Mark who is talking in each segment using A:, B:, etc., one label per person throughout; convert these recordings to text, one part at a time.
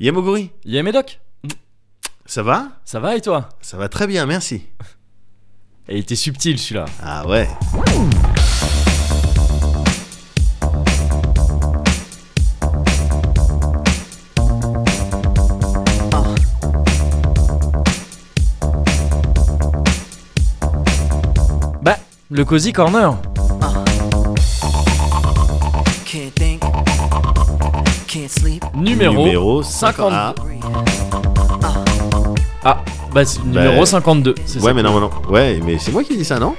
A: Yamoguri,
B: Yé Médoc,
A: ça va
B: ça va et toi
A: Ça va très bien, merci.
B: Et il était subtil celui-là.
A: Ah ouais.
B: Bah, le Cozy Corner
C: Can't think, can't sleep.
B: numéro,
A: Numéro
B: 50.
A: Ah,
B: Ah, bah, c'est numéro 52, c'est
A: ouais,
B: ça.
A: mais non, non. Ouais, mais c'est moi qui dis ça, non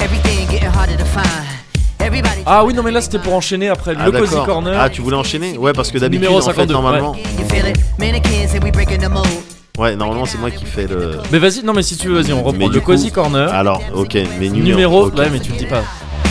C: Everything getting harder to find. Everybody.
B: Ah oui, non, mais là c'était pour enchaîner après
A: Ah,
B: le Cozy
A: d'accord.
B: Corner.
A: Ah, tu voulais enchaîner Ouais, parce que d'habitude,
B: Numéro
A: en fait,
B: 52,
A: normalement.
C: Again, you feel it. Mannequins and we breaking the mold.
A: Ouais, normalement, c'est moi qui fais le.
B: Mais vas-y, non, mais si tu veux, vas-y, on reprend
A: Mais
B: le
A: du
B: Cozy
A: coup-
B: Corner.
A: Alors, ok, mais numéro.
B: numéro,
A: ok.
B: ouais, mais tu le dis pas.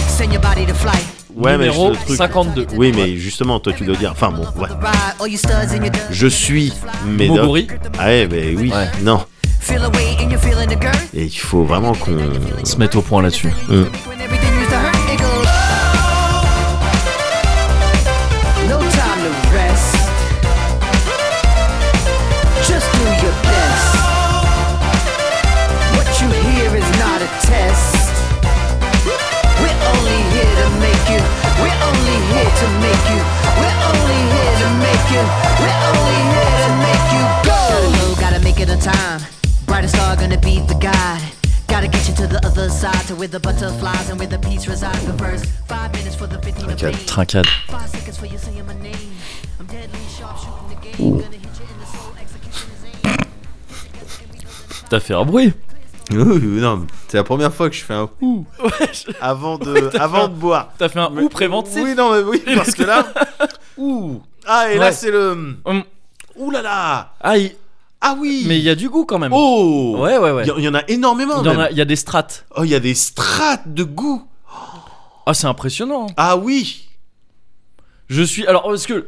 C: Send your body to flight.
A: Ouais, mais
B: numéro
A: le truc-
B: 52.
A: Oui, mais justement, toi, tu dois dire. Enfin, bon, ouais.
C: Ride all your studs and your duds.
A: Je suis Médoc.
B: Moguri.
A: Ah ouais, mais oui.
B: Ouais.
A: Non.
C: Feel the weight and you're feeling the girth.
A: Et il faut vraiment qu'on.
B: Se mettre au point là-dessus.
A: euh.
B: Euh,
C: When everything used to hurt, it goes. No time to rest. Just do your best. What you hear is not a test. We're only here to make you. We're only here to make you. We're only here to make you. We're only here to make you go. Gotta go, gotta make it on time. Brightest star gonna be the guide. Gotta get you to the other side, to where the butterflies and where the peace resides. The first five minutes for the 15 of
A: Okay,
C: fame.
B: Trincade.
C: Five seconds for you saying my name. I'm deadly sharp shooting the game. Gonna hit you in the soul, execution is aim.
B: T'as fait un bruit
A: Ouh, non, c'est la première fois que je fais un ouh avant de, avant de boire.
B: T'as fait un ou préventif
A: Oui, non, mais oui, parce que là, ouh. Ah, et là,
B: Ouais.
A: c'est le.
B: Hum.
A: Ouh là là.
B: Ah, il-
A: Ah oui.
B: mais il y a du goût quand même.
A: Oh.
B: Ouais, ouais, ouais.
A: Il y en- il y, en a énormément.
B: Il y, en
A: même.
B: a, il y a des strates.
A: Oh, il y a des strates de goût.
B: Ah, c'est impressionnant.
A: Ah oui.
B: Je suis. Alors, parce que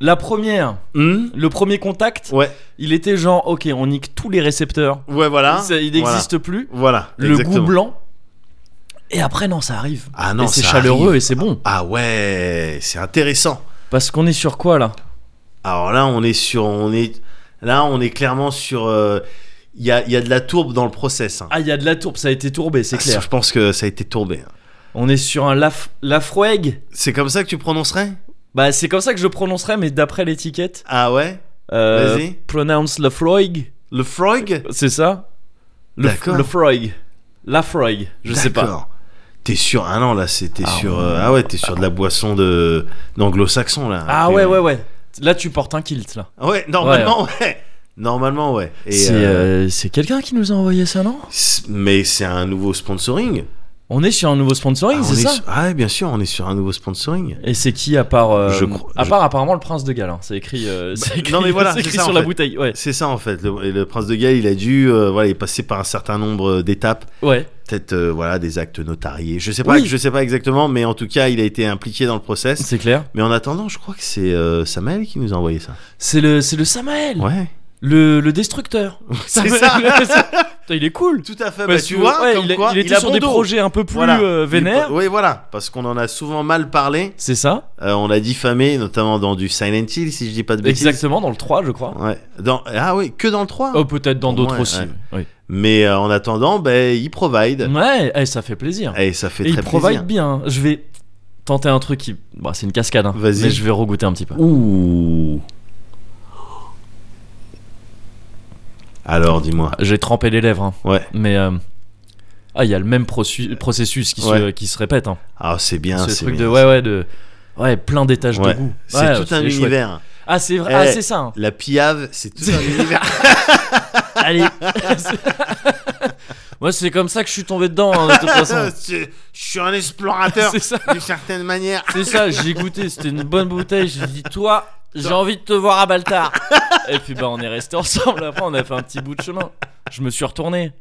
B: la première,
A: Hmm.
B: le premier contact,
A: Ouais.
B: il était genre, ok, on nique tous les récepteurs.
A: Ouais, voilà.
B: Ça, il
A: Ah, Voilà.
B: n'existe plus.
A: Voilà.
B: Le
A: exactement.
B: goût blanc. Et après, non, ça arrive.
A: Ah non,
B: et c'est
A: ça
B: chaleureux
A: arrive.
B: et c'est bon.
A: Ah ouais, c'est intéressant.
B: Parce qu'on est sur quoi là
A: Alors là, on est sur, on est, là, on est clairement sur. euh, Il y, a, il y a de la tourbe dans le process. hein.
B: Ah, il y a de la tourbe, ça a été tourbé, c'est
A: Ah,
B: clair.
A: Je pense que ça a été tourbé. hein.
B: On est sur un laf... lafroeg.
A: C'est comme ça que tu prononcerais
B: Bah, c'est comme ça que je prononcerais, mais d'après l'étiquette.
A: Ah ouais
B: Euh,
A: Vas-y.
B: Pronounce lafroeg.
A: Le frog
B: C'est ça Le
A: D'accord.
B: Lafroeg. Lafroeg, je sais pas.
A: D'accord. T'es sur. Ah non, là, c'était
B: Ah,
A: sur.
B: ouais.
A: euh, ah ouais, t'es sur de la boisson de d'anglo-saxon, là.
B: Ah
A: Après,
B: ouais, ouais, ouais. Là, tu portes un kilt, là.
A: Ouais, normalement, ouais. Normalement, ouais. Et,
B: C'est
A: euh,
B: euh, c'est quelqu'un qui nous a envoyé ça, non
A: c'est- Mais c'est un nouveau sponsoring.
B: On est sur un nouveau sponsoring,
A: Ah, on
B: c'est
A: est
B: ça
A: sur- Ah ouais, bien sûr, on est sur un nouveau sponsoring.
B: Et c'est qui à part euh,
A: Je crois-
B: à
A: je-
B: part apparemment le prince de Galles hein. c'est écrit, euh, c'est
A: Bah,
B: écrit-
A: non, mais voilà,
B: c'est
A: c'est
B: écrit
A: ça,
B: sur
A: en
B: la
A: fait.
B: bouteille ouais
A: C'est ça en fait. Le, et le prince de Galles, il a dû, euh, voilà, il est passé par un certain nombre euh, d'étapes,
B: ouais
A: peut-être, euh, voilà, des actes notariés. Je sais pas,
B: Oui.
A: je sais pas exactement, mais en tout cas, il a été impliqué dans le process.
B: c'est clair
A: Mais en attendant, je crois que c'est euh, Samael qui nous a envoyé ça.
B: c'est le c'est le Samael
A: Ouais,
B: le, le destructeur
A: c'est
B: Samael,
A: ça.
B: ouais, c'est- Putain, il est cool
A: tout à fait. Bah,
B: Parce
A: tu
B: que,
A: vois,
B: ouais,
A: comme
B: il, a-
A: quoi,
B: il était
A: a
B: sur
A: bon
B: des
A: dos.
B: projets un peu plus
A: Voilà.
B: euh, vénères
A: Oui, voilà, parce qu'on en a souvent mal parlé.
B: c'est ça
A: Euh, on l'a diffamé, notamment dans du Silent Hill, si je dis pas de bêtises.
B: exactement dans le 3 je crois
A: Ouais. Dans... Ah oui, que dans le 3
B: oh peut-être dans d'autres
A: Ouais,
B: aussi
A: ouais.
B: ouais,
A: Mais euh, en attendant, ben, il provide.
B: Ouais, eh, ça fait plaisir
A: Et ça fait
B: et il
A: très
B: provide
A: plaisir.
B: bien hein. je vais tenter un truc qui bah, c'est une cascade hein.
A: Vas-y.
B: mais je vais regoûter un petit peu
A: Ouh. Alors, dis-moi.
B: j'ai trempé les lèvres hein.
A: Ouais.
B: Mais euh, ah, il y a le même procu- processus qui, se,
A: Ouais.
B: qui se répète. Hein.
A: Ah, c'est bien.
B: ce
A: c'est
B: truc
A: bien.
B: de ouais, ouais, de ouais, plein d'étages
A: Ouais.
B: de goût.
A: C'est
B: Ouais,
A: tout un
B: chouette.
A: univers.
B: Ah, c'est vrai. Ah,
A: Eh.
B: c'est ça. hein.
A: La piave, c'est tout un univers.
B: Allez. Moi, c'est comme ça que je suis tombé dedans. hein, de toute façon,
A: C'est- Je suis un explorateur
B: c'est ça.
A: d'une certaine manière.
B: C'est ça. J'ai goûté. C'était une bonne bouteille. J'ai dit toi. J'ai envie de te voir à Baltar. Et puis bah on est resté ensemble. Après on a fait un petit bout de chemin. Je me suis retourné.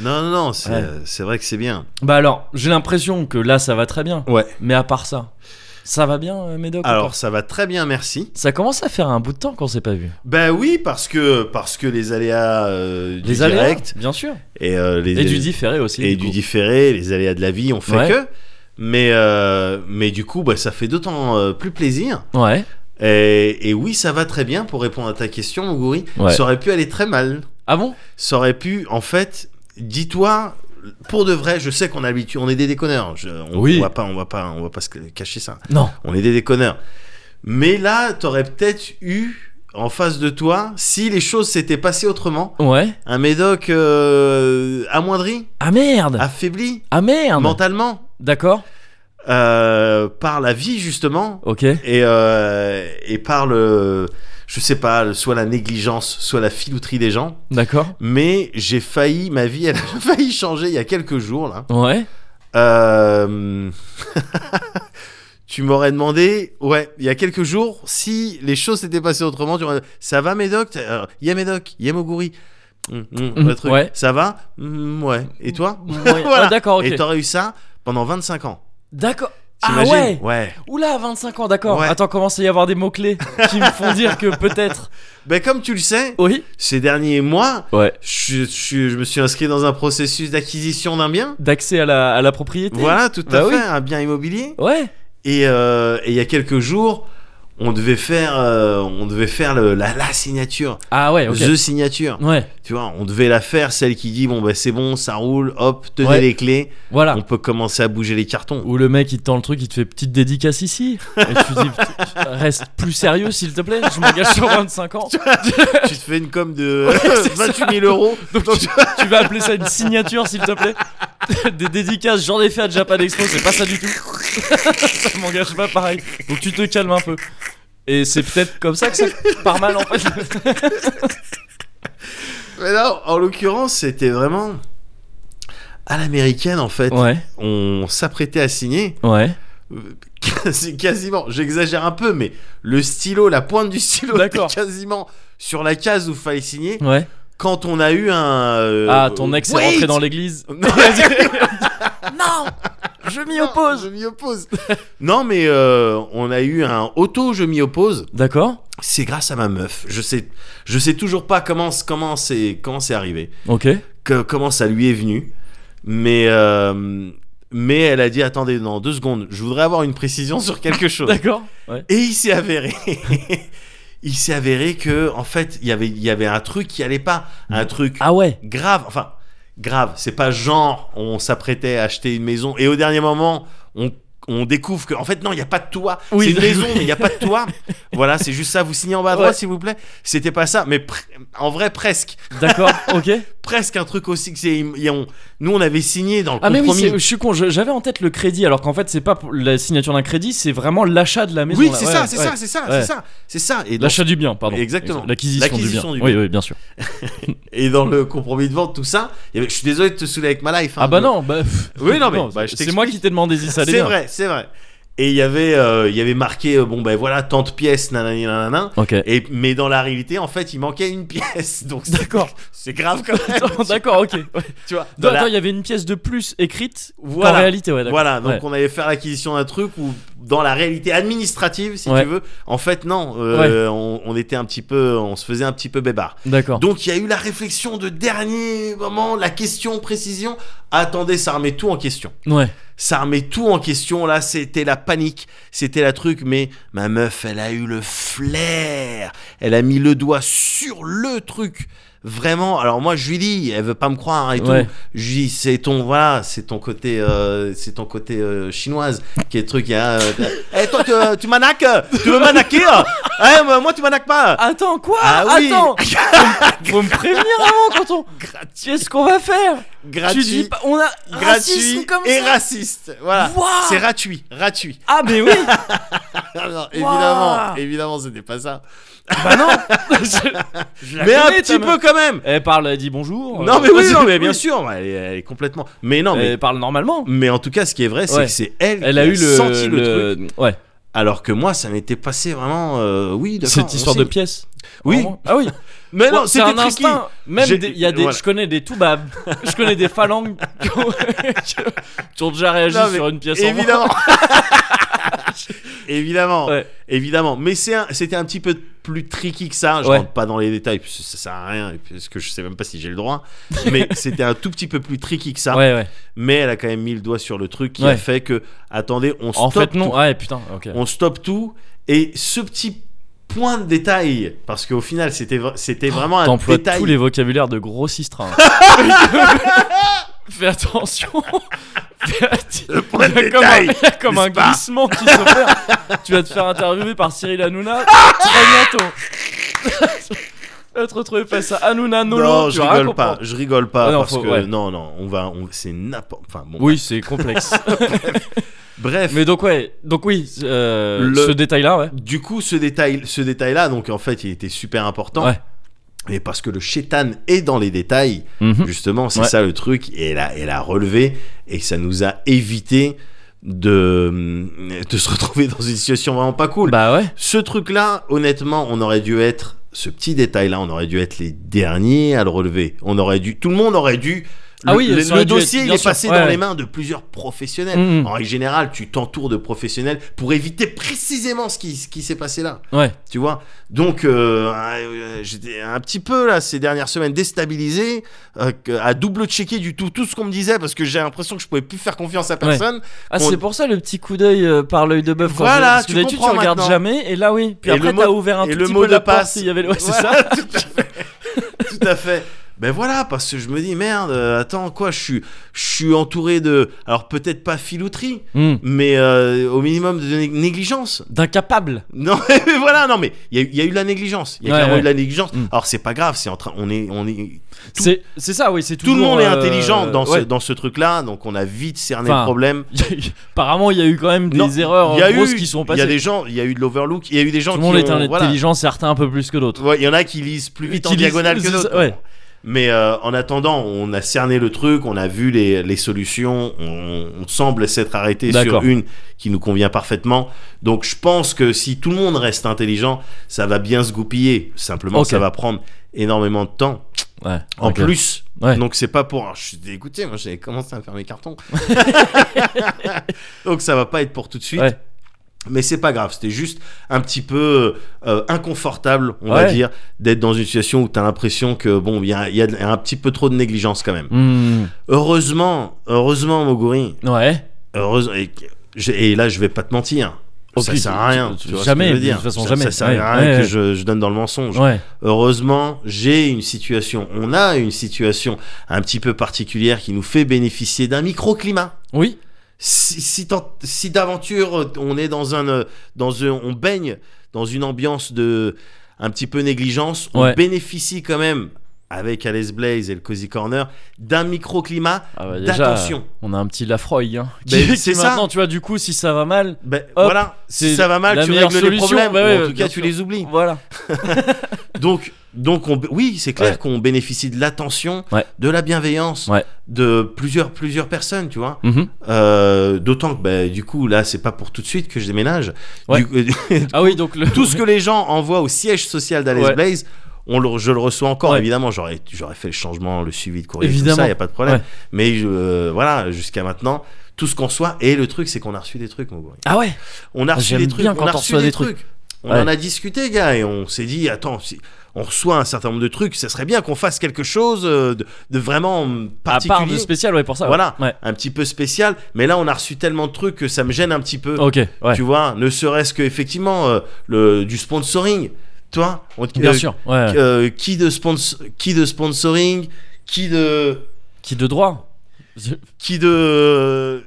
A: Non, non, non, c'est
B: Ouais.
A: euh, c'est vrai que c'est bien.
B: Bah alors j'ai l'impression que là ça va très bien.
A: Ouais.
B: Mais à part ça, ça va bien, euh, Médoc. ou pas
A: Alors, ça va très bien, merci.
B: Ça commence à faire un bout de temps qu'on s'est pas vu.
A: Ben oui, parce que, parce que les aléas euh, du
B: Les aléas,
A: direct
B: bien sûr.
A: et, euh, les,
B: Et du différé aussi.
A: et du différé, les aléas de la vie ont fait
B: Ouais.
A: que. Mais, euh, mais du coup, bah, ça fait d'autant euh, plus plaisir.
B: Ouais.
A: Et, et oui, ça va très bien pour répondre à ta question, Muguri.
B: Ouais.
A: Ça aurait pu aller très mal.
B: Ah bon
A: Ça aurait pu, en fait, dis-toi, pour de vrai, je sais qu'on a l'habitude, on est des déconneurs. Je- on,
B: Oui.
A: on va pas, on va pas, on va pas se cacher ça.
B: Non.
A: On est des déconneurs. Mais là, t'aurais peut-être eu en face de toi, si les choses s'étaient passées autrement,
B: Ouais.
A: un médoc euh, amoindri,
B: Ah merde
A: affaibli,
B: Ah merde
A: mentalement,
B: D'accord.
A: euh, par la vie justement,
B: Ok.
A: et, euh, et par le, je sais pas, le- soit la négligence, soit la filouterie des gens.
B: D'accord.
A: Mais j'ai failli, ma vie, elle a failli changer il y a quelques jours là.
B: Ouais.
A: Euh, tu m'aurais demandé, ouais, il y a quelques jours, si les choses s'étaient passées autrement. Tu m'aurais dit, ça va, Médoc T'as- euh, Y'a Médoc, y'a Moguri. Hum, hum,
B: Hum,
A: le truc.
B: ouais.
A: Ça va Hum, Ouais. Et toi
B: Ouais.
A: Voilà.
B: Ah, d'accord, ok.
A: Et t'aurais eu ça pendant 25 ans.
B: D'accord. Ah
A: T'imagines
B: ouais
A: Ouais.
B: Oula, 25 ans, d'accord.
A: Ouais.
B: Attends, commence à y avoir des mots-clés qui me font dire que peut-être.
A: Ben, comme tu le sais,
B: Oui.
A: ces derniers mois,
B: Ouais.
A: je, je- je me suis inscrit dans un processus d'acquisition d'un bien.
B: D'accès à la, à la propriété.
A: Voilà, tout
B: Bah
A: à
B: oui.
A: fait, un bien immobilier.
B: Ouais.
A: Et euh, et il y a quelques jours, on devait faire, euh, on devait faire le- la, la signature,
B: Ah ouais, ok.
A: the signature.
B: Ouais.
A: Tu vois, on devait la faire, celle qui dit bon bah c'est bon, ça roule, hop, tenez
B: Ouais. Ah.
A: les clés,
B: Voilà.
A: on peut commencer à bouger les cartons.
B: Où le mec il te tend le truc, il te fait petite dédicace ici. Et tu dis, reste plus sérieux s'il te plaît, je m'engage sur 25 ans.
A: tu te fais une com de
B: c'est
A: 28 000 euros.
B: Donc tu, tu vas appeler ça une signature s'il te plaît. Des dédicaces, j'en ai fait à Japan Expo, c'est pas ça du tout. ça m'engage pas pareil. Donc tu te calmes un peu. Et c'est peut-être comme ça que ça part mal en fait.
A: Mais là, en l'occurrence, c'était vraiment à l'américaine en fait.
B: ouais,
A: On s'apprêtait à signer.
B: ouais.
A: Euh, quasi- quasiment, j'exagère un peu, mais le stylo, la pointe du stylo, était
B: D'accord.
A: quasiment sur la case où fallait signer.
B: Ouais.
A: Quand on a eu un. euh,
B: Ah, ton ex est rentré
A: wait
B: dans l'église.
A: Non,
B: Non Je m'y oppose
A: Je m'y oppose. non, mais euh, on a eu un auto, je m'y oppose.
B: D'accord
A: C'est grâce à ma meuf. Je sais, je sais toujours pas comment c'est- comment c'est comment c'est arrivé,
B: Ok.
A: que- comment ça lui est venu, mais. euh, mais elle a dit attendez non deux secondes je voudrais avoir une précision sur quelque chose
B: D'accord Ouais.
A: et il s'est avéré il s'est avéré que en fait il y avait il y avait un truc qui allait pas un truc
B: Ah ouais
A: grave, enfin grave, c'est pas genre on s'apprêtait à acheter une maison et au dernier moment on, on découvre que en fait non, il y a pas de toit.
B: Oui,
A: c'est une
B: oui.
A: maison mais il y a pas de toit. voilà, c'est juste ça, vous signez en bas à droite
B: Ouais.
A: s'il vous plaît. C'était pas ça mais pre- en vrai presque
B: D'accord, ok.
A: presque un truc aussi que c'est et on- nous on avait signé dans le
B: Ah mais oui,
A: compromis.
B: c'est- je suis con, je- j'avais en tête le crédit alors qu'en fait c'est pas pour la signature d'un crédit, c'est vraiment l'achat de la maison.
A: oui,
B: là.
A: c'est
B: Ouais,
A: ça, c'est
B: ouais.
A: ça, c'est ça,
B: Ouais.
A: c'est ça, c'est ça. Et dans,
B: L'achat du bien, pardon.
A: Exactement.
B: L'acquisition du bien.
A: L'acquisition du
B: Oui,
A: bien.
B: oui, bien sûr.
A: et dans le compromis de vente, tout ça. il y avait- je suis désolé de te saouler avec ma life. hein,
B: Ah bah
A: mais-
B: non, bah, pff,
A: Oui, non, mais, bah, je
B: c'est moi qui t'ai demandé si ça allait
A: C'est
B: bien.
A: vrai, c'est vrai. Et il y avait, euh, il y avait marqué, euh, bon ben voilà, tant de pièces, nanani, nanana.
B: Ok.
A: Et, mais dans la réalité, en fait, il manquait une pièce. Donc c'est-
B: D'accord.
A: C'est grave quand même.
B: Attends,
A: tu-
B: D'accord, ok. Ouais.
A: Tu vois. dans
B: Non,
A: la-
B: Attends, il y avait une pièce de plus écrite en
A: voilà.
B: réalité, ouais, d'accord.
A: Voilà. Donc
B: Ouais.
A: on allait faire l'acquisition d'un truc où, dans la réalité administrative, si
B: Ouais.
A: tu veux, en fait non, euh, on, on était un petit peu, on se faisait un petit peu bébard.
B: D'accord.
A: Donc il y a eu la réflexion de dernier moment, la question précision. Attendez, ça remet tout en question.
B: Ouais.
A: ça remet tout en question là c'était la panique c'était la truc mais ma meuf elle a eu le flair elle a mis le doigt sur le truc vraiment alors moi je lui dis elle veut pas me croire hein, et
B: Ouais.
A: tout je lui dis c'est ton voilà c'est ton côté euh, c'est ton côté euh, chinoise qui est le truc il y a euh, Eh, toi tu, tu manaques euh, tu veux manaquer hein Eh, moi moi, tu manaques pas
B: Attends, quoi
A: Ah oui.
B: Attends faut, me- faut me prévenir avant quand on.
A: gratuit
B: Qu'est-ce qu'on va faire
A: gratuit
B: Tu dis pas. On a. racisme
A: gratuit
B: comme
A: et
B: ça.
A: raciste voilà
B: Waouh.
A: c'est gratuit gratuit
B: Ah, mais oui
A: Ah non,
B: Wow.
A: évidemment, évidemment, c'était pas ça.
B: Bah non Je- je la
A: Mais un
B: connais, ta
A: petit
B: meuf.
A: peu quand même.
B: Elle parle, elle dit bonjour.
A: Non
B: euh,
A: mais oui, non mais
B: oui.
A: bien sûr, elle est, elle est complètement. Mais non mais.
B: Elle parle normalement.
A: Mais en tout cas, ce qui est vrai, c'est
B: Euh, Ouais.
A: que c'est elle,
B: Elle
A: qui
B: a eu le.
A: senti le, truc.
B: Ouais,
A: Alors que moi, ça m'était passé vraiment. euh, oui, d'accord,
B: cette
A: on
B: histoire de
A: signe.
B: pièce.
A: Oui.
B: Vraiment. Ah oui.
A: Mais
B: Ouais,
A: non,
B: c'est
A: c'était
B: un
A: tricky.
B: instinct. Même
A: J'ai-
B: des- il y a des,
A: voilà.
B: je connais des toubabs, je connais des phalanges qui ont, qui ont déjà réagi
A: Non, mais
B: sur une pièce en
A: Évidemment. évidemment.
B: moins. Ouais.
A: Évidemment. Mais c'est un- c'était un petit peu plus tricky que ça. Je
B: Ouais.
A: rentre pas dans les détails, parce que ça sert à rien, et puis parce que je sais même pas si j'ai le droit. Mais c'était un tout petit peu plus tricky que ça.
B: Ouais, ouais.
A: Mais elle a quand même mis le doigt sur le truc qui
B: Ouais.
A: a fait que, attendez, on
B: En
A: stoppe
B: fait,
A: tout.
B: non. Ah, Ouais, putain, ok.
A: On stoppe tout. Et ce petit point de détail, parce qu'au final, c'était vra- c'était vraiment un
B: Oh, T'emploies
A: détail.
B: tous les vocabulaires de grossistra. hein. Fais attention. Fais attention.
A: Le point de
B: Il y a comme un,
A: détail.
B: il y a comme un
A: n'est-ce pas
B: glissement qui s'opère. tu vas te faire interviewer par Cyril Hanouna très bientôt. tu vas te retrouver face à Hanouna Nolo.
A: non,
B: tu
A: je
B: vas rien
A: rigole pas,
B: comprendre.
A: je rigole pas
B: Ah non,
A: parce
B: faut-
A: que
B: ouais.
A: non non, on va on, c'est n'importe enfin bon.
B: Oui, c'est complexe.
A: Bref,
B: Mais donc, ouais. Donc, oui, euh,
A: Le-
B: ce détail-là, ouais.
A: du coup ce détail ce détail là donc en fait, il était super important
B: Ouais.
A: mais parce que le chétan est dans les détails,
B: Mhm.
A: justement, c'est
B: Ouais.
A: ça le truc et elle a elle a relevé et ça nous a évité de de se retrouver dans une situation vraiment pas cool.
B: Bah, ouais.
A: Ce truc-là, honnêtement, on aurait dû être ce petit détail-là, on aurait dû être les derniers à le relever. On aurait dû, tout le monde aurait dû. Le,
B: Ah oui,
A: le-
B: ça aurait
A: le
B: dû
A: dossier
B: être-
A: il
B: bien
A: est
B: sûr,
A: passé
B: ouais,
A: dans
B: ouais.
A: les mains de plusieurs professionnels.
B: Mhm.
A: En règle générale, tu t'entoures de professionnels pour éviter précisément ce qui, ce qui s'est passé là.
B: Ouais.
A: Tu vois Donc, euh, euh, j'étais un petit peu, là, ces dernières semaines, déstabilisé, euh, que- à double-checker du tout tout ce qu'on me disait, parce que j'ai l'impression que je pouvais plus faire confiance à personne.
B: Ah,
A: On-
B: c'est pour ça le petit coup d'œil euh, par l'œil de bœuf. quand
A: Voilà,
B: je- parce que
A: tu
B: d'habitude, tu
A: comprends
B: regardes
A: maintenant.
B: jamais. Et là, oui. Puis
A: Et
B: après,
A: le mot-
B: t'as ouvert un
A: et
B: tout
A: le
B: petit
A: mot
B: peu
A: de
B: la
A: passe.
B: porte. Il y avait. Ouais, c'est ça.
A: Voilà, tout à fait. tout à fait. Ben voilà, parce que je me dis, merde, euh, attends, quoi, je suis, je suis entouré de. Alors peut-être pas filouterie,
B: Hmm.
A: mais euh, au minimum de né- négligence.
B: D'incapable.
A: Non, mais voilà, non, mais il y, a eu- il y a eu de la négligence. Il y a
B: Ouais,
A: clairement
B: ouais.
A: eu de la négligence.
B: Mm.
A: Alors c'est pas grave, c'est en train. On est, on est... Tout-
B: C'est c'est ça, oui. C'est
A: Tout le
B: toujours,
A: monde est
B: euh,
A: intelligent dans
B: ouais.
A: ce, dans ce truc-là, donc on a vite cerné
B: Enfin,
A: le problème.
B: Il y a eu- Apparemment, il y a eu quand même des
A: Non,
B: erreurs
A: Il y a
B: grosses
A: eu,
B: qui
A: il
B: sont
A: y
B: passées.
A: a des gens, il y a eu de l'overlook, il y a eu des gens
B: Tout le
A: qui
B: monde est
A: ont- voilà.
B: intelligent, certains un peu plus que d'autres.
A: Ouais, il y en a qui lisent plus vite
B: Qui
A: en
B: lisent-
A: diagonale que
B: c'est ça,
A: d'autres.
B: ouais.
A: Mais euh, en attendant, on a cerné le truc, on a vu les, les solutions, on, on semble s'être arrêté sur
B: D'accord.
A: une qui nous convient parfaitement. Donc je pense que si tout le monde reste intelligent, ça va bien se goupiller. Simplement,
B: Ok.
A: ça va prendre énormément de temps.
B: Ouais.
A: En
B: ok.
A: plus,
B: Ouais.
A: donc c'est pas pour. alors, je suis dégoûté, moi j'ai commencé à faire mes cartons. donc ça va pas être pour tout de suite.
B: Ouais.
A: Mais c'est pas grave, c'était juste un petit peu euh, inconfortable, on va
B: Ouais.
A: dire, d'être dans une situation où t'as l'impression que bon, il y a, il y a de- un petit peu trop de négligence quand même.
B: Hmm,
A: Heureusement, heureusement, Moguri,
B: Ouais.
A: heureusement, et, j'ai- et là je vais pas te mentir.
B: Oh,
A: ça
B: puis,
A: sert à rien.
B: tu-
A: tu vois ce que
B: jamais,
A: je veux
B: de
A: dire.
B: toute façon,
A: Ça-
B: jamais.
A: Ça sert
B: Ouais,
A: à rien
B: ouais,
A: que
B: ouais.
A: je, je donne dans le mensonge.
B: Ouais.
A: Heureusement, j'ai une situation, on a une situation un petit peu particulière qui nous fait bénéficier d'un microclimat.
B: Oui.
A: Si, si, tant- si d'aventure euh, on est dans un, euh, dans un- on baigne dans une ambiance de un petit peu négligence, on
B: Ouais.
A: bénéficie quand même avec Alice Blaze et le Cozy Corner d'un microclimat
B: Ah bah, déjà,
A: d'attention.
B: on a un petit Lafroy. Hein, qui,
A: Ben,
B: qui
A: c'est ça.
B: maintenant, tu vois, du coup, si ça va mal,
A: Ben,
B: Hop,
A: voilà, si
B: c'est
A: ça va mal,
B: la
A: tu
B: meilleure
A: règles les
B: solution. Bah
A: problèmes,
B: Ouais,
A: ou
B: ouais,
A: en tout
B: bien
A: cas tu
B: sûr.
A: les oublies.
B: voilà.
A: Donc, donc on, oui, c'est clair
B: Ouais.
A: qu'on bénéficie de l'attention,
B: Ouais.
A: de la bienveillance,
B: Ouais.
A: de plusieurs, plusieurs personnes, tu vois.
B: Mhm.
A: Euh, D'autant que, bah, du coup, là, c'est pas pour tout de suite que je déménage.
B: Ouais.
A: Du-
B: Ah oui, donc le.
A: tout ce que les gens envoient au siège social d'Alice
B: Ouais.
A: Blaze, on le, je le reçois encore,
B: Ouais.
A: évidemment. J'aurais j'aurais fait le changement, le suivi de courrier, tout
B: Évidemment.
A: ça, il a pas de problème.
B: Ouais.
A: Mais euh, voilà, jusqu'à maintenant, tout ce qu'on reçoit. Et le truc, c'est qu'on a reçu des trucs, mon gars.
B: Ah ouais.
A: On a reçu
B: J'aime
A: des trucs.
B: bien quand
A: on a
B: on
A: reçu
B: reçoit
A: des,
B: des
A: trucs.
B: trucs.
A: On
B: Ouais.
A: en a discuté, gars, et on s'est dit, attends, si on reçoit un certain nombre de trucs, ça serait bien qu'on fasse quelque chose euh, de, de vraiment euh,
B: À
A: particulier,
B: part de spécial, ouais, pour ça. ouais.
A: Voilà.
B: Ouais.
A: un petit peu spécial. Mais là, on a reçu tellement de trucs que ça me gêne un petit peu.
B: Ok. Ouais.
A: Tu vois, ne serait-ce que effectivement euh, le du sponsoring, toi, on, te-
B: Bien
A: euh,
B: sûr. Ouais.
A: euh, qui de spons- qui de sponsoring, qui de
B: Qui de droit.
A: qui de
B: Qui de...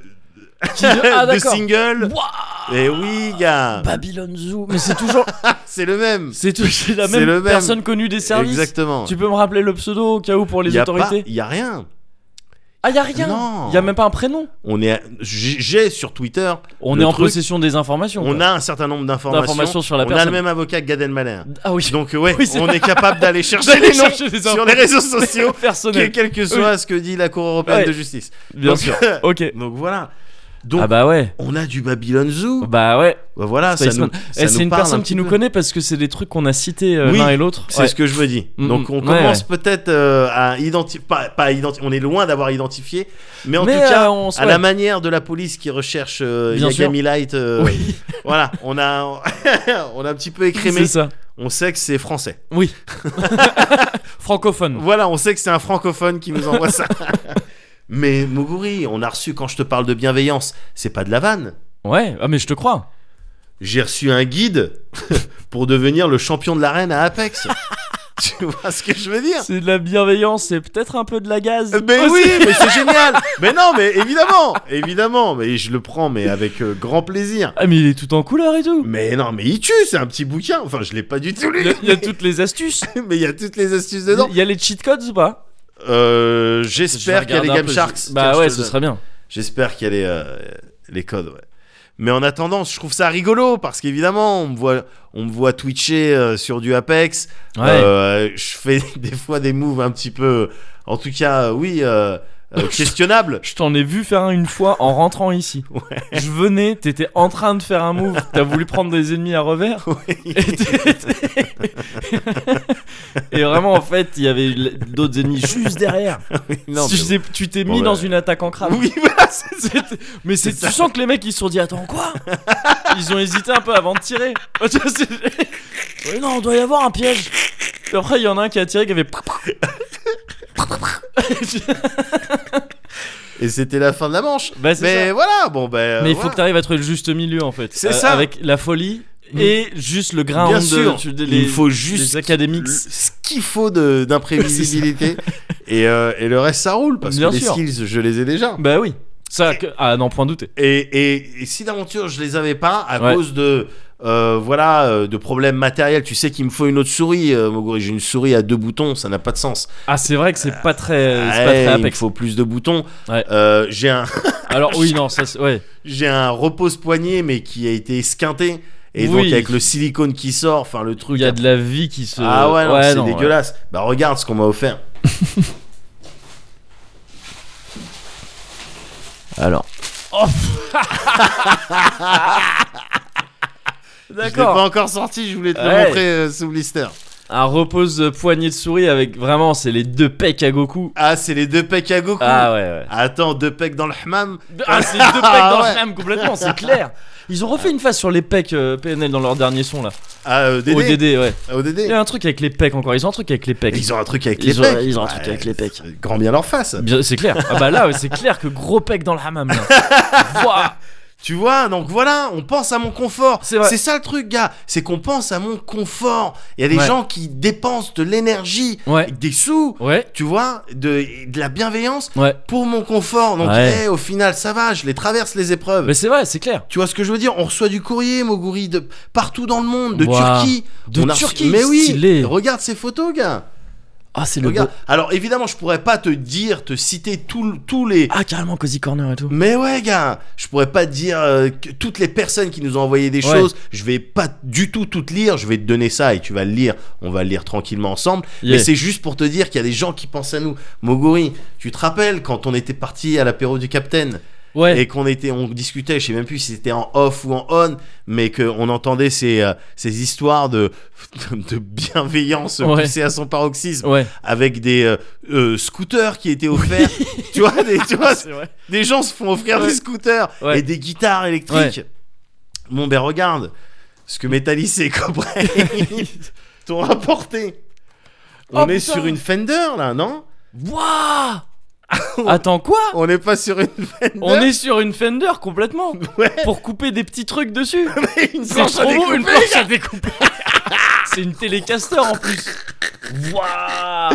B: Ah
A: de
B: d'accord.
A: single.
B: Wouah
A: Et oui, gars,
B: Babylon Zoo. Mais c'est toujours.
A: c'est le même.
B: C'est tout. C'est la
A: C'est
B: même,
A: le même.
B: personne connue des services.
A: Exactement.
B: Tu peux me rappeler le pseudo au cas où pour les
A: y a
B: autorités
A: pas- y a rien.
B: Ah, y a rien
A: Non.
B: Y a même pas un prénom
A: On est, à- j'ai j'ai sur Twitter,
B: On
A: Le
B: est en
A: truc,
B: possession des informations.
A: on
B: quoi.
A: a un certain nombre d'informations.
B: Oh, bah. D'informations sur la
A: on a
B: personne.
A: le même avocat que Gad Elmaleh.
B: Ah oui,
A: Donc euh, ouais,
B: Oui, c'est
A: on
B: vrai.
A: est capable d'aller chercher les noms
B: chercher des
A: sur les réseaux sociaux, quel,
B: personnels.
A: quel que soit ce que dit la Cour européenne
B: Ouais.
A: de justice.
B: Bien
A: Donc,
B: sûr. Ok.
A: Donc voilà. Donc
B: ah bah ouais.
A: on a du Babylon Zoo.
B: Bah ouais.
A: Bah voilà, ça
B: Spaceman.
A: nous, ça
B: Eh,
A: nous
B: c'est une
A: parle
B: personne
A: un
B: qui
A: petit
B: nous
A: peu.
B: connaît parce que c'est des trucs qu'on a cités euh,
A: Oui,
B: l'un et l'autre.
A: C'est
B: Ouais.
A: ce que je me dis.
B: Mm,
A: Donc on
B: mm,
A: commence
B: ouais.
A: peut-être euh, à identifier, pas, pas identi- on est loin d'avoir identifié, mais en
B: Mais,
A: tout cas,
B: euh, on se-
A: à la
B: ouais.
A: manière de la police qui recherche euh,
B: Bien
A: Yagami Light, euh,
B: Oui,
A: voilà, on a, on a un petit peu écrémé,
B: c'est ça.
A: on sait que c'est français.
B: Oui. Francophone.
A: Voilà, on sait que c'est un francophone qui nous envoie ça. Mais Moguri, on a reçu quand je te parle de bienveillance, c'est pas de la vanne.
B: Ouais, ah mais je te crois.
A: J'ai reçu un guide pour devenir le champion de l'arène à Apex. tu vois ce que je veux dire
B: C'est de la bienveillance, c'est peut-être un peu de la gaz. Ah,
A: mais
B: aussi.
A: oui, mais c'est génial. Mais non, mais évidemment, évidemment, mais je le prends mais avec euh, grand plaisir.
B: Ah mais il est tout en couleur et tout.
A: Mais non, mais il tue, c'est un petit bouquin. Enfin, je l'ai pas du tout
B: Il
A: lu.
B: y a- il y a toutes les astuces.
A: Mais il y a toutes les astuces dedans.
B: Il y a les cheat codes ou pas
A: Euh,
B: Je vais
A: j'espère qu'il y a les
B: regarder un
A: Game
B: peu, je-
A: Sharks. Tiens,
B: Bah
A: je
B: ouais,
A: te
B: ce
A: donne.
B: serait bien.
A: J'espère qu'il y a les, euh, les codes, ouais. Mais en attendant, je trouve ça rigolo parce qu'évidemment, on me voit, on me voit twitcher euh, sur du Apex.
B: Ouais.
A: Euh, je fais des fois des moves un petit peu, en tout cas, euh, oui, euh, euh, questionnables.
B: Je t'en ai vu faire une fois en rentrant ici. Je venais, t'étais en train de faire un move, t'as voulu prendre des ennemis à revers. Et, t'étais- Et vraiment, en fait, il y avait d'autres ennemis juste derrière.
A: Non,
B: tu
A: mais-
B: t'es- tu t'es
A: Bon,
B: mis
A: bah,
B: dans une attaque en crabe.
A: Oui, voilà, c'est-
B: C'était- Mais c'est, tu sens que les mecs ils se sont dit attends quoi Ils ont hésité un peu avant de tirer. Tu vois, c'est- Ouais, non, on doit y avoir un piège. Et après il y en a un qui a Bah, tiré qui avait.
A: et c'était la fin de la manche.
B: Bah, c'est
A: Mais
B: ça.
A: voilà, bon ben.
B: Mais il faut
A: voilà.
B: que t'arrives à trouver le juste milieu en fait. Euh,
A: C'est ça. Mm.
B: Avec la folie et juste le grain
A: Bien
B: de,
A: sûr.
B: tu- de-
A: il
B: les-
A: faut juste
B: les académics.
A: le- ce qu'il faut de- d'imprévisibilité et, euh, et le reste ça roule parce
B: Bien
A: que
B: sûr.
A: les skills je les ai déjà.
B: Bah oui. Ça, que- ah non, point douter.
A: Et, et- et si d'aventure je les avais pas à
B: Ouais.
A: cause de euh, voilà euh, de problèmes matériels, tu sais qu'il me faut une autre souris. euh, Moguri. j'ai une souris à deux boutons, ça n'a pas de sens.
B: Ah, c'est vrai que c'est pas très, Euh, c'est pas
A: Ouais,
B: très
A: il me
B: apex.
A: faut plus de boutons.
B: Ouais.
A: Euh, j'ai un
B: Alors, oui, non, ça, c'est- ouais.
A: j'ai un repose poignet mais qui a été esquinté et donc
B: Oui.
A: avec le silicone qui sort, enfin le truc.
B: Il y a
A: à-
B: de la vie qui se.
A: Ah ouais, non, c'est
B: hein. non,
A: dégueulasse. Bah regarde ce qu'on m'a offert.
B: Alors. Oh.
A: Je l'ai pas
B: D'accord.
A: encore sorti, je voulais te le
B: Ouais.
A: montrer euh, sous blister.
B: Un repose poignée de souris avec vraiment, c'est les deux pecs à Goku.
A: Ah, c'est les deux pecs à Goku.
B: Ah ouais, ouais.
A: Attends, deux pecs dans le hammam.
B: Ah, c'est les deux pecs
A: Ah
B: dans
A: ouais.
B: le même complètement, c'est clair. Ils ont refait une phase sur les pecs euh, PNL dans leur dernier son là.
A: Ah, euh, Dédé.
B: ODD, ouais.
A: Ah, ODD.
B: Il y a un truc avec les pecs encore, ils ont un truc avec les pecs.
A: Ils ont un truc avec
B: Ils
A: les
B: ont-
A: pecs.
B: ils ont un truc avec les pecs.
A: c'est- Grand bien leur face.
B: Bien, C'est clair. Ah bah là, ouais, c'est clair que gros pec dans le hammam là. Ouah.
A: Tu vois, donc voilà, on pense à mon confort.
B: C'est vrai.
A: C'est ça le truc, gars. C'est qu'on pense à mon confort. Il y a des
B: Ouais.
A: gens qui dépensent de l'énergie,
B: Ouais.
A: des sous,
B: Ouais,
A: tu vois, de, de la bienveillance
B: ouais.
A: pour mon confort. Donc,
B: Ouais.
A: eh, au final, ça va, je les traverse les épreuves.
B: Mais c'est vrai, c'est clair.
A: Tu vois ce que je veux dire On reçoit du courrier, Moguri, de partout dans le monde, de
B: Ouah.
A: Turquie.
B: De
A: On a reçu-
B: Turquie,
A: Mais oui,
B: stylé.
A: regarde ces photos, gars.
B: Ah, c'est le
A: Regarde.
B: beau-
A: Alors évidemment, je pourrais pas te dire, te citer tout le- tous les.
B: Ah, carrément Cozy Corner et tout.
A: Mais ouais, gars, je pourrais pas te dire euh, que toutes les personnes qui nous ont envoyé des
B: Ouais.
A: choses. Je vais pas du tout toutes lire. Je vais te donner ça et tu vas le lire. On va le lire tranquillement ensemble.
B: Yeah.
A: Mais c'est juste pour te dire qu'il y a des gens qui pensent à nous. Moguri, tu te rappelles quand on était parti à l'apéro du Capitaine
B: Ouais.
A: et qu'on était, on discutait, je sais même plus si c'était en off ou en on, mais qu'on entendait ces, euh, ces histoires de, de bienveillance
B: Ouais.
A: poussée à son paroxysme
B: Ouais.
A: avec des euh, euh, scooters qui étaient offerts. tu vois, des, tu vois,
B: C'est vrai.
A: des gens se font offrir
B: Ouais.
A: des scooters
B: Ouais.
A: et des guitares électriques. Bon, ben regarde ce que Metalis et Cobray t'ont apporté.
B: Oh,
A: On est
B: putain.
A: sur une Fender là, non
B: Wouah Attends quoi
A: On n'est pas sur une Fender.
B: On est sur une Fender complètement pour couper des petits trucs dessus.
A: une
B: C'est
A: planche à
B: trop beau,
A: découper.
B: une planche à découper. C'est une télécaster en plus. Wouah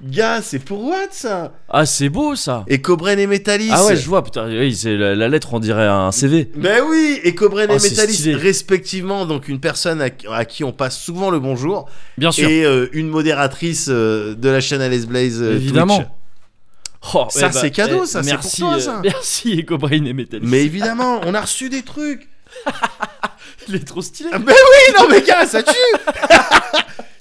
A: Gars, c'est pour Watt ça
B: Ah c'est beau ça.
A: Et Cobren et Metalis
B: Ah ouais, je vois putain, oui, c'est la, la lettre on dirait un CV.
A: Ben oui, et Cobren
B: Oh,
A: et
B: c'est
A: Metalis
B: stylé.
A: respectivement, donc une personne à, à qui on passe souvent le bonjour
B: Bien sûr.
A: et euh, une modératrice euh, de la chaîne Alice Blaze euh, Twitch.
B: Évidemment. Oh,
A: Ça, c'est cadeau, ça, c'est pour
B: merci,
A: toi,
B: euh,
A: ça.
B: merci Eco Brain et Metal.
A: Mais évidemment, on a reçu des trucs.
B: il est trop stylé.
A: Ben oui, non mais gars, ça tue.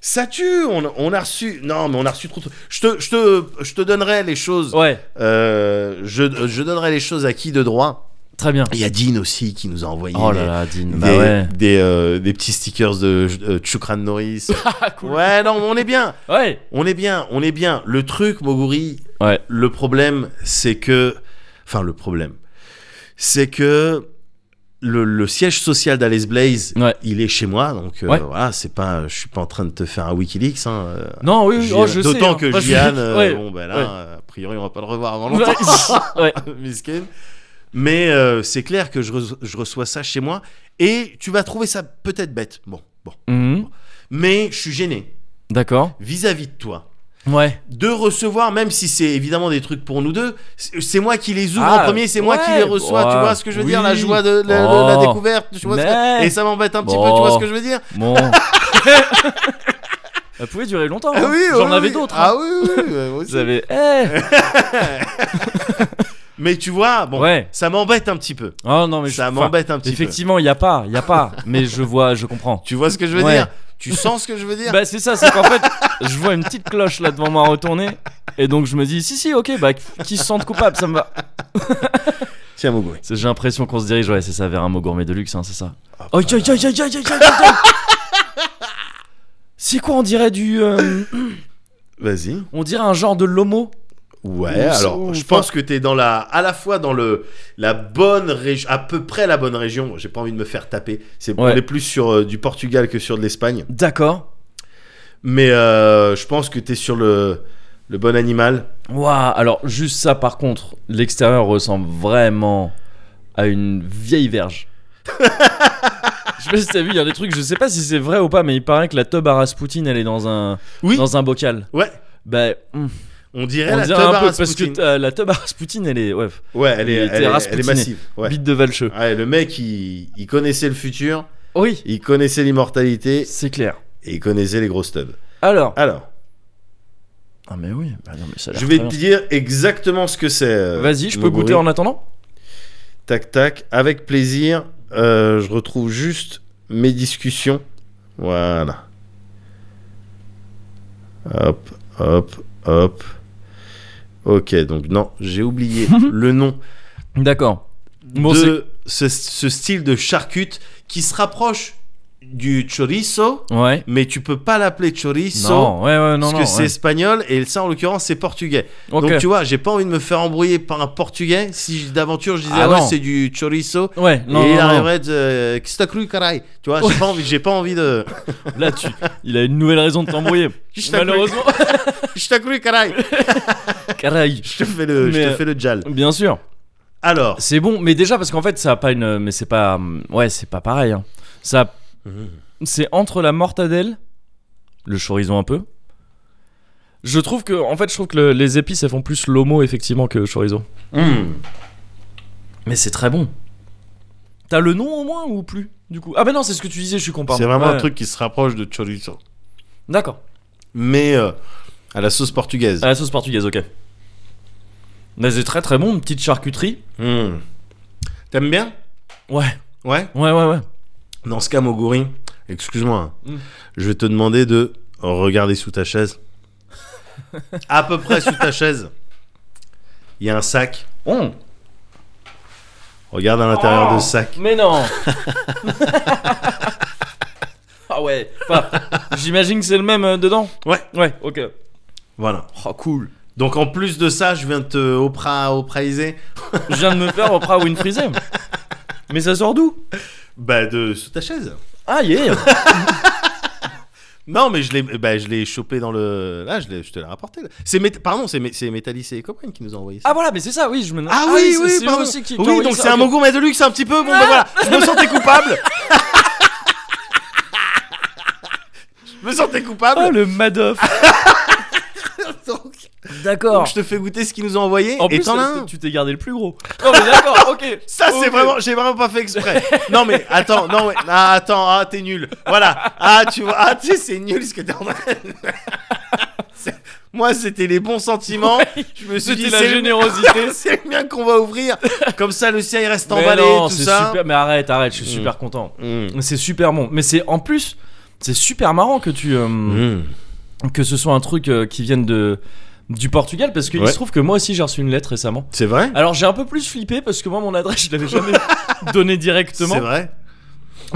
A: ça tue. On, on a reçu. Non, mais on a reçu trop. de trucs. Je te, je te, je te donnerai les choses.
B: Ouais,
A: Euh, je, je donnerai les choses à qui de droit.
B: très bien.
A: Il y a Dean aussi qui nous a envoyé.
B: Oh
A: des-
B: là là, Dean.
A: Des,
B: Bah ouais.
A: des, euh, des petits stickers de euh, Chukran Norris.
B: Ah, cool.
A: Ouais, non, mais on est bien.
B: Ouais.
A: On est bien, on est bien. Le truc, Moguri,
B: Ouais.
A: le problème, c'est que. Enfin, le problème, c'est que. le, le siège social d'Alice Blaze,
B: Ouais.
A: il est chez moi, donc euh,
B: Ouais.
A: voilà, c'est pas, je suis pas en train de te faire un WikiLeaks. hein, euh,
B: Non, oui, oui,
A: J-
B: oh, je sais.
A: D'autant
B: hein.
A: que
B: Moi, je-
A: Gian, euh,
B: ouais.
A: bon ben là,
B: ouais.
A: euh, a priori on va pas le revoir avant longtemps,
B: Bah, Ouais. ouais.
A: Miskin. Mais euh, c'est clair que je, re- je reçois ça chez moi et tu vas trouver ça peut-être bête, bon, bon.
B: Mhm.
A: Mais je suis gêné
B: D'accord.
A: vis-à-vis de toi
B: Ouais.
A: de recevoir, même si c'est évidemment des trucs pour nous deux, c'est c'est moi qui les ouvre
B: Ah,
A: en premier, c'est moi qui
B: ouais,
A: les reçois, tu
B: ouais,
A: vois ce que je veux dire, la
B: oui.
A: joie de la, de la
B: Oh.
A: découverte, tu vois ce que-
B: Mais-
A: et ça m'embête un petit
B: Bon.
A: peu, tu vois ce que je veux dire
B: Bon. Elle pouvait durer longtemps.
A: Ah
B: hein.
A: oui,
B: J'en
A: oui,
B: avais
A: oui.
B: d'autres. hein.
A: Ah oui, oui, oui, euh, moi aussi.
B: Vous avez. Eh
A: Mais tu vois, bon,
B: Ouais.
A: ça m'embête un petit peu.
B: Oh non, mais je-
A: ça
B: enfin,
A: m'embête un petit peu.
B: Effectivement, il y a pas, il y a pas. Mais je vois, je comprends.
A: Tu vois ce que je veux
B: Ouais.
A: dire Tu sens ce que je veux dire
B: Bah c'est ça, c'est qu'en fait, je vois une petite cloche là devant moi retournée, et donc je me dis si si, ok, bah qui se sentent coupables, ça me va.
A: Tiens, mon goût.
B: C'est- J'ai l'impression qu'on se dirige, ouais, c'est ça, vers un mot gourmet de luxe, hein, c'est ça.
A: Ah,
B: Oh, yo, yo, yo, yo, yo, yo, yo, yo. C'est quoi, on dirait du. euh,
A: Vas-y.
B: on dirait un genre de lomo
A: Ouais,
B: Ou-
A: alors
B: ou
A: je
B: pas.
A: pense que t'es dans la, à la fois dans le, la bonne région, à peu près la bonne région. J'ai pas envie de me faire taper. C'est on
B: Ouais.
A: est plus sur euh, du Portugal que sur de l'Espagne.
B: D'accord.
A: Mais euh, je pense que t'es sur le, le bon animal.
B: Waouh, alors juste ça par contre, l'extérieur ressemble vraiment à une vieille verge. je sais pas si t'as vu, il y a des trucs, je sais pas si c'est vrai ou pas, mais il paraît que la tub à Rasputin elle est dans un,
A: Oui.
B: dans un bocal.
A: Ouais.
B: Bah, hmm,
A: On dirait
B: on
A: la
B: dirait
A: teub
B: un
A: à
B: peu parce que
A: Rasputin.
B: t'as- la tub à Rasputin elle est, ouais,
A: Ouais, elle est,
B: Il était
A: elle, est- elle
B: rasputiné.
A: est massive. Ouais.
B: bite de valcheux.
A: Ouais, le mec, il, il connaissait le futur,
B: Oui,
A: il connaissait l'immortalité
B: c'est clair.
A: et il connaissait les grosses tubs.
B: Alors.
A: Alors,
B: Ah mais oui, bah non, mais ça a l'air
A: je vais
B: très
A: te
B: bien.
A: dire exactement ce que c'est. euh,
B: Vas-y, je peux
A: Moguri.
B: goûter en attendant
A: Tac tac, avec plaisir. Euh, je retrouve juste mes discussions. Voilà. Hop, hop, hop. Ok, donc non, j'ai oublié le nom
B: D'accord. Bon,
A: de ce, ce style de charcute qui se rapproche du chorizo,
B: c'est. Ouais.
A: mais tu peux pas l'appeler chorizo.
B: Non, ouais, ouais, non,
A: parce
B: non.
A: que c'est
B: ouais.
A: espagnol et ça en l'occurrence c'est portugais.
B: Ok.
A: Donc tu vois, j'ai pas envie de me faire embrouiller par un portugais si d'aventure je disais
B: Ah
A: ah ouais
B: non.
A: c'est du chorizo
B: Ouais, non,
A: et il
B: non, non.
A: arriverait de euh, Qu'est-ce que t'as cru, caray Tu vois, j'ai pas envie, j'ai pas envie de.
B: Là, tu... il a une nouvelle raison de t'embrouiller.
A: Je t'accuse.
B: Malheureusement.
A: Je t'ai cru, caray
B: Caraï.
A: Je te fais le, je
B: Mais,
A: te
B: euh,
A: fais le jal.
B: Bien sûr.
A: Alors,
B: C'est bon, mais déjà parce qu'en fait, ça a pas une. Mais c'est pas. hum, Ouais, c'est pas pareil. hein. Ça. a- C'est entre la mortadelle, le chorizo un peu. Je trouve que, en fait, je trouve que le- les épices elles font plus l'homo effectivement que le chorizo.
A: hmm,
B: Mais c'est très bon. T'as le nom au moins ou plus du coup Ah bah non, c'est ce que tu disais, je suis con. pardon.
A: c'est vraiment un
B: Ouais.
A: truc qui se rapproche de chorizo,
B: D'accord.
A: mais euh, à la sauce portugaise.
B: À la sauce portugaise, ok. Mais c'est très très bon, une petite charcuterie.
A: Hmm. T'aimes bien
B: Ah. Ouais,
A: Ouais.
B: ouais, ouais, ouais.
A: Dans ce cas, Moguri, excuse-moi, hein,
B: Hmm.
A: je vais te demander de regarder sous ta chaise. à peu près sous ta chaise, il y a un sac.
B: Bon.
A: Regarde à l'intérieur
B: Oh.
A: de ce sac.
B: Mais non Ah ouais Enfin, J'imagine que c'est le même euh, dedans
A: Ouais.
B: Ouais, ok.
A: Voilà.
B: Oh cool
A: Donc en plus de ça, je viens de te opra opraiser.
B: Je viens de me faire Oprah Winfrey Mais ça sort d'où
A: Bah de sous ta chaise.
B: Ah yeah
A: Non mais je l'ai bah, je l'ai chopé dans le là je, l'ai- je te l'ai rapporté. là. C'est mét- pardon, c'est mé- c'est Métallis et Copain qui nous ont envoyé ça.
B: Ah voilà, mais c'est ça, oui, je me...
A: Ah oui,
B: c'est-
A: oui,
B: c'est eux
A: pardon.
B: aussi qui, qui ont
A: oui,
B: envoyé
A: donc
B: ça,
A: c'est un
B: ok.
A: mogou mais de luxe un petit peu. Bon bah voilà, je me sentais coupable. je me sentais
B: Oh
A: coupable.
B: le Madoff
A: donc,
B: D'accord
A: je te fais goûter ce qu'ils nous ont envoyé
B: En
A: et
B: plus,
A: t'en as
B: euh,
A: un.
B: tu t'es gardé le plus gros Non mais d'accord, ok
A: Ça c'est
B: Ok.
A: vraiment, j'ai vraiment pas fait exprès. Non mais attends, non mais ah, attends, ah t'es nul. Voilà, ah tu vois, ah tu sais c'est nul ce que t'es en train. de- C'est- Moi c'était les bons sentiments. Je me suis
B: C'était
A: dit
B: la
A: c'est le-
B: générosité.
A: c'est le mien qu'on va ouvrir. Comme ça le sien il reste
B: Mais
A: emballé
B: non,
A: tout
B: c'est
A: ça.
B: super... Mais arrête, arrête, je suis
A: Mm.
B: super content.
A: Mm.
B: C'est super bon. Mais c'est... En plus, c'est super marrant que tu... euh,
A: Mm.
B: que ce soit un truc euh, qui vienne de du Portugal parce qu'il
A: Ouais.
B: se trouve que moi aussi j'ai reçu une lettre récemment.
A: C'est vrai.
B: Alors j'ai un peu plus flippé parce que moi mon adresse je l'avais jamais donnée
A: C'est
B: directement.
A: vrai.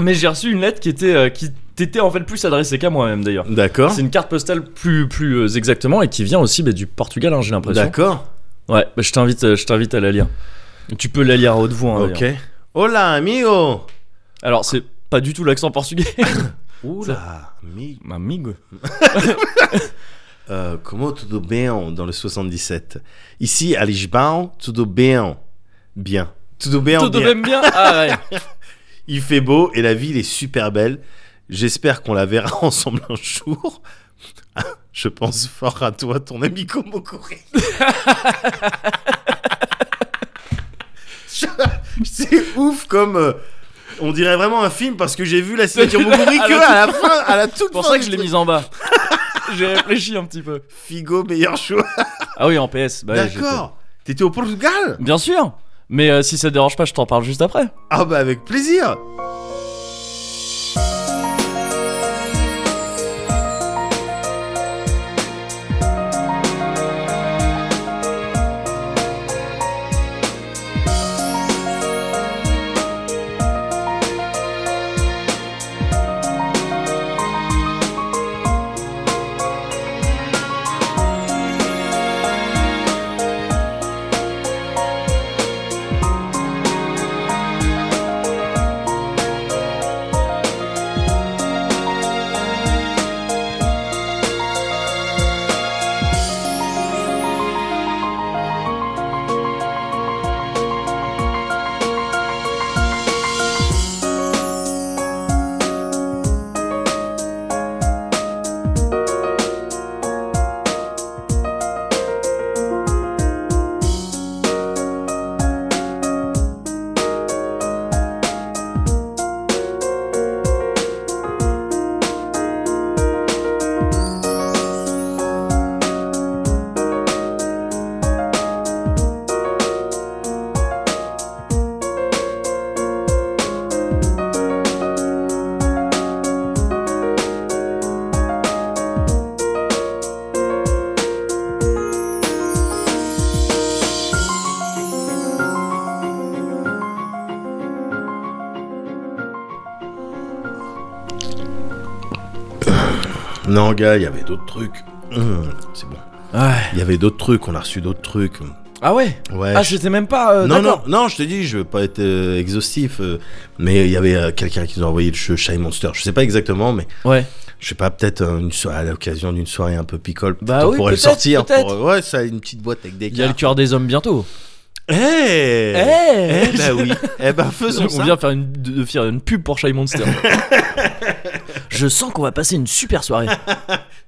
B: Mais j'ai reçu une lettre qui était euh, qui t'était en fait plus adressée qu'à moi-même d'ailleurs.
A: D'accord.
B: C'est une carte postale plus plus euh, exactement et qui vient aussi bah, du Portugal hein, j'ai l'impression.
A: D'accord.
B: Ouais, bah, je t'invite euh, je t'invite à la lire. Tu peux la lire à haute voix. hein,
A: Ok.
B: d'ailleurs.
A: Hola, amigo.
B: Alors, c'est pas du tout l'accent portugais.
A: Oula, amigo.
B: Mamigo.
A: Euh, comment tudo bem dans le 77 Ici, à Lisbonne, tudo bem. Bien. Tudo bem,
B: Tout de
A: bien.
B: même bien. Ah ouais.
A: Il fait beau et la ville est super belle. J'espère qu'on la verra ensemble un jour. Je pense fort à toi, ton ami Komokore. C'est ouf comme. euh, on dirait vraiment un film parce que j'ai vu la signature Komokore
B: À la
A: que à la fin, à la toute
B: C'est pour
A: fin
B: ça que
A: du
B: je l'ai
A: truc.
B: mise en bas. J'ai réfléchi un petit peu.
A: Figo, meilleur choix.
B: Ah oui, en PS. Bah, j'étais-
A: D'accord. T'étais au Portugal
B: Bien sûr. Mais euh, si ça te dérange pas, je t'en parle juste après.
A: Ah bah avec plaisir. Non gars, il y avait d'autres trucs. Hum, c'est bon.
B: Ouais.
A: Il y avait d'autres trucs, on a reçu d'autres trucs.
B: Ah ouais.
A: Ouais.
B: Ah,
A: je-
B: j'étais même pas. euh,
A: non, non,
B: d'accord.
A: non, je te dis, je veux pas être euh, exhaustif, euh, mais il y avait euh, quelqu'un qui nous a envoyé le jeu Shy Monster. Je sais pas exactement, mais
B: Ouais.
A: je sais pas, peut-être euh, une so- à l'occasion d'une soirée un peu picole,
B: Bah
A: peut-être on
B: oui,
A: pourrait le
B: peut-être,
A: sortir.
B: peut-être.
A: pour, euh, ouais, ça, une petite boîte avec des
B: Il y a le
A: cartes.
B: cœur des hommes bientôt.
A: Eh
B: Eh
A: Eh bah oui. Eh bah faisons
B: On
A: ça.
B: vient faire une, de faire une pub pour Shy Monster. je sens qu'on va passer une super soirée.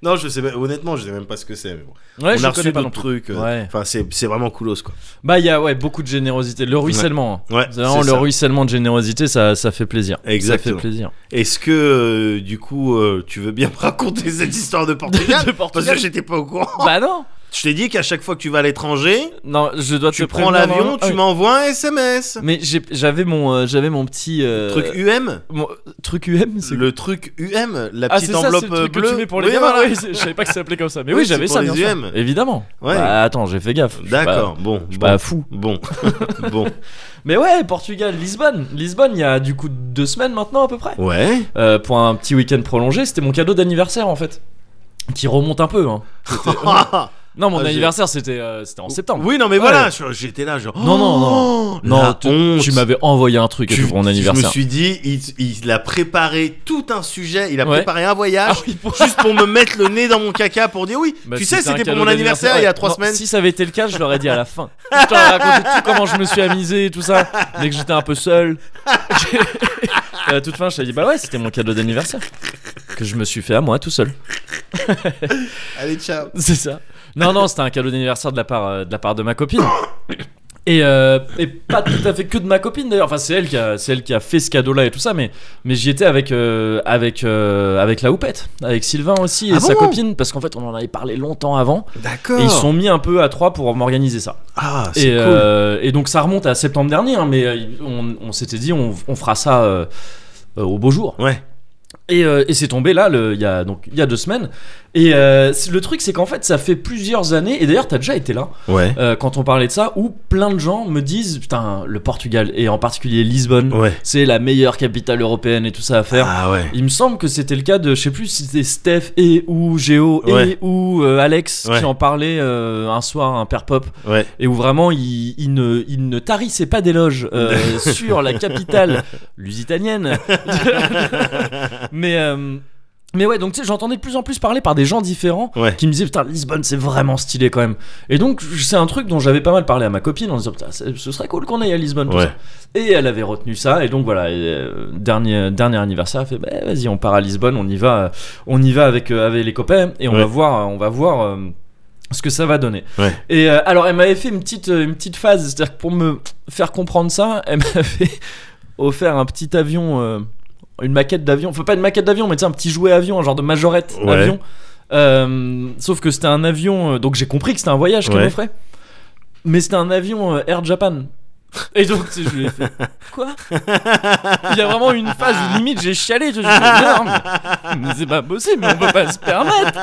A: Non, je sais pas, honnêtement, je sais même pas ce que c'est. mais bon.
B: Ouais,
A: on
B: je
A: a
B: connais
A: reçu
B: pas non
A: d'autres
B: plus.
A: trucs. euh,
B: Ouais.
A: Enfin, c'est c'est vraiment coolos quoi.
B: Bah, il y a ouais, beaucoup de générosité. Le ruissellement. hein.
A: Ouais,
B: C'est vraiment
A: c'est
B: le
A: ça.
B: ruissellement de générosité, ça, ça fait plaisir.
A: Exactement.
B: Ça fait plaisir.
A: Est-ce que euh, du coup, euh, tu veux bien me raconter cette histoire de Portugal
B: De
A: Parce
B: Portugal.
A: que j'étais pas au courant.
B: Bah non
A: Je t'ai dit qu'à chaque fois que tu vas à l'étranger,
B: Non, je dois te
A: tu prends
B: prévenir,
A: l'avion,
B: normalement. Ah
A: tu
B: oui. Euh,
A: m'envoies un SMS.
B: Mais j'ai- j'avais mon, euh, j'avais mon petit. euh,
A: Truc UM
B: mon- truc UM, c'est
A: Le truc UM, la
B: Ah,
A: petite
B: c'est ça,
A: enveloppe
B: c'est le truc
A: bleue.
B: que tu mets pour les
A: Oui,
B: gamins,
A: voilà.
B: oui, c'est- je savais pas que ça s'appelait comme ça. Mais
A: Oui,
B: oui,
A: c'est
B: j'avais
A: pour
B: ça,
A: les
B: bien sûr.
A: UM.
B: Évidemment.
A: Ouais.
B: Bah, attends, j'ai fait gaffe. Je suis pas-
A: D'accord, bon,
B: Je suis
A: bon,
B: pas fou.
A: bon, bon.
B: Mais ouais, Portugal, Lisbonne. Lisbonne, il y a du coup deux semaines maintenant à peu près.
A: Ouais.
B: Euh, pour un petit week-end prolongé, c'était mon cadeau d'anniversaire en fait. Qui remonte un peu. Hein. Non, mon
A: Ah, j'ai-
B: anniversaire c'était euh, c'était en septembre.
A: Oui, non, mais
B: Ouais.
A: voilà, je- j'étais là, genre.
B: Non, non, non.
A: Oh, la
B: Non, tu,
A: honte.
B: tu m'avais envoyé un truc et
A: Tu-
B: tout pour mon
A: Je me
B: anniversaire.
A: suis dit, il, il a préparé tout un sujet, il a
B: Ouais.
A: préparé un voyage.
B: Ah oui, pour-
A: juste pour me mettre le nez dans mon caca pour dire oui.
B: Bah,
A: tu
B: si
A: sais,
B: un
A: c'était pour
B: cadeau
A: mon anniversaire il y a
B: ouais.
A: trois
B: Non,
A: semaines.
B: Si ça avait été le cas, je l'aurais dit à la fin. Je t'aurais raconté tout comment je me suis amusé et tout ça, mais que j'étais un peu seul. et à toute fin, je t'ai dit bah ouais, c'était mon cadeau d'anniversaire que je me suis fait à moi tout seul.
A: Allez, ciao.
B: C'est ça. Non, non, c'était un cadeau d'anniversaire de la part euh, de la part de ma copine. Et, euh, et pas tout à fait que de ma copine d'ailleurs. Enfin, c'est elle qui a, c'est elle qui a fait ce cadeau-là et tout ça. Mais, mais j'y étais avec euh, avec euh, avec la houppette, avec Sylvain aussi et
A: Ah
B: sa
A: bon
B: copine, parce qu'en fait, on en avait parlé longtemps avant.
A: D'accord.
B: Et ils se sont mis un peu à trois pour m'organiser ça.
A: Ah, c'est
B: Et,
A: cool.
B: euh, et donc ça remonte à septembre dernier, hein, mais euh, on, on s'était dit on, on fera ça euh, euh, au beau jour.
A: Ouais.
B: Et, euh, et c'est tombé là, le- il y a donc il y a deux semaines. Et euh, c'est- le truc, c'est qu'en fait, ça fait plusieurs années. Et d'ailleurs, t'as déjà été là
A: Ouais.
B: euh, quand on parlait de ça, où plein de gens me disent, putain, le Portugal et en particulier Lisbonne,
A: Ouais.
B: c'est la meilleure capitale européenne et tout ça à faire.
A: Ah ouais.
B: Il me semble que c'était le cas de, je sais plus si c'était Steph et ou Géo et
A: Ouais.
B: ou euh, Alex
A: Ouais.
B: qui en parlait euh, un soir, un père pop,
A: Ouais.
B: et où vraiment il, il ne, il ne tarissait pas d'éloges euh, sur la capitale lusitanienne. mais, euh, mais ouais, donc tu sais, j'entendais de plus en plus parler par des gens différents
A: Ouais.
B: qui me disaient putain Lisbonne c'est vraiment stylé quand même et donc c'est un truc dont j'avais pas mal parlé à ma copine en disant putain c'est- ce serait cool qu'on aille à Lisbonne tout
A: Ouais.
B: ça. et elle avait retenu ça et donc voilà et, euh, dernier dernier anniversaire elle fait bah, vas-y on part à Lisbonne on y va euh, on y va avec euh, avec les copains et on
A: Ouais.
B: va voir euh, on va voir euh, ce que ça va donner.
A: Ouais.
B: Et euh, alors, elle m'avait fait une petite, euh, une petite phase, c'est-à-dire que pour me faire comprendre ça, elle m'avait offert un petit avion, euh, une maquette d'avion, enfin pas une maquette d'avion, mais tu sais, un petit jouet avion, un genre de majorette
A: Ouais.
B: avion. Euh, sauf que c'était un avion, euh, donc j'ai compris que c'était un voyage qu'elle
A: Ouais.
B: m'offrait. Mais c'était un avion euh, Air Japan. Et donc, tu sais, je lui ai fait Quoi Il y a vraiment une phase où limite j'ai chialé. Je me suis dit, Non, mais, mais c'est pas possible, mais on peut pas se permettre.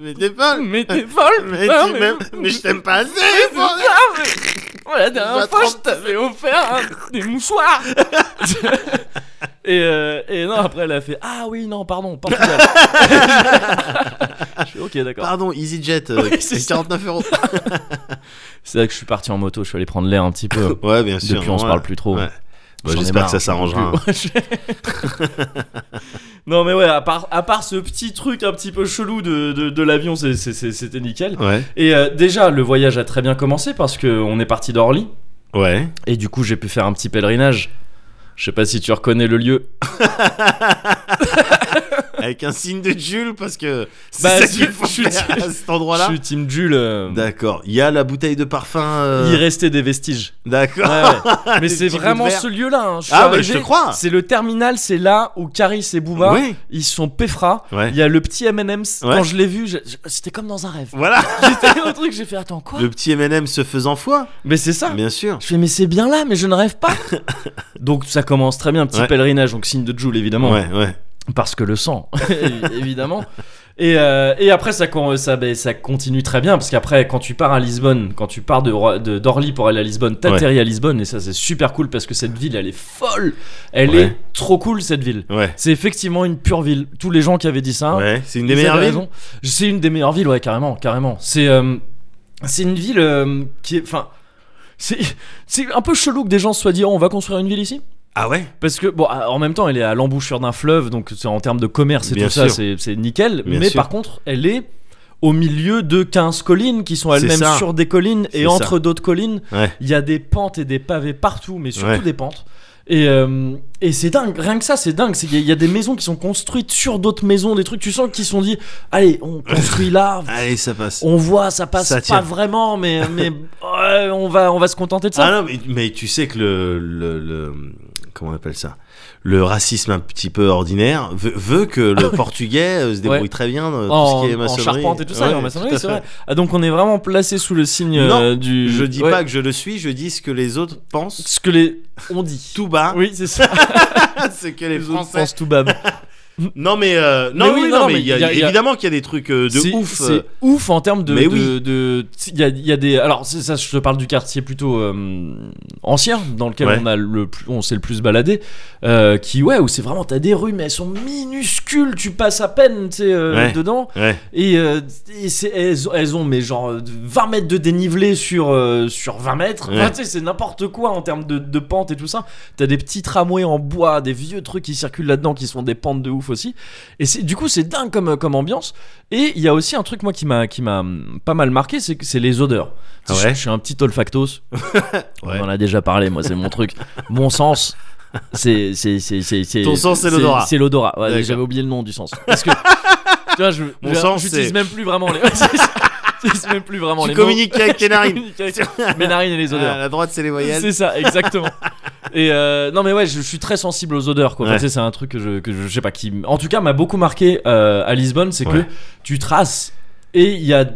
A: Mais t'es folle.
B: Mais t'es
A: Ah,
B: folle.
A: Mais
B: Non,
A: tu m'aimes. Mais je t'aime pas assez.
B: c'est ça,
A: bordel.
B: mais- Ouais, La dernière
A: Bah,
B: fois, je
A: trente.
B: t'avais offert un- des mouchoirs. et, euh, et non, après, elle a fait Ah oui, non, pardon, Portugal. je suis ok, d'accord.
A: Pardon, EasyJet, euh,
B: Oui, c'est ça.
A: 49 euros.
B: C'est là que je suis parti en moto, je suis allé prendre l'air un petit peu.
A: Ouais, bien sûr.
B: Depuis, on se
A: ouais.
B: parle plus trop.
A: Ouais. Bah,
B: J'en ai
A: J'espère que ça
B: marre,
A: s'arrangera. hein.
B: Ouais, je- non, mais ouais, à part, à part ce petit truc un petit peu chelou de, de, de l'avion, c'est- c'est- c'est- c'était nickel.
A: Ouais.
B: Et euh, déjà, le voyage a très bien commencé parce qu'on est parti d'Orly.
A: Ouais.
B: Et du coup, j'ai pu faire un petit pèlerinage. Je sais pas si tu reconnais le lieu.
A: Avec un signe de Jules parce que c'est
B: Bah,
A: ça
B: je-
A: qu'il faut
B: je suis-
A: faire à cet endroit-là.
B: Je suis Team Jules. euh,
A: D'accord. Il y a la bouteille de parfum. euh,
B: Il restait des vestiges. Ouais,
A: D'accord.
B: ouais. Mais
A: Des
B: c'est
A: petits bouts de
B: vraiment
A: verre.
B: ce lieu-là. hein. Je suis
A: Ah,
B: arrivé,
A: bah, je te crois.
B: C'est le terminal, c'est là où Caris et Booba,
A: Oui.
B: ils sont péfra.
A: Ouais.
B: Il y a le petit M&M's.
A: Ouais.
B: Quand je l'ai vu, je- je- c'était comme dans un rêve.
A: Voilà.
B: J'étais au truc, j'ai fait attends quoi
A: Le petit M&M se faisant foi,
B: Mais c'est ça.
A: bien sûr.
B: Je fais mais c'est bien là, mais je ne rêve pas. donc ça commence très bien, petit
A: Ouais.
B: pèlerinage, donc signe de Jules évidemment.
A: Ouais, ouais.
B: parce que le sang, évi- évidemment. Et, euh, et après, ça, con- ça, ben, ça continue très bien, parce qu'après, quand tu pars à Lisbonne, quand tu pars de Roi- de- d'Orly pour aller à Lisbonne, t'atterris à Lisbonne, et ça, c'est super cool, parce que cette ville, elle est folle. Elle
A: Ouais.
B: est trop cool, cette ville.
A: Ouais.
B: C'est effectivement une pure ville. Tous les gens qui avaient dit ça,
A: Ouais. Hein C'est une
B: ils
A: des meilleures
B: avaient
A: villes.
B: raison. C'est une des meilleures villes, ouais, carrément, carrément. C'est euh, c'est une ville euh, qui est... Enfin, c'est c'est un peu chelou que des gens se soient dit, oh, on va construire une ville ici
A: Ah ouais.
B: parce que, bon, en même temps, elle est à l'embouchure d'un fleuve, donc c'est- en termes de commerce et
A: Bien
B: tout ça,
A: sûr.
B: c'est c'est nickel.
A: Bien
B: mais
A: sûr.
B: par contre, elle est au milieu de 15 collines qui sont
A: C'est
B: elles-mêmes
A: ça.
B: sur des collines,
A: C'est
B: et
A: ça.
B: entre d'autres collines,
A: Ouais.
B: il y a des pentes et des pavés partout, mais surtout
A: Ouais.
B: des pentes. Et, euh, et c'est dingue, rien que ça, c'est dingue. C'est qu'il y a- Il y, a des maisons qui sont construites sur d'autres maisons, des trucs, tu sens qu'ils se sont dit, allez, on construit là.
A: Allez, ça passe.
B: On voit, ça passe
A: Ça
B: pas
A: tient.
B: vraiment, mais, mais ouais, on, va, on va se contenter de ça.
A: Ah non, mais, mais tu sais que le, le, le- Comment on appelle ça Le racisme un petit peu ordinaire veut, veut que le portugais euh, se débrouille
B: Ah Ouais.
A: très bien dans
B: en,
A: tout ce qui est
B: en
A: maçonnerie.
B: charpente et tout ça,
A: Ouais,
B: et en maçonnerie,
A: tout à
B: c'est
A: fait.
B: vrai. Ah, donc on est vraiment placé sous le signe
A: Non,
B: euh, du.
A: Je dis
B: ouais.
A: pas que je le suis, je dis ce que les autres pensent
B: ce que les on dit.
A: tout bas.
B: Oui, c'est ça.
A: ce que les
B: Les autres
A: Français.
B: pensent tout bab.
A: Non, mais. euh, non,
B: Mais oui,
A: oui,
B: non,
A: non,
B: mais
A: mais il y a-
B: il y a- il y a-
A: évidemment qu'il y a des trucs euh, de
B: C'est-
A: ouf.
B: C'est
A: euh,
B: ouf en termes de.
A: Mais
B: de-
A: oui.
B: de- Il y a, il y a des. Alors c'est ça, je te parle du quartier plutôt euh, ancien dans lequel
A: Ouais.
B: on a le plus, on s'est le plus baladé, euh, qui ouais où c'est vraiment t'as des rues mais elles sont minuscules, tu passes à peine tu sais, euh,
A: Ouais.
B: dedans.
A: Ouais,
B: Et, euh, et c'est- elles, ont- elles ont mais genre euh, 20 mètres de dénivelé sur, euh, sur 20 mètres.
A: Ouais.
B: Enfin, tu sais, c'est n'importe quoi en termes de, de pente et tout ça. T'as des petits tramways en bois, des vieux trucs qui circulent là-dedans qui sont des pentes de ouf aussi. Et c'est- du coup, c'est dingue comme, euh, comme ambiance. Et il y a aussi un truc, moi, qui m'a qui m'a hum, pas mal marqué, c'est que c'est les odeurs.
A: Ah
B: Tu sais,
A: Ouais.
B: je, je suis un petit olfactos.
A: Ouais.
B: On en a déjà parlé, moi, c'est mon truc. Mon sens. C'est, c'est, c'est, c'est, c'est-
A: Ton sens, c'est l'odorat.
B: C'est l'odorat. Ouais,
A: D'accord.
B: j'avais oublié le nom du sens. Parce que tu vois, je,
A: Mon
B: je-
A: sens,
B: j'utilise
A: c'est-
B: même plus vraiment les. j'utilise même plus vraiment
A: Tu
B: les mots.
A: communiques avec tes
B: Je
A: narines.
B: communique avec mes narines et les
A: Ah, à
B: odeurs.
A: la droite, c'est les voyelles.
B: C'est ça, exactement. Et euh, non mais ouais, je, je suis très sensible aux odeurs quoi. Enfin,
A: Ouais.
B: tu sais, c'est un truc que je, que je, je sais pas qui. m- En tout cas, m'a beaucoup marqué euh, à Lisbonne, c'est
A: Ouais.
B: que tu traces et il y a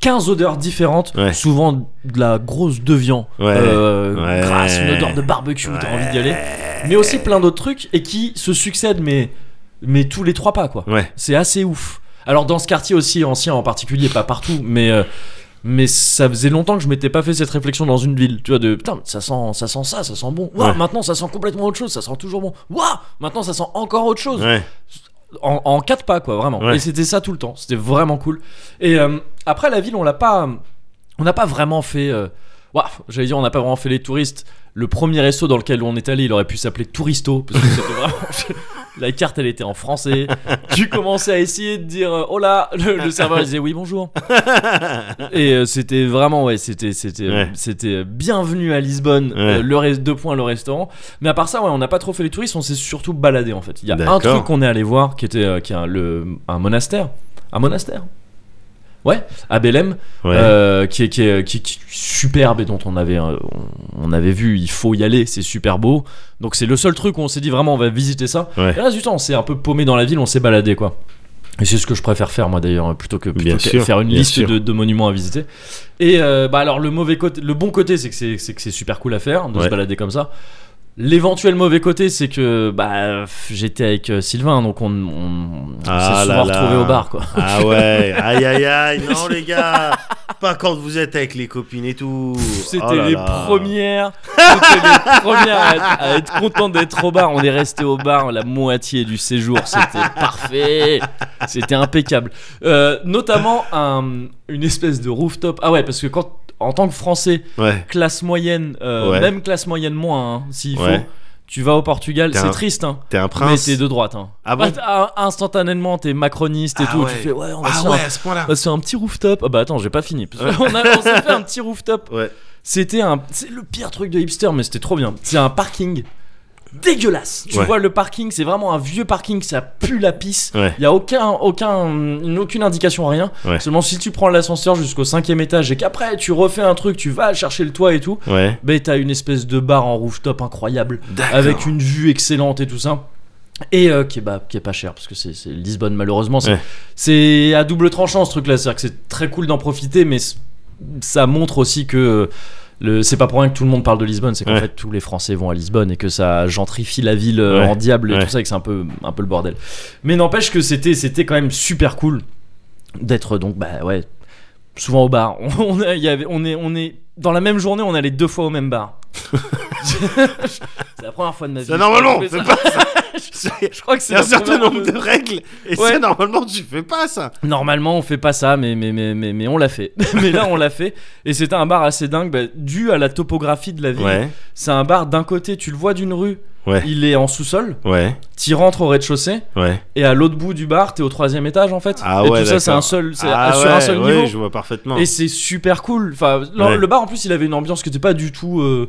B: 15 odeurs différentes,
A: Ouais.
B: souvent de la grosse devian,
A: Ouais.
B: euh,
A: Ouais.
B: grasse, une odeur de barbecue, t'as envie d'y aller, mais aussi plein d'autres trucs et qui se succèdent mais mais tous les trois pas quoi.
A: Ouais.
B: C'est assez ouf. Alors dans ce quartier aussi ancien en particulier, pas partout, mais euh, mais ça faisait longtemps que je m'étais pas fait cette réflexion dans une ville, tu vois, de putain, ça sent ça, sent ça, ça sent bon. Waouh,
A: Ouais.
B: maintenant ça sent complètement autre chose, ça sent toujours bon. Waouh, maintenant ça sent encore autre chose
A: Ouais.
B: en, en quatre pas quoi vraiment
A: Ouais.
B: et c'était ça tout le temps c'était vraiment cool et euh, après la ville on l'a pas on n'a pas vraiment fait euh, ouah, j'allais dire on n'a pas vraiment fait les touristes le premier resto dans lequel on est allé il aurait pu s'appeler Touristo parce que c'était vraiment la carte elle était en français tu commençais à essayer de dire euh, oh là le, le serveur il disait oui bonjour et euh, c'était vraiment ouais c'était c'était
A: Ouais.
B: c'était euh, bienvenue à Lisbonne
A: Ouais.
B: euh, le reste deux points le restaurant mais à part ça ouais on n'a pas trop fait les touristes on s'est surtout baladé en fait il y a un
A: D'accord.
B: truc qu'on est allé voir qui était euh, qui est un, le, un monastère un monastère ouais à Belém
A: Ouais.
B: euh, qui, est, qui, est, qui, qui est superbe et dont on avait, euh, on, on avait vu, il faut y aller, c'est super beau. Donc c'est le seul truc où on s'est dit vraiment on va visiter ça.
A: Ouais.
B: Et là, du temps, on s'est un peu paumé dans la ville, on s'est baladé quoi. Et c'est ce que je préfère faire moi d'ailleurs, plutôt que, plutôt
A: Bien
B: que
A: sûr,
B: faire une
A: bien
B: liste
A: sûr.
B: de, de monuments à visiter. Et euh, bah alors le mauvais côté, le bon côté, c'est que c'est c'est que c'est super cool à faire de
A: Ouais.
B: se balader comme ça. L'éventuel mauvais côté, c'est que bah f- j'étais avec euh, Sylvain, donc on, on, on
A: Ah
B: s'est
A: là
B: souvent
A: là.
B: retrouvé au bar quoi.
A: Ah ouais, aïe aïe aïe, non les gars, pas quand vous êtes avec les copines et tout.
B: Pff, C'était
A: Oh là
B: les
A: là.
B: premières. C'était les premières à être, à être contentes d'être au bar. On est resté au bar la moitié du séjour. C'était parfait. C'était impeccable. Euh, notamment un- une espèce de rooftop. Ah ouais, parce que quand en tant que Français,
A: Ouais.
B: classe moyenne, euh,
A: Ouais.
B: même classe moyenne moins, hein, s'il
A: Ouais.
B: faut. Tu vas au Portugal,
A: T'es
B: c'est
A: un
B: triste, hein.
A: T'es un
B: Mais
A: prince.
B: t'es de droite, hein.
A: Ah bon
B: Ah, Instantanément, t'es macroniste et
A: Ah
B: tout.
A: ouais.
B: Tu fais, ouais, on va se
A: Ah
B: faire un
A: ouais, à ce point-là.
B: bah, c'est un petit rooftop. Ah bah attends, j'ai pas fini. Parce qu'on a- on s'est fait un petit rooftop.
A: Ouais.
B: C'était un, c'est le pire truc de hipster, mais c'était trop bien. C'est un parking dégueulasse. Tu
A: Ouais.
B: vois le parking, c'est vraiment un vieux parking, ça pue la pisse. Il
A: Ouais.
B: y a aucun, aucun, aucune indication, rien.
A: Ouais.
B: Seulement si tu prends l'ascenseur jusqu'au cinquième étage et qu'après tu refais un truc, tu vas chercher le toit et tout.
A: Ouais.
B: Bah t'as une espèce de bar en rooftop incroyable
A: D'accord.
B: avec une vue excellente et tout ça. Et euh, qui, est, bah, qui est pas cher, parce que c'est c'est Lisbonne, malheureusement. C'est
A: Ouais.
B: c'est à double tranchant ce truc-là. C'est-à-dire que c'est très cool d'en profiter, mais c- ça montre aussi que. euh, le- C'est pas pour rien que tout le monde parle de Lisbonne, c'est qu'en
A: Ouais.
B: fait tous les Français vont à Lisbonne et que ça gentrifie la ville euh,
A: Ouais.
B: en diable et
A: Ouais.
B: tout ça et que c'est un peu, un peu le bordel. Mais n'empêche que c'était c'était quand même super cool d'être donc, bah ouais, souvent au bar. On, on, a- il y avait- on, est, on est dans la même journée, on allait deux fois au même bar. c'est la première fois de ma vie.
A: Ça normalement,
B: Je
A: on
B: fais
A: fait
B: ça.
A: pas ça.
B: Je crois que
A: Il
B: c'est
A: y a un
B: la
A: certain
B: première
A: nombre
B: fois.
A: de règles et
B: Ouais.
A: ça normalement tu fais pas ça.
B: Normalement, on fait pas ça, mais mais mais mais, mais on l'a fait. mais là, on l'a fait, et c'était un bar assez dingue, bah, dû à la topographie de la ville. C'est un bar d'un côté, tu le vois d'une rue,
A: Ouais.
B: il est en sous-sol.
A: ouais,
B: T'y rentres au rez-de-chaussée,
A: ouais.
B: et à l'autre bout du bar, t'es au troisième étage en fait.
A: Ah
B: et
A: ouais,
B: tout ça, c'est
A: d'accord.
B: un seul, c'est
A: Ah
B: sur
A: ouais,
B: un seul
A: ouais,
B: niveau.
A: je vois parfaitement.
B: Et c'est super cool. Enfin, le,
A: Ouais.
B: le bar en plus, il avait une ambiance qui était pas du tout euh,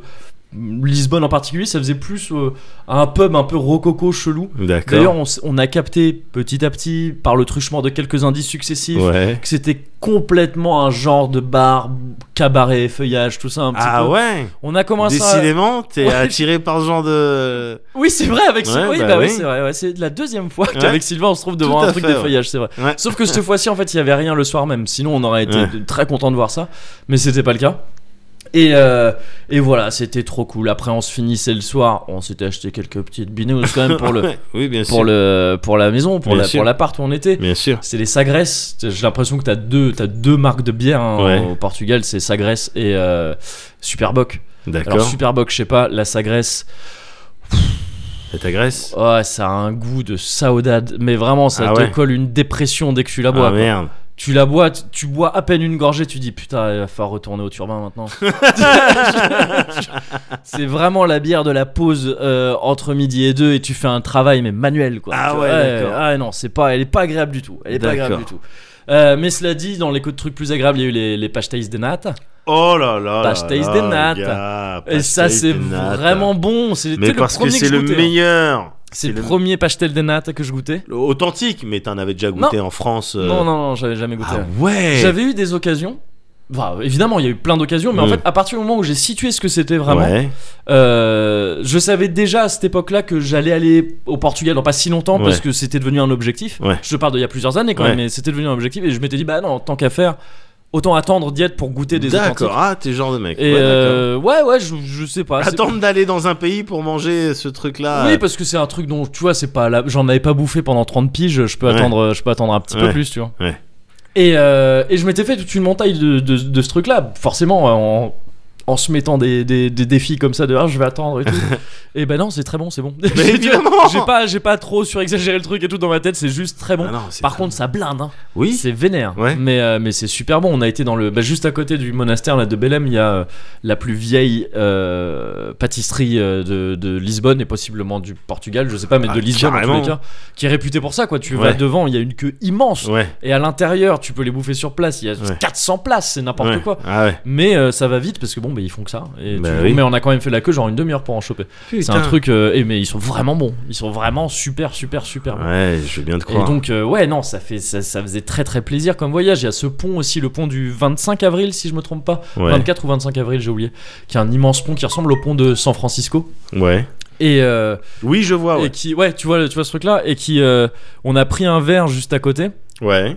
B: Lisbonne en particulier. Ça faisait plus euh, un pub un peu rococo chelou. D'ailleurs,
A: D'accord.
B: on, s- on a capté petit à petit par le truchement de quelques indices successifs
A: Ouais.
B: que c'était complètement un genre de bar, cabaret, feuillage, tout ça un petit
A: Ah
B: peu.
A: ouais.
B: On a commencé à-
A: Décidément, t'es
B: Ouais.
A: attiré par ce genre de.
B: Oui, c'est vrai, avec
A: Ouais,
B: Sylvain. Oui,
A: bah
B: bah oui,
A: oui.
B: c'est vrai. ouais, c'est la deuxième fois
A: Ouais.
B: qu'avec Sylvain, on se trouve devant
A: Tout
B: un
A: à
B: truc
A: fait,
B: de
A: ouais.
B: feuillage, c'est vrai.
A: Ouais.
B: Sauf que cette fois-ci, en fait, il y avait rien le soir même. Sinon, on aurait été
A: Ouais.
B: de- très content de voir ça. Mais c'était pas le cas. Et, euh, et voilà, c'était trop cool. Après, on se finissait le soir. On s'était acheté quelques petites binous quand même pour, le,
A: Ouais. Oui, bien
B: pour,
A: sûr.
B: le, pour la maison, pour
A: Bien
B: la-
A: sûr.
B: pour l'appart où on était.
A: Bien sûr.
B: C'est les Sagres. J'ai l'impression que t'as deux, t'as deux marques de bière hein,
A: Ouais.
B: au Portugal. C'est Sagres et euh, Superboc. Alors
A: D'accord.
B: Superboc, je sais pas. La Sagres,
A: Ça t'agresse.
B: oh, ça a un goût de saudade. Mais vraiment, ça
A: Ah
B: te
A: ouais.
B: colle une dépression dès que tu la bois.
A: Ah
B: quoi.
A: merde.
B: tu la bois, tu, tu bois à peine une gorgée, tu dis putain, il va falloir retourner au turbin maintenant. c'est vraiment la bière de la pause euh, entre midi et deux et tu fais un travail mais manuel quoi.
A: Ah
B: Tu-
A: ouais, d'accord.
B: Ah non, c'est pas, elle est pas agréable du tout. Elle est pas agréable du
A: D'accord.
B: tout. Euh, mais cela dit, dans les co- trucs plus agréables, il y a eu les, les pastéis de nata.
A: Oh là là.
B: Pastéis
A: là
B: de
A: là,
B: nata.
A: gars,
B: Et ça,
A: pastéis
B: c'est
A: de nata.
B: vraiment bon. C'était
A: Mais
B: le
A: parce que
B: premier
A: c'est
B: je
A: le
B: goûtais, hein.
A: meilleur. c'est
B: C'est le
A: le-
B: premier pastel de nata que je goûtais.
A: Authentique, mais t'en avais déjà goûté en France. euh,
B: Non, non, non, j'avais jamais goûté.
A: Ah ouais.
B: J'avais eu des occasions. Bah, évidemment, il y a eu plein d'occasions, mais en
A: Mm.
B: fait, à partir du moment où j'ai situé ce que c'était vraiment,
A: Ouais.
B: euh, je savais déjà à cette époque-là que j'allais aller au Portugal dans pas si longtemps parce
A: Ouais.
B: que c'était devenu un objectif.
A: Ouais.
B: Je te parle d'il y a plusieurs années quand
A: Ouais.
B: même, mais c'était devenu un objectif et je m'étais dit, bah non, tant qu'à faire, autant attendre d'y être pour goûter des
A: D'accord,
B: authentiques.
A: ah, t'es genre de mec.
B: Et
A: ouais, d'accord.
B: euh, ouais, ouais, je, je sais pas. c'est-
A: Attendre d'aller dans un pays pour manger ce truc-là.
B: Oui, parce que c'est un truc dont tu vois, c'est pas la- j'en avais pas bouffé pendant 30 piges, je peux
A: Ouais.
B: attendre euh, je peux attendre un petit peu
A: Ouais.
B: plus, tu vois.
A: Ouais.
B: Et, euh, et je m'étais fait toute une montagne de, de- de ce truc-là, forcément euh, en, en se mettant des, des- des défis comme ça de ah, je vais attendre et tout. et ben non, c'est très bon, c'est bon.
A: Mais
B: J'ai-
A: évidemment
B: J'ai pas j'ai pas trop surexagéré le truc et tout dans ma tête, c'est juste très bon.
A: Ah non, c'est
B: Par
A: pas-
B: contre, ça blinde hein.
A: oui,
B: C'est vénère.
A: Ouais.
B: Mais, euh, mais c'est super bon. On a été dans le. bah, juste à côté du monastère là, de Belém, il y a euh, la plus vieille euh, pâtisserie euh, de, de Lisbonne et possiblement du Portugal, je sais pas, mais
A: Ah,
B: de Lisbonne en
A: carrément.
B: tous les cas, qui est réputée pour ça. quoi. Tu vas
A: Ouais.
B: devant, il y a une queue immense.
A: ouais,
B: Et à l'intérieur, tu peux les bouffer sur place. Il y a
A: Ouais.
B: 400 places, c'est n'importe
A: ouais.
B: quoi.
A: Ah ouais.
B: Mais euh, ça va vite parce que bon, bah, ils font que ça. Et
A: Bah
B: tu-
A: oui.
B: Mais on a quand même fait la queue genre une demi-heure pour en choper. C'est un
A: Putain.
B: truc. euh, et, mais ils sont vraiment bons. Ils sont vraiment super, super, super bons.
A: Ouais, je veux bien te
B: hein. Et
A: croire.
B: donc, euh, ouais, non, ça, fait, ça, ça faisait très très plaisir comme voyage. Il y a ce pont aussi, le pont du 25 avril, si je me trompe pas.
A: ouais.
B: 24 ou 25 avril, j'ai oublié. Qui est un immense pont qui ressemble au pont de San Francisco.
A: ouais.
B: Et, euh,
A: Oui, je vois,
B: et
A: Ah ouais.
B: qui, ouais, tu vois, tu vois ce truc-là. Et qui, euh, on a pris un verre juste à côté.
A: Ouais.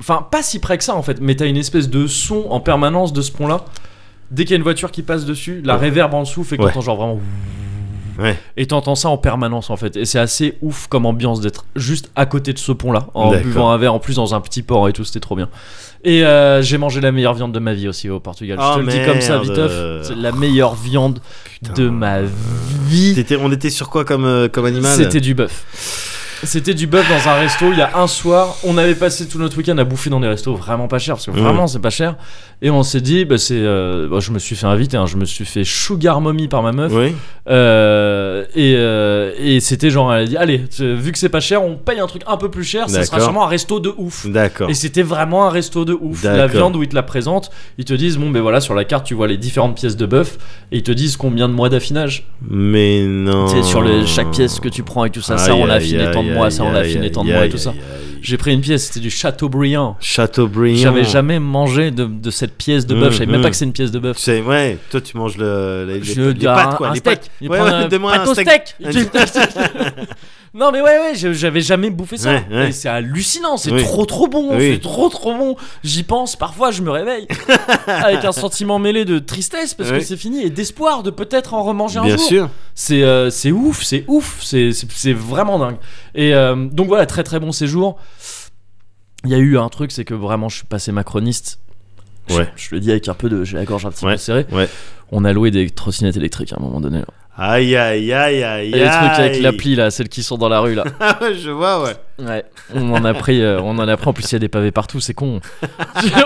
B: Enfin, pas si près que ça en fait, mais t'as une espèce de son en permanence de ce pont-là. Dès qu'il y a une voiture qui passe dessus, la
A: Ouais.
B: réverbe en dessous fait que
A: Ouais.
B: t'entends genre vraiment.
A: Ouais.
B: Et t'entends ça en permanence en fait. Et c'est assez ouf comme ambiance d'être juste à côté de ce pont-là, en
A: D'accord.
B: buvant un verre en plus dans un petit port et tout, c'était trop bien. Et euh, j'ai mangé la meilleure viande de ma vie aussi au Portugal. Je
A: Ah,
B: te le dis comme ça,
A: merde.
B: Vitoff. C'est la meilleure viande
A: Putain.
B: de ma vie.
A: T'étais- on était sur quoi comme, euh, comme animal
B: C'était du bœuf. C'était du bœuf dans un resto il y a un soir. On avait passé tout notre week-end à bouffer dans des restos vraiment pas chers, parce que
A: Mhm.
B: vraiment c'est pas cher. Et on s'est dit, bah, c'est, euh, bah, je me suis fait inviter, hein. je me suis fait sugar mommy par ma meuf.
A: Oui.
B: Euh, et euh, et c'était genre, elle a dit, allez, tu- vu que c'est pas cher, on paye un truc un peu plus cher, ça sera
A: D'accord.
B: sûrement un resto de ouf.
A: D'accord.
B: Et c'était vraiment un resto de ouf. La
A: D'accord.
B: viande où ils te la présentent, ils te disent, bon ben voilà, sur la carte tu vois les différentes pièces de bœuf, et ils te disent combien de mois d'affinage.
A: Mais non.
B: Tu sais, sur le, chaque pièce que tu prends et tout ça,
A: Aïe,
B: ça on
A: Oh. aïe,
B: l'affine
A: aïe,
B: tant de mois,
A: aïe,
B: ça on
A: aïe,
B: l'affine
A: aïe,
B: tant de mois et
A: aïe,
B: tout ça.
A: aïe, aïe.
B: J'ai pris une pièce, c'était du Chateaubriand.
A: Chateaubriand.
B: J'avais jamais mangé de, de cette pièce de bœuf,
A: Mm,
B: je savais même
A: mm.
B: pas que c'est une pièce de
A: Tu
B: bœuf.
A: sais, ouais, toi tu manges le, les, les-
B: Je-
A: les
B: un-
A: pâtes, quoi.
B: un
A: les
B: steak.
A: pâtes.
B: Il
A: Ouais,
B: prend
A: ouais,
B: un
A: donne-moi
B: pâte au
A: un steak.
B: steak.
A: Un-
B: Non mais ouais ouais, je- j'avais jamais bouffé ça.
A: Ouais, ouais.
B: Et c'est hallucinant, c'est
A: Oui.
B: trop trop bon,
A: Oui.
B: c'est trop trop bon. J'y pense, parfois je me réveille avec un sentiment mêlé de tristesse parce que
A: Oui.
B: c'est fini et d'espoir de peut-être en remanger un
A: Bien
B: jour.
A: sûr.
B: C'est euh, c'est ouf, c'est ouf, c'est- c'est c'est vraiment dingue. Et euh, donc voilà, très très bon séjour. Il y a eu un truc, c'est que vraiment je suis passé macroniste. Je-
A: Ouais.
B: Je, le dis avec un peu de. J'ai la gorge un petit
A: Ouais,
B: peu serrée.
A: ouais.
B: On a loué des trottinettes électriques à un moment donné. là.
A: Aïe, aïe, aïe, aïe.
B: Et les trucs avec
A: aïe.
B: l'appli là, celles qui sont dans la rue là.
A: Ah ouais, je vois, ouais.
B: Ouais. On en a pris, euh, on en a pris. En plus, il y a des pavés partout, c'est con.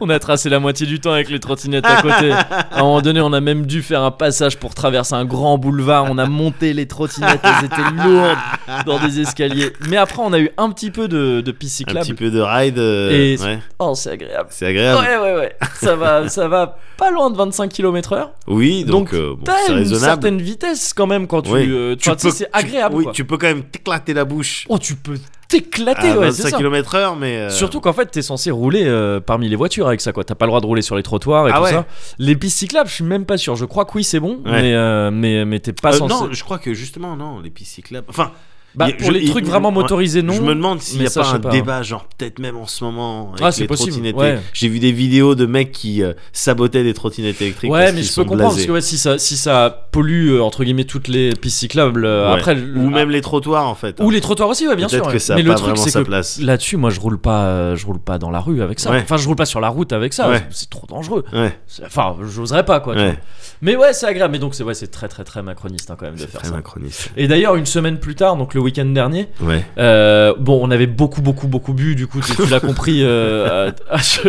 B: on a tracé la moitié du temps avec les trottinettes à côté. À un moment donné, on a même dû faire un passage pour traverser un grand boulevard. On a monté les trottinettes, elles étaient lourdes dans des escaliers. Mais après, on a eu un petit peu de, de piste
A: Un
B: cyclable.
A: petit peu de ride. euh,
B: Et-
A: ouais,
B: Oh, c'est agréable.
A: c'est agréable.
B: Ouais, ouais, ouais. Ça va, ça va pas loin de 25 km/h.
A: Oui, donc,
B: Donc,
A: euh, bon,
B: T'as
A: c'est
B: une
A: raisonnable.
B: certaine vitesse quand même quand tu.
A: Oui.
B: euh, enfin, tu sais, c'est agréable.
A: Oui,
B: quoi.
A: tu Ah, peux quand même t'éclater la bouche.
B: Oh, tu peux t'éclater,
A: à
B: ouais, c'est
A: 25
B: ça.
A: km/h, mais. euh,
B: Surtout qu'en fait, t'es censé rouler euh, parmi les voitures avec ça, quoi. T'as pas le droit de rouler sur les trottoirs et
A: Ah
B: tout
A: ouais.
B: ça. Les pistes cyclables, je suis même pas sûr. Je crois que oui, c'est bon,
A: Ouais.
B: mais, euh, mais, mais t'es pas
A: euh,
B: censé.
A: non, je crois que justement, non, les pistes cyclables. Enfin,
B: Bah,
A: il-
B: pour
A: je-
B: les
A: il-
B: trucs vraiment
A: ouais,
B: motorisés, non.
A: je me demande s'il
B: mais
A: n'y a
B: ça,
A: pas
B: je sais
A: un
B: pas.
A: débat, genre peut-être même en ce moment. Avec
B: Ah, c'est
A: les
B: possible,
A: trottinettes
B: ouais.
A: électriques. J'ai vu des vidéos de mecs qui euh, sabotaient des trottinettes électriques.
B: Ouais,
A: parce
B: mais
A: qu'ils
B: je peux
A: sont
B: comprendre parce
A: blasés.
B: que ouais, si ça, si ça pollue euh, entre guillemets toutes les pistes cyclables, euh,
A: Ouais.
B: après le-
A: Ou même les trottoirs, en fait.
B: ou les trottoirs aussi, ouais, bien sûr.
A: Peut-être
B: ouais.
A: que ça
B: mais
A: n'a
B: le
A: pas
B: truc,
A: vraiment
B: c'est
A: sa
B: que
A: place.
B: là-dessus, moi, je roule pas, euh, je roule pas dans la rue avec ça.
A: Ouais.
B: Enfin, je roule pas sur la route avec ça.
A: Ouais.
B: C'est trop dangereux.
A: Ouais,
B: C'est- Enfin, j'oserais pas quoi. tu vois.
A: ouais.
B: Mais ouais, c'est agréable. Mais donc, c'est ouais, c'est très très très macroniste hein, quand même de
A: C'est
B: faire
A: très
B: ça.
A: macroniste.
B: Et d'ailleurs, une semaine plus tard, donc le week-end dernier,
A: Ouais.
B: euh, bon, on avait beaucoup, beaucoup, beaucoup bu, du coup, tu, tu l'as compris euh, à, à ce,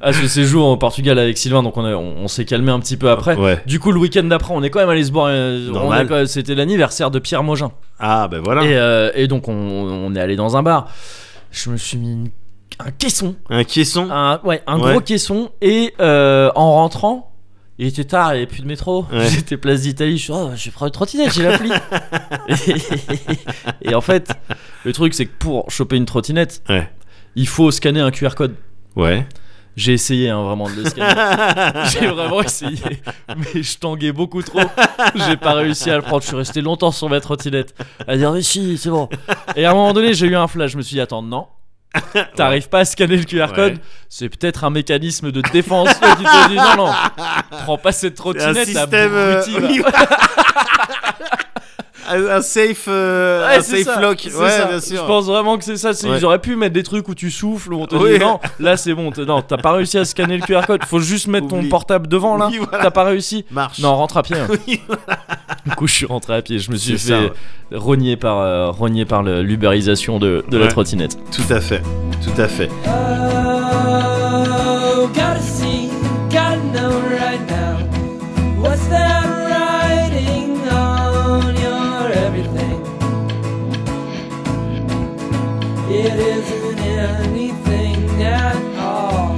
B: à ce séjour au Portugal avec Sylvain, donc on, a- on, on s'est calmé un petit peu après.
A: Ouais.
B: Du coup, le week-end d'après, on est quand même allé se boire. euh, on
A: Normal.
B: est quand- C'était l'anniversaire de Pierre Mogin.
A: Ah, ben voilà.
B: Et, euh, et donc, on, on est allé dans un bar. Je me suis mis une- un caisson,
A: Un caisson.
B: un, ouais, un
A: Ouais.
B: gros caisson, et euh, en rentrant. Il était tard, il n'y avait plus de métro.
A: Ouais.
B: J'étais place d'Italie, je suis, oh, je vais prendre une trottinette, j'ai l'appli. et en fait, le truc, c'est que pour choper une trottinette,
A: Ouais.
B: il faut scanner un QR code.
A: Ouais.
B: J'ai essayé hein, vraiment de le scanner. j'ai vraiment essayé, mais je tanguais beaucoup trop. J'ai pas réussi à le prendre. Je suis resté longtemps sur ma trottinette à dire mais si, c'est bon. Et à un moment donné, j'ai eu un flash. Je me suis dit attends non, T'arrives pas à scanner le QR code,
A: Ouais.
B: c'est peut-être un mécanisme de défense qui te dit non, non, prends pas cette
A: un
B: trottinette,
A: système. euh,
B: abruti, va.
A: oui, voilà. un safe, euh,
B: Ouais,
A: un
B: c'est
A: safe
B: ça,
A: lock.
B: c'est
A: Ouais,
B: ça.
A: bien sûr.
B: Je pense vraiment que c'est ça. c'est-
A: Ouais.
B: Ils auraient pu mettre des trucs où tu souffles, où on te
A: Oui.
B: dit non, là c'est bon, t'es- non, t'as pas réussi à scanner le QR code. Faut juste mettre ton
A: Oublie.
B: portable devant là.
A: Oui, voilà.
B: T'as pas réussi.
A: Marche.
B: Non, rentre à pied. hein.
A: Oui,
B: Du coup, je suis rentré à pied. Je me suis
A: C'est ça,
B: fait rogner par, euh, rogner par le- l'ubérisation de, de la
A: Ouais.
B: trottinette.
A: Tout à fait. Tout à fait.
D: Oh, gotta see, gotta know right now. What's that writing on your everything? It isn't anything at all.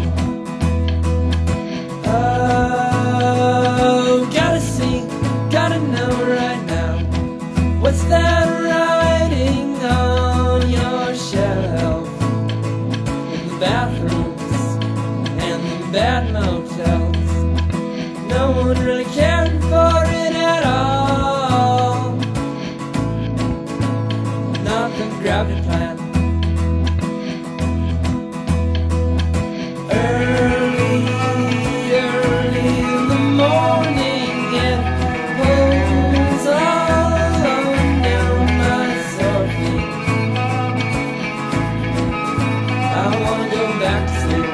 D: Oh, gotta see, gotta know right now. What's that writing on your shelf? the bathrooms and the bad motels. No one really cared for it at all. Not the gravity plant. Early, early in the morning, it pulls all down my surface. I wanna go back to sleep.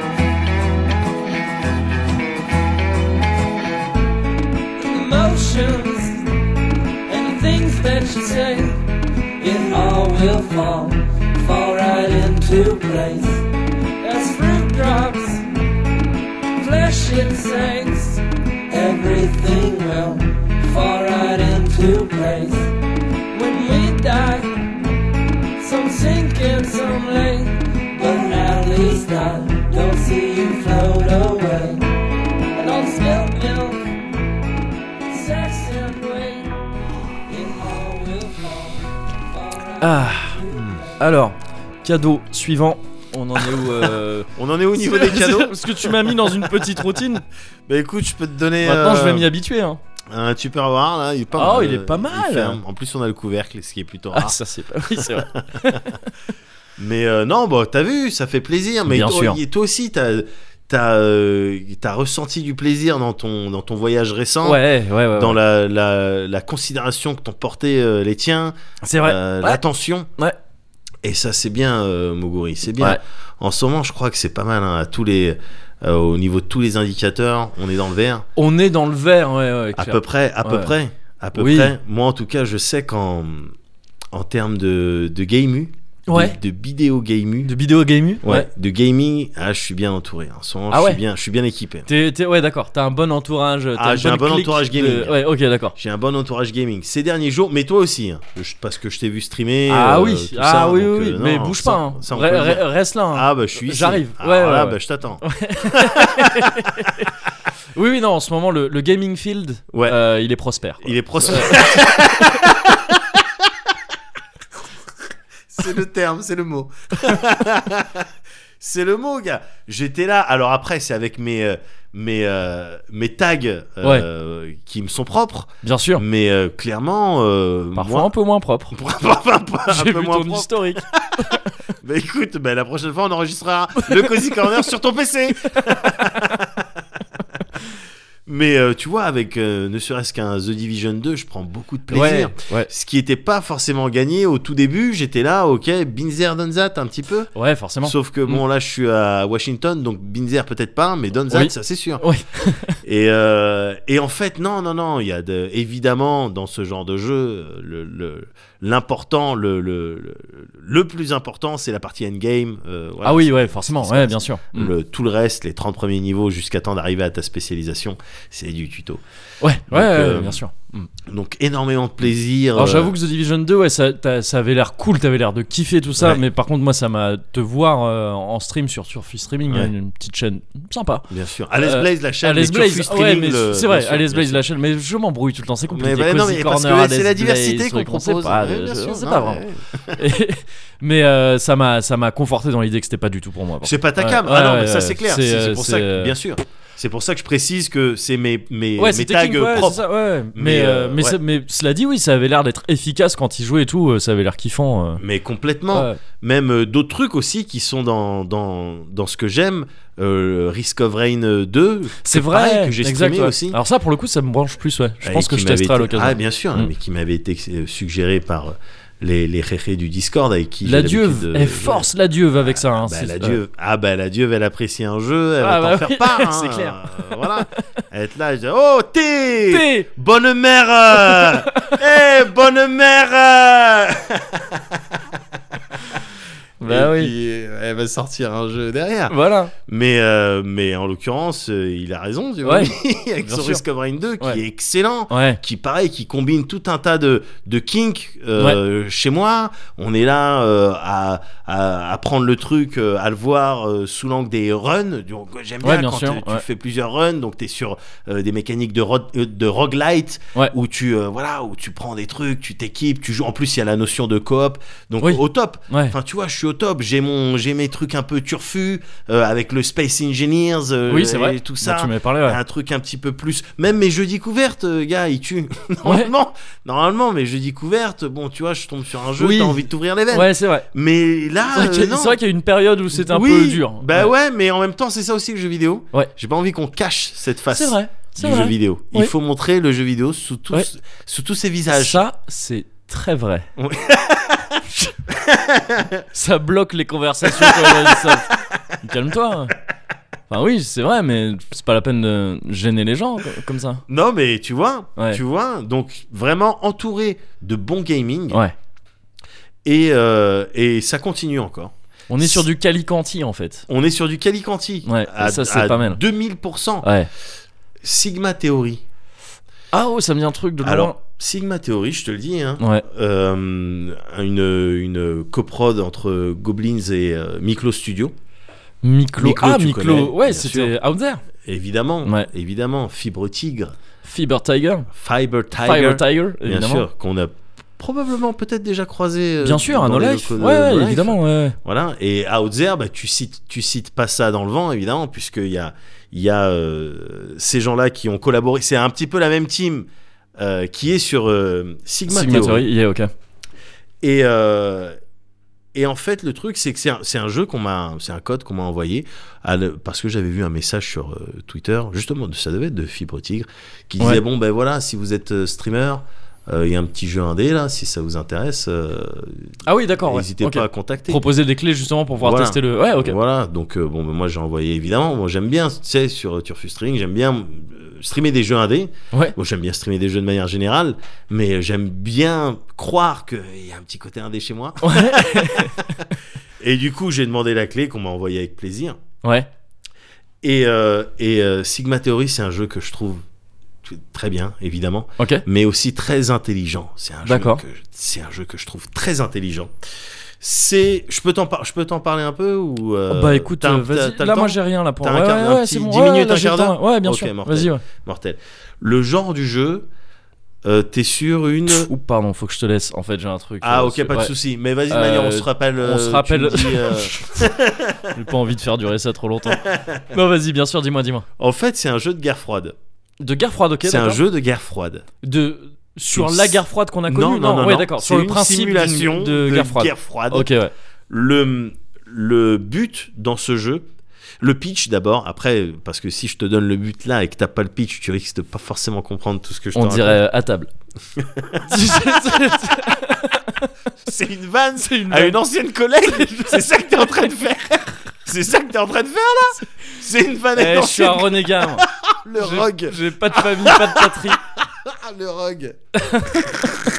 D: Emotions and the things that you say, it all will fall, fall right into place. As fruit drops, flesh it sinks, everything will fall right into place. When we die, some sink and some lay, but at least I don't see you float away. And all the spilt milk, sex and weight, it all will fall. fall right
B: Ah. Alors, cadeau suivant. On en est où euh,
A: On en est au niveau
B: c'est-
A: des cadeaux.
B: Parce que tu m'as mis dans une petite routine.
A: Bah écoute, je peux te donner.
B: Maintenant, je vais
A: euh,
B: m'y habituer. hein.
A: Un Tupperware là, il est pas
B: Oh,
A: mal.
B: il est pas mal.
A: ferme. En plus, on a le couvercle, ce qui est plutôt
B: Ah,
A: rare.
B: ça c'est pas. Oui, c'est vrai.
A: Mais euh, non, bah t'as vu, ça fait plaisir. Mais
B: Bien
A: toi,
B: sûr.
A: et toi aussi, t'as t'as euh, t'as ressenti du plaisir dans ton dans ton voyage récent.
B: Ouais, ouais, ouais.
A: Dans la,
B: ouais.
A: la, la considération que t'ont porté euh, les tiens,
B: C'est vrai.
A: euh,
B: Ouais.
A: l'attention.
B: Ouais.
A: Et ça, c'est bien, euh, Moguri, c'est bien.
B: Ouais.
A: En ce moment, je crois que c'est pas mal. hein, à tous les, euh, au niveau de tous les indicateurs, on est dans le vert.
B: On est dans le vert, ouais, ouais.
A: À
B: clair.
A: peu près, à peu
B: Ouais.
A: près, à peu
B: Oui.
A: près. Moi, en tout cas, je sais qu'en en termes de, de gameu, de-
B: Ouais.
A: de, vidéo gameu,
B: De vidéo game
A: ouais, de gaming, ah, je suis bien entouré. En ce moment,
B: Ah
A: je,
B: ouais.
A: suis bien, je suis bien équipé.
B: T'es- t'es- ouais, d'accord. T'as un bon entourage. t'as
A: Ah,
B: une
A: j'ai un
B: bonne
A: bon
B: clique
A: entourage
B: de-
A: gaming.
B: Ouais, ok, d'accord.
A: J'ai un bon entourage gaming ces derniers jours, mais toi aussi, hein, je- parce que je t'ai vu streamer.
B: Ah
A: euh,
B: oui,
A: tout
B: ah
A: ça,
B: oui,
A: donc,
B: oui, oui.
A: euh,
B: mais
A: non,
B: bouge
A: ça-
B: pas. hein.
A: ça, on peut
B: Re-
A: le dire.
B: re- reste là. hein.
A: Ah bah je suis ici.
B: J'arrive.
A: Ah,
B: Ouais, ouais,
A: voilà,
B: ouais.
A: bah, je t'attends.
B: Oui, oui, non. En ce moment, le, le gaming field,
A: Ouais.
B: euh, il est prospère.
A: Il est prospère.
B: Euh.
A: c'est le terme, c'est le mot. c'est le mot, gars. J'étais là. Alors après, c'est avec mes euh, mes euh, mes tags euh, qui me sont propres,
B: Bien sûr.
A: mais euh, clairement, euh,
B: Parfois un
A: moi-
B: peu moins propre.
A: Parfois un peu, un
B: J'ai
A: peu
B: vu
A: moins
B: ton
A: propre.
B: historique.
A: Bah écoute, bah, la prochaine fois on enregistrera le Cozy Corner sur ton PC. Mais euh, tu vois, avec euh, ne serait-ce qu'un The Division 2, je prends beaucoup de plaisir.
B: Ouais, ouais.
A: Ce qui n'était pas forcément gagné au tout début, j'étais là, ok, Binzer, Donzat un petit peu.
B: Ouais, forcément.
A: Sauf que
B: Mm.
A: bon, là je suis à Washington, donc Binzer peut-être pas, mais Donzat,
B: Oui.
A: ça c'est sûr.
B: Oui.
A: et, euh, et en fait, non, non, non, il y a de- évidemment dans ce genre de jeu, le- le- l'important, le, le, le, le plus important, c'est la partie endgame. euh, voilà.
B: ah oui, ouais, forcément.
A: c'est-
B: Ouais, bien sûr. Mm.
A: Le, tout le reste, les 30 premiers niveaux jusqu'à temps d'arriver à ta spécialisation, c'est du tuto.
B: Ouais, ouais, ouais,
A: euh,
B: bien sûr. Mm.
A: Donc énormément de plaisir.
B: Alors
A: euh,
B: j'avoue que The Division 2, ouais, ça, t'as- ça avait l'air cool, t'avais l'air de kiffer tout ça,
A: Ouais.
B: mais par contre moi ça m'a te voir euh, en stream sur Surface Streaming,
A: Ouais.
B: une, une petite chaîne sympa.
A: Bien sûr. Alice
B: Euh,
A: Blaze, la chaîne.
B: Alice
A: les
B: Blaze,
A: Turfus
B: ouais,
A: Streaming,
B: mais
A: le-
B: c'est vrai,
A: bien sûr,
B: Alice
A: bien
B: Blaze
A: sûr.
B: la chaîne, mais je m'embrouille tout le temps, c'est compliqué.
A: Mais bah, non, mais parce
B: Corner,
A: que c'est
B: Alice
A: la
B: Blaze,
A: diversité qu'on
B: truc, on sait
A: propose.
B: pas,
A: Ouais,
B: je-
A: bien
B: je
A: sûr,
B: sais
A: non,
B: pas vraiment.
A: ouais.
B: Et- mais euh, ça m'a ça m'a conforté dans l'idée que c'était pas du tout pour moi. par contre.
A: C'est pas ta
B: Ouais,
A: cam.
B: ouais,
A: ah non,
B: ouais,
A: mais ça
B: ouais.
A: c'est clair.
B: C'est,
A: C'est
B: euh,
A: c'est pour ça
B: c'est,
A: que,
B: euh,
A: bien sûr. C'est pour ça que je précise que c'est mes, mes,
B: Ouais,
A: mes
B: c'est
A: tags euh,
B: technique, ouais, c'est
A: propres.
B: ça, ouais. Mais,
A: Mais,
B: euh,
A: euh,
B: mais,
A: ouais.
B: ça- mais cela dit, oui, ça avait l'air d'être efficace quand il jouait et tout. euh, Ça avait l'air kiffant. euh.
A: Mais complètement.
B: Ouais.
A: Même euh, d'autres trucs aussi qui sont dans, dans, dans ce que j'aime. Euh, Risk of Rain euh, 2.
B: C'est
A: pareil,
B: vrai
A: que j'ai
B: exact,
A: streamé
B: ouais.
A: aussi.
B: Alors ça, pour le coup, ça me branche plus, ouais. Je
A: euh,
B: pense
A: et
B: que
A: qui
B: je
A: m'avait
B: testerai à
A: été-
B: l'occasion.
A: Ah, bien sûr,
B: Mm.
A: mais qui m'avait été euh, suggéré par euh, les, les réhés du Discord avec qui. j'ai
B: La
A: l'habitude
B: dieuve,
A: de-
B: elle force la dieuve avec ça. hein,
A: Bah,
B: c'est-
A: la Dieu, ah bah la Dieu, elle apprécie un jeu, elle
B: Ah,
A: va
B: bah
A: t'en
B: oui,
A: faire part. hein.
B: c'est clair.
A: Euh, voilà. Elle va être là, elle dit, oh t'es,
B: Ouais. T.
A: bonne mère, euh. Eh, bonne mère. euh.
B: Bah
A: Et
B: oui.
A: puis, ah. euh, elle va sortir un jeu derrière.
B: Voilà.
A: Mais euh, mais en l'occurrence, euh, il a raison, tu vois,
B: Ouais,
A: avec
B: bien
A: son
B: sûr.
A: Risk of Rain 2 qui
B: Ouais.
A: est excellent.
B: Ouais.
A: Qui pareil, qui combine tout un tas de, de kinks euh, chez moi. On est là euh, à, à, à prendre le truc, euh, à le voir euh, sous l'angle des runs. Donc, J'aime
B: Ouais,
A: bien,
B: bien
A: quand
B: sûr,
A: euh, tu
B: ouais.
A: fais plusieurs runs, donc tu es sur euh, des mécaniques de, ro- euh, de roguelite
B: Ouais.
A: où, tu, euh, voilà, où tu prends des trucs, tu t'équipes, tu joues. En plus, il y a la notion de coop, donc
B: Oui.
A: au top.
B: Ouais.
A: Enfin, tu vois, je suis au top. J'ai mon, j'ai mes trucs un peu turfus euh, avec le Space Engineers, euh,
B: Oui, c'est
A: et
B: vrai.
A: tout
B: Dont
A: ça.
B: Tu m'avais parlé. Ouais.
A: Un truc un petit peu plus. Même mes jeux découvertes, euh, gars, ils tuent. normalement, normalement, mes jeux découvertes, bon, tu vois, je tombe sur un jeu,
B: Oui.
A: t'as envie de t'ouvrir les veines.
B: Ouais, c'est vrai.
A: Mais là,
B: C'est vrai qu'il
A: Ah, euh,
B: y a-
A: non.
B: c'est vrai qu'il y a une période où c'était un
A: Oui,
B: peu dur.
A: Bah ouais. mais en même temps, c'est ça aussi le jeu vidéo.
B: Ouais.
A: J'ai pas envie qu'on cache cette face
B: C'est vrai.
A: bah, du
B: C'est vrai.
A: jeu vidéo. Il
B: Oui.
A: faut montrer le jeu vidéo sous tous,
B: Ouais.
A: sous tous ses visages.
B: Ça, c'est très vrai.
A: Oui.
B: ça bloque les conversations. quand on dit ça. Calme-toi. Enfin oui, c'est vrai, mais c'est pas la peine de gêner les gens co- comme ça.
A: Non, mais tu vois,
B: Ouais.
A: tu vois, donc vraiment entouré de bon gaming.
B: Ouais.
A: Et, euh, et ça continue encore.
B: On est sur du calicanti en fait.
A: On est sur du Calicanti.
B: Ouais,
A: à,
B: ça, c'est
A: à
B: pas mal.
A: 2000%.
B: Ouais.
A: Sigma Theory.
B: Ah oh, ça me dit un truc de loin.
A: Alors, Sigma Theory, je te le dis, hein,
B: ouais.
A: euh, une, une coprod entre Goblins et euh, Miklo Studio,
B: Miklo.
A: Miklo,
B: ah
A: tu
B: Miklo.
A: connais,
B: ouais,
A: bien
B: c'était Out There.
A: évidemment.
B: Ouais.
A: Évidemment, Fibre Tigre,
B: Fiber Tiger.
A: Fiber Tiger,
B: Fire Tiger.
A: bien
B: Évidemment.
A: sûr, qu'on a probablement peut-être déjà croisé. euh,
B: Bien sûr,
A: dans
B: un No
A: les
B: Life.
A: locaux
B: Ouais,
A: de
B: ouais,
A: No Life.
B: évidemment. Ouais.
A: Voilà, et à Outzer, bah, tu cites, tu cites pas ça dans le vent, évidemment, puisqu'il y a, il y a euh, ces gens-là qui ont collaboré. C'est un petit peu la même team euh, qui est sur euh, Sigma,
B: Sigma
A: Theory.
B: Theory. Yeah, ok.
A: Et, euh, et en fait, le truc, c'est que c'est un, c'est un jeu qu'on m'a, c'est un code qu'on m'a envoyé à le- parce que j'avais vu un message sur euh, Twitter, justement, ça devait être de Fibre Tigre, qui
B: Ouais.
A: disait bon ben voilà, si vous êtes euh, streamer, euh, il y a un petit jeu indé là, si ça vous intéresse, euh,
B: Ah oui, d'accord. ouais.
A: n'hésitez
B: Ok.
A: pas à contacter.
B: Proposer des clés justement pour pouvoir
A: Voilà.
B: tester le. Ouais, ok.
A: Voilà, donc euh, bon, bah, moi j'ai envoyé évidemment. Moi j'aime bien, tu sais, sur euh, Turfus Streaming, j'aime bien euh, streamer des jeux indés.
B: Ouais.
A: Bon, j'aime bien streamer des jeux de manière générale, mais euh, j'aime bien croire qu'il y a un petit côté indé chez moi.
B: Ouais.
A: Et du coup, j'ai demandé la clé qu'on m'a envoyée avec plaisir.
B: Ouais.
A: Et, euh, et euh, Sigma Theory, c'est un jeu que je trouve t- très bien, évidemment,
B: Ok.
A: mais aussi très intelligent. C'est un, jeu
B: D'accord.
A: que je- c'est un jeu que je trouve très intelligent. C'est, je peux t'en par- je peux t'en parler un peu ou euh,
B: bah écoute,
A: t'as-
B: euh,
A: t'as-
B: vas-y.
A: t'as le
B: Là, moi
A: temps
B: j'ai rien là pour.
A: T'as
B: ouais,
A: un quart-
B: ouais,
A: un
B: ouais,
A: petit
B: c'est bon.
A: dix
B: Ouais,
A: minutes,
B: là,
A: un
B: j'ai
A: quart
B: le temps,
A: d'heure
B: Ouais, Ouais, bien
A: Ok,
B: sûr.
A: mortel.
B: Vas-y. Ouais.
A: mortel. Le genre du jeu, euh, t'es sur une.
B: Pff, Ou pardon, faut que je te laisse. En fait, j'ai un truc.
A: Ah
B: euh,
A: ok,
B: c'est-
A: pas de
B: ouais.
A: souci. Mais vas-y,
B: Euh,
A: Manière, on se rappelle.
B: on se
A: euh, tu
B: rappelle.
A: me dis, euh,
B: J'ai pas envie de faire durer ça trop longtemps. non, vas-y, bien sûr. Dis-moi, dis-moi.
A: En fait, c'est un jeu de guerre froide.
B: De guerre froide, ok.
A: c'est un
B: d'accord.
A: jeu de guerre froide.
B: de sur
A: Une
B: la
A: s-
B: guerre froide qu'on a connue.
A: non, non, non,
B: ouais,
A: non.
B: d'accord.
A: C'est
B: Sur le
A: une
B: principe d'une-
A: simulation
B: de guerre froide. Ok, ouais.
A: Le, le but dans ce jeu, le pitch d'abord, après, parce que si je te donne le but là et que t'as pas le pitch, tu risques de pas forcément comprendre tout ce que je te
B: On
A: raconte.
B: dirait euh, à table.
A: C'est une vanne
B: C'est une
A: à
B: vanne.
A: une ancienne collègue C'est ça que t'es en train de faire C'est ça que t'es en train de faire là C'est une vanne à
B: Eh,
A: une
B: je suis un
A: ancienne
B: renégat. moi.
A: Le
B: J'ai-
A: rogue
B: J'ai pas de famille, pas de patrie.
A: Ah, le rogue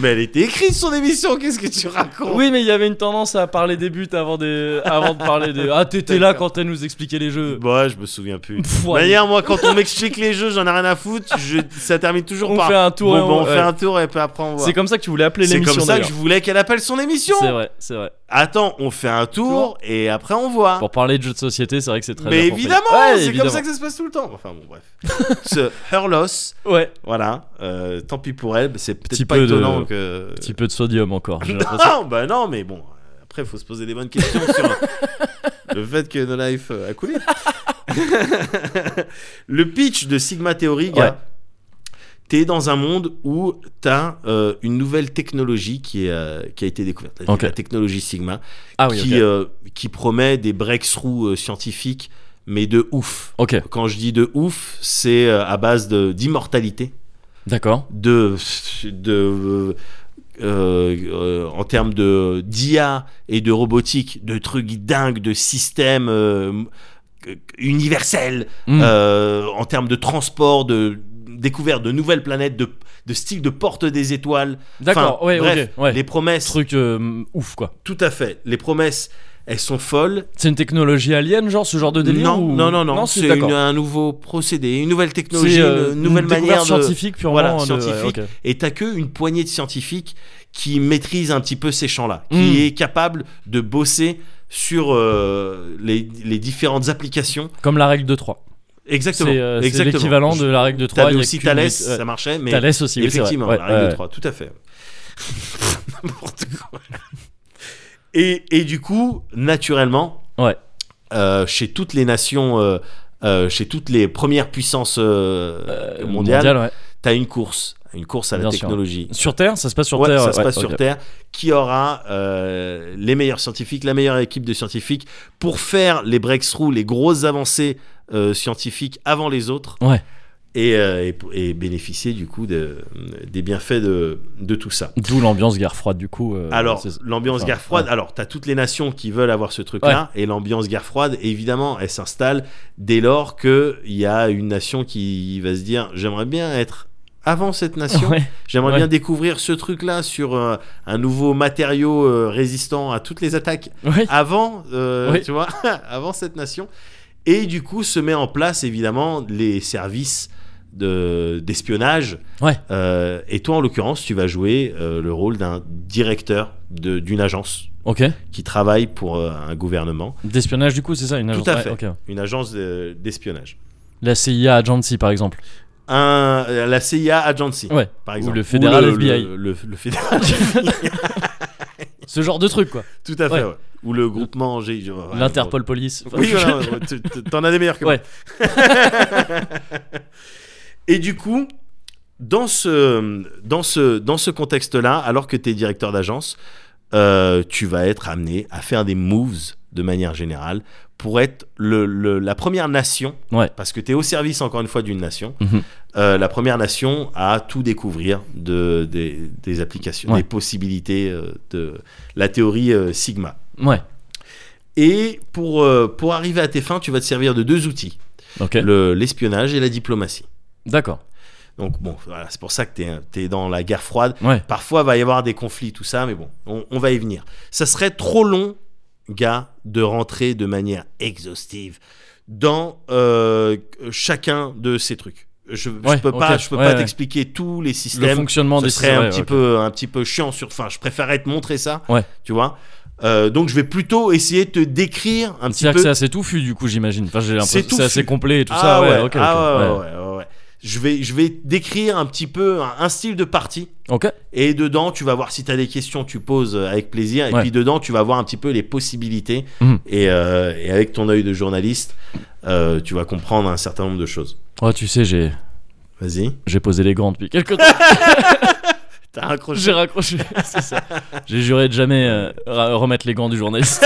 A: Mais elle était écrite son émission, qu'est-ce que tu racontes
B: Oui, mais il y avait une tendance à parler des buts avant, des... avant de parler des. Ah, t'étais là quand elle nous expliquait les jeux.
A: Bah, je me souviens plus.
B: Pff, ouais.
A: D'ailleurs, moi, quand on m'explique les jeux, j'en ai rien à foutre. Je, ça termine toujours
B: On
A: par.
B: fait un tour
A: Bon,
B: et on-
A: bon, on
B: ouais.
A: fait un tour et puis après on voit.
B: C'est comme ça que tu voulais appeler
A: C'est
B: l'émission.
A: comme ça que
B: d'ailleurs.
A: je voulais qu'elle appelle son émission.
B: C'est vrai, c'est vrai.
A: Attends, on fait un tour et après on voit.
B: Pour parler de jeux de société, c'est vrai que c'est très.
A: Mais
B: approprié.
A: évidemment,
B: Ouais,
A: c'est
B: évidemment.
A: comme ça que ça se passe tout le temps. Enfin bon, bref. Ce her loss,
B: Ouais.
A: voilà. euh, tant pis pour elle, mais c'est
B: Petit
A: peut-être pas
B: peu de-
A: étonnant que.
B: Petit peu de sodium encore. j'ai l'impression.
A: Non, bah non, mais bon. Après, faut se poser des bonnes questions sur le fait que No Life euh, a coulé. Le pitch de Sigma Theory,
B: Ouais.
A: gars, t'es dans un monde où t'as euh, une nouvelle technologie qui, est, euh, qui a été découverte, la,
B: Ok.
A: la technologie Sigma,
B: Ah oui,
A: qui,
B: ok.
A: euh, qui promet des breakthroughs euh, scientifiques, mais de ouf.
B: Ok,
A: Quand je dis de ouf, c'est euh, à base de- d'immortalité,
B: d'accord.
A: de, de euh, euh, en termes de d'IA et de robotique, de trucs dingues, de systèmes euh, euh, universels,
B: Hmm.
A: euh, en termes de transport, de découverte de nouvelles planètes, de, de style de porte des étoiles.
B: D'accord,
A: Enfin,
B: ouais,
A: bref,
B: ok. Ouais.
A: Les promesses,
B: Truc euh, ouf, quoi.
A: tout à fait, les promesses, elles sont folles.
B: C'est une technologie alien, genre ce genre de délire
A: non,
B: ou-
A: non, non, non, c'est
B: d'accord.
A: une- un nouveau procédé, une nouvelle technologie,
B: euh,
A: une nouvelle
B: découverte
A: manière de.
B: scientifique purement
A: voilà,
B: de- ouais,
A: scientifique.
B: ok.
A: et t'as que une poignée de scientifiques qui maîtrisent un petit peu ces champs-là,
B: Mm.
A: qui est capable de bosser sur euh, les, les différentes applications.
B: Comme la règle de 3.
A: Exactement.
B: C'est euh, c'est
A: exactement.
B: l'équivalent de la règle de 3.
A: T'avais
B: il y a
A: aussi
B: qu'une
A: Thalès,
B: limite, ouais.
A: ça marchait, mais
B: Thalès aussi, oui, c'est vrai.
A: effectivement,
B: Ouais,
A: la règle
B: ouais,
A: de 3, tout à fait. N'importe quoi. Et, et du coup, naturellement,
B: Ouais.
A: euh, chez toutes les nations, euh, euh, chez toutes les premières puissances euh,
B: euh,
A: mondiales,
B: mondial, ouais.
A: t'as une course, une course à la
B: Bien sûr.
A: technologie.
B: Sur Terre, ça se passe sur
A: Ouais,
B: Terre.
A: ça
B: ouais,
A: se passe
B: ok.
A: sur Terre. Qui aura euh, les meilleurs scientifiques, la meilleure équipe de scientifiques pour faire les breakthroughs, les grosses avancées euh, scientifiques avant les autres
B: Ouais.
A: et, euh, et- et bénéficier du coup de- des bienfaits de, de tout ça.
B: D'où l'ambiance guerre froide, du coup. euh,
A: Alors,
B: c'est-
A: l'ambiance
B: enfin,
A: guerre froide, alors t'as toutes les nations qui veulent avoir ce truc-là, et l'ambiance guerre froide, évidemment, elle s'installe dès lors qu'il y a une nation qui va se dire j'aimerais bien être avant cette nation,
B: Ouais.
A: J'aimerais
B: Ouais.
A: bien découvrir ce truc-là sur euh, un nouveau matériau euh, résistant à toutes les attaques
B: Ouais.
A: avant, euh,
B: Oui.
A: tu vois, avant cette nation. Et du coup, se met en place évidemment les services de- d'espionnage.
B: Ouais.
A: Euh, et toi, en l'occurrence, tu vas jouer euh, le rôle d'un directeur de- d'une agence
B: Ok.
A: qui travaille pour euh, un gouvernement,
B: D'espionnage, du coup, c'est ça une agence
A: à
B: ouais,
A: fait.
B: ok.
A: une agence euh, d'espionnage.
B: La CIA Agency, par exemple.
A: Un, euh, la CIA Agency,
B: Ouais.
A: par
B: Ou
A: exemple.
B: le fédéral
A: le-
B: FBI.
A: le- le- le fédéral
B: Ce genre de truc, quoi.
A: Tout à fait.
B: Ouais.
A: ouais. Ou le groupement G. je- ouais,
B: L'Interpol Police.
A: bon. Oui, voilà. ouais, tu- tu- T'en as des meilleurs que
B: Ouais.
A: moi. Et du coup, dans ce, dans ce, dans ce contexte-là, alors que tu es directeur d'agence, euh, tu vas être amené à faire des moves de manière générale pour être le, le- la première nation,
B: Ouais.
A: parce que tu es au service encore une fois d'une nation,
B: Mhm.
A: euh, la première nation à tout découvrir de, des, des applications,
B: Ouais.
A: des possibilités euh, de la théorie euh, Sigma.
B: Ouais.
A: Et pour, euh, pour arriver à tes fins, tu vas te servir de deux outils,
B: Ok.
A: le- l'espionnage et la diplomatie.
B: D'accord.
A: Donc bon, voilà, c'est pour ça que tu es, dans la guerre froide.
B: Ouais.
A: Parfois, va y avoir des conflits, tout ça, mais bon, on, on va y venir. Ça serait trop long, gars, de rentrer de manière exhaustive dans euh, chacun de ces trucs. Je, ne
B: Ouais,
A: peux
B: ok,
A: pas, je peux
B: ouais,
A: pas
B: ouais.
A: t'expliquer tous les
B: Le
A: systèmes
B: fonctionnement
A: ce
B: des
A: serait un
B: ouais,
A: petit
B: ok.
A: peu un petit peu chiant sur enfin je préférerais te montrer ça
B: Ouais.
A: tu vois Euh, donc je vais plutôt essayer de te décrire un petit
B: C'est-à-dire que c'est
A: peu
B: assez touffu, du coup, j'imagine. Enfin, j'ai l'impression
A: C'est
B: que c'est assez
A: touffu.
B: complet et tout
A: Ah
B: ça. Ouais,
A: ouais,
B: ok. ok,
A: ah ouais,
B: ouais.
A: ouais, ouais, ouais. je vais je vais décrire un petit peu un, un style de partie
B: Ok.
A: et dedans tu vas voir si tu as des questions tu poses euh, avec plaisir et
B: Ouais.
A: puis dedans tu vas voir un petit peu les possibilités
B: Mhm.
A: et, euh, et avec ton œil de journaliste euh, tu vas comprendre un certain nombre de choses
B: Oh, tu sais, j'ai
A: vas-y
B: j'ai posé les gants depuis quelques temps.
A: t'as raccroché
B: J'ai raccroché, c'est ça. J'ai juré de jamais euh, ra- remettre les gants du journaliste.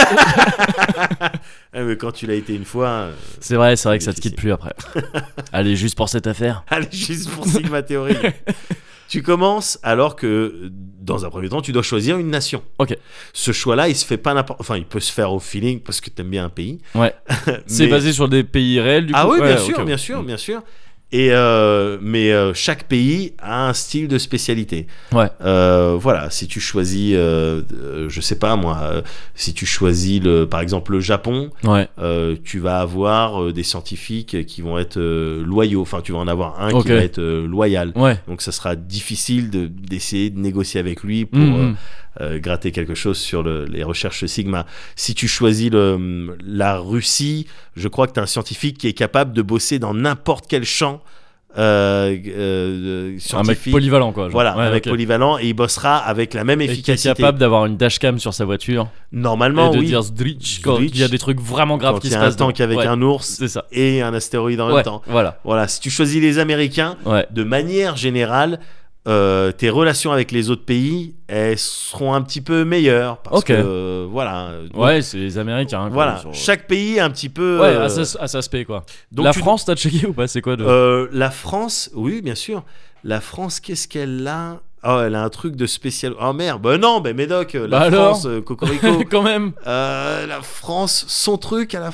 A: Ah, mais quand tu l'as été une fois euh,
B: C'est vrai, c'est vrai que ça te
A: Difficile.
B: quitte plus après. Allez, juste pour cette affaire.
A: Allez, juste pour Sigma Theory. tu commences alors que, dans un premier temps, tu dois choisir une nation.
B: Ok.
A: Ce choix-là, il se fait pas n'importe. Enfin, il peut se faire au feeling parce que t'aimes bien un pays.
B: Ouais. C'est
A: Mais-
B: basé sur des pays réels, du coup.
A: Ah oui,
B: Ouais,
A: bien sûr,
B: ok.
A: bien sûr, bien sûr. Et euh, mais euh, chaque pays a un style de spécialité.
B: Ouais.
A: Euh, voilà, si tu choisis, euh, euh, je sais pas moi, euh, si tu choisis le, par exemple le Japon,
B: Ouais.
A: euh, tu vas avoir euh, des scientifiques qui vont être euh, loyaux. Enfin, tu vas en avoir un
B: Ok.
A: qui va être euh, loyal.
B: Ouais.
A: Donc ça sera difficile de- d'essayer de, négocier avec lui pour
B: Mhm.
A: euh, euh, gratter quelque chose sur le- les recherches Sigma. Si tu choisis le- la Russie, je crois que tu as un scientifique qui est capable de bosser dans n'importe quel champ euh, euh, euh,
B: Un mec
A: scientifique.
B: polyvalent, quoi. genre.
A: Voilà,
B: Ouais,
A: un mec
B: ok.
A: polyvalent et il bossera avec la même
B: Et qui est
A: efficacité.
B: capable d'avoir une dashcam sur sa voiture
A: Normalement,
B: et de
A: oui.
B: dire Zdrich quand
A: Zdrich.
B: il y a des trucs vraiment graves
A: quand
B: qui
A: il y
B: se
A: a un
B: passent. dans-
A: tank avec
B: Ouais,
A: un ours
B: C'est ça.
A: et un astéroïde en
B: Ouais,
A: même temps.
B: Voilà.
A: Voilà, si tu choisis les Américains,
B: Ouais.
A: de manière générale, euh, tes relations avec les autres pays, elles seront un petit peu meilleures. Parce
B: Ok.
A: que, euh, voilà. euh,
B: Ouais, c'est les Américains. hein,
A: Voilà,
B: quoi, sur-
A: chaque pays a un petit peu.
B: Ouais,
A: euh,
B: à ce- à cet aspect, quoi.
A: donc
B: la
A: tu-
B: France, t'as checké ou pas C'est quoi de...
A: euh, la France, oui, bien sûr. La France, qu'est-ce qu'elle a Oh, elle a un truc de spécial. Oh merde, bah non, bah Médoc, euh, la
B: Bah alors
A: France, euh, Cocorico.
B: Quand même.
A: Euh, la France, son truc à la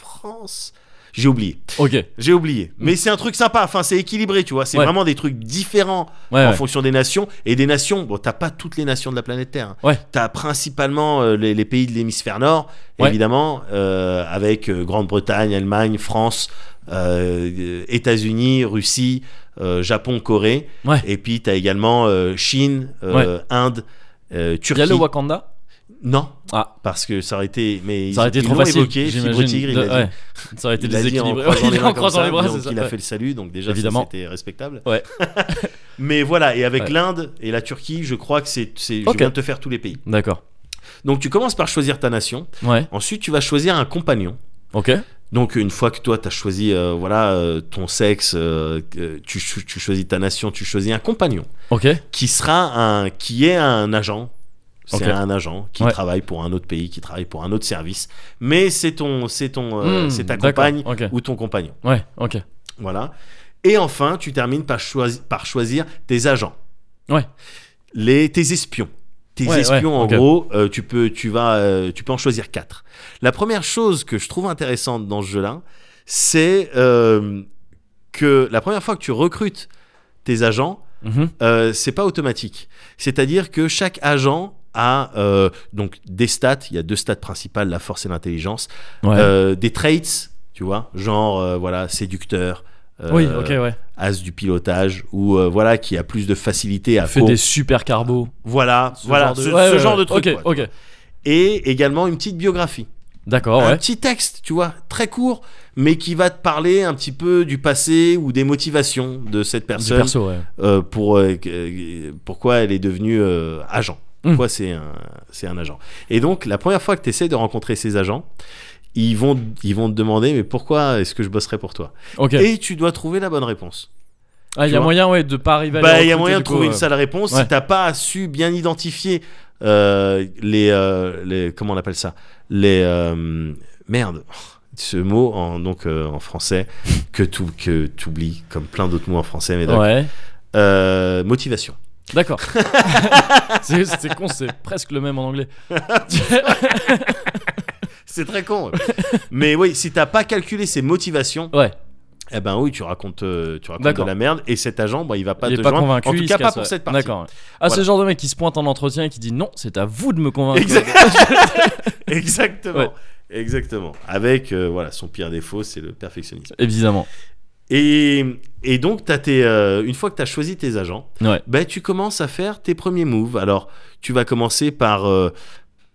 A: France. J'ai oublié,
B: Ok. Ouais,
A: j'ai oublié. Mais c'est un truc sympa, enfin c'est équilibré, tu vois. C'est
B: Mm. Ouais.
A: vraiment des trucs différents en
B: ouais.
A: fonction des nations. Et des nations, bon, t'as pas toutes les nations de la planète Terre. hein.
B: Ouais.
A: T'as principalement euh, les, les pays de l'hémisphère nord,
B: Ouais.
A: évidemment, euh, avec euh, Grande-Bretagne, Allemagne, France, euh, euh, États-Unis, Russie, euh, Japon, Corée.
B: Ouais.
A: Et puis t'as également euh, Chine, euh, Inde, euh,
B: Il
A: Turquie.
B: y a le Wakanda
A: Non.
B: Ah.
A: Parce que ça aurait été. Mais
B: Ça aurait
A: ils-
B: été
A: ils
B: trop
A: l'ont
B: facile.
A: évoqué, Fibre
B: j'imagine.
A: Tigre, il
B: De-
A: l'a dit.
B: ouais. Ça aurait été
A: Il a dit en
B: déséquilibré.
A: croisant les
B: Il est
A: mains
B: en
A: comme
B: croisant
A: ça,
B: les bras,
A: donc
B: c'est ça.
A: il a
B: ouais.
A: fait le salut, donc déjà ça,
B: Évidemment.
A: c'était respectable.
B: Ouais.
A: Mais voilà, et avec
B: Ouais.
A: l'Inde et la Turquie, je crois que c'est, c'est
B: Ok.
A: je viens de te faire tous les pays.
B: D'accord.
A: Donc tu commences par choisir ta nation,
B: Ouais.
A: ensuite tu vas choisir un compagnon.
B: Ok.
A: Donc une fois que toi tu as choisi euh, voilà euh, ton sexe, euh, euh, tu, cho- tu choisis ta nation, tu choisis un compagnon
B: Ok.
A: qui sera un qui est un agent. C'est
B: Ok.
A: un agent qui
B: Ouais.
A: travaille pour un autre pays, qui travaille pour un autre service, mais c'est ton c'est ton euh,
B: Hmm,
A: c'est ta
B: d'accord,
A: compagne
B: Ok.
A: ou ton compagnon.
B: Ouais. Ok.
A: Voilà. Et enfin, tu termines par, choisi- par choisir tes agents.
B: Ouais.
A: Les, tes espions. Tes
B: Ouais,
A: espions,
B: ouais,
A: en
B: ok.
A: gros, euh, tu, peux, tu, vas, euh, tu peux en choisir quatre. La première chose que je trouve intéressante dans ce jeu-là, c'est euh, que la première fois que tu recrutes tes agents,
B: Mhm.
A: euh, c'est pas automatique. C'est-à-dire que chaque agent a euh, donc des stats. Il y a deux stats principales, la force et l'intelligence.
B: Ouais.
A: Euh, des traits, tu vois, genre euh, voilà, séducteur, euh,
B: oui. Ok. Ouais.
A: as du pilotage, ou euh, voilà, qui a plus de facilité à
B: Fait
A: co-
B: des super carbos.
A: Voilà,
B: Ce
A: voilà,
B: genre de-
A: ce,
B: ouais,
A: ce
B: ouais,
A: genre
B: ouais.
A: de truc.
B: Ok.
A: quoi.
B: Ok.
A: Et également une petite biographie,
B: D'accord.
A: un
B: Ah Ouais.
A: petit texte, tu vois, très court, mais qui va te parler un petit peu du passé ou des motivations de cette
B: Du
A: personne
B: perso. Ouais.
A: euh, pour euh, euh, pourquoi elle est devenue euh, agent.
B: Mm.
A: Pourquoi c'est un c'est un agent. Et donc la première fois que tu essaies de rencontrer ces agents, ils vont ils vont te demander mais pourquoi est-ce que je bosserai pour toi
B: Ok.
A: Et tu dois trouver la bonne réponse.
B: Ah, il
A: tu
B: y a
A: vois.
B: moyen ouais de pas arriver. à
A: Bah
B: les
A: il y a
B: recruter,
A: moyen de
B: du coup,
A: trouver une
B: euh,
A: sale réponse
B: ouais.
A: si t'as pas su bien identifier euh, les euh, les comment on appelle ça les euh, merde ce mot en donc euh, en français que tu que t'oublies comme plein d'autres mots en français mais donc,
B: Ouais.
A: euh, motivation.
B: D'accord. c'est c'est con. C'est presque le même en anglais.
A: C'est très con. ouais. Mais oui, si t'as pas calculé ses motivations,
B: Ouais.
A: eh ben oui, tu racontes, euh, tu racontes de
B: D'accord.
A: la merde. Et cet agent, bon, il va pas
B: il
A: te
B: est pas
A: joindre.
B: convaincu.
A: en tout
B: il
A: cas,
B: se
A: pas
B: casse,
A: pour
B: ouais.
A: cette partie.
B: D'accord. ouais. Ah, c'est
A: Voilà.
B: le genre de mec qui se pointe en entretien et qui dit non, c'est à vous de me convaincre.
A: Exact- Exactement.
B: Ouais.
A: Exactement. Avec euh, voilà, son pire défaut, c'est le perfectionnisme.
B: Évidemment.
A: Et, et donc, t'as tes, euh, une fois que tu as choisi tes agents,
B: Ouais.
A: ben, tu commences à faire tes premiers moves. Alors, tu vas commencer par euh,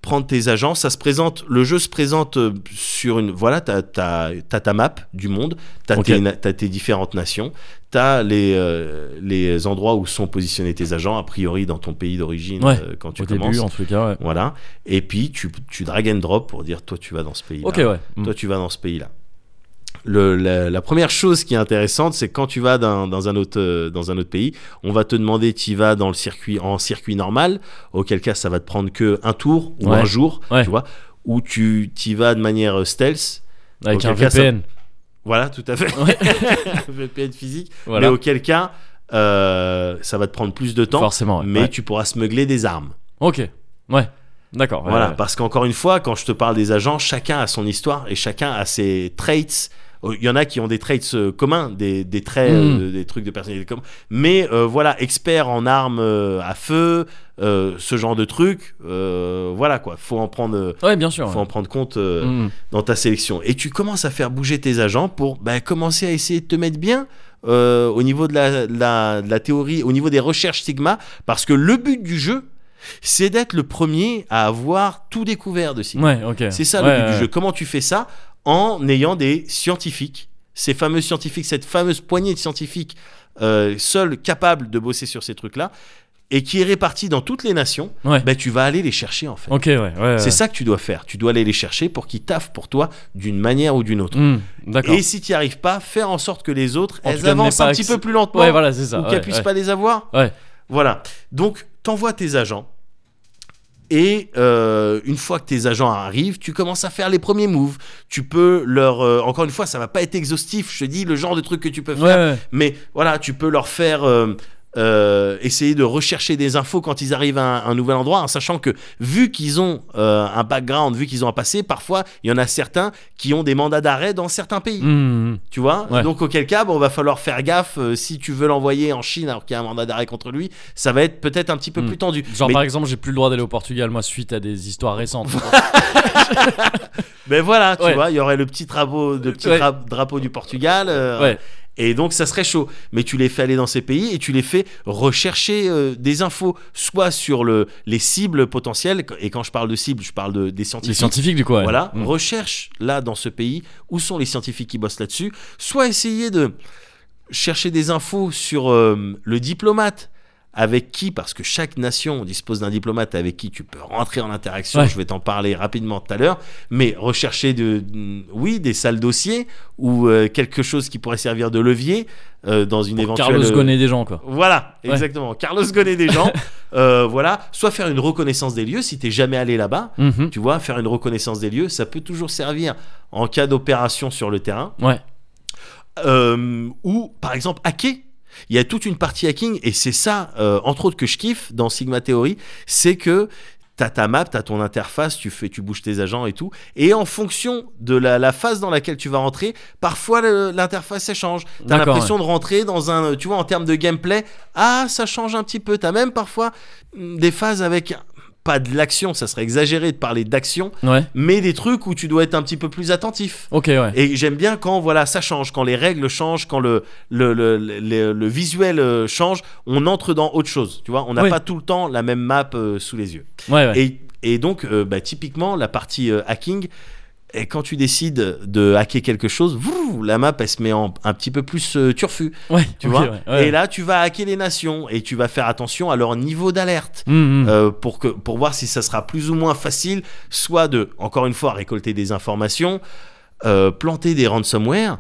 A: prendre tes agents. Ça se présente, le jeu se présente euh, sur une. Voilà, t'as as, ta map du monde, t'as
B: Ok.
A: tes na- t'as tes différentes nations, t'as les, euh, les endroits où sont positionnés tes agents, a priori dans ton pays d'origine
B: Ouais,
A: euh, quand tu
B: Au
A: commences.
B: début, en tout cas. Ouais.
A: Voilà. Et puis, tu, tu drag and drop pour dire toi, tu vas dans ce pays-là
B: Ok, ouais. Mm.
A: toi tu vas dans ce pays là la, la première chose qui est intéressante, c'est que quand tu vas dans, dans un autre, euh, dans un autre pays, on va te demander tu vas dans le circuit, en circuit normal, auquel cas ça va te prendre que un tour ou
B: Ouais.
A: un jour,
B: Ouais.
A: tu vois, ou tu t'y vas de manière euh, stealth,
B: Avec
A: Auquel
B: un
A: cas, ça-
B: VPN.
A: voilà, tout à fait,
B: Ouais.
A: VPN physique,
B: Voilà.
A: mais auquel cas euh, ça va te prendre plus de temps,
B: Forcément. ouais.
A: mais
B: Ouais.
A: tu pourras smuggler des armes.
B: Ok. Ouais. D'accord. ouais,
A: Voilà,
B: ouais.
A: parce qu'encore une fois, quand je te parle des agents, chacun a son histoire et chacun a ses traits. Euh, Il y en a qui ont des traits euh, communs, des, des traits,
B: Mm.
A: euh, des trucs de personnalité communs. Mais euh, voilà, expert en armes euh, à feu, euh, ce genre de trucs, euh, voilà quoi. Faut en prendre, euh,
B: Ouais, bien sûr.
A: faut en
B: ouais.
A: prendre compte euh,
B: Mm.
A: dans ta sélection. Et tu commences à faire bouger tes agents pour bah, commencer à essayer de te mettre bien euh, au niveau de la, de la- de la théorie, au niveau des recherches Sigma, parce que le but du jeu, c'est d'être le premier à avoir tout découvert de Sigma.
B: Ouais, ok.
A: C'est ça
B: Ouais,
A: le but
B: ouais.
A: du jeu. Comment tu fais ça En ayant des scientifiques. ces fameux scientifiques, cette fameuse poignée de scientifiques euh, seuls capables de bosser sur ces trucs-là, et qui est répartie dans toutes les nations,
B: Ouais.
A: ben, tu vas aller les chercher en fait.
B: Ok, ouais. ouais
A: C'est ça que tu dois faire. Tu dois aller les chercher pour qu'ils taffent pour toi d'une manière ou d'une autre.
B: Hmm, D'accord.
A: Et si tu n'y arrives pas, faire en sorte que les autres,
B: En tout
A: elles
B: cas, ne
A: avancent
B: pas
A: un petit
B: acc-
A: peu plus lentement
B: Ouais, voilà, c'est ça.
A: ou
B: ouais,
A: qu'elles puissent
B: ouais.
A: pas les avoir.
B: Ouais.
A: Voilà. Donc, t'envoies tes agents. Et euh, une fois que tes agents arrivent, tu commences à faire les premiers moves. Tu peux leur, euh, encore une fois, ça va pas être exhaustif. Je te dis le genre de truc que tu peux
B: Ouais,
A: faire.
B: ouais.
A: Mais voilà, tu peux leur faire euh, euh, essayer de rechercher des infos quand ils arrivent à un, un nouvel endroit, en sachant que vu qu'ils ont euh, un background, vu qu'ils ont un passé, parfois il y en a certains qui ont des mandats d'arrêt dans certains pays.
B: Hmm, hmm.
A: Tu vois
B: Ouais.
A: Donc auquel cas, bon, va falloir faire gaffe. euh, si tu veux l'envoyer en Chine alors qu'il y a un mandat d'arrêt contre lui, ça va être peut-être un petit peu
B: Mm.
A: plus tendu.
B: Genre,
A: mais,
B: par exemple, j'ai plus le droit d'aller au Portugal, moi, suite à des histoires récentes.
A: mais Ben voilà, tu
B: Ouais.
A: vois, il y aurait le petit drapeau, le petit
B: Ouais.
A: dra- drapeau du Portugal. euh,
B: ouais.
A: Et donc ça serait chaud. Mais tu les fais aller dans ces pays et tu les fais rechercher euh, des infos, soit sur le, les cibles potentielles, et quand je parle de cibles, je parle de, des
B: Les
A: scientifiques.
B: scientifiques, du coup, ouais.
A: Voilà,
B: Hmm.
A: recherche là dans ce pays où sont les scientifiques qui bossent là-dessus, soit essayer de chercher des infos sur euh, le diplomate avec qui, parce que chaque nation dispose d'un diplomate avec qui tu peux rentrer en interaction,
B: Ouais.
A: je vais t'en parler rapidement tout à l'heure, mais rechercher de, mm, oui, des salles dossiers ou euh, quelque chose qui pourrait servir de levier euh, dans une
B: Pour
A: éventuelle...
B: Carlos Gonnet des gens, quoi.
A: Voilà,
B: Ouais.
A: exactement. Carlos Gonnet des gens, euh, voilà, soit faire une reconnaissance des lieux si t'es jamais allé là-bas,
B: Mhm.
A: tu vois, faire une reconnaissance des lieux, ça peut toujours servir en cas d'opération sur le terrain.
B: Ouais.
A: Euh, ou, par exemple, hacker. Il y a toute une partie hacking, et c'est ça, euh, entre autres, que je kiffe dans Sigma Theory, c'est que t'as ta map, t'as ton interface, tu, fais, tu bouges tes agents et tout, et en fonction de la, la phase dans laquelle tu vas rentrer, parfois le- l'interface elle change. T'as
B: D'accord,
A: l'impression de rentrer dans un, tu vois, en termes de gameplay, ah, ça change un petit peu. T'as même parfois mm, des phases avec pas de l'action, ça serait exagéré de parler d'action,
B: Ouais.
A: mais des trucs où tu dois être un petit peu plus attentif.
B: Ok, ouais.
A: Et j'aime bien quand voilà ça change, quand les règles changent, quand le le, le, le- le visuel euh, change, on entre dans autre chose. Tu vois, on n'a
B: Oui.
A: pas tout le temps la même map euh, sous les yeux.
B: Ouais, ouais.
A: Et, et donc euh, bah, typiquement la partie euh, hacking. Et quand tu décides de hacker quelque chose, vrou, la map elle se met en, un petit peu plus euh, turfue,
B: ouais.
A: tu
B: ok,
A: vois.
B: ouais, ouais.
A: Et là tu vas hacker les nations et tu vas faire attention à leur niveau d'alerte.
B: Hmm, hmm.
A: Euh, pour, que, pour voir si ça sera plus ou moins facile, soit de, encore une fois, récolter des informations, euh, planter des ransomware,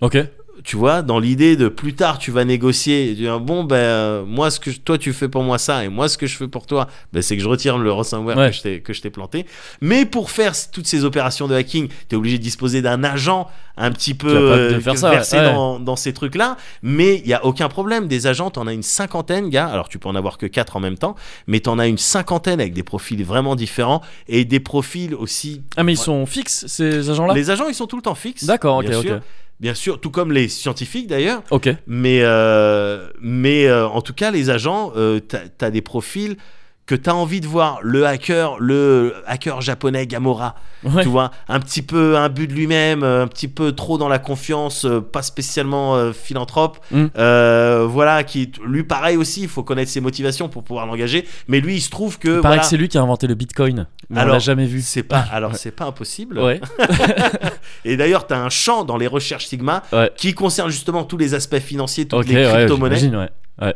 B: Ok.
A: tu vois, dans l'idée de plus tard, tu vas négocier, et tu dis, bon, ben, euh, moi, ce que je- toi, tu fais pour moi ça, et moi, ce que je fais pour toi, ben, c'est que je retire le ransomware
B: Ouais.
A: que je t'ai- que je t'ai planté. Mais pour faire c- toutes ces opérations de hacking, tu es obligé de disposer d'un agent un petit peu euh,
B: Capable de faire ça, ouais.
A: versé
B: Ouais.
A: dans, dans ces trucs-là. Mais il y a aucun problème. Des agents, t'en as une cinquantaine, gars. Alors, tu peux en avoir que quatre en même temps, mais t'en as une cinquantaine avec des profils vraiment différents et des profils aussi.
B: Ah, mais ils sont fixes, ces agents-là
A: Les agents, ils sont tout le temps fixes.
B: D'accord, ok,
A: bien
B: ok.
A: sûr. Bien sûr, tout comme les scientifiques d'ailleurs.
B: Ok.
A: Mais, euh, mais euh, en tout cas, les agents, euh, t'as as des profils que t'as envie de voir. Le hacker, le hacker japonais Gamora,
B: Ouais.
A: tu vois, un petit peu imbu de lui-même, euh, un petit peu trop dans la confiance, euh, pas spécialement euh, philanthrope.
B: Mm.
A: Euh, voilà, qui lui pareil aussi, il faut connaître ses motivations pour pouvoir l'engager. Mais lui, il se trouve que
B: Il paraît
A: voilà,
B: que c'est lui qui a inventé le bitcoin. Mais on
A: Alors,
B: l'a jamais vu.
A: c'est pas, alors c'est pas impossible.
B: Ouais.
A: Et d'ailleurs, t'as un champ dans les recherches Sigma
B: Ouais.
A: qui concerne justement tous les aspects financiers, toutes
B: Ok,
A: les
B: ouais.
A: crypto-monnaies.
B: J'imagine, ouais.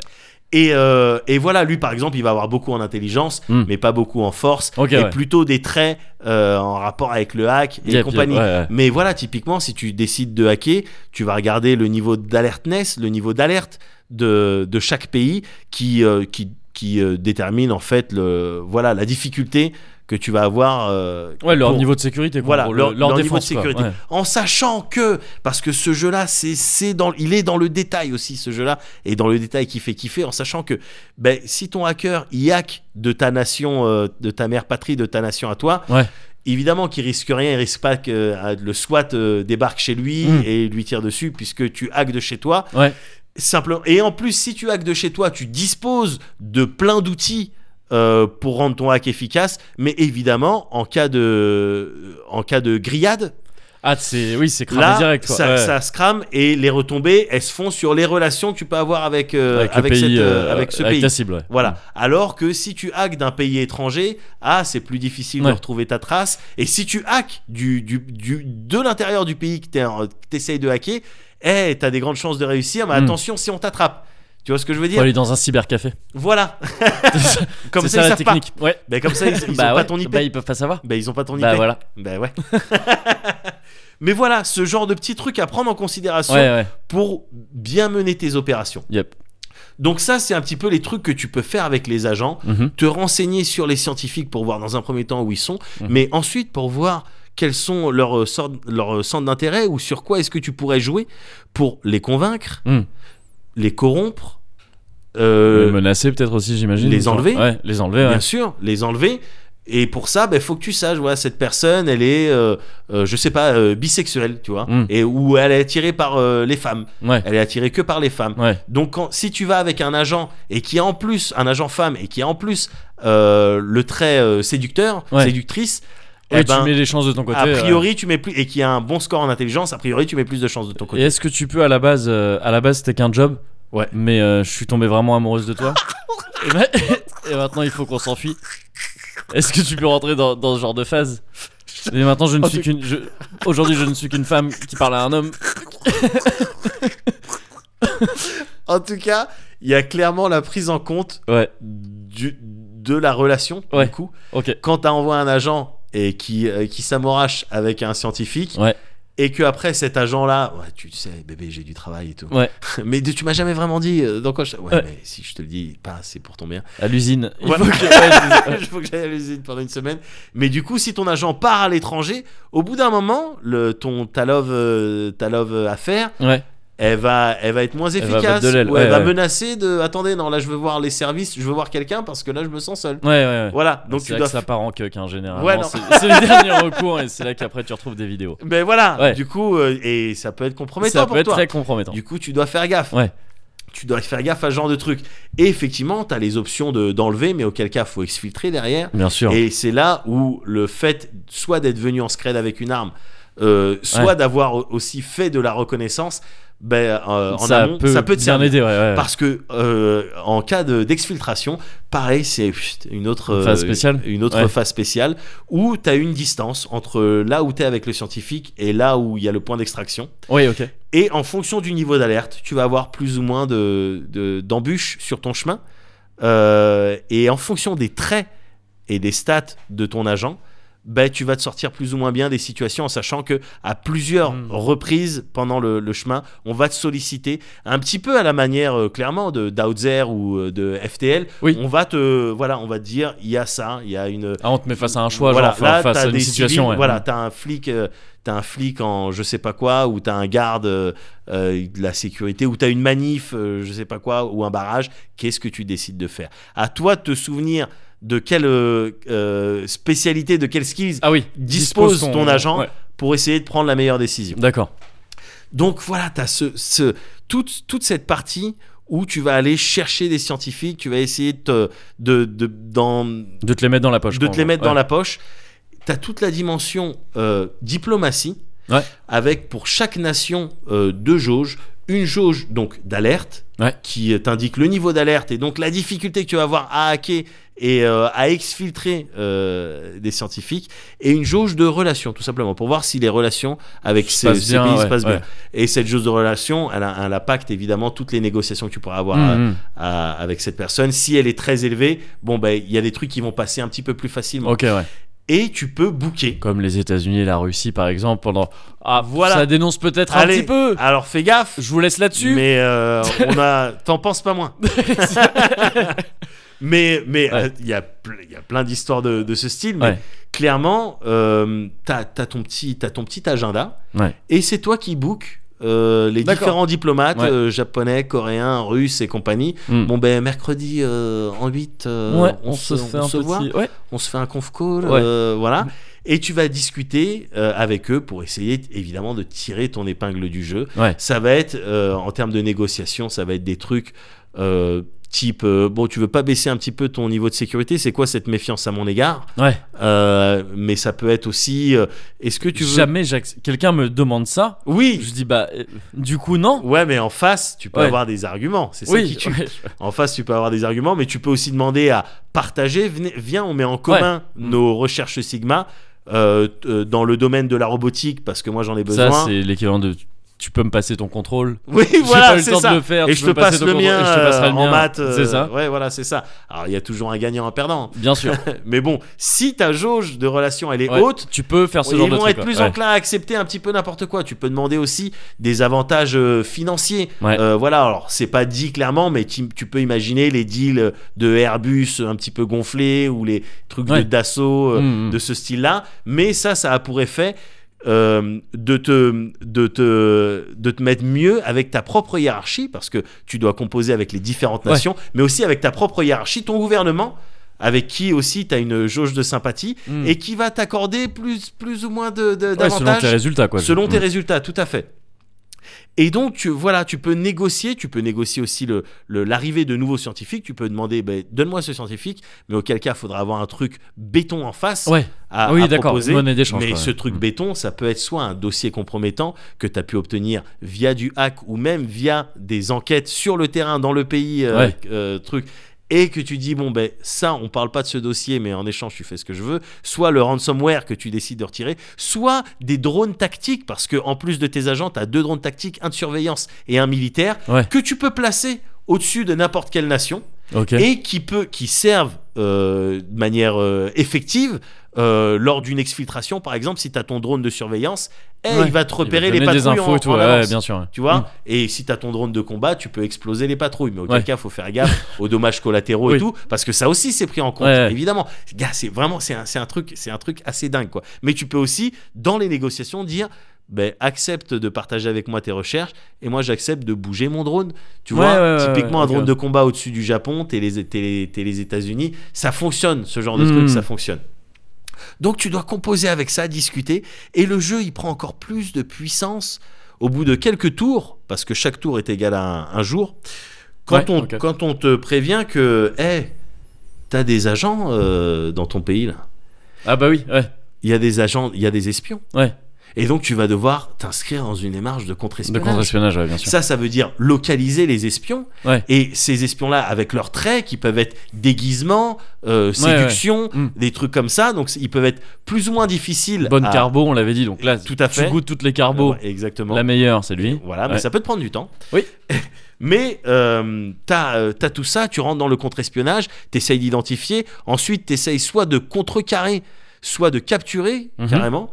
A: Et, euh, et voilà, lui par exemple, il va avoir beaucoup en intelligence,
B: Mm.
A: mais pas beaucoup en force,
B: Ok,
A: et
B: ouais.
A: plutôt des traits euh, en rapport avec le hack et
B: Yep,
A: compagnie.
B: yep, ouais, ouais.
A: Mais voilà, typiquement, si tu décides de hacker, tu vas regarder le niveau d'alertness, le niveau d'alerte de, de chaque pays qui, euh, qui, qui euh, détermine en fait le, voilà, la difficulté que tu vas avoir. euh,
B: Ouais, leur
A: pour-
B: niveau de sécurité, quoi,
A: voilà,
B: pour le-
A: leur, leur niveau de
B: défense, quoi,
A: sécurité.
B: ouais.
A: En sachant que, parce que ce jeu-là, c'est, c'est dans, il est dans le détail aussi, ce jeu-là, et dans le détail qui fait kiffer, en sachant que ben, si ton hacker il hack de ta nation, euh, de ta mère patrie, de ta nation à toi,
B: Ouais.
A: évidemment qu'il risque rien, il risque pas que euh, le SWAT euh, débarque chez lui
B: Mm.
A: et lui tire dessus, puisque tu hack de chez toi.
B: Ouais.
A: Simplement. Et en plus, si tu hack de chez toi, tu disposes de plein d'outils euh, pour rendre ton hack efficace. Mais évidemment, en cas de, en cas de grillade,
B: Ah, c'est oui, c'est cramé
A: Là,
B: direct. Quoi.
A: ça,
B: Ouais.
A: ça se crame et les retombées, elles se font sur les relations que tu peux avoir avec, euh,
B: avec, le
A: avec
B: pays,
A: cette, euh,
B: euh,
A: avec ce
B: avec Mm.
A: pays.
B: ta cible. ouais.
A: Voilà. Alors que si tu hackes d'un pays étranger, ah, c'est plus difficile
B: Ouais.
A: de retrouver ta trace. Et si tu hackes du, du, du- de l'intérieur du pays que tu essayes de hacker, eh, t'as des grandes chances de réussir, mais
B: Mm.
A: attention si on t'attrape. Tu vois ce que je veux
B: Faut
A: dire
B: aller dans un cybercafé.
A: Voilà.
B: C'est
A: Comme
B: ça
A: ça, ils
B: la
A: savent pas.
B: technique. Ouais.
A: Ben, comme ça, ils, ils
B: bah
A: ont
B: ouais.
A: pas ton IP.
B: Bah, ils peuvent pas savoir.
A: Ben, ils ont pas ton IP.
B: Bah voilà.
A: Ben ouais. mais voilà, ce genre de petits trucs à prendre en considération
B: Ouais, ouais.
A: pour bien mener tes opérations.
B: Yep.
A: Donc ça, c'est un petit peu les trucs que tu peux faire avec les agents.
B: Mhm.
A: te renseigner sur les scientifiques pour voir dans un premier temps où ils sont,
B: Mhm.
A: mais ensuite pour voir quels sont leurs euh, sortes- leurs euh, centres d'intérêt ou sur quoi est-ce que tu pourrais jouer pour les convaincre,
B: Mhm.
A: les corrompre, euh,
B: les menacer peut-être aussi, j'imagine.
A: les enlever
B: Ouais, les enlever.
A: bien
B: Ouais.
A: sûr, les enlever. Et pour ça, il faut que tu saches, voilà, cette personne, elle est, euh, euh, je sais pas, euh, bisexuelle, tu vois,
B: Mhm.
A: et ou elle est attirée par euh, les femmes.
B: Ouais.
A: Elle est attirée que par les femmes.
B: Ouais.
A: Donc quand- si tu vas avec un agent et qui a en plus un agent femme et qui a en plus euh, le trait euh, séducteur,
B: Ouais.
A: séductrice, eh
B: Ouais,
A: ben,
B: tu mets les chances de ton côté.
A: a
B: ouais.
A: priori tu mets plus et qui a un bon score en intelligence, a priori tu mets plus de chances de ton
B: Et
A: côté.
B: est-ce que tu peux à la base, euh, à la base c'était qu'un job,
A: Ouais.
B: Mais euh, je suis tombé vraiment amoureuse de toi. et, ma- et maintenant il faut qu'on s'enfuit. Est-ce que tu peux rentrer dans, dans ce genre de phase Et maintenant je ne
A: Oh,
B: suis
A: tu-
B: qu'une, je- aujourd'hui je ne suis qu'une femme qui parle à un homme.
A: En tout cas, il y a clairement la prise en compte
B: Ouais.
A: du, de la relation
B: Ouais.
A: du coup.
B: Ok.
A: Quand tu envoies un agent et qui euh, qui s'amorache avec un scientifique.
B: Ouais.
A: Et que après cet agent-là, ouais, tu sais, bébé, j'ai du travail et tout.
B: Ouais.
A: Mais tu m'as jamais vraiment dit. euh, dans quoi je... ouais,
B: Ouais.
A: mais si je te le dis, pas, c'est pour ton bien.
B: À l'usine. Il
A: Ouais.
B: faut que- ouais,
A: Il faut que j'aille à l'usine pendant une semaine. Mais du coup, si ton agent part à l'étranger, au bout d'un moment, le, ton ta love, euh, ta love, euh, affaire,
B: je- ouais.
A: elle va, elle va être moins
B: va
A: efficace.
B: battre de l'aile,
A: ou elle
B: ouais,
A: va
B: ouais.
A: menacer de. Attendez, non, là, je veux voir les services, je veux voir quelqu'un parce que là, je me sens seul.
B: Ouais, ouais, ouais.
A: Voilà, donc
B: c'est
A: tu
B: là
A: dois.
B: que ça part en queue hein, généralement.
A: Ouais, non.
B: c'est, c'est le dernier recours et c'est là qu'après tu retrouves des vidéos.
A: Mais Ben voilà,
B: Ouais.
A: du coup, euh, et ça peut être compromettant
B: ça
A: pour
B: peut être
A: toi.
B: très compromettant.
A: Du coup, tu dois faire gaffe.
B: Ouais.
A: Tu dois faire gaffe à ce genre de truc. Et effectivement, tu as les options de- d'enlever, mais auquel cas, faut exfiltrer derrière.
B: Bien sûr.
A: Et c'est là où le fait soit d'être venu en scred avec une arme, euh, soit
B: Ouais.
A: d'avoir au- aussi fait de la reconnaissance, ben, euh, en
B: ça
A: amont,
B: peut
A: ça peut te
B: bien
A: servir.
B: aider. Ouais, ouais.
A: Parce que euh, en cas de- d'exfiltration, pareil, c'est pfft, une autre
B: Phase
A: euh,
B: spéciale.
A: une autre
B: Ouais.
A: phase spéciale où tu as une distance entre là où tu es avec le scientifique et là où il y a le point d'extraction.
B: Oui, ok.
A: Et en fonction du niveau d'alerte, tu vas avoir plus ou moins de, de- d'embûches sur ton chemin. Euh, et en fonction des traits et des stats de ton agent, ben, tu vas te sortir plus ou moins bien des situations en sachant que à plusieurs
B: Mm.
A: reprises pendant le, le chemin, on va te solliciter un petit peu à la manière euh, clairement de d'Outzer ou euh, de FTL.
B: Oui.
A: On va te voilà, on va te dire il y a ça, il y a une
B: Ah, on te met face à un choix,
A: voilà,
B: genre fa-
A: là,
B: face
A: t'as
B: à une
A: des
B: situation.
A: civils,
B: ouais. Mm.
A: Voilà, t'as un flic, euh, t'as un flic en je sais pas quoi, ou t'as un garde euh, euh, de la sécurité, ou t'as une manif, euh, je sais pas quoi, ou un barrage. Qu'est-ce que tu décides de faire À toi de te souvenir de quelle euh, euh, spécialité, de quelles skills
B: Ah oui,
A: dispose
B: ton-
A: ton agent
B: ouais,
A: pour essayer de prendre la meilleure décision.
B: D'accord.
A: Donc voilà, tu as ce, ce- toute, toute cette partie où tu vas aller chercher des scientifiques, tu vas essayer de, te- de, de, d'en-
B: De te les mettre dans la poche.
A: de te les mettre dans la poche. Tu as toute la dimension euh, diplomatie,
B: Ouais.
A: avec pour chaque nation euh, deux jauges. Une jauge donc d'alerte,
B: Ouais.
A: qui euh, t'indique le niveau d'alerte et donc la difficulté que tu vas avoir à hacker et euh, à exfiltrer euh, des scientifiques, et une jauge de relations, tout simplement, pour voir si les relations avec
B: Se
A: ces,
B: passe
A: ces
B: bien,
A: pays se
B: ouais,
A: passent bien.
B: ouais.
A: Et cette jauge de relations, elle, a- elle impacte évidemment toutes les négociations que tu pourras avoir euh,
B: Mmh, mmh.
A: à- avec cette personne. Si elle est très élevée, bon ben il y a des trucs qui vont passer un petit peu plus facilement.
B: Ok, ouais.
A: Et tu peux booker.
B: Comme les États-Unis et la Russie, par exemple, pendant.
A: Voilà.
B: Ah, voilà. Ça dénonce peut-être un
A: Allez.
B: petit peu.
A: Alors fais gaffe.
B: Je vous laisse là-dessus.
A: Mais euh, on a, t'en penses pas moins. mais mais
B: Ouais.
A: euh, il y a ple- il y a plein d'histoires de, de ce style. Mais
B: Ouais.
A: clairement, euh, t'as t'as ton petit t'as ton petit agenda.
B: Ouais.
A: Et c'est toi qui book. euh, les
B: D'accord.
A: différents diplomates
B: Ouais.
A: euh, japonais, coréens, russes et compagnie.
B: Mmh.
A: Bon ben mercredi euh, en 8 euh,
B: ouais,
A: on, se,
B: fait
A: on
B: un
A: se
B: petit.
A: voit.
B: Ouais.
A: on se fait un conf call,
B: Ouais.
A: euh, voilà. Et tu vas discuter euh, avec eux pour essayer évidemment de tirer ton épingle du jeu.
B: Ouais.
A: Ça va être, euh, en termes de négociation, ça va être des trucs euh, type euh, bon tu veux pas baisser un petit peu ton niveau de sécurité c'est quoi cette méfiance à mon égard
B: Ouais.
A: Euh, mais ça peut être aussi euh, est-ce que tu veux
B: Jamais j'accepte. Quelqu'un me demande ça.
A: oui
B: Je dis bah euh, du coup non.
A: ouais mais en face tu peux
B: Ouais.
A: avoir des arguments c'est ça qui
B: Oui.
A: tue
B: ouais.
A: en face tu peux avoir des arguments mais tu peux aussi demander à partager venez- viens on met en commun
B: Ouais.
A: nos recherches Sigma euh, t- euh, dans le domaine de la robotique parce que moi j'en ai besoin
B: Ça c'est l'équivalent de tu peux me passer ton contrôle.
A: oui
B: J'ai pas
A: voilà
B: eu le
A: c'est
B: temps
A: ça
B: de le faire.
A: et
B: tu
A: je te
B: peux passer
A: passe
B: ton
A: le
B: contrôle,
A: mien,
B: et je te passerai
A: euh,
B: le
A: en
B: mien.
A: maths euh,
B: C'est ça.
A: ouais voilà c'est ça alors il y a toujours un gagnant un perdant
B: Bien sûr.
A: mais bon si ta jauge de relation elle est
B: Ouais.
A: haute
B: Tu peux faire ce
A: ils
B: genre
A: vont
B: de truc.
A: être
B: ouais.
A: plus
B: Ouais.
A: enclins à accepter un petit peu n'importe quoi. Tu peux demander aussi des avantages euh, financiers.
B: Ouais.
A: Euh, voilà, alors c'est pas dit clairement, mais tu, tu peux imaginer les deals de Airbus un petit peu gonflés ou les trucs de
B: Ouais.
A: Dassault euh,
B: Mm, mm.
A: de ce style-là. Mais ça, ça a pour effet euh, de, te, de, te, de te mettre mieux avec ta propre hiérarchie, parce que tu dois composer avec les différentes
B: Ouais.
A: nations, mais aussi avec ta propre hiérarchie, ton gouvernement, avec qui aussi tu as une jauge de sympathie,
B: Mm.
A: et qui va t'accorder plus, plus ou moins de, de-
B: Ouais, selon
A: d'avantages
B: tes résultats quoi.
A: selon tes
B: Mm.
A: résultats, tout à fait. Et donc, tu, voilà, tu peux négocier, tu peux négocier aussi l'arrivée le, l'arrivée de nouveaux scientifiques, tu peux demander, ben, donne-moi ce scientifique, mais auquel cas, il faudra avoir un truc béton en face
B: Ouais.
A: à,
B: Ah oui,
A: à
B: d'accord,
A: proposer.
B: monnaie d'échange,
A: Mais
B: quoi,
A: ce
B: ouais.
A: truc
B: Mm.
A: béton, ça peut être soit un dossier compromettant que tu as pu obtenir via du hack ou même via des enquêtes sur le terrain dans le pays, euh,
B: Ouais.
A: euh, truc. Et que tu dis, bon, ben ça, on parle pas de ce dossier, mais en échange, tu fais ce que je veux. Soit le ransomware que tu décides de retirer, soit des drones tactiques, parce que en plus de tes agents, tu as deux drones tactiques, un de surveillance et un militaire,
B: Ouais.
A: que tu peux placer au-dessus de n'importe quelle nation
B: Ok.
A: et qui peut qui servent euh, de manière euh, effective euh, lors d'une exfiltration par exemple si tu as ton drone de surveillance eh,
B: Ouais.
A: il va te
B: Il va
A: repérer
B: donner
A: les patrouilles
B: des infos
A: en-
B: et tout.
A: en
B: ouais,
A: avance,
B: bien sûr. ouais. Mm.
A: tu vois et si tu as ton drone de combat tu peux exploser les patrouilles mais auquel
B: Ouais.
A: cas faut faire gaffe aux dommages collatéraux et
B: Oui.
A: tout parce que ça aussi c'est pris en compte
B: Ouais, ouais.
A: évidemment Gars, c'est vraiment c'est un, c'est un truc c'est un truc assez dingue quoi mais tu peux aussi dans les négociations dire ben, accepte de partager avec moi tes recherches et moi j'accepte de bouger mon drone. Tu
B: Ouais,
A: vois,
B: ouais, ouais,
A: typiquement
B: ouais,
A: un drone
B: ok.
A: de combat au-dessus du Japon, t'es les, t'es les- t'es les États-Unis, ça fonctionne ce genre de
B: Mm.
A: truc, ça fonctionne. Donc tu dois composer avec ça, discuter, et le jeu il prend encore plus de puissance au bout de quelques tours, parce que chaque tour est égal à un, un jour. Quand,
B: Ouais,
A: on,
B: ok.
A: quand on te prévient que, hé, t'as des agents euh, dans ton pays là
B: Ah bah oui. Ouais.
A: il y a des agents, il y a des espions.
B: Ouais.
A: Et donc tu vas devoir t'inscrire dans une démarche de
B: De
A: contre-espionnage.
B: contre-espionnage, ouais, bien sûr.
A: ça, ça veut dire localiser les espions.
B: Ouais.
A: Et ces espions-là, avec leurs traits, qui peuvent être déguisement, euh, séduction,
B: ouais. Mm.
A: des trucs comme ça. Donc ils peuvent être plus ou moins difficiles.
B: Bonne
A: à-
B: carbo, on l'avait dit. Donc là,
A: ah, Tout à fait.
B: tu goûtes toutes les carbos.
A: Ouais, exactement.
B: la meilleure, c'est lui.
A: Voilà, mais
B: Ouais.
A: ça peut te prendre du temps.
B: Oui.
A: Mais euh, t'as euh, t'as tout ça, tu rentres dans le contre-espionnage, t'essayes d'identifier, ensuite t'essayes soit de contrecarrer, soit de capturer
B: Mhm.
A: carrément.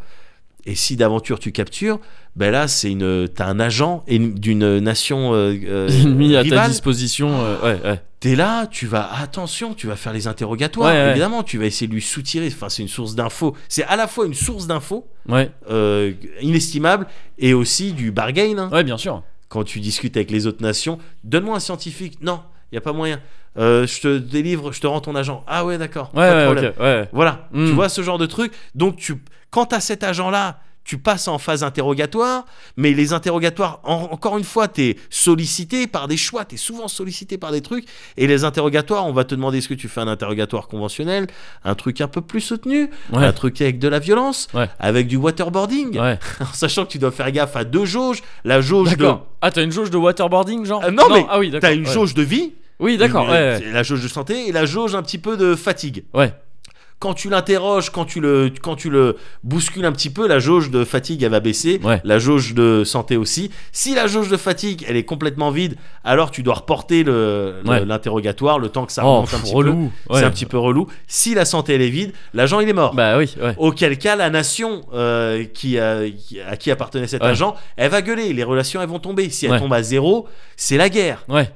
A: Et si d'aventure tu captures, ben là c'est une t'as un agent ennemi- d'une nation euh, euh,
B: Ennemi à ta
A: rivale.
B: disposition. euh, ouais, ouais.
A: T'es là, tu vas attention, tu vas faire les interrogatoires.
B: Ouais, ouais.
A: Évidemment, tu vas essayer de lui soutirer. Enfin, c'est une source d'infos. C'est à la fois une source d'infos
B: Ouais,
A: euh, inestimable et aussi du bargain. hein
B: ouais, bien sûr.
A: quand tu discutes avec les autres nations, donne-moi un scientifique. Non, il y a pas moyen. Euh, je te délivre, je te rends ton agent. Ah ouais, d'accord.
B: Ouais,
A: pas de
B: ouais,
A: problème.
B: ok, ouais.
A: Voilà,
B: Mm.
A: tu vois ce genre de truc. Donc tu, quand t'as cet agent-là, tu passes en phase interrogatoire, mais les interrogatoires, en- encore une fois, t'es sollicité par des choix, t'es souvent sollicité par des trucs, et les interrogatoires, on va te demander est-ce que tu fais un interrogatoire conventionnel, un truc un peu plus soutenu,
B: Ouais,
A: un truc avec de la violence,
B: Ouais.
A: avec du waterboarding,
B: ouais.
A: en sachant que tu dois faire gaffe à deux jauges, la jauge de
B: D'accord. Ah, t'as une jauge de waterboarding, genre
A: Euh, non, mais
B: ah, oui, d'accord,
A: T'as une
B: ouais.
A: jauge de vie,
B: Oui, d'accord,
A: une-
B: ouais, ouais.
A: la jauge de santé et la jauge un petit peu de fatigue.
B: Ouais.
A: Quand tu l'interroges, quand tu le, quand tu le bouscules un petit peu, la jauge de fatigue elle va baisser,
B: Ouais.
A: la jauge de santé aussi. Si la jauge de fatigue elle est complètement vide, alors tu dois reporter le- le-
B: Ouais.
A: l'interrogatoire le, temps que ça
B: Oh,
A: remonte un
B: pff,
A: petit peu.
B: relou. Ouais.
A: C'est un petit peu relou. Si la santé elle est vide, l'agent il est mort.
B: Bah oui, ouais.
A: Auquel cas, la nation euh, qui, euh, qui- à qui appartenait cet
B: Ouais.
A: agent, elle va gueuler, les relations elles vont tomber. Si elles
B: Ouais.
A: tombent à zéro, c'est la guerre
B: Ouais,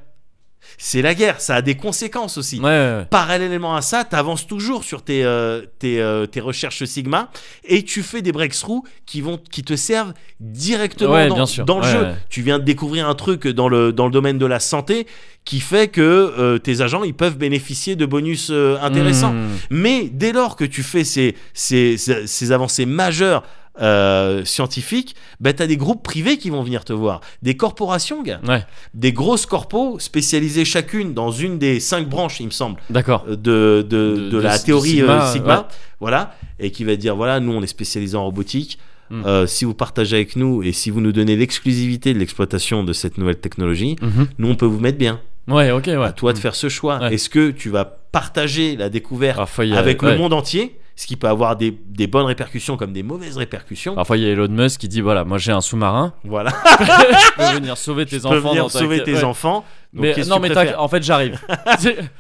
A: c'est la guerre, ça a des conséquences aussi.
B: ouais, ouais.
A: Parallèlement à ça, tu avances toujours sur tes, euh, tes, euh, tes recherches Sigma et tu fais des breakthroughs qui, vont, qui te servent directement
B: Ouais,
A: dans,
B: bien sûr.
A: dans le
B: Ouais,
A: jeu.
B: ouais.
A: Tu viens de découvrir un truc dans le, dans le domaine de la santé qui fait que euh, tes agents ils peuvent bénéficier de bonus euh, intéressants.
B: Mmh.
A: Mais dès lors que tu fais ces, ces, ces- ces avancées majeures euh, scientifiques, ben, tu as des groupes privés qui vont venir te voir. Des corporations, gars.
B: Ouais,
A: Des grosses corpos spécialisées chacune dans une des cinq branches, il me semble
B: d'accord.
A: de, de, de,
B: de-
A: la
B: de
A: théorie euh, Sigma,
B: Sigma, ouais.
A: voilà, et qui va dire voilà, nous on est spécialisés en robotique.
B: Mm.
A: Euh, si vous partagez avec nous et si vous nous donnez l'exclusivité de l'exploitation de cette nouvelle technologie,
B: Mhm.
A: nous on peut vous mettre bien.
B: Ouais, ok, ouais. Hmm.
A: À toi de faire ce choix.
B: Ouais.
A: Est-ce que tu vas partager la découverte
B: Parfois, il y a-
A: avec
B: ouais.
A: le monde entier, ce qui peut avoir des, des bonnes répercussions comme des mauvaises répercussions
B: Parfois, il y a Elon Musk qui dit voilà, moi j'ai un sous-marin,
A: Voilà,
B: je peux venir sauver tes
A: tu peux
B: enfants.
A: venir
B: dans ta-
A: sauver tes
B: Ouais.
A: enfants. Donc,
B: Mais,
A: qu'est-ce
B: non,
A: que tu
B: mais t'inqui-
A: préfères
B: en fait, j'arrive.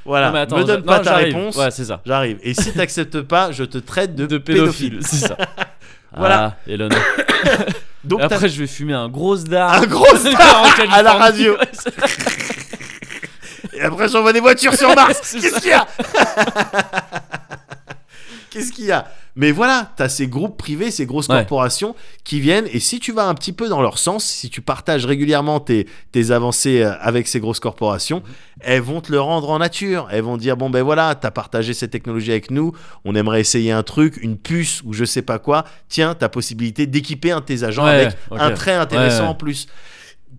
A: Voilà,
B: Non, mais attends,
A: me donne
B: je-
A: pas
B: non,
A: ta
B: j'arrive.
A: réponse,
B: Ouais, c'est ça.
A: j'arrive. Et si t'acceptes pas, je te traite de,
B: De pédophile, c'est ça.
A: Voilà.
B: Ah, Elon.
A: Donc
B: Et
A: t'as-
B: après, je vais fumer un gros dard.
A: Un gros dard
B: En Californie.
A: à la radio.
B: Ouais, c'est-
A: Et après, j'envoie des voitures sur Mars.
B: C'est
A: Qu'est-ce
B: ça.
A: qu'il y a Qu'est-ce qu'il y a Mais voilà, t'as ces groupes privés, ces grosses
B: Ouais.
A: corporations qui viennent. Et si tu vas un petit peu dans leur sens, si tu partages régulièrement tes, tes avancées euh, avec ces grosses corporations, elles vont te le rendre en nature. Elles vont dire bon ben voilà, t'as partagé cette technologie avec nous. On aimerait essayer un truc, une puce ou je sais pas quoi. Tiens, t'as possibilité d'équiper un de tes agents
B: Ouais,
A: avec
B: ok.
A: un trait intéressant
B: Ouais, ouais.
A: en plus.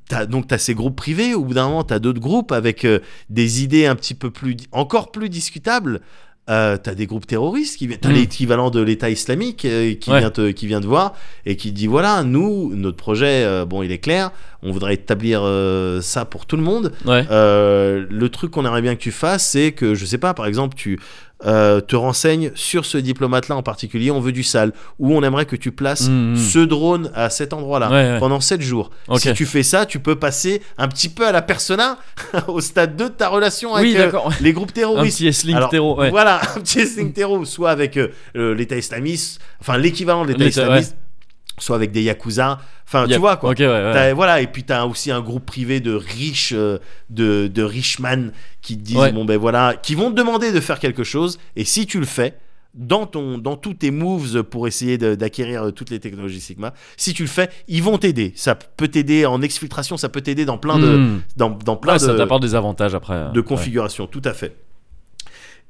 A: T'as- donc t'as ces groupes privés. Au bout d'un moment, t'as d'autres groupes avec euh, des idées un petit peu plus encore plus discutables. Euh, t'as des groupes terroristes qui viennent, t'as
B: Mm.
A: l'équivalent de l'État islamique euh, qui
B: Ouais.
A: vient te, qui vient te voir et qui te dit voilà nous notre projet euh, bon il est clair, on voudrait établir euh, ça pour tout le monde.
B: Ouais.
A: Euh, le truc qu'on aimerait bien que tu fasses, c'est que, je sais pas, par exemple, tu euh, te renseignes sur ce diplomate-là en particulier, on veut du sale, ou on aimerait que tu places
B: Mm, mm.
A: ce drone à cet endroit-là
B: Ouais, ouais.
A: pendant 7 jours.
B: Ok.
A: Si tu fais ça, tu peux passer un petit peu à la persona au stade 2 de ta relation avec
B: Oui,
A: euh,
B: d'accord.
A: les groupes
B: Un
A: terroristes.
B: petit S-Link
A: Alors,
B: terreau, ouais.
A: Voilà, un petit signe terreau, soit avec euh, euh, l'État islamiste, enfin l'équivalent de l'État
B: L'État,
A: islamiste, soit avec des yakuza, enfin
B: Yep.
A: tu vois quoi.
B: Ok, ouais, ouais.
A: T'as- voilà et puis t'as aussi un groupe privé de riches euh, de de riches man qui te disent
B: Ouais.
A: bon ben voilà qui vont te demander de faire quelque chose et si tu le fais dans ton dans tous tes moves pour essayer de- d'acquérir euh, toutes les technologies Sigma si tu le fais ils vont t'aider ça peut t'aider en exfiltration ça peut t'aider dans plein de
B: Mm.
A: dans, dans plein
B: Ouais,
A: de
B: ça t'apporte des avantages après. hein.
A: de
B: Ah, Ouais.
A: configuration, tout à fait.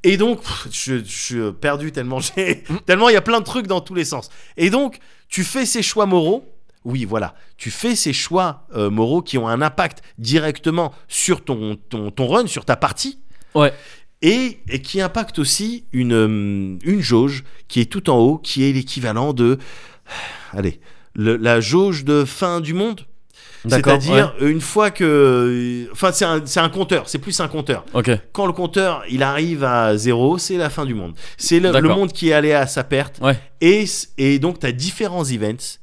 A: Et donc, pff, je, je suis perdu tellement j'ai, tellement il y a plein de trucs dans tous les sens. Et donc, tu fais ces choix moraux. Oui, voilà. Tu fais ces choix euh, moraux qui ont un impact directement sur ton, ton, ton run, sur ta partie.
B: Ouais.
A: Et, et qui impacte aussi une, hum, une jauge qui est tout en haut, qui est l'équivalent de. Allez, le- la jauge de fin du monde.
B: D'accord,
A: C'est-à-dire, une fois que. Enfin, c'est un, c'est un compteur, c'est plus un compteur
B: ouais. Ok.
A: quand le compteur il arrive à zéro, c'est la fin du monde. C'est le, le
B: D'accord.
A: monde qui est allé à sa perte.
B: Ouais.
A: Et, c- et donc, tu as différents events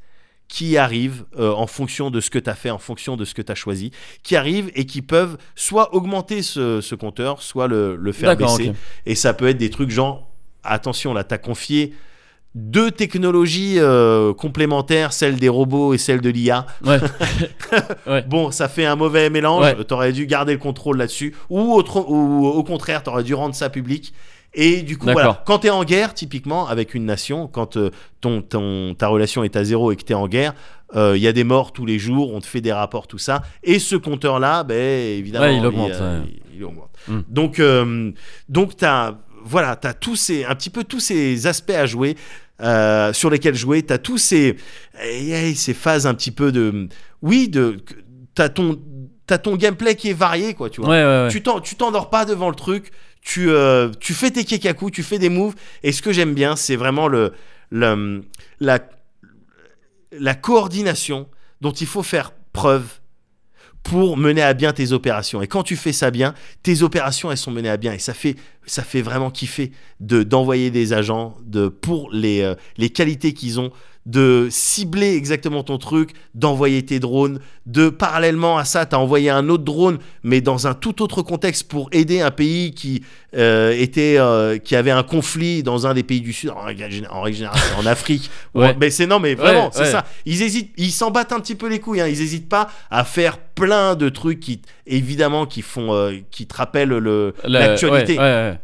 A: qui arrivent euh, en fonction de ce que tu as fait, en fonction de ce que tu as choisi, qui arrivent et qui peuvent soit augmenter ce, ce compteur, soit le, le faire
B: D'accord,
A: baisser.
B: ok.
A: Et ça peut être des trucs genre, attention, là, tu as confié deux technologies euh, complémentaires, celle des robots et celle de l'IA.
B: Ouais.
A: Bon, ça fait un mauvais mélange.
B: Ouais.
A: T'aurais dû garder le contrôle là-dessus. Ou, autre- ou au contraire, t'aurais dû rendre ça public. Et du coup,
B: D'accord.
A: voilà. quand t'es en guerre, typiquement, avec une nation, quand euh, ton, ton- ta relation est à zéro et que t'es en guerre, euh, il y a des morts tous les jours, on te fait des rapports, tout ça. Et ce compteur-là, ben, évidemment,
B: Ouais, il augmente, ouais.
A: il- il augmente.
B: Mm.
A: Donc, euh, donc t'as, voilà, t'as tous ces, un petit peu tous ces aspects à jouer. euh, sur lesquels jouer, t'as tous ces, eh, eh, ces phases un petit peu de, oui, de, que- t'as ton, t'as ton gameplay qui est varié, quoi, tu
B: Ouais,
A: vois.
B: ouais, ouais.
A: Tu t'en- tu t'endors pas devant le truc, tu, euh, tu fais tes kekaku, tu fais des moves, et ce que j'aime bien, c'est vraiment le, le- la, la coordination dont il faut faire preuve pour mener à bien tes opérations. Et quand tu fais ça bien, tes opérations, elles sont menées à bien. Et ça fait, ça fait vraiment kiffer de d'envoyer des agents de, pour les, euh, les qualités qu'ils ont, de cibler exactement ton truc, d'envoyer tes drones, de parallèlement à ça, tu as envoyé un autre drone, mais dans un tout autre contexte pour aider un pays qui, euh, était, euh, qui avait un conflit dans un des pays du Sud, en règle gén- en règle générale, c'est en Afrique.
B: Ouais.
A: Ouais, Mais c'est non, mais vraiment,
B: Ouais,
A: c'est
B: ouais.
A: ça. Ils hésitent, ils s'en battent un petit peu les couilles. hein. Ils hésitent pas à faire plein de trucs qui, évidemment, qui font, euh, qui te rappellent le
B: Le-
A: l'actualité.
B: ouais, ouais,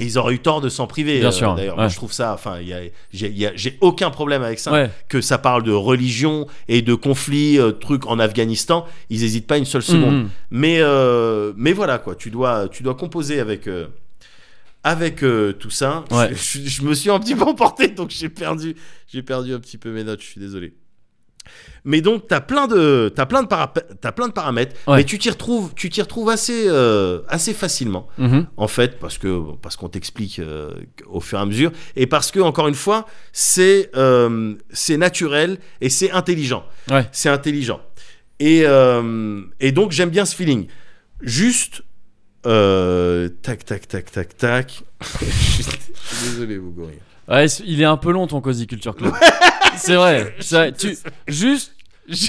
A: Et ils auraient eu tort de s'en priver. euh,
B: Bien sûr,
A: D'ailleurs,
B: ouais.
A: Moi, je trouve ça. Enfin, il y a- j'ai il y a- j'ai aucun problème avec ça.
B: ouais. Ouais.
A: Que ça parle de religion et de conflits, euh, trucs en Afghanistan, ils hésitent pas une seule seconde.
B: Mm, mm.
A: Mais, euh, mais voilà quoi. Tu dois, tu dois composer avec. euh, avec euh, tout ça,
B: Ouais.
A: je, je- je me suis un petit peu emporté, donc j'ai perdu, j'ai perdu un petit peu mes notes. Je suis désolé. Mais donc t'as plein de, t'as plein de parap- t'as plein de paramètres,
B: Ouais.
A: mais tu t'y retrouves, tu t'y retrouves assez, euh, assez facilement
B: Mhm.
A: en fait, parce que parce qu'on t'explique euh, au fur et à mesure, et parce que encore une fois, c'est euh, c'est naturel et c'est intelligent.
B: Ouais.
A: C'est intelligent. Et euh, et donc j'aime bien ce feeling. Juste euh, tac tac tac tac tac. Je suis Désolé, vous gourillez.
B: Ouais, c- il est un peu long ton Cozy Culture Club. c'est vrai. c'est vrai. Tu, juste,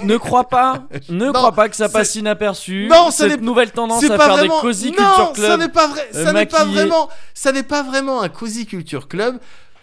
B: ne crois pas, ne
A: Non,
B: crois pas que ça
A: c'est-
B: passe inaperçu.
A: Non, ça
B: cette
A: n'est-
B: nouvelle tendance
A: C'est
B: à
A: pas
B: faire
A: vraiment.
B: des
A: non,
B: Cozy Culture
A: ça
B: Club.
A: n'est pas vrai.
B: euh,
A: Ça n'est pas
B: maquillé.
A: vraiment. Ça n'est pas vraiment un cozy culture club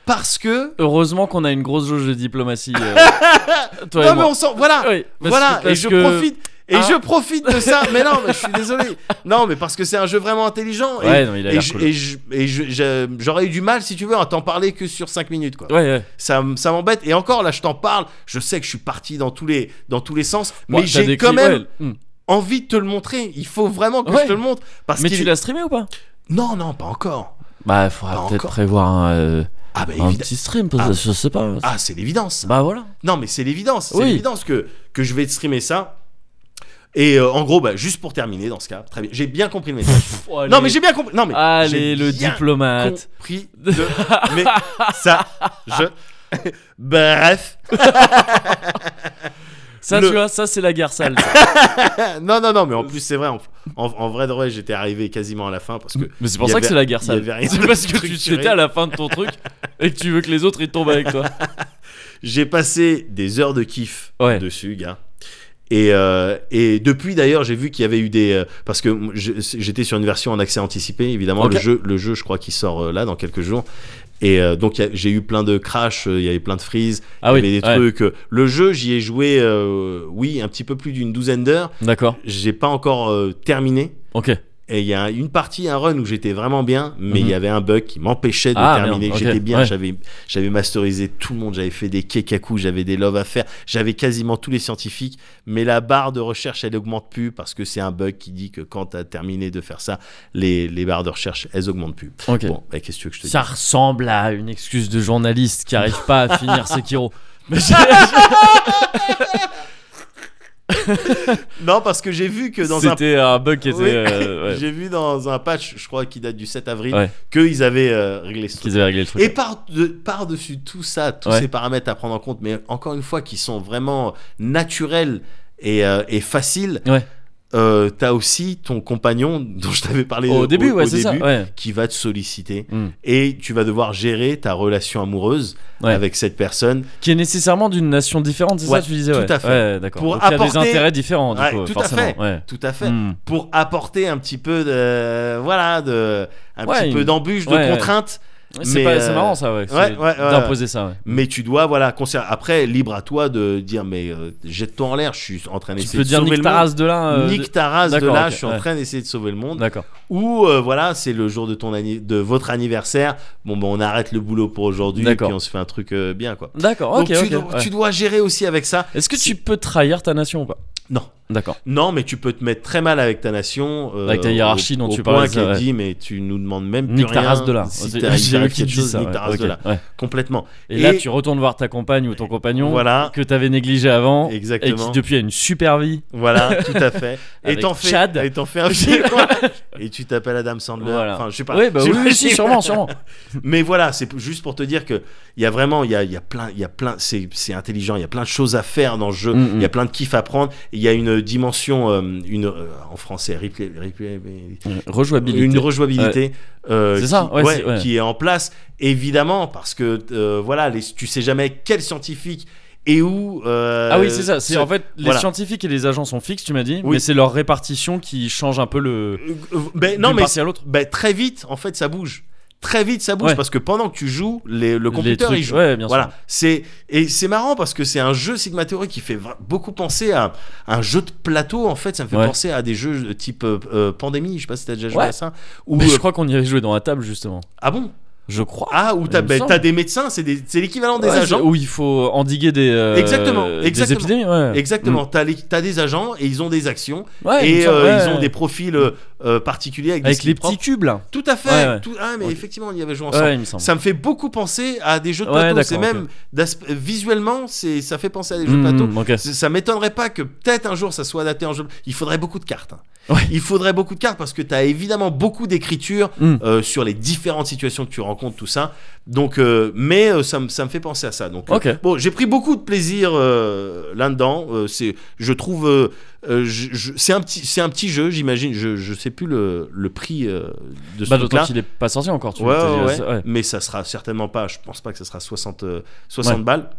A: parce que.
B: Heureusement qu'on a une grosse jauge de diplomatie. euh, toi
A: non
B: et
A: mais
B: moi.
A: on sent. Voilà.
B: Oui, parce
A: voilà,
B: que-
A: et
B: parce
A: je
B: que-
A: profite. Et
B: Ah.
A: je profite de ça, mais non, mais je suis désolé. Non, mais parce que c'est un jeu vraiment intelligent. Et,
B: Ouais, non, il a
A: et
B: l'air
A: je-
B: cool.
A: et je- et je- je- j'aurais eu du mal, si tu veux, à t'en parler que sur 5 minutes. Quoi.
B: Ouais, ouais.
A: Ça, m- ça m'embête. Et encore, là, je t'en parle. Je sais que je suis parti dans tous les, dans tous les sens.
B: Moi,
A: mais
B: t'as
A: j'ai
B: des
A: quand
B: cli-
A: même
B: ouais, hmm.
A: envie de te le montrer. Il faut vraiment que
B: Ouais.
A: je te le montre. Parce
B: Mais
A: qu'il
B: tu
A: est-
B: l'as streamé ou pas
A: Non, non, pas encore.
B: Bah, il
A: Pas
B: faudra peut-être
A: encore.
B: prévoir un, euh,
A: Ah, bah,
B: un
A: évidemment.
B: petit stream. parce
A: Ah.
B: que Je sais pas.
A: Ah, c'est l'évidence. ça.
B: Bah voilà.
A: Non, mais c'est l'évidence. C'est
B: Oui.
A: l'évidence que, que je vais te streamer ça. Et euh, en gros, bah, juste pour terminer dans ce cas, très bien. J'ai bien compris le message. Non, mais j'ai bien compris. Non, mais
B: Allez,
A: j'ai
B: le
A: bien
B: diplomate.
A: compris. de- Mais ça, je. Bref.
B: Ça,
A: Le-
B: tu vois, ça, c'est la guerre sale.
A: Non, non, non, mais en plus, c'est vrai. En, en, en vrai de vrai, j'étais arrivé quasiment à la fin parce que.
B: Mais c'est pour
A: Il y
B: ça que
A: avait-
B: c'est la guerre
A: il y
B: sale.
A: avait rien
B: C'est
A: de
B: parce que tu
A: structuré.
B: t'étais à la fin de ton truc et que tu veux que les autres ils tombent avec toi.
A: J'ai passé des heures de kiff
B: Ouais.
A: dessus, gars. Et, euh, et depuis d'ailleurs, j'ai vu qu'il y avait eu des euh, parce que m- je- j'étais sur une version en accès anticipé évidemment
B: Ok.
A: le jeu le jeu je crois qu'il sort euh, là dans quelques jours et euh, donc il y a- j'ai eu plein de crash, euh, il y avait plein de freeze,
B: Ah
A: il y avait des
B: ouais,
A: trucs. euh, Le jeu j'y ai joué euh, oui un petit peu plus d'une douzaine d'heures,
B: D'accord.
A: j'ai pas encore euh, terminé
B: Ok.
A: et il y a une partie, un run où j'étais vraiment bien, mais il
B: Mhm.
A: y avait un bug qui m'empêchait de
B: Ah,
A: terminer.
B: merde,
A: que
B: ok,
A: J'étais bien,
B: ouais.
A: j'avais, j'avais masterisé tout le monde, j'avais fait des kekaku, j'avais des love à faire, j'avais quasiment tous les scientifiques, mais la barre de recherche elle augmente plus parce que c'est un bug qui dit que quand t'as terminé de faire ça, les, les barres de recherche elles augmentent plus.
B: Ok.
A: Bon, bah, qu'est-ce que tu veux que je te dise
B: Ça ressemble à une excuse de journaliste qui arrive pas à finir Sekiro. Mais j'ai-
A: Non, parce que j'ai vu que dans un
B: C'était un bug qui était.
A: Oui.
B: euh, ouais,
A: j'ai vu dans un patch, je crois qui date du 7 avril,
B: Ouais.
A: qu'ils avaient euh, réglé ce truc.
B: Qu'ils avaient réglé le truc.
A: Et par de, par-dessus tout ça, tous
B: Ouais.
A: ces paramètres à prendre en compte, mais encore une fois, qui sont vraiment naturels et, euh, et faciles,
B: Ouais.
A: euh, t'as aussi ton compagnon dont je t'avais parlé
B: Au début, ouais,
A: au
B: c'est ça.
A: début,
B: Ouais.
A: qui va te solliciter.
B: Mm.
A: Et tu vas devoir gérer ta relation amoureuse
B: Ouais.
A: avec cette personne.
B: Qui est nécessairement d'une nation différente, c'est
A: Ouais,
B: ça, tu disais
A: tout
B: ouais.
A: à fait.
B: Ouais, d'accord.
A: Pour
B: Donc, il y a des
A: apporter-
B: intérêts différents, du
A: Ouais,
B: coup,
A: tout à
B: forcément.
A: fait.
B: Ouais.
A: Tout à fait.
B: Hmm.
A: Pour apporter un petit peu de. Voilà, de, un
B: Ouais,
A: petit peu
B: une-
A: d'embûche, de
B: ouais.
A: contrainte.
B: Ouais, C'est
A: Mais,
B: pas-
A: euh,
B: c'est marrant, ça, ouais. c'est
A: ouais, ouais.
B: D'imposer ça, ouais.
A: Mais tu dois, voilà, conserver. Après, libre à toi de dire, mais euh, jette-toi en l'air, je suis en train
B: Tu
A: d'essayer
B: peux
A: de
B: dire
A: sauver
B: Nick
A: le monde.
B: Taras de là. euh,
A: Nick Taras de
B: D'accord,
A: là,
B: ok,
A: je suis en
B: ouais.
A: train d'essayer de sauver le
B: de-
A: monde.
B: D'accord.
A: Ou euh, voilà, c'est le jour de ton anni- de votre anniversaire. Bon ben on arrête le boulot pour aujourd'hui et
B: D'accord.
A: puis on se fait un truc euh, bien quoi.
B: D'accord,
A: Donc
B: ok,
A: tu,
B: ok.
A: dois,
B: ouais.
A: tu dois gérer aussi avec ça.
B: Est-ce que
A: Si-
B: tu peux trahir ta nation ou pas
A: Non.
B: D'accord.
A: Non, mais tu peux te mettre très mal avec ta nation. euh,
B: Avec ta hiérarchie
A: au-
B: dont
A: au
B: tu
A: point
B: parlais,
A: qu'elle
B: ça, ouais.
A: dit, mais tu nous demandes même plus
B: Nique ta
A: rien
B: race de là.
A: Si
B: J'ai-
A: t'as- il
B: J'ai
A: t'arrive
B: vu qui
A: quelque
B: dit
A: chose,
B: ça.
A: nique ta
B: ouais,
A: race de
B: ok,
A: là.
B: ouais.
A: Complètement.
B: Et, là,
A: Et-
B: tu retournes voir ta compagne ou ton compagnon
A: Voilà.
B: que t'avais négligé avant et
A: Exactement.
B: qui depuis a une super vie.
A: Voilà, tout à fait. et
B: Avec
A: t'en fais,
B: Chad.
A: et t'en fais un film. quoi. et tu t'appelles Adam Sandler.
B: Voilà.
A: Enfin, je sais pas.
B: Oui, bah
A: Je-
B: oui, oui, si, sûrement, sûrement.
A: Mais voilà, c'est p- juste pour te dire que il y a vraiment, il y a, il y a plein, il y a plein, c'est c'est intelligent, il y a plein de choses à faire dans le jeu, il
B: Mm, mm.
A: y a plein de kiff à prendre, et il y a une dimension, euh, une euh, en français, replay- replay-
B: Rejouabilité.
A: une rejouabilité, euh,
B: C'est ça,
A: qui,
B: ouais, c'est- ouais.
A: qui est en place, évidemment, parce que euh, voilà, les, tu sais jamais quel scientifique et où. euh,
B: ah oui, c'est ça. C'est
A: ce-
B: en fait les
A: voilà.
B: scientifiques et les agents sont fixes, tu m'as dit,
A: Oui.
B: mais c'est leur répartition qui change un peu le
A: Euh, euh, ben, non
B: d'une
A: mais
B: partie à l'autre.
A: ben, très vite, en fait, ça bouge. Très vite, ça bouge
B: Ouais.
A: parce que pendant que tu joues, les- le
B: Les
A: computer
B: trucs-
A: il joue.
B: Ouais, bien
A: Voilà, c'est et c'est marrant parce que c'est un jeu Sigma Theory qui fait vra- beaucoup penser à un jeu de plateau en fait, ça me fait
B: Ouais.
A: penser à des jeux de type euh, euh, pandémie, je sais pas si t'as déjà joué
B: Ouais.
A: à ça
B: sûr.
A: ou
B: Mais
A: euh,
B: je crois qu'on y avait joué dans la table justement.
A: ah bon
B: je crois.
A: Ah, ou t'as
B: Il me
A: ben,
B: semble.
A: t'as des médecins, c'est des- c'est l'équivalent des
B: Ouais,
A: agents.
B: Où il faut endiguer des, euh,
A: Exactement,
B: des
A: exactement.
B: épidémies. Ouais. Mm.
A: Exactement, t'as les- t'as des agents et ils ont des actions
B: Ouais, il me
A: et
B: semble,
A: euh,
B: ouais.
A: ils ont des profils euh, euh, particuliers avec, des
B: Avec
A: skis
B: les
A: propres.
B: petits cubes là.
A: Tout à fait.
B: Ouais, ouais.
A: tout- Ah, mais
B: Ok.
A: effectivement, on y avait joué ensemble.
B: Ouais, il me semble.
A: Ça me fait beaucoup penser à des jeux de
B: Ouais,
A: plateau.
B: d'accord,
A: C'est
B: ok.
A: même d'aspe- visuellement, c'est ça fait penser à des jeux de plateau.
B: Mmh, ok.
A: C'est- Ça m'étonnerait pas que peut-être un jour ça soit adapté en jeu. Il faudrait beaucoup de cartes. hein.
B: Ouais.
A: Il faudrait beaucoup de cartes parce que tu as évidemment beaucoup d'écriture
B: Mm.
A: euh, sur les différentes situations que tu rencontres, tout ça. Donc, euh, mais euh, ça, me- ça me fait penser à ça. Donc, euh,
B: Ok.
A: bon, j'ai pris beaucoup de plaisir euh, là-dedans. Euh, c'est, je trouve, euh, euh, je- je- c'est un petit, c'est un petit jeu, j'imagine. Je, je sais plus le, le prix euh, de ce
B: Bah,
A: truc-là.
B: d'autant qu'il est pas sorti encore. Tu
A: Ouais,
B: vois, t'as
A: ouais,
B: dit,
A: ouais.
B: euh, ouais.
A: Mais ça sera certainement pas, je pense pas que ça sera 60, euh, 60
B: Ouais.
A: balles.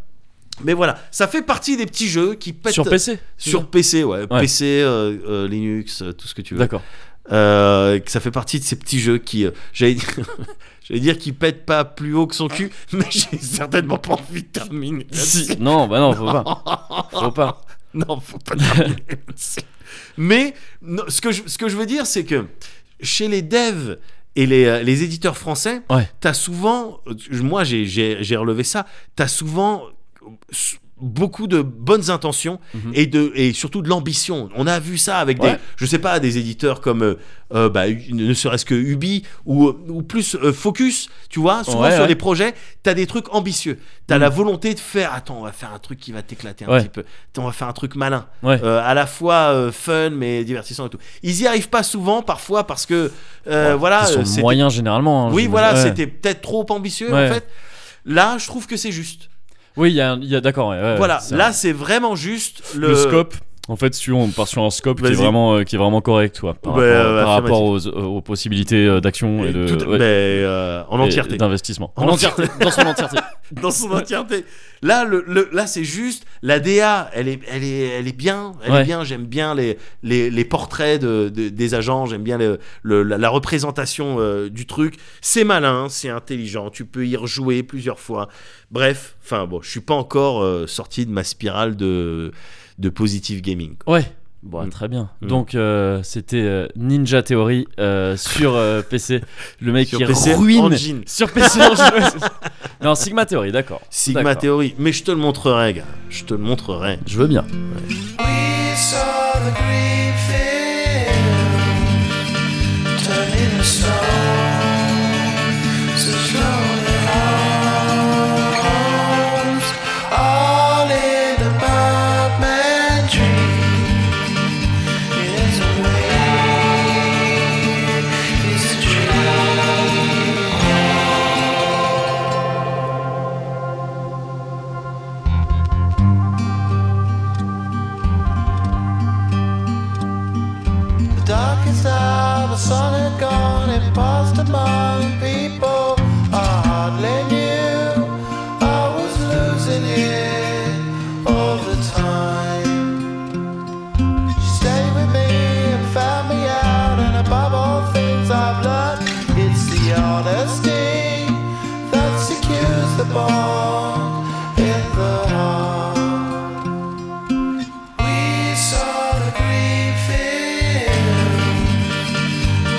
A: Mais voilà, ça fait partie des petits jeux qui pètent
B: Sur PC. tu
A: euh, sur
B: veux
A: PC, ouais,
B: Ouais.
A: PC, euh, euh, Linux, euh, tout ce que tu
B: dire
A: veux.
B: D'accord.
A: Euh, que ça fait partie de ces petits jeux qui, euh, j'allais dire, j'allais dire qui pètent pas plus haut que son cul, mais j'ai certainement pas envie de terminer. là-dessus.
B: Si. Non, bah non, faut pas. Faut pas.
A: Non, faut pas terminer. là-dessus. mais non, ce que je, ce que je veux dire, c'est que chez les devs et les, euh, les éditeurs français,
B: Ouais.
A: t'as souvent, euh, moi j'ai- j'ai j'ai relevé ça, t'as souvent s- beaucoup de bonnes intentions
B: Mhm.
A: et de et surtout de l'ambition. On a vu ça avec
B: Ouais.
A: des, je sais pas, des éditeurs comme euh, euh, bah, U- ne serait-ce que Ubi ou, ou plus euh, Focus, tu vois, souvent
B: Ouais,
A: sur
B: ouais.
A: des projets, t'as des trucs ambitieux, t'as
B: Mhm.
A: la volonté de faire, attends, on va faire un truc qui va t'éclater un
B: Ouais.
A: petit peu, Attends, on va faire un truc malin,
B: Ouais.
A: Euh, à la fois euh, fun mais divertissant et tout. Ils y arrivent pas souvent parfois parce que euh,
B: Ouais,
A: voilà,
B: Ils
A: euh,
B: sont
A: c'était-
B: moyens généralement. hein,
A: oui,
B: je-
A: voilà,
B: ouais.
A: c'était peut-être trop ambitieux
B: Ouais.
A: en fait. Là, je trouve que c'est juste.
B: Oui, il y a, un- il y a d'accord. ouais, ouais,
A: voilà,
B: Euh, c'est
A: là, c'est vraiment juste le,
B: le scope. En fait, si on part sur un scope qui est
A: Vas-y.
B: vraiment, euh, qui est vraiment correct, toi, par
A: Ouais,
B: rapport,
A: ouais,
B: par rapport aux, aux possibilités euh, d'action et,
A: Et
B: de
A: tout-
B: ouais,
A: ben, euh, en
B: et
A: entièreté.
B: d'investissement.
A: En entièreté.
B: dans son entièreté.
A: dans son entièreté. Là, le, le- là c'est juste la DA, elle est, elle est, elle est bien, elle
B: Ouais.
A: est bien. J'aime bien les, les, les portraits de, de- des agents, j'aime bien le, le- la, la représentation euh, du truc. C'est malin, c'est intelligent, tu peux y rejouer plusieurs fois. Bref, enfin bon, je suis pas encore euh, sorti de ma spirale de de positive gaming. quoi.
B: Ouais. Bon,
A: Mm.
B: très bien.
A: Mm.
B: Donc, euh, c'était euh, Ninja Theory euh, sur euh, PC. Le mec
A: Sur
B: qui
A: PC,
B: ruine.
A: Engine.
B: Sur PC. en jeu, ouais, c'est ça. non, Sigma Theory, d'accord.
A: Sigma
B: D'accord.
A: Theory, mais je te le montrerai, gars. Je te le montrerai.
B: Je veux bien.
E: We saw the green field turn into stone. Such lonely homes, all in the Batman dream. It is a way, it's a dream. The darkest hour, the sun had gone, it passed among people I hardly knew. I was losing it all the time. She stayed with me and found me out, and above all things I've learned, it's the honesty that secures the bond in the heart. We saw the green field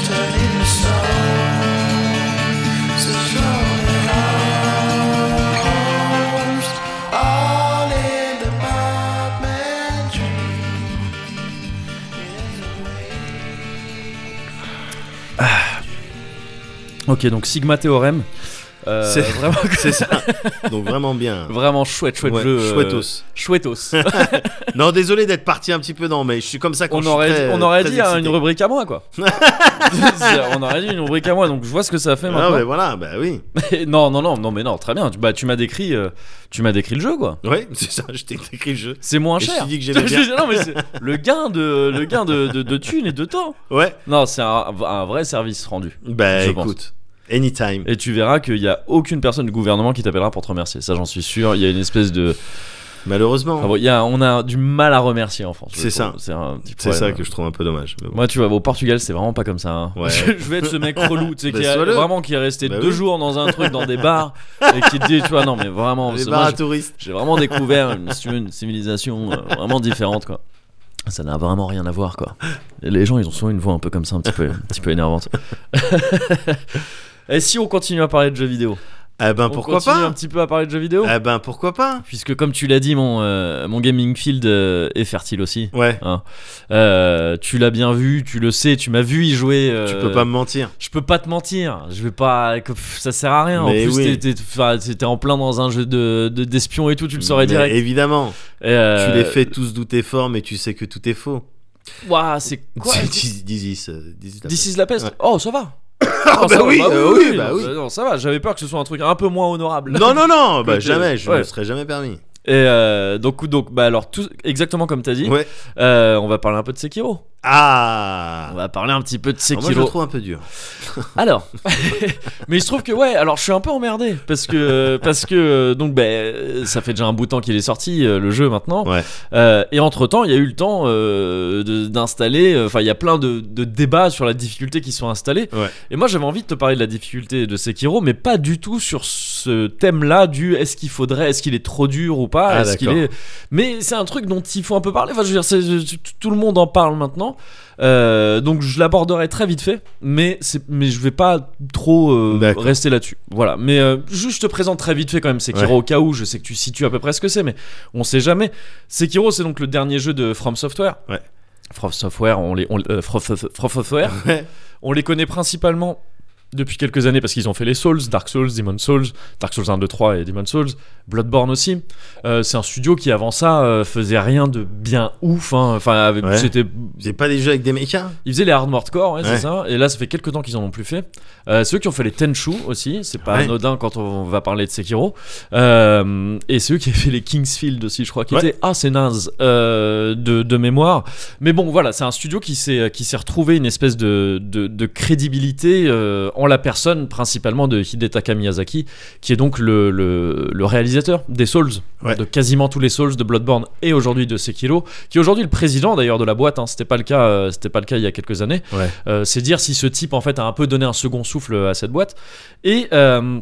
E: turn into stone. Such lonely homes, all in the Batman dream.
B: Ok, donc Sigma Theorem. Euh,
A: C'est-
B: vraiment,
A: C'est ça. Donc vraiment bien.
B: vraiment chouette, chouette
A: Ouais,
B: jeu. euh,
A: chouettos.
B: chouettos.
A: Non, désolé d'être parti un petit peu, non, mais je suis comme ça quand
B: on
A: je
B: aurait,
A: suis très,
B: on aurait
A: très
B: dit hein,
A: excité.
B: une rubrique à moi quoi. C'est- on aurait dit une rubrique à moi donc je vois ce que ça fait
A: Ah,
B: maintenant.
A: ben voilà, bah oui.
B: Mais non non non non mais non très bien. Tu, bah tu m'as décrit, euh, tu m'as décrit le jeu quoi.
A: Ouais, c'est ça, je t'ai écrit le jeu.
B: C'est moins
A: Et je
B: cher.
A: t'ai dit que j'aimais bien.
B: Non, mais c'est- le gain de le gain de, de, de thunes et de temps.
A: Ouais,
B: Non c'est un, un vrai service rendu.
A: bah
B: Je pense.
A: écoute, anytime.
B: Et tu verras qu'il y a aucune personne du gouvernement qui t'appellera pour te remercier. Ça j'en suis sûr. Il y a une espèce de
A: Malheureusement,
B: Ah bon, il y a, on a du mal à remercier en France. je
A: Oh. C'est
B: trouve.
A: ça.
B: C'est un petit
A: c'est ça
B: problème.
A: que je trouve un peu dommage. mais bon.
B: Moi, tu vois, au Portugal, c'est vraiment pas comme ça. hein.
A: Ouais.
B: Je, je vais être ce mec relou, tu sais,
A: Bah,
B: qui a-
A: sois-le.
B: vraiment qui est resté
A: Bah
B: deux
A: oui.
B: jours dans un truc, dans des bars, et qui te dit, tu vois, non, mais vraiment,
A: Les
B: c'est-
A: bars
B: moi,
A: à
B: je-
A: touristes.
B: j'ai vraiment découvert, une, si tu veux, une civilisation euh, vraiment différente, quoi. Ça n'a vraiment rien à voir, quoi. Et les gens, ils ont souvent une voix un peu comme ça, un petit peu, un petit peu énervante. Et si on continue à parler de jeux vidéo
A: Eh ben pourquoi
B: on continue
A: pas
B: un petit peu à parler de jeux vidéo
A: Eh ben pourquoi pas
B: Puisque comme tu l'as dit, mon, euh, mon gaming field euh, est fertile aussi.
A: Ouais,
B: Euh, tu l'as bien vu, tu le sais, tu m'as vu y jouer. euh,
A: tu peux pas me mentir.
B: Je peux pas te mentir. Je vais pas. que- pff, Ça sert à rien.
A: Mais
B: en plus,
A: oui.
B: t'es- t'es- enfin, t'étais en plein dans un jeu de de- d'espion et tout. Tu le saurais
A: Mais
B: direct.
A: Évidemment,
B: Et, euh,
A: tu les fais tous douter fort, mais tu sais que tout est faux.
B: Ouah, c'est quoi
A: Dis- dis- euh, dis- dis-
B: This is la peste.
A: Ouais.
B: Oh, ça va.
A: Ah,
B: Oh, ça
A: bah
B: va,
A: oui, euh, oui, bah
B: non,
A: oui.
B: non, ça va. J'avais peur que ce soit un truc un peu moins honorable.
A: Non, non, non, bah
B: Que-
A: jamais, je
B: ouais.
A: me serais jamais permis.
B: Et euh, donc, donc, bah alors, tout exactement comme t'as dit.
A: Ouais.
B: euh, on va parler un peu de Sekiro.
A: Ah
B: On va parler un petit peu de
A: Alors, Moi je le
B: Sekiro.
A: trouve un peu dur.
B: Alors, mais il se trouve que ouais, alors je suis un peu emmerdé parce que parce que euh, donc ben ça fait déjà un bout de temps qu'il est sorti euh, le jeu maintenant.
A: Ouais.
B: Euh, et entre temps, il y a eu le temps euh, de- d'installer. euh, Enfin, il y a plein de, de débats sur la difficulté qui sont installés.
A: Ouais.
B: Et moi, j'avais envie de te parler de la difficulté de Sekiro, mais pas du tout sur ce thème-là du est-ce qu'il faudrait, est-ce qu'il est trop dur ou pas,
A: Ah,
B: est-ce qu'il
A: d'accord.
B: est. Mais c'est un truc dont il faut un peu parler. Enfin, je veux dire, c'est- tout- tout le monde en parle maintenant. Euh, donc je l'aborderai très vite fait, mais c'est mais je vais pas trop euh,
A: D'accord.
B: rester là-dessus. Voilà, mais euh, juste je te présente très vite fait quand même Sekiro au cas où je sais que tu situes à peu près ce que c'est, mais on sait jamais. Sekiro c'est donc le dernier jeu de From Software.
A: Ouais.
B: From Software, on les on, euh, From, From- From Software,
A: Ouais.
B: on les connaît principalement depuis quelques années parce qu'ils ont fait les Souls, Dark Souls, Demon Souls, Dark Souls 1, 2, 3 et Demon Souls, Bloodborne aussi. Euh, c'est un studio qui avant ça euh, faisait rien de bien ouf. hein. Enfin, avec-
A: Ouais.
B: c'était
A: J'ai pas des jeux avec des mécas
B: ils faisaient les hardcore core, ouais,
A: Ouais.
B: c'est ça. Et là, ça fait quelques temps qu'ils en ont plus fait. Euh, ceux qui ont fait les Tenchu aussi, c'est pas
A: Ouais.
B: anodin quand on va parler de Sekiro. Euh, et ceux qui ont fait les Kingsfield aussi, je crois, qui
A: Ouais.
B: étaient assez naze euh, de, de mémoire. Mais bon, voilà, c'est un studio qui s'est euh, qui s'est retrouvé une espèce de, de, de crédibilité euh, en la personne principalement de Hidetaka Miyazaki, qui est donc le, le, le réalisateur des Souls,
A: Ouais.
B: de quasiment tous les Souls de Bloodborne et aujourd'hui de Sekiro qui est aujourd'hui le président d'ailleurs de la boîte. Hein, c'était pas le cas, euh, c'était pas le cas il y a quelques années.
A: Ouais.
B: Euh, c'est dire si ce type en fait a un peu donné un second souffle euh, à cette boîte. Et euh,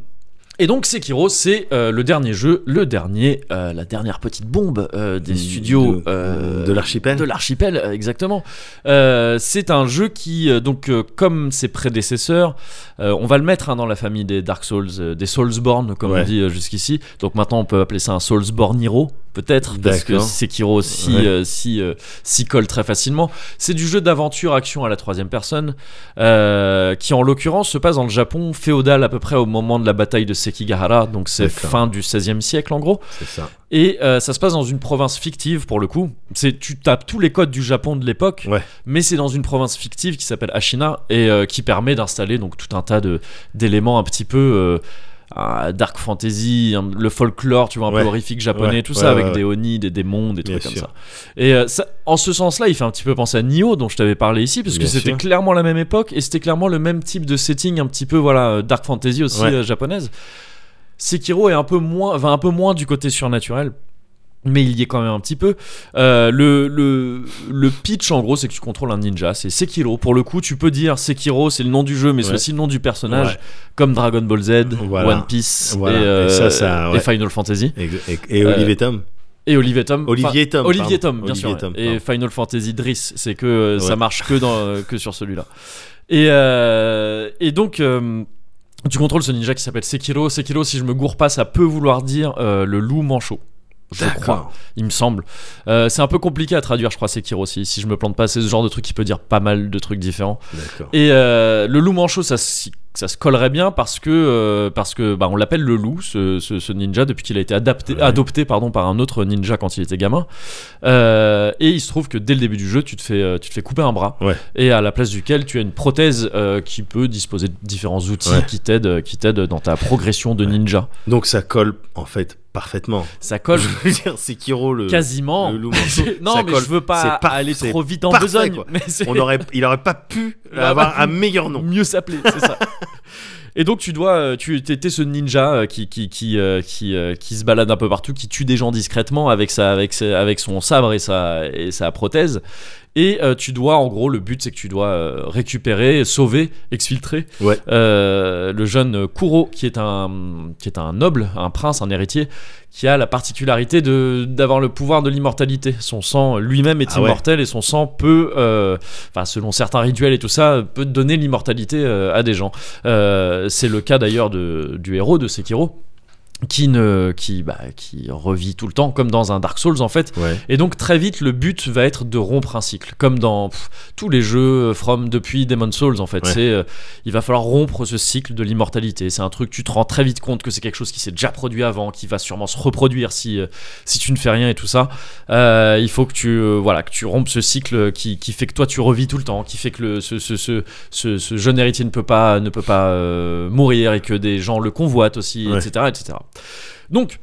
B: et donc Sekiro, c'est euh, le dernier jeu, le dernier, euh, la dernière petite bombe euh, des studios
A: Mmh, Mm, de,
B: euh,
A: de l'archipel.
B: de l'archipel, euh, exactement. Euh, c'est un jeu qui, euh, donc, euh, comme ses prédécesseurs, euh, on va le mettre hein, dans la famille des Dark Souls, euh, des Soulsborne, comme
A: Ouais.
B: on dit euh, jusqu'ici. Donc maintenant, on peut appeler ça un Soulsborne Hero, peut-être, parce que
A: D'accord.
B: Sekiro s'y
A: Ouais.
B: euh, s'y, euh, s'y colle très facilement. C'est du jeu d'aventure-action à la troisième personne, euh, qui en l'occurrence se passe dans le Japon féodal à peu près au moment de la bataille de Sekigahara, donc c'est
A: D'accord.
B: fin du 16e siècle en gros.
A: C'est ça.
B: Et euh, ça se passe dans une province fictive pour le coup. C'est tu tapes tous les codes du Japon de l'époque,
A: Ouais.
B: mais c'est dans une province fictive qui s'appelle Ashina et euh, qui permet d'installer donc tout un tas de d'éléments un petit peu euh, ah, dark fantasy, un- le folklore, tu vois un
A: Ouais.
B: peu horrifique japonais,
A: Ouais,
B: tout
A: ouais,
B: ça avec
A: ouais,
B: des oni, des démons, des
A: Bien
B: trucs comme
A: sûr.
B: ça. Et euh, ça, en ce sens-là, il fait un petit peu penser à Nioh dont je t'avais parlé ici parce que
A: Bien
B: c'était
A: sûr.
B: clairement la même époque et c'était clairement le même type de setting un petit peu voilà euh, dark fantasy aussi
A: Ouais.
B: euh, japonaise. Sekiro est un peu moins, va un peu moins du côté surnaturel. Mais il y est quand même un petit peu. Euh, le, le, le pitch, en gros, c'est que tu contrôles un ninja. C'est Sekiro. Pour le coup, tu peux dire Sekiro, c'est le nom du jeu, mais c'est
A: Ouais.
B: aussi le nom du personnage,
A: Ouais.
B: comme Dragon Ball Z,
A: Voilà.
B: One Piece
A: Voilà.
B: et,
A: Et
B: euh,
A: ça, ça,
B: et
A: ouais.
B: Final Fantasy.
A: Et, et- et Olivier Tom
B: Et Olivier Tom.
A: Olivier Tom.
B: Euh, Olivier Tom,
A: pardon.
B: bien sûr.
A: Olivier
B: ouais.
A: Tom,
B: et
A: pardon.
B: Final Fantasy Driss, c'est que euh, ça
A: Ouais.
B: marche que, dans, euh, que sur celui-là. Et, euh, et donc, euh, tu contrôles ce ninja qui s'appelle Sekiro. Sekiro, si je me gourre pas, ça peut vouloir dire euh, le loup manchot. Je crois,
A: D'accord.
B: il me semble. Euh, c'est un peu compliqué à traduire, je crois, Sekiro. Si, si je me plante pas, c'est ce genre de truc qui peut dire pas mal de trucs différents.
A: D'accord.
B: Et euh, le loup manchot, ça, s'y- ça se collerait bien parce que, euh, parce que bah, on l'appelle le loup, ce, ce- ce ninja, depuis qu'il a été adapté,
A: Ouais.
B: adopté pardon, par un autre ninja quand il était gamin. Euh, et il se trouve que dès le début du jeu, tu te fais, euh, tu te fais couper un bras.
A: Ouais.
B: Et à la place duquel, tu as une prothèse euh, qui peut disposer de différents outils
A: Ouais.
B: qui t'aident euh, qui t'aident dans ta progression de
A: Ouais.
B: ninja.
A: Donc ça colle en fait parfaitement.
B: Ça colle
A: Je veux dire, c'est Kiro le.
B: quasiment.
A: le loup manchot,
B: non,
A: ça
B: mais
A: colle.
B: je veux pas
A: C'est par-
B: aller
A: c'est
B: trop Bah, vite en
A: parfait,
B: besogne.
A: quoi.
B: Mais c'est-
A: On aurait, il aurait pas pu
B: aurait
A: avoir
B: pas pu.
A: un meilleur nom.
B: mieux s'appeler, c'est ça. Et donc tu dois, euh, tu étais ce ninja euh, qui qui qui euh, qui, euh, qui se balade un peu partout, qui tue des gens discrètement avec sa avec sa- avec son sabre et sa et sa prothèse. Et euh, tu dois, en gros, le but c'est que tu dois euh, récupérer, sauver, exfiltrer
A: Ouais.
B: euh, le jeune Kuro, qui est un qui est un noble, un prince, un héritier, qui a la particularité de d'avoir le pouvoir de l'immortalité. Son sang lui-même est
A: Ah ouais.
B: immortel et son sang peut, euh, enfin selon certains rituels et tout ça, peut donner l'immortalité euh, à des gens. Euh, c'est le cas d'ailleurs de- du héros de Sekiro qui ne qui bah, qui revit tout le temps comme dans un Dark Souls en fait
A: Ouais.
B: et donc très vite le but va être de rompre un cycle comme dans pff, tous les jeux from depuis Demon Souls en fait
A: Ouais.
B: c'est euh, il va falloir rompre ce cycle de l'immortalité c'est un truc tu te rends très vite compte que c'est quelque chose qui s'est déjà produit avant qui va sûrement se reproduire si euh, si tu ne fais rien et tout ça Euh, il faut que tu euh, voilà que tu rompes ce cycle qui, qui fait que toi tu revis tout le temps qui fait que le, ce, ce, ce, ce- ce jeune héritier ne peut pas ne peut pas euh, mourir et que des gens le convoitent aussi
A: Ouais.
B: etc etc donc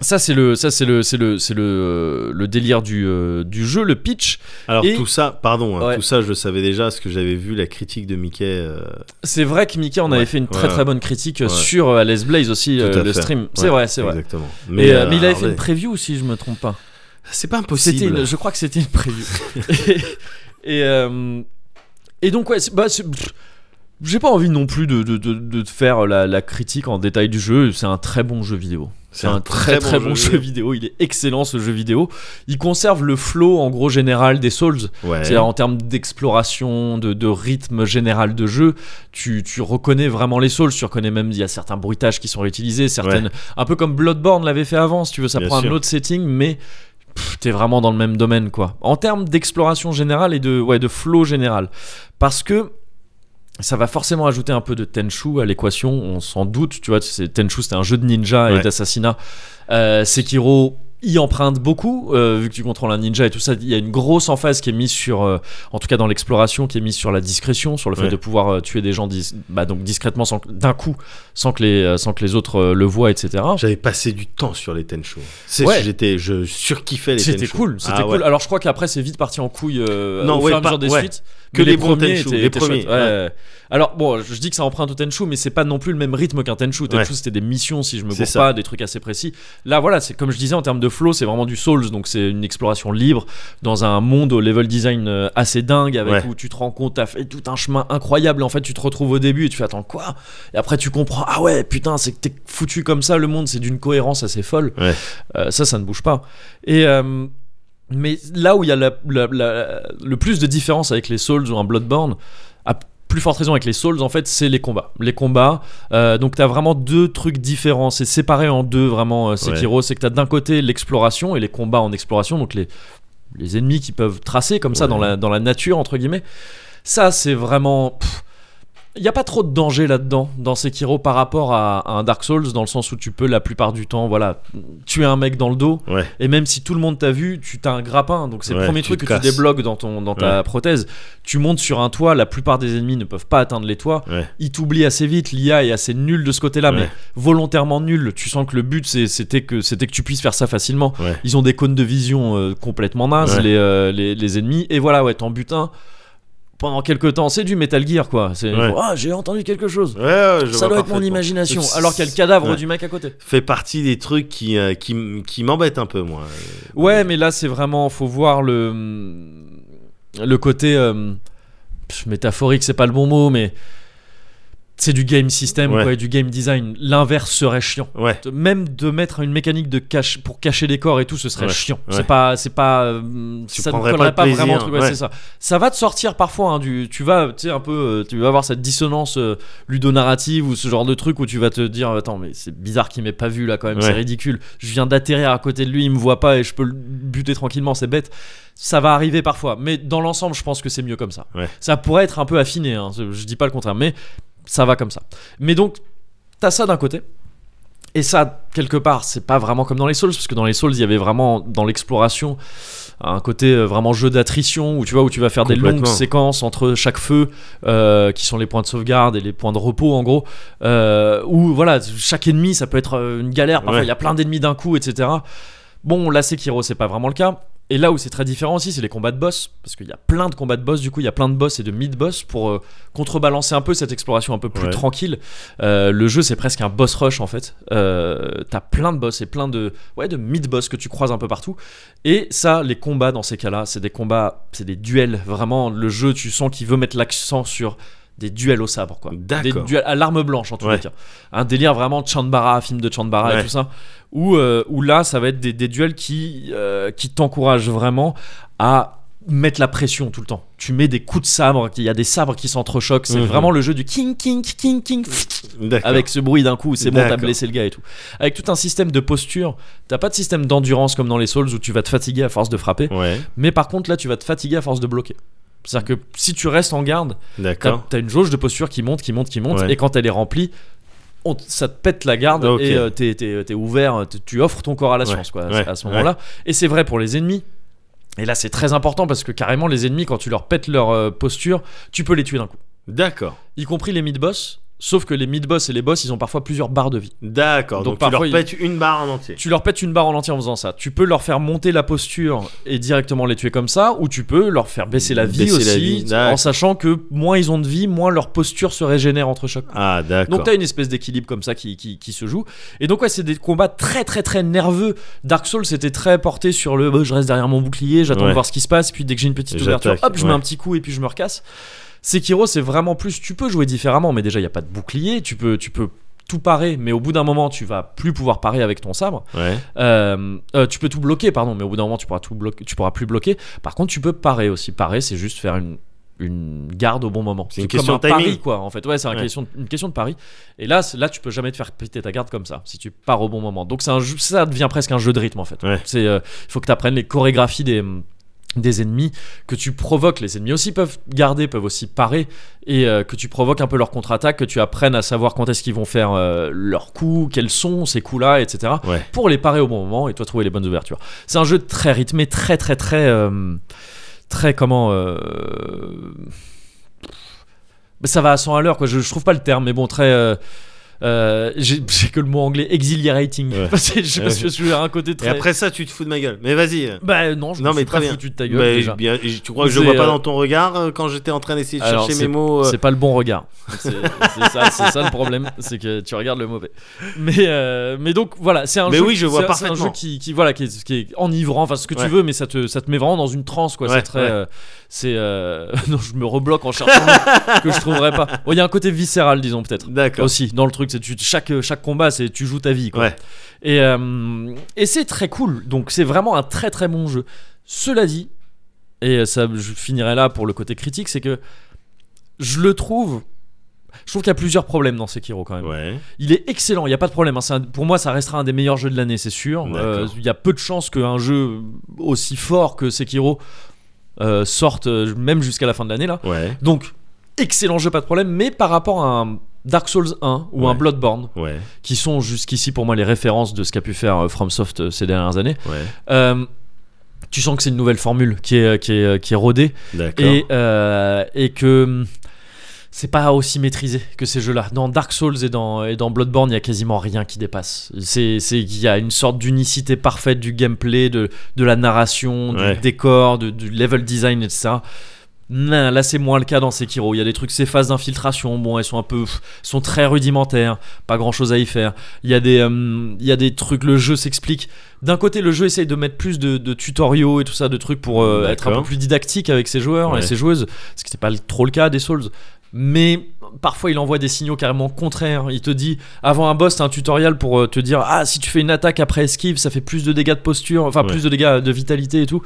B: ça c'est le ça c'est le c'est le c'est le le délire du euh, du jeu le pitch
A: Alors
B: Et-
A: tout ça, pardon, hein,
B: Ouais.
A: tout ça je le savais déjà parce que j'avais vu la critique de Mickey. euh,
B: c'est vrai que Mickey en
A: Ouais,
B: avait fait une
A: ouais,
B: très très bonne critique euh,
A: ouais.
B: sur euh, Alice Blaze aussi
A: Tout
B: euh,
A: à
B: le
A: fait.
B: stream c'est
A: Ouais,
B: vrai c'est vrai
A: Exactement.
B: mais, euh, mais il avait
A: regardez,
B: fait une preview si je me trompe pas
A: C'est pas
B: C'était
A: impossible.
B: une- je crois que c'était une preview. et, et, euh, et donc, ouais, c'est- bah, c'est- pff, j'ai pas envie non plus de, de, de, de te faire la, la critique en détail du jeu. C'est un très bon jeu vidéo. C'est un, très très bon, jeu vidéo. Il est excellent ce jeu vidéo. Il conserve le flow en gros général des Souls.
A: Ouais.
B: C'est-à-dire en termes d'exploration, de, de rythme général de jeu, tu, tu reconnais vraiment les souls, tu reconnais même, il y a certains bruitages qui sont réutilisés, certaines, un peu comme Bloodborne l'avait fait avant, si tu veux, ça
A: Bien
B: prend
A: sûr.
B: un autre setting, mais pff, t'es vraiment dans le même domaine, quoi. En termes d'exploration générale et de, ouais, de flow général. Parce que ça va forcément ajouter un peu de Tenchu à l'équation, on s'en doute, tu vois, c'est- Tenchu c'était un jeu de ninja
A: Ouais.
B: et d'assassinat. Euh, Sekiro y emprunte beaucoup, euh, vu que tu contrôles un ninja et tout ça, il y a une grosse emphase qui est mise sur, euh, en tout cas dans l'exploration, qui est mise sur la discrétion, sur le fait
A: Ouais.
B: de pouvoir euh, tuer des gens dis- bah, donc discrètement, sans que- d'un coup, sans que les, euh, sans que les autres euh, le voient, etc.
A: J'avais passé du temps sur les Tenchu. C'est
B: Ouais.
A: j'étais je surkiffais les Tenchu.
B: C'était cool, c'était
A: Ah ouais.
B: cool. Alors je crois qu'après c'est vite parti en couille euh,
A: Non,
B: au
A: ouais,
B: fur et à
A: pas-
B: mesure des
A: ouais.
B: suites.
A: Que
B: mais
A: les bons Tenchu, les premiers,
B: chouettes, ouais, ouais. Alors bon, je dis que ça emprunte au Tenchu, mais c'est pas non plus le même rythme qu'un Tenchu. Tenchu
A: Ouais.
B: c'était des missions, si je me
A: C'est
B: gourre
A: ça.
B: pas, des trucs assez précis. Là voilà, c'est comme je disais en termes de flow, c'est vraiment du Souls, donc c'est une exploration libre dans un monde au level design euh, assez dingue, avec
A: Ouais.
B: où tu te rends compte, t'as fait tout un chemin incroyable. Et en fait, tu te retrouves au début et tu fais attends quoi Et après tu comprends ah ouais putain c'est que t'es foutu comme ça, le monde c'est d'une cohérence assez folle.
A: Ouais.
B: Euh, ça ça ne bouge pas. Et euh, mais là où il y a la- la- la- le plus de différence avec les Souls ou un Bloodborne, à plus forte raison avec les Souls, en fait, c'est les combats. Les combats, euh, donc t'as vraiment deux trucs différents, c'est séparé en deux vraiment euh, Sekiro, c'est que t'as d'un côté l'exploration et les combats en exploration, donc les, les ennemis qui peuvent tracer comme ça
A: Ouais.
B: dans la, dans la nature, entre guillemets. Ça, c'est vraiment... pff, il n'y a pas trop de danger là-dedans, dans Sekiro, par rapport à, à un Dark Souls, dans le sens où tu peux la plupart du temps, voilà, tuer un mec dans le dos,
A: Ouais.
B: et même si tout le monde t'a vu, tu t'as un grappin. Donc c'est le
A: Ouais,
B: premier
A: tu
B: truc
A: te
B: que
A: casses.
B: tu débloques dans, ton, dans ta prothèse. Tu montes sur un toit, la plupart des ennemis ne peuvent pas atteindre les toits.
A: Ouais.
B: Ils t'oublient assez vite, l'IA est assez nulle de ce côté-là,
A: Ouais.
B: mais volontairement nulle. Tu sens que le but c'est- c'était que, c'était que tu puisses faire ça facilement.
A: Ouais.
B: Ils ont des cônes de vision euh, complètement nazes,
A: Ouais.
B: les, euh, les, les ennemis. Et voilà, ouais, t'en butes un. Pendant quelques temps, c'est du Metal Gear quoi. C'est
A: Ouais.
B: ah j'ai entendu quelque chose.
A: Ouais, ouais, je
B: Ça
A: vois
B: doit être mon
A: parfaitement.
B: imagination. Alors qu'il y a le cadavre
A: Ouais.
B: du mec à côté.
A: Fait partie des trucs qui euh, qui, m- qui m'embêtent un peu moi.
B: Ouais, mais là, c'est vraiment. Faut voir le. Le côté. euh, pff, métaphorique, c'est pas le bon mot, mais. C'est du game system,
A: Ouais.
B: quoi, et du game design. L'inverse serait chiant.
A: Ouais.
B: Même de mettre une mécanique de cache pour cacher les corps et tout, ce serait
A: Ouais.
B: chiant.
A: Ouais.
B: C'est pas, c'est pas, euh,
A: Tu
B: ça ne
A: prendrais
B: collerait
A: pas de
B: pas, vraiment.
A: plaisir,
B: au truc. Ouais,
A: ouais.
B: c'est ça. Ça va te sortir parfois. hein, du, tu vas, tu sais, un peu, euh, tu vas avoir cette dissonance euh, ludonarrative ou ce genre de truc où tu vas te dire, attends, mais c'est bizarre qu'il m'ait pas vu là quand même. C'est
A: Ouais.
B: ridicule. Je viens d'atterrir à côté de lui, il me voit pas et je peux le buter tranquillement. C'est bête. Ça va arriver parfois, mais dans l'ensemble, je pense que c'est mieux comme ça.
A: Ouais.
B: Ça pourrait être un peu affiné. hein, je dis pas le contraire, mais ça va comme ça. Mais donc, t'as ça d'un côté. Et ça, quelque part, c'est pas vraiment comme dans les Souls, parce que dans les Souls, il y avait vraiment, dans l'exploration, un côté euh, vraiment jeu d'attrition, où tu vois, où tu vas faire des longues
A: Complètement.
B: séquences entre chaque feu, euh, qui sont les points de sauvegarde et les points de repos, en gros, euh, où voilà, chaque ennemi, ça peut être euh, une galère, parfois
A: Ouais.
B: il y a plein d'ennemis d'un coup, etc. Bon, là, Sekiro, c'est pas vraiment le cas. Et là où c'est très différent aussi, c'est les combats de boss. Parce qu'il y a plein de combats de boss, du coup, il y a plein de boss et de mid-boss pour euh, contrebalancer un peu cette exploration un peu plus
A: Ouais.
B: tranquille. Euh, le jeu, c'est presque un boss rush en fait. Euh, T'as plein de boss et plein de, ouais, de mid-boss que tu croises un peu partout. Et ça, les combats dans ces cas-là, c'est des combats, c'est des duels. Vraiment, le jeu, tu sens qu'il veut mettre l'accent sur des duels au sabre, quoi. Des
A: D'accord.
B: duels à l'arme blanche en tout
A: Ouais.
B: cas. Un délire vraiment Chandbara, film de Chandbara
A: Ouais.
B: et tout ça. Où, euh, où là, ça va être des, des duels qui, euh, qui t'encouragent vraiment à mettre la pression tout le temps. Tu mets des coups de sabre, il y a des sabres qui s'entrechoquent. C'est
A: Mhm.
B: vraiment le jeu du king, king, king, king
A: D'accord.
B: avec ce bruit d'un coup, c'est bon, t'as
A: D'accord.
B: blessé le gars et tout. Avec tout un système de posture, t'as pas de système d'endurance comme dans les Souls où tu vas te fatiguer à force de frapper,
A: Ouais,
B: mais par contre là tu vas te fatiguer à force de bloquer. C'est-à-dire que si tu restes en garde, t'as
A: d'accord.
B: t'as une jauge de posture qui monte, qui monte, qui monte,
A: Ouais.
B: et quand elle est remplie, on t- ça te pète la garde
A: Ok.
B: et euh, t'es- t'es t'es ouvert, euh, t- tu offres ton corps à la
A: Ouais,
B: science quoi, à-
A: ouais,
B: à ce moment-là. Et c'est vrai pour les ennemis. Et là, c'est très important parce que carrément, les ennemis, quand tu leur pètes leur euh, posture, tu peux les tuer d'un coup
A: D'accord.
B: y compris les mid-boss. Sauf que les mid-boss et les boss, ils ont parfois plusieurs barres de vie.
A: D'accord. Donc,
B: Donc
A: tu leur
B: parfois, il-
A: pètes une barre en entier.
B: Tu leur pètes une barre en entier en faisant ça. Tu peux leur faire monter la posture et directement les tuer comme ça, ou tu peux leur faire baisser la vie
A: Baisser la vie,
B: aussi,
A: d'accord.
B: en sachant que moins ils ont de vie, moins leur posture se régénère entre chocs.
A: Ah, d'accord.
B: Donc t'as une espèce d'équilibre comme ça qui, qui, qui se joue. Et donc ouais, c'est des combats très très très nerveux. Dark Souls c'était très porté sur le bah, je reste derrière mon bouclier, j'attends
A: Ouais.
B: de voir ce qui se passe, puis dès que j'ai une petite
A: Et
B: ouverture,
A: j'attaque,
B: hop, je mets
A: ouais.
B: un petit coup et puis je me recasse. Sekiro c'est vraiment plus, tu peux jouer différemment, mais déjà il y a pas de bouclier, tu peux, tu peux tout parer, mais au bout d'un moment tu vas plus pouvoir parer avec ton sabre.
A: Ouais.
B: Euh, euh, tu peux tout bloquer, pardon, mais au bout d'un moment, tu pourras, tout bloquer, tu pourras plus bloquer. Par contre, tu peux parer aussi. Parer, c'est juste faire une, une garde au bon moment.
A: C'est une
B: comme
A: question
B: un
A: de timing.
B: pari, quoi, en fait. Ouais, c'est un
A: Ouais.
B: question- une question de pari. Et là, c'est- là, tu peux jamais te faire péter ta garde comme ça, si tu pars au bon moment. Donc, c'est un jeu- ça devient presque un jeu de rythme, en fait. euh,
A: Ouais.
B: Il faut que tu apprennes les chorégraphies des des ennemis que tu provoques les ennemis aussi peuvent garder peuvent aussi parer et euh, que tu provoques un peu leur contre-attaque que tu apprennes à savoir quand est-ce qu'ils vont faire euh, leurs coups quels sont ces coups là etc
A: Ouais.
B: pour les parer au bon moment et toi trouver les bonnes ouvertures c'est un jeu très rythmé très très très euh, très comment euh, mais ça va à 100 à l'heure quoi je, je trouve pas le terme mais bon très euh, euh, j'ai j'ai que le mot anglais exhilarating
A: Ouais.
B: je sais pas si je suis à un côté
A: Et
B: très
A: après ça, tu te fous de ma gueule. Mais vas-y.
B: bah non je
A: Non,
B: me
A: mais
B: suis
A: très
B: pas
A: bien.
B: foutu de ta gueule
A: Bah,
B: déjà
A: bien- tu crois que je
B: C'est,
A: vois pas
B: euh,
A: dans ton regard euh, quand j'étais en train d'essayer de
B: Alors,
A: chercher mes
B: c'est-
A: mots. euh,
B: C'est pas le bon regard. C'est c'est ça, c'est ça le problème, c'est que tu regardes le mauvais. Mais, euh, mais donc voilà, c'est un
A: Mais
B: jeu.
A: oui, je
B: c'est-
A: vois
B: c'est un
A: parfaitement.
B: jeu qui, qui- voilà, qui, est, qui est enivrant, enfin ce que
A: Ouais.
B: tu veux, mais ça te, ça te met vraiment dans une transe quoi.
A: Ouais,
B: c'est très,
A: ouais.
B: euh, c'est euh, non, je me rebloque en cherchant un mot que je trouverais pas. Bon, Il y a un côté viscéral, disons peut-être.
A: D'accord.
B: Aussi dans le truc, c'est tu- chaque chaque combat, c'est tu joues ta vie quoi.
A: Ouais.
B: Et euh, et c'est très cool. Donc c'est vraiment un très très bon jeu. Cela dit, et ça, je finirai là pour le côté critique, c'est que je le trouve. Je trouve qu'il y a plusieurs problèmes dans Sekiro quand même.
A: Ouais.
B: Il est excellent, il n'y a pas de problème. hein. C'est un- pour moi, ça restera un des meilleurs jeux de l'année, c'est sûr.
A: D'accord.
B: Euh, Il y a peu de chances qu'un jeu aussi fort que Sekiro euh, sorte, euh, même jusqu'à la fin de l'année là.
A: Ouais.
B: Donc, excellent jeu, pas de problème. Mais par rapport à un Dark Souls 1 ou un
A: Ouais.
B: Bloodborne,
A: Ouais.
B: qui sont jusqu'ici pour moi les références de ce qu'a pu faire euh, FromSoft euh, ces dernières années,
A: Ouais.
B: euh, tu sens que c'est une nouvelle formule qui est, qui est, qui est rodée
A: D'accord.
B: et, euh, et que hum, c'est pas aussi maîtrisé que ces jeux-là. Dans Dark Souls et dans, et dans Bloodborne, il y a quasiment rien qui dépasse. C'est c'est qu'il y a une sorte d'unicité parfaite du gameplay, de, de la narration, du
A: Ouais.
B: décor, de- du level design et tout ça. Non, là c'est moins le cas dans Sekiro. Il y a des trucs, ces phases d'infiltration, bon, elles sont un peu, pff, sont très rudimentaires, pas grand chose à y faire. Il y a des, hum, il y a des trucs, le jeu s'explique. D'un côté, le jeu essaye de mettre plus de, de tutoriaux et tout ça, de trucs pour euh, être un peu
A: D'accord.
B: plus didactique avec ses joueurs et
A: Ouais.
B: ses joueuses, ce qui n'était pas le- trop le cas des Souls. Mais parfois, il envoie des signaux carrément contraires. Il te dit, avant un boss, t'as un tutoriel pour euh, te dire, ah, si tu fais une attaque après esquive, ça fait plus de dégâts de posture, enfin,
A: Ouais.
B: plus de dégâts de vitalité et tout.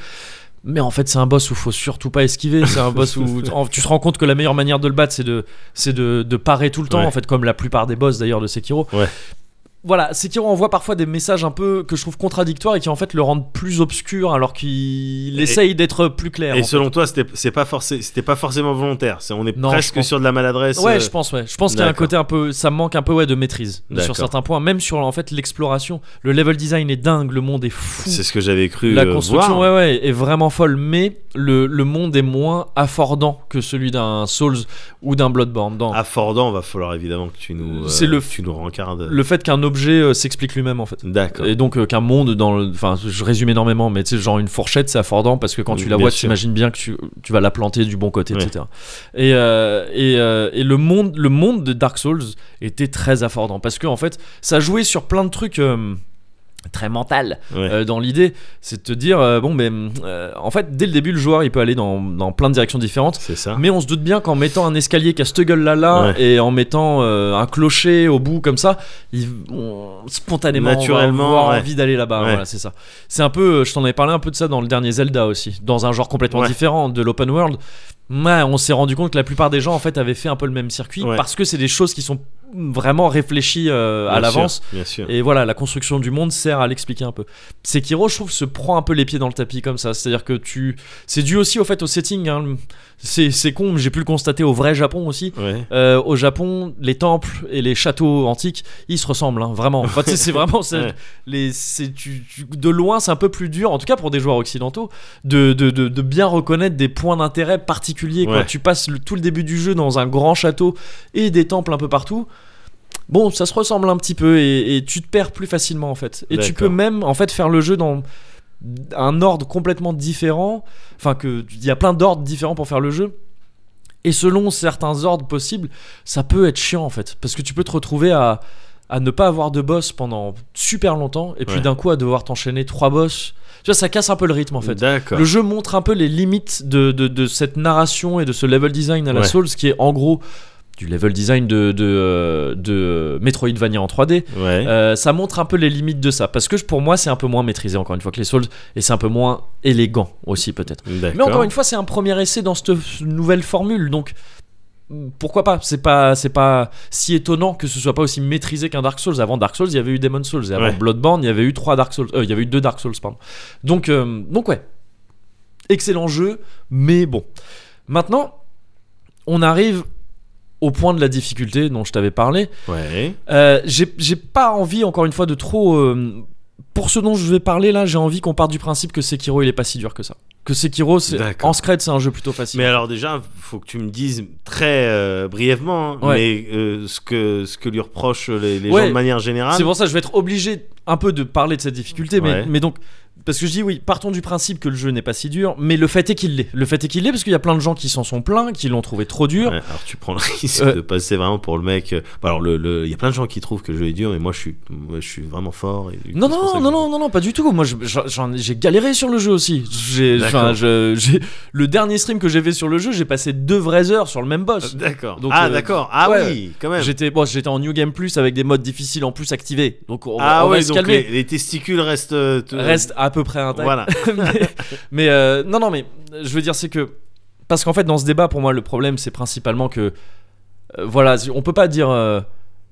B: Mais en fait, c'est un boss où faut surtout pas esquiver. C'est un boss où en- tu te rends compte que la meilleure manière de le battre, c'est de, c'est de, de parer tout le temps,
A: Ouais.
B: en fait, comme la plupart des boss d'ailleurs de Sekiro.
A: Ouais.
B: Voilà, Sekiro envoie parfois des messages un peu que je trouve contradictoires et qui en fait le rendent plus obscur alors qu'il
A: Et-
B: essaye d'être plus clair.
A: Et
B: en fait.
A: selon toi, c'était c'est pas forcé, c'était pas forcément volontaire. C'est- on est
B: Non, je
A: presque
B: pense-
A: sur de la maladresse.
B: Ouais,
A: euh,
B: je pense, ouais. Je pense qu'il y a un
A: D'accord.
B: côté un peu, ça me manque un peu, ouais, de maîtrise sur
A: D'accord.
B: certains points, même sur en fait l'exploration. Le level design est dingue, le monde est fou.
A: C'est ce que j'avais cru
B: La
A: euh,
B: construction,
A: voir.
B: ouais, ouais, est vraiment folle, mais le, le monde est moins affordant que celui d'un Souls ou d'un Bloodborne. Dans
A: Ah. À Fordan, va falloir évidemment que tu nous, euh,
B: C'est le-
A: tu nous rencardes.
B: le fait qu'un ob- objet euh, s'explique lui-même en fait.
A: D'accord.
B: Et donc euh, qu'un monde dans le... Enfin, je résume énormément, mais tu sais, genre une fourchette, c'est affordant parce que quand tu
A: Oui,
B: la
A: bien
B: vois,
A: sûr.
B: tu imagines bien que tu, tu vas la planter du bon côté,
A: Ouais.
B: etc. Et, euh, et, euh, et le, monde, le monde de Dark Souls était très affordant parce que en fait, ça jouait sur plein de trucs... euh, très mental
A: Ouais.
B: euh, dans l'idée c'est de te dire euh, bon mais euh, en fait dès le début le joueur il peut aller dans, dans plein de directions différentes
A: C'est ça.
B: mais on se doute bien qu'en mettant un escalier qui a cette gueule là là
A: Ouais.
B: et en mettant euh, un clocher au bout comme ça, il, on- spontanément
A: Naturellement,
B: on va avoir
A: ouais.
B: envie d'aller là-bas.
A: Ouais.
B: Voilà, c'est ça. C'est un peu, euh, je t'en avais parlé un peu de ça dans le dernier Zelda aussi, dans un genre complètement
A: Ouais.
B: différent de l'open world. Ouais, on s'est rendu compte que la plupart des gens en fait avaient fait un peu le même circuit
A: Ouais.
B: parce que c'est des choses qui sont vraiment réfléchies euh, à
A: Bien sûr,
B: l'avance
A: Bien sûr.
B: et voilà, la construction du monde sert à l'expliquer un peu. Sekiro, je trouve, se prend un peu les pieds dans le tapis comme ça. C'est-à-dire que tu. C'est dû aussi au fait au setting. hein. C'est c'est con, mais j'ai pu le constater au vrai Japon aussi.
A: Ouais.
B: Euh, au Japon, les temples et les châteaux antiques, ils se ressemblent, hein, vraiment. Enfin, tu sais, c'est vraiment. c'est-
A: Ouais.
B: les, c'est- tu- tu- de loin, c'est un peu plus dur, en tout cas pour des joueurs occidentaux, de, de, de- de bien reconnaître des points d'intérêt particuliers. quoi.
A: Ouais.
B: Tu passes le- tout le début du jeu dans un grand château et des temples un peu partout. Bon, ça se ressemble un petit peu et, et tu te perds plus facilement en fait. Et tu
A: D'accord.
B: peux même en fait faire le jeu dans un ordre complètement différent. Enfin, que il y a plein d'ordres différents pour faire le jeu. Et selon certains ordres possibles, ça peut être chiant en fait, parce que tu peux te retrouver à, à ne pas avoir de boss pendant super longtemps, et puis
A: Ouais.
B: d'un coup à devoir t'enchaîner trois boss. Tu vois, ça casse un peu le rythme en fait.
A: D'accord.
B: Le jeu montre un peu les limites de, de- de cette narration et de ce level design à la
A: Ouais.
B: Souls, qui est en gros du level design de, de, euh, de Metroidvania en 3D.
A: Ouais.
B: Euh, ça montre un peu les limites de ça, parce que je- pour moi c'est un peu moins maîtrisé encore une fois que les Souls, et c'est un peu moins élégant aussi peut-être.
A: D'accord.
B: euh, Mais encore une fois, c'est un premier essai dans cette f- nouvelle formule, donc pourquoi pas C'est pas c'est pas si étonnant que ce soit pas aussi maîtrisé qu'un Dark Souls. Avant Dark Souls, il y avait eu Demon Souls, et avant
A: Ouais.
B: Bloodborne, il y avait eu trois Dark Souls, euh, il y avait eu deux Dark Souls, pardon. Donc euh, donc ouais, excellent jeu, mais bon. Maintenant, on arrive au point de la difficulté dont je t'avais parlé.
A: Ouais.
B: Euh, j'ai j'ai pas envie, encore une fois, de trop. euh, pour ce dont je vais parler là, j'ai envie qu'on parte du principe que Sekiro il est pas si dur que ça. Que Sekiro, c'est-
A: D'accord.
B: en secret, c'est un jeu plutôt facile.
A: Mais alors déjà, faut que tu me dises très euh, brièvement, hein,
B: Ouais.
A: mais euh, ce que ce que lui reprochent les, les
B: Ouais.
A: gens de manière générale.
B: C'est pour ça que je vais être obligé un peu de parler de cette difficulté, mais,
A: Ouais.
B: mais donc. Parce que je dis oui, partons du principe que le jeu n'est pas si dur, mais le fait est qu'il l'est. Le fait est qu'il l'est parce qu'il y a plein de gens qui s'en sont plaints, qui l'ont trouvé trop dur.
A: Ouais, alors tu prends le risque
B: Euh.
A: de passer vraiment pour le mec. euh, bah alors le, le- il y a plein de gens qui trouvent que le jeu est dur, mais moi je suis, moi, je suis vraiment fort. Et, du coup,
B: Non,
A: c'est pour ça
B: non,
A: que
B: non,
A: je-
B: non, non, non, pas du tout. Moi, je- j'en- j'en- j'ai galéré sur le jeu aussi. J'ai,
A: D'accord.
B: enfin, je- j'ai- le dernier stream que j'ai fait sur le jeu, j'ai passé deux vraies heures sur le même boss.
A: D'accord.
B: Donc,
A: ah
B: euh,
A: d'accord. Ah
B: ouais.
A: oui, quand même.
B: J'étais, bon, j'étais en New Game Plus avec des modes difficiles en plus activés. Donc on, va-
A: ah
B: bah, on va
A: ouais,
B: se
A: donc
B: calmer.
A: les, les testicules restent. euh, te-
B: Reste à peu près intact.
A: Voilà.
B: mais mais, euh, non, non, mais je veux dire, c'est que. Parce qu'en fait, dans ce débat, pour moi, le problème, c'est principalement que. euh, voilà, on peut pas dire euh,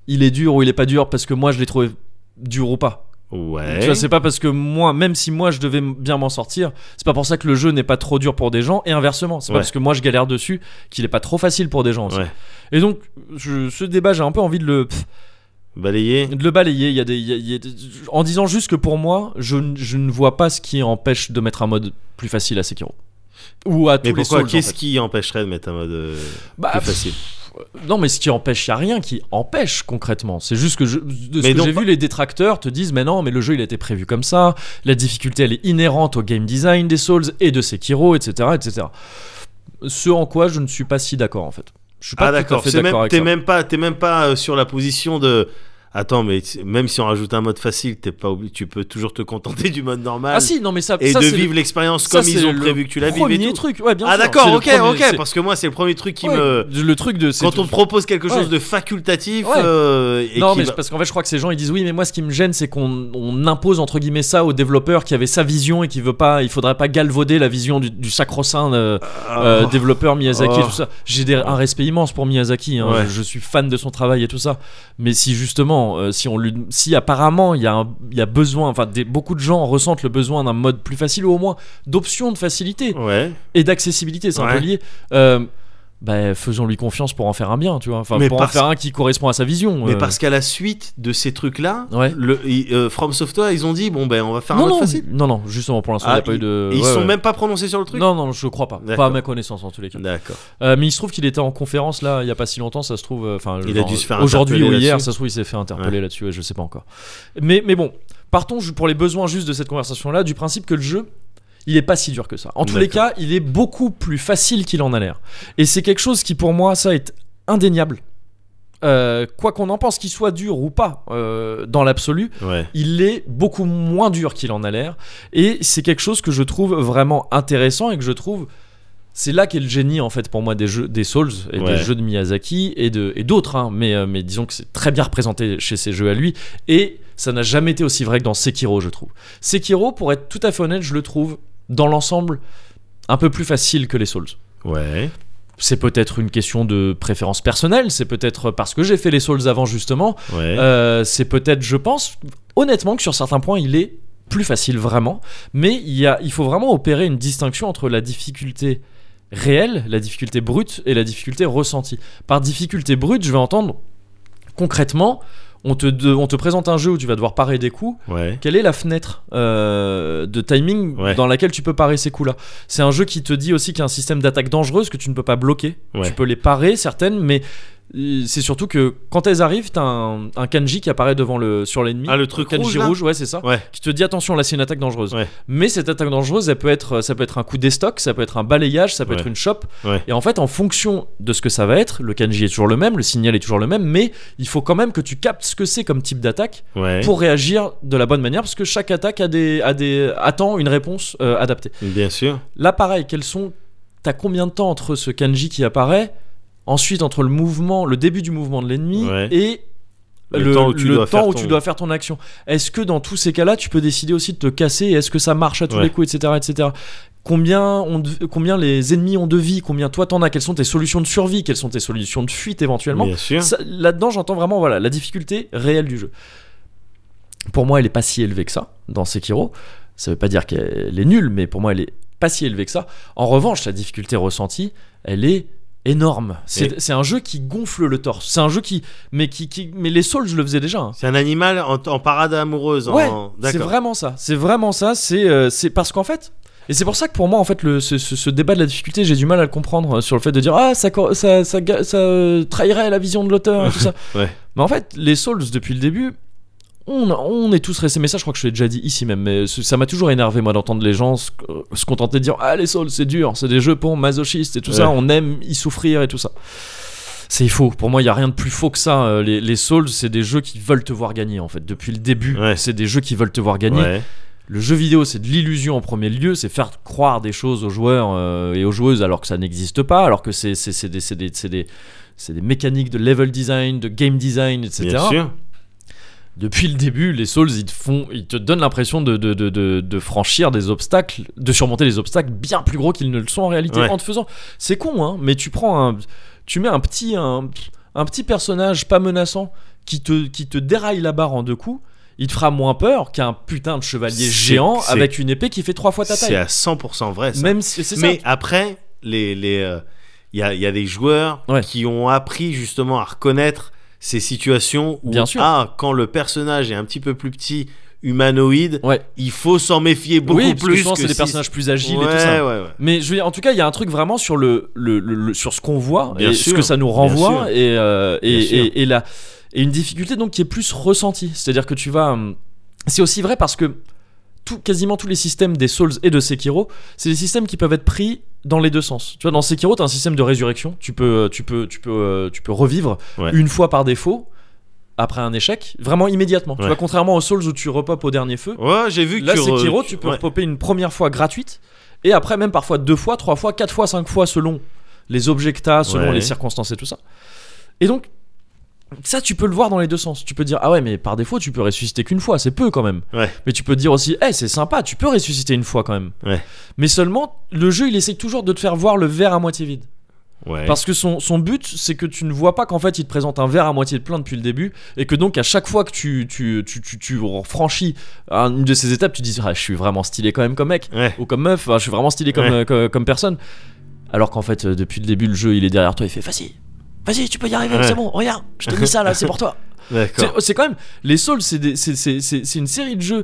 B: il est dur ou il est pas dur parce que moi, je l'ai trouvé dur ou pas.
A: Ouais.
B: Tu vois, c'est pas parce que moi, même si moi je devais m- bien m'en sortir, c'est pas pour ça que le jeu n'est pas trop dur pour des gens et inversement. C'est pas
A: Ouais.
B: parce que moi je galère dessus qu'il est pas trop facile pour des gens aussi.
A: Ouais.
B: Et donc, je- ce débat, j'ai un peu envie de le, pff,
A: Balayé.
B: de le balayer. Il y a des, il y a- il y a des- en disant juste que pour moi, je, n- je ne vois pas ce qui empêche de mettre un mode plus facile à Sekiro. Ou à tous
A: Mais
B: les
A: pourquoi
B: Souls, en
A: Qu'est-ce
B: fait.
A: qui empêcherait de mettre un mode euh,
B: Bah,
A: plus
B: pff,
A: facile
B: Non, mais ce qui empêche, il n'y a rien qui empêche concrètement. C'est juste que je- de ce
A: Mais
B: que
A: donc- bah
B: j'ai vu, les détracteurs te disent Mais non, mais le jeu, il a été prévu comme ça. La difficulté, elle est inhérente au game design des Souls et de Sekiro, etc. etc. Ce en quoi je ne suis pas si d'accord, en fait. Je suis pas
A: Ah
B: tout à
A: d'accord.
B: fait
A: c'est
B: d'accord
A: même-
B: avec
A: T'es
B: ça.
A: même pas, t'es même pas euh, sur la position de. Attends, mais c'est- même si on rajoute un mode facile, t'es pas obli- tu peux toujours te contenter du mode normal
B: Ah si, non, mais ça,
A: et
B: ça,
A: de
B: c'est
A: vivre
B: le-
A: l'expérience
B: ça,
A: comme
B: c'est
A: ils ont
B: le
A: prévu que tu la vives et
B: premier
A: tout.
B: truc, ouais, bien
A: ah
B: sûr,
A: d'accord,
B: c'est le
A: ok,
B: premier-
A: ok,
B: c'est-
A: parce que moi c'est le premier truc qui
B: ouais,
A: me
B: Le truc de. c'est
A: quand
B: tout-
A: on te propose quelque chose
B: Ouais.
A: de facultatif
B: Ouais.
A: euh, et
B: non,
A: qui
B: mais
A: va-
B: c'est parce qu'en fait, je crois que ces gens ils disent oui, mais moi, ce qui me gêne, c'est qu'on on impose entre guillemets ça aux développeurs qui avaient sa vision et qui veut pas, il faudrait pas galvauder la vision du, du sacro-saint euh, euh, développeur Miyazaki et
A: Ah. Oh.
B: tout ça. J'ai des- un respect immense pour Miyazaki, hein.
A: Ouais.
B: je suis fan de son travail et tout ça. Mais si justement, euh, si on lui, si apparemment il y a, un- il y a besoin, enfin, des- beaucoup de gens ressentent le besoin d'un mode plus facile ou au moins d'options de facilité
A: ouais.
B: et d'accessibilité, c'est un
A: Ouais.
B: peu lié. Euh, bah, faisons-lui confiance pour en faire un bien, tu vois. Enfin,
A: Mais
B: pour
A: parce-
B: en faire un qui correspond à sa vision.
A: Mais
B: euh.
A: parce qu'à la suite de ces trucs-là,
B: Ouais.
A: le, i- euh, From Software, ils ont dit bon ben on va faire un
B: non,
A: mode
B: non,
A: facile.
B: non, non, justement, pour l'instant, il
A: Ah,
B: n'y a pas eu de.
A: Et ils
B: ouais,
A: sont
B: ouais.
A: même pas prononcés sur le truc.
B: Non, non, je crois pas. Pas à
A: D'accord.
B: ma connaissance, en tous les cas.
A: D'accord.
B: Euh, mais il se trouve qu'il était en conférence là, il y a pas si longtemps, ça se trouve. euh, Enfin,
A: Il a
B: genre,
A: dû se faire
B: aujourd'hui ou
A: interpeller
B: hier,
A: là-dessus.
B: ça se trouve, il s'est fait interpeller là-dessus, et je sais pas encore. Mais, mais bon, partons ju- pour les besoins justes de cette conversation-là du principe que le jeu. Il est pas si dur que ça. En tous les cas, il est beaucoup plus facile qu'il en a l'air. Et c'est quelque chose qui, pour moi, ça est indéniable. Euh, quoi qu'on en pense, qu'il soit dur ou pas, euh, dans l'absolu,
A: Ouais.
B: il est beaucoup moins dur qu'il en a l'air. Et c'est quelque chose que je trouve vraiment intéressant et que je trouve. C'est là qu'est le génie, en fait, pour moi, des jeux, des Souls et
A: Ouais.
B: des jeux de Miyazaki et de- et d'autres. hein. Mais, euh, mais disons que c'est très bien représenté chez ces jeux à lui. Et ça n'a jamais été aussi vrai que dans Sekiro, je trouve. Sekiro, pour être tout à fait honnête, je le trouve, dans l'ensemble, un peu plus facile que les Souls.
A: Ouais.
B: C'est peut-être une question de préférence personnelle, c'est peut-être parce que j'ai fait les Souls avant, justement.
A: Ouais.
B: Euh, c'est peut-être, je pense, honnêtement, que sur certains points, il est plus facile vraiment. Mais il, y a, il faut vraiment opérer une distinction entre la difficulté réelle, la difficulté brute et la difficulté ressentie. Par difficulté brute, je vais entendre concrètement, on te, de- on te présente un jeu où tu vas devoir parer des coups.
A: ouais.
B: Quelle est la fenêtre euh, de timing
A: Ouais.
B: dans laquelle tu peux parer ces coups-là C'est un jeu qui te dit aussi qu'il y a un système d'attaque dangereuse que tu ne peux pas bloquer.
A: Ouais.
B: Tu peux les parer, certaines, mais euh, c'est surtout que quand elles arrivent, t'as un, un kanji qui apparaît devant le, sur l'ennemi.
A: Ah, le truc
B: kanji
A: rouge, là
B: ouais, c'est ça.
A: Ouais.
B: Qui te dit attention, là c'est une attaque dangereuse.
A: Ouais.
B: Mais cette attaque dangereuse, elle peut être, ça peut être un coup d'estoc, ça peut être un balayage, ça peut
A: Ouais.
B: être une chope.
A: Ouais.
B: Et en fait, en fonction de ce que ça va être, le kanji est toujours le même, le signal est toujours le même, mais il faut quand même que tu captes ce que c'est comme type d'attaque
A: Ouais.
B: pour réagir de la bonne manière parce que chaque attaque a des, a des, attend une réponse euh, adaptée.
A: Bien sûr.
B: Là, pareil, quels sont. T'as combien de temps entre ce kanji qui apparaît, ensuite entre le mouvement, le début du mouvement de l'ennemi
A: Ouais.
B: et
A: Le temps où tu dois faire
B: temps où
A: ton-
B: tu dois faire ton action. Est-ce que dans tous ces cas-là, tu peux décider aussi de te casser et Est-ce que ça marche à tous
A: Ouais.
B: les coups, etc., etc. Combien, on de- combien les ennemis ont de vie Combien toi t'en as Quelles sont tes solutions de survie Quelles sont tes solutions de fuite éventuellement
A: Bien sûr.
B: ça- Là-dedans, j'entends vraiment voilà la difficulté réelle du jeu. Pour moi, elle est pas si élevée que ça dans Sekiro. Ça veut pas dire qu'elle est nulle, mais pour moi, elle est pas si élevée que ça. En revanche, la difficulté ressentie, elle est énorme. C'est c'est un jeu qui gonfle le torse. C'est un jeu qui, mais qui, qui- mais les Souls, je le faisais déjà. hein.
A: C'est un animal en, en parade amoureuse.
B: Ouais,
A: en...
B: C'est
A: D'accord.
B: vraiment ça. C'est vraiment ça. C'est euh, c'est parce qu'en fait. Et c'est pour ça que pour moi, en fait, le, ce, ce- ce débat de la difficulté, j'ai du mal à le comprendre euh, sur le fait de dire Ah, ça, cor- ça, ça, ga- ça, euh, trahirait la vision de l'auteur et tout ça.
A: Ouais.
B: Mais en fait, les Souls, depuis le début, on, on est tous restés. Mais ça, je crois que je l'ai déjà dit ici même. Mais ce- ça m'a toujours énervé, moi, d'entendre les gens se, euh, se contenter de dire Ah, les Souls, c'est dur, c'est des jeux pour masochistes et tout ça,
A: Ouais.
B: on aime y souffrir et tout ça. C'est faux. Pour moi, il y a rien de plus faux que ça. Euh, Les, les Souls, c'est des jeux qui veulent te voir gagner, en fait. Depuis le début,
A: Ouais.
B: c'est des jeux qui veulent te voir gagner.
A: Ouais.
B: Le jeu vidéo, c'est de l'illusion en premier lieu, c'est faire croire des choses aux joueurs euh, et aux joueuses alors que ça n'existe pas, alors que c'est c'est- c'est des, c'est des- c'est des- c'est des mécaniques de level design, de game design, etc.
A: Bien sûr.
B: Depuis le début, les Souls, ils te, font, ils te donnent l'impression de, de, de- de- de franchir des obstacles, de surmonter des obstacles bien plus gros qu'ils ne le sont en réalité
A: Ouais.
B: en te faisant. C'est con, hein, mais tu prends un. Tu mets un petit, un, un petit personnage pas menaçant qui te, qui te déraille la barre en deux coups. Il te fera moins peur qu'un putain de chevalier
A: C'est-
B: géant
A: c'est-
B: avec une épée qui fait trois fois ta
A: C'est
B: taille.
A: à 100% vrai. Ça.
B: Même si, c'est ça.
A: Mais après, les les euh, il y, a, il y a des joueurs
B: Ouais.
A: qui ont appris justement à reconnaître ces situations où
B: Bien sûr.
A: ah quand le personnage est un petit peu plus petit humanoïde,
B: Ouais.
A: il faut s'en méfier beaucoup
B: oui, parce que
A: plus
B: souvent,
A: que
B: c'est des
A: si-
B: personnages plus agiles
A: ouais,
B: et tout ça.
A: Ouais, ouais.
B: Mais je veux dire, en tout cas, il y a un truc vraiment sur le, le- le- le- sur ce qu'on voit
A: Bien
B: et
A: sûr,
B: ce que ça nous renvoie
A: bien sûr.
B: et, euh, et,
A: Bien sûr.
B: et, et la- et une difficulté donc qui est plus ressentie. C'est-à-dire que tu vas, hum, c'est aussi vrai parce que tout, quasiment tous les systèmes des Souls et de Sekiro, c'est des systèmes qui peuvent être pris dans les deux sens. Tu vois, dans Sekiro, t'as un système de résurrection. Tu peux, tu peux, tu peux, euh, tu peux revivre
A: Ouais.
B: une fois par défaut après un échec, vraiment immédiatement. Tu
A: Ouais.
B: vois, contrairement aux Souls où tu repopes au dernier feu,
A: Ouais, j'ai vu que
B: Là,
A: tu re-
B: Sekiro, tu peux
A: ouais.
B: repopper une première fois gratuite, et après même parfois deux fois, trois fois, quatre fois, cinq fois selon les objectas, selon
A: Ouais.
B: les circonstances et tout ça. Et donc, ça, tu peux le voir dans les deux sens. Tu peux dire, ah ouais, mais par défaut, tu peux ressusciter qu'une fois, c'est peu quand même.
A: Ouais.
B: Mais tu peux dire aussi, eh, c'est sympa, tu peux ressusciter une fois quand même.
A: Ouais.
B: Mais seulement, le jeu, il essaie toujours de te faire voir le verre à moitié vide.
A: Ouais.
B: Parce que son, son but, c'est que tu ne vois pas qu'en fait, il te présente un verre à moitié plein depuis le début, et que donc à chaque fois que tu, tu, tu, tu, tu franchis une de ces étapes, tu te dis ah, je suis vraiment stylé quand même comme mec
A: Ouais.
B: ou comme meuf, ah, je suis vraiment stylé comme,
A: Ouais.
B: euh, comme, comme personne. Alors qu'en fait, euh, depuis le début, le jeu, il est derrière toi, il fait vas-y, vas-y, tu peux y arriver,
A: Ouais.
B: c'est bon, regarde, je te dis ça là, c'est pour toi. C'est
A: D'accord.
B: c'est quand même. Les Souls, c'est des- c'est- c'est- c'est- c'est une série de jeux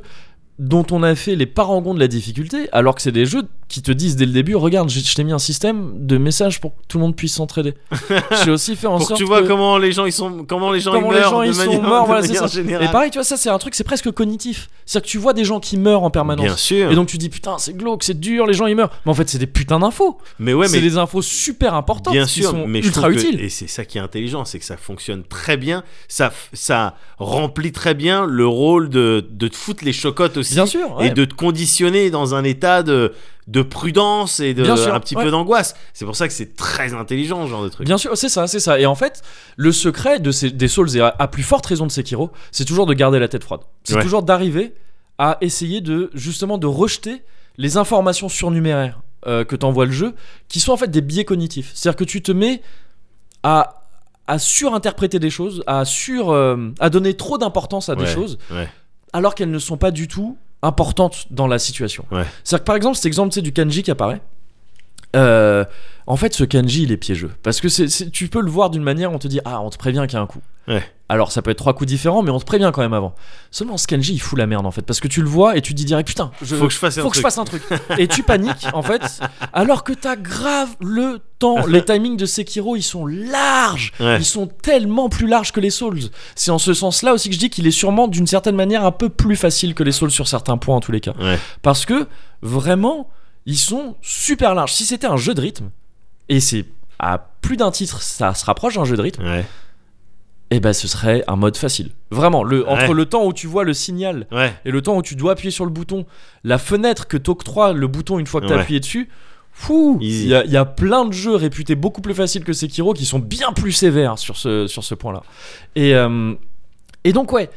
B: dont on a fait les parangons de la difficulté, alors que c'est des jeux qui te disent dès le début regarde, je, je t'ai mis un système de messages pour que tout le monde puisse s'entraider. J'ai aussi fait en
A: Pour que
B: sorte
A: tu vois
B: que-
A: comment les gens ils sont, comment les gens
B: comment
A: ils
B: les
A: meurent
B: gens
A: de
B: ils
A: manière,
B: sont morts,
A: de
B: voilà, c'est
A: manière
B: ça.
A: générale.
B: Et pareil, tu vois, ça c'est un truc, c'est presque cognitif. C'est-à-dire que tu vois des gens qui meurent en permanence.
A: Bien sûr.
B: Ah Et donc tu dis putain, c'est glauque, c'est dur, les gens ils meurent. Mais en fait, c'est des putains d'infos.
A: mais ouais,
B: c'est
A: mais
B: des infos super importantes
A: bien
B: qui
A: sûr,
B: sont
A: mais je
B: ultra
A: trouve que-
B: utiles.
A: et c'est ça qui est intelligent, c'est que ça fonctionne très bien, ça, f- ça remplit très bien le rôle de, de te foutre les chocottes aussi.
B: Bien sûr. ouais.
A: et de te conditionner dans un état de, de prudence et de
B: Bien sûr,
A: un petit
B: ouais.
A: peu d'angoisse. C'est pour ça que c'est très intelligent ce genre de truc.
B: Bien sûr, c'est ça, c'est ça. Et en fait, le secret de ces, des Souls et à, à plus forte raison de Sekiro, c'est toujours de garder la tête froide. C'est
A: Ouais.
B: toujours d'arriver à essayer de justement de rejeter les informations surnuméraires euh, que t'envoie le jeu, qui sont en fait des biais cognitifs. C'est-à-dire que tu te mets à à surinterpréter des choses, à sur euh, à donner trop d'importance à des
A: Ouais,
B: choses,
A: ouais.
B: alors qu'elles ne sont pas du tout importantes dans la situation.
A: Ouais.
B: C'est-à-dire que par exemple, cet exemple tu sais, du kanji qui apparaît. Euh, en fait, ce kanji, il est piégeux. Parce que c'est, c'est- tu peux le voir d'une manière, on te dit, ah, on te prévient qu'il y a un coup.
A: Ouais.
B: Alors, ça peut être trois coups différents, mais on te prévient quand même avant. Seulement, ce kanji, il fout la merde, en fait. Parce que tu le vois et tu te dis direct, putain, je,
A: Faut que je fasse un
B: faut que je
A: truc.
B: fasse un truc. Et tu paniques, en fait, alors que t'as grave le temps. Les timings de Sekiro, ils sont larges.
A: Ouais.
B: Ils sont tellement plus larges que les Souls. C'est en ce sens-là aussi que je dis qu'il est sûrement, d'une certaine manière, un peu plus facile que les Souls sur certains points, en tous les cas.
A: Ouais.
B: Parce que, vraiment, ils sont super larges. Si c'était un jeu de rythme, et c'est à plus d'un titre, ça se rapproche d'un jeu de rythme
A: Ouais,
B: eh ben ce serait un mode facile. Vraiment, le, entre
A: Ouais.
B: le temps où tu vois le signal
A: ouais,
B: et le temps où tu dois appuyer sur le bouton, la fenêtre que t'octroie le bouton une fois que t'as
A: Ouais.
B: appuyé dessus, fou
A: Easy.
B: Il y, a- il y a plein de jeux réputés beaucoup plus faciles que Sekiro qui sont bien plus sévères sur ce, sur ce point-là. Et, euh, et donc ouais,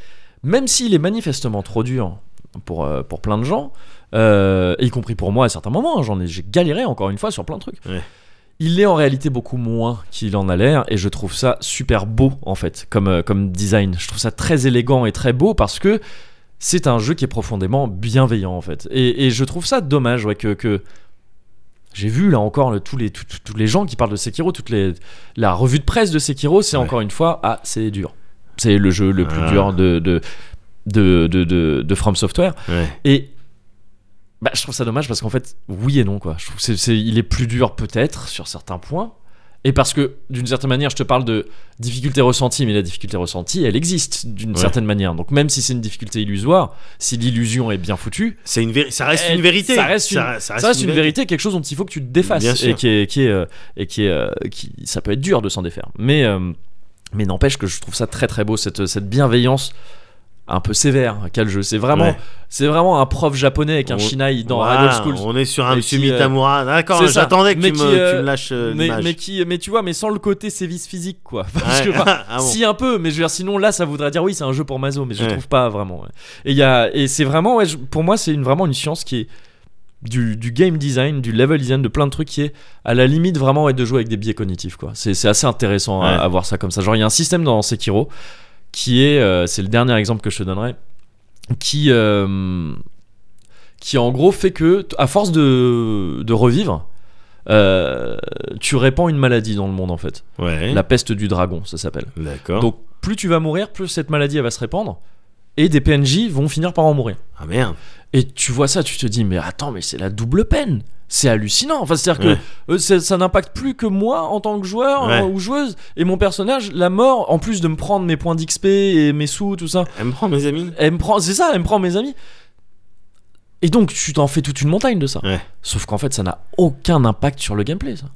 B: même s'il est manifestement trop dur pour, euh, pour plein de gens, euh, y compris pour moi à certains moments, hein, j'en ai, j'ai galéré encore une fois sur plein de trucs.
A: Ouais.
B: Il est en réalité beaucoup moins qu'il en a l'air et je trouve ça super beau en fait comme, euh, comme design. Je trouve ça très élégant et très beau parce que c'est un jeu qui est profondément bienveillant en fait. Et, et je trouve ça dommage ouais, que, que- j'ai vu là encore le- tous, les, tous- tous- tous les gens qui parlent de Sekiro, toute les, la revue de presse de Sekiro, c'est
A: Ouais.
B: encore une fois ah c'est dur. C'est le jeu le plus
A: Ah.
B: dur de, de, de, de, de- de From Software.
A: ouais.
B: Et bah, je trouve ça dommage parce qu'en fait, oui et non quoi. Je trouve que c'est- c'est- il est plus dur peut-être sur certains points. Et parce que d'une certaine manière, je te parle de difficulté ressentie, mais la difficulté ressentie, elle existe d'une
A: Ouais.
B: certaine manière. Donc même si c'est une difficulté illusoire, si l'illusion est bien foutue,
A: C'est une véri- ça reste
B: Eh,
A: une vérité.
B: ça reste une-
A: Ah,
B: ça reste, une vérité, quelque chose dont il faut que tu te défasses
A: Bien
B: et
A: sûr.
B: qui est, qui est, euh, et qui est, euh, qui ça peut être dur de s'en défaire. Mais euh, mais n'empêche que je trouve ça très très beau cette cette bienveillance un peu sévère qu'a le jeu. C'est vraiment
A: Ouais.
B: c'est vraiment un prof japonais avec un
A: On-
B: shinai dans
A: Voilà,
B: Adult Schools.
A: On est sur un
B: Et
A: monsieur
B: qui, euh,
A: Mitamura. D'accord,
B: c'est ça.
A: j'attendais que
B: Mais
A: tu, me,
B: qui, euh,
A: tu me lâches euh,
B: Mais,
A: l'image.
B: mais qui mais tu vois mais sans le côté sévice physique quoi parce
A: Ouais.
B: que bah,
A: Ah bon.
B: Si un peu, mais je veux dire, sinon là, ça voudrait dire oui, c'est un jeu pour Mazo, mais je
A: Ouais.
B: trouve pas vraiment. ouais. Et il y a, et c'est vraiment, ouais, je- pour moi, c'est une, vraiment une science qui est du, du game design, du level design, de plein de trucs qui est à la limite vraiment ouais, de jouer avec des biais cognitifs, quoi. C'est c'est assez intéressant à,
A: Ouais.
B: à voir ça comme ça. Genre, il y a un système dans Sekiro qui est, euh, c'est le dernier exemple que je te donnerai, qui euh, qui en gros fait que, t- à force de, de revivre, euh, tu répands une maladie dans le monde en fait.
A: Ouais.
B: La peste du dragon, ça s'appelle.
A: D'accord.
B: Donc plus tu vas mourir, plus cette maladie elle va se répandre et des PNJ vont finir par en mourir.
A: Ah merde.
B: Et tu vois ça, tu te dis mais attends mais c'est la double peine. C'est hallucinant. Enfin, c'est-à-dire
A: Ouais.
B: que euh, ça, ça n'impacte plus que moi en tant que joueur
A: Ouais.
B: euh, ou joueuse et mon personnage, la mort, en plus de me prendre mes points d'XP et mes sous, tout ça,
A: Elle me prend mes amis.
B: elle me prend, c'est ça, elle me prend mes amis. Et donc tu t'en fais toute une montagne de ça.
A: Ouais.
B: Sauf qu'en fait ça n'a aucun impact sur le gameplay. Ça.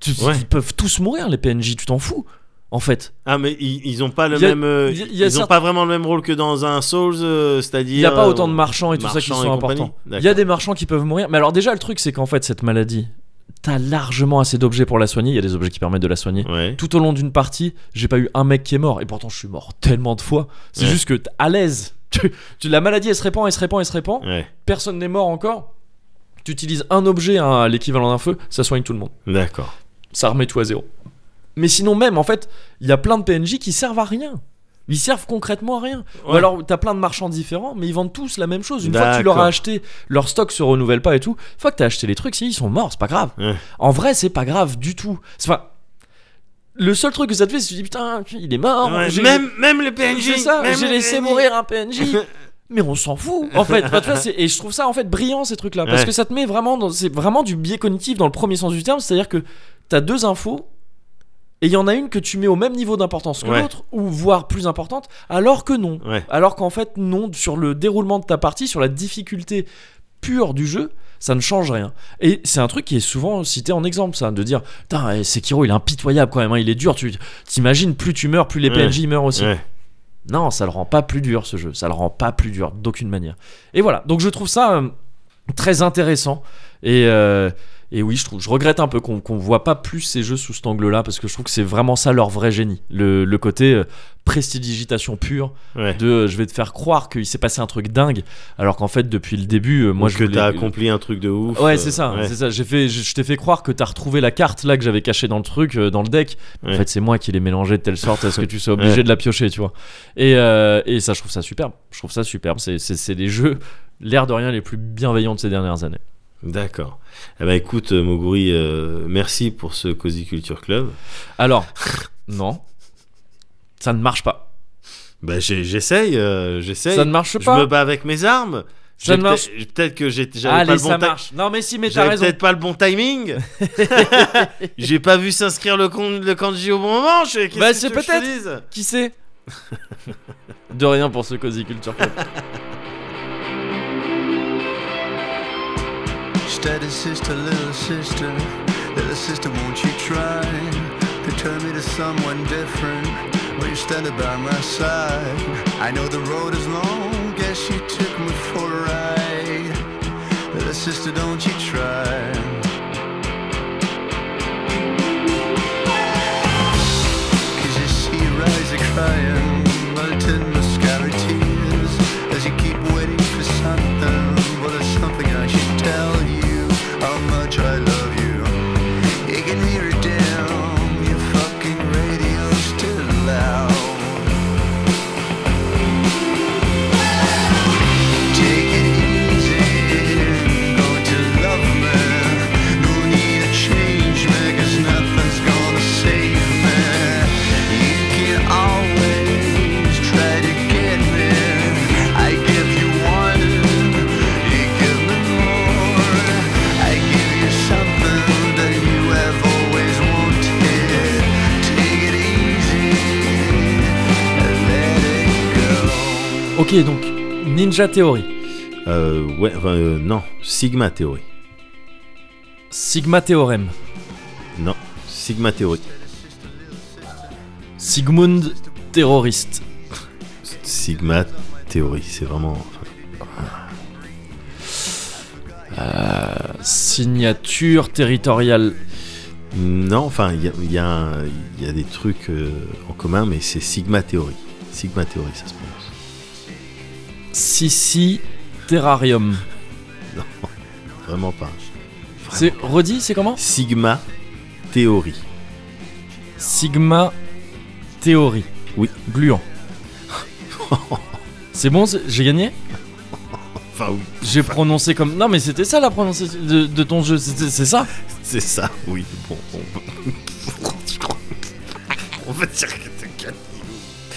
B: Tu-
A: Ouais.
B: Ils peuvent tous mourir les PNJ, tu t'en fous. En fait,
A: Ah mais ils, ils ont pas le
B: Il y a-
A: même. euh,
B: il y a- il y a
A: ils ont
B: certes-
A: pas vraiment le même rôle que dans un Souls, euh, c'est-à-dire.
B: Il n'y a pas
A: euh,
B: autant de marchands et tout ça qui
A: marchands et
B: sont importants.
A: compagnie.
B: Il y a des marchands qui peuvent mourir. Mais alors déjà, le truc, c'est qu'en fait, cette maladie, t'as largement assez d'objets pour la soigner. Il y a des objets qui permettent de la soigner.
A: Ouais.
B: Tout au long d'une partie, j'ai pas eu un mec qui est mort. Et pourtant, je suis mort tellement de fois. C'est
A: Ouais.
B: juste que t'es à l'aise. Tu- tu- la maladie, elle se répand, elle se répand, elle se répand.
A: Ouais.
B: Personne n'est mort encore. Tu utilises un objet, hein, l'équivalent d'un feu, ça soigne tout le monde.
A: D'accord.
B: Ça remet tout à zéro. Mais sinon même, en fait, il y a plein de PNJ qui servent à rien. Ils servent concrètement à rien. Ou
A: Ouais.
B: alors t'as plein de marchands différents, mais ils vendent tous la même chose. Une fois que tu
A: D'accord.
B: leur as acheté, leur stock se renouvelle pas et tout. Une fois que t'as acheté les trucs, si ils sont morts, c'est pas grave.
A: Ouais.
B: En vrai, c'est pas grave du tout. C'est- Enfin, le seul truc que ça te fait, c'est que tu te dis putain, il est mort.
A: Ouais,
B: j'ai-
A: même, même le PNJ.
B: c'est ça,
A: même
B: j'ai
A: le
B: laissé
A: PNJ.
B: mourir un PNJ. Mais on s'en fout, en fait. Enfin, tu vois, c'est- et je trouve ça en fait brillant ces trucs-là, parce
A: Ouais.
B: que ça te met vraiment, dans- c'est vraiment du biais cognitif dans le premier sens du terme, c'est-à-dire que t'as deux infos. Et il y en a une que tu mets au même niveau d'importance que
A: Ouais.
B: l'autre, ou voire plus importante, alors que non.
A: Ouais.
B: Alors qu'en fait, non, sur le déroulement de ta partie, sur la difficulté pure du jeu, ça ne change rien. Et c'est un truc qui est souvent cité en exemple, ça, de dire Putain, eh, Sekiro, il est impitoyable quand même, hein, il est dur. Tu t'imagines, plus tu meurs, plus les
A: Ouais.
B: PNJ meurent aussi.
A: Ouais.
B: Non, ça le rend pas plus dur ce jeu, ça le rend pas plus dur d'aucune manière. Et voilà, donc je trouve ça euh, très intéressant. Et, euh, et oui, je, trouve, je regrette un peu qu'on qu'on voit pas plus ces jeux sous cet angle-là, parce que je trouve que c'est vraiment ça leur vrai génie. Le, le côté euh, prestidigitation pure
A: Ouais.
B: de euh, je vais te faire croire qu'il s'est passé un truc dingue, alors qu'en fait, depuis le début, euh, moi
A: Ou
B: je
A: que
B: voulais-
A: t'as accompli un truc de ouf.
B: Ouais,
A: euh,
B: c'est ça,
A: ouais.
B: c'est ça. J'ai fait, je, je t'ai fait croire que t'as retrouvé la carte là que j'avais cachée dans le truc, euh, dans le deck. En
A: Ouais.
B: fait, c'est moi qui l'ai mélangée de telle sorte à ce que tu sois obligé
A: Ouais.
B: de la piocher, tu vois. Et, euh, et ça, je trouve ça superbe. Je trouve ça superbe. C'est, c'est, c'est les jeux, l'air de rien, les plus bienveillants de ces dernières années.
A: D'accord. Eh ben écoute, euh, Moguri, euh, merci pour ce Cozy Culture Club.
B: Alors, non, ça ne marche pas.
A: Bah j'ai- j'essaye, euh, j'essaye.
B: Ça ne marche
A: Je me
B: pas.
A: bats avec mes armes. J'ai
B: Ça
A: peut-être-
B: ne marche-
A: Peut-être que j'ai- j'avais pas
B: Allez,
A: le bon
B: ça
A: timing.
B: marche. Non, mais si, mais t'as
A: J'avais
B: raison.
A: peut-être pas le bon timing. J'ai pas vu s'inscrire le, con- le kanji au bon moment. je- Qu'est-ce
B: Bah,
A: que
B: c'est
A: tu veux que je te dise
B: Qui sait De rien pour ce Cozy Culture Club.
E: Steady sister, little sister, little sister, won't you try to turn me to someone different? Will you stand by my side? I know the road is long, guess you took me for a ride. Little sister, don't you try. Cause you see your eyes are crying, molten mascara tears As you keep waiting for something, well there's something I should tell you How much I love you You can hear it down, your fucking radio's still loud Take it easy, go to love me. No need to change me, 'cause nothing's gonna save me. You can always try to get me. I give you one, you give me more. I give you something that you have always wanted. Take it easy and let it go.
B: ok, donc, Ninja Theory.
A: Euh, ouais, enfin, euh, non. Sigma théorie.
B: Sigma Theorem.
A: Non. Sigma théorie.
B: Sigmund Terroriste.
A: Sigma théorie. C'est vraiment. enfin,
B: Signature territoriale.
A: non, enfin, il y a, il y a un- il y a des trucs euh, en commun, mais c'est Sigma théorie. Sigma théorie, ça se prononce.
B: Sissi Terrarium.
A: Vraiment pas.
B: C'est redit, c'est comment
A: Sigma théorie.
B: Sigma Theory.
A: Oui.
B: Gluant. c'est bon, c'est- j'ai gagné
A: Enfin, oui,
B: J'ai prononcé comme. Non, mais c'était ça la prononciation de, de ton jeu, c'était- c'est ça
A: c'est ça. Oui. Bon. On, on va dire que t'es quatre.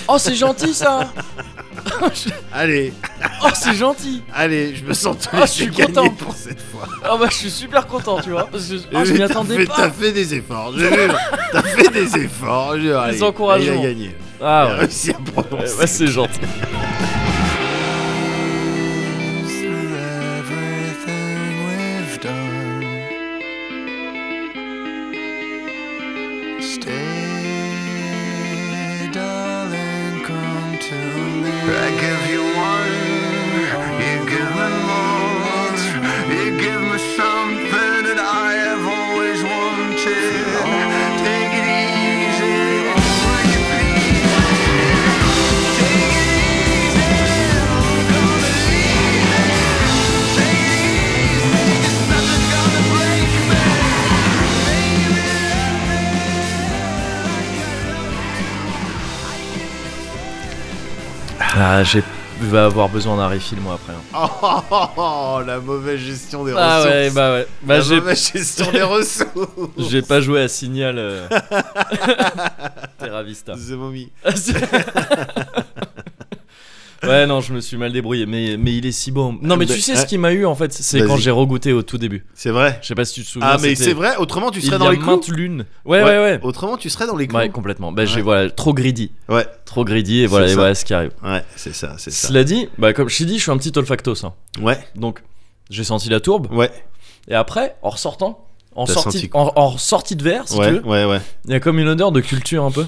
B: Oh, c'est gentil ça
A: Allez.
B: Oh, c'est gentil
A: Allez, je me sens tout
B: Ah, je suis
A: gagné
B: content.
A: pour cette fois.
B: Oh, bah, je suis super content, tu vois, parce que oh, je
A: Mais
B: m'y
A: t'as
B: attendais
A: fait- T'as
B: pas
A: fait des efforts, je jure. T'as fait des efforts, je jure. Allez,
B: encouragements.
A: Il a gagné. Il a
B: Ah, ouais,
A: réussi à
B: ouais,
A: prononcer.
B: ouais, c'est gentil.
E: through everything we've done. Stay, darling, come to me. I give you one, you give me more. You give me something that I have always wanted. Take it easy, oh, you please. Take it easy.
B: Ah, j'ai. Je vais avoir besoin d'un refill moi après. hein.
A: Oh, oh, oh, oh, la mauvaise gestion des
B: Ah
A: ressources.
B: ouais, bah ouais. Bah
A: la
B: j'ai
A: mauvaise gestion des ressources.
B: j'ai pas joué à Signal. euh, Terra Vista.
A: The Mummy.
B: ouais, non, je me suis mal débrouillé, mais, mais il est si bon. Non, mais
A: Bah,
B: tu sais
A: ouais.
B: ce qui m'a eu en fait, c'est
A: Vas-y.
B: quand j'ai regoûté au tout début.
A: C'est vrai.
B: Je sais pas si tu te souviens.
A: Ah mais
B: c'était-
A: c'est vrai. Autrement tu
B: Il y
A: serais
B: a
A: dans les
B: maintes
A: coups.
B: lunes. Ouais, ouais, ouais.
A: Autrement tu serais dans les coups.
B: Ouais, complètement. Bah, j'ai
A: Ouais.
B: voilà, trop greedy.
A: Ouais.
B: Trop greedy, et
A: C'est
B: voilà, et
A: ça.
B: voilà ce qui arrive.
A: Ouais, c'est ça, c'est ça.
B: Cela dit, bah, comme je t'ai dit, je suis un petit olfactos. hein.
A: Ouais.
B: Donc, j'ai senti la tourbe.
A: Ouais.
B: Et après, en ressortant, en
A: T'as
B: sortie,
A: senti quoi
B: en, en sortie de verre, si tu
A: ouais.
B: veux,
A: Ouais. Ouais.
B: il y a comme une odeur de culture un peu.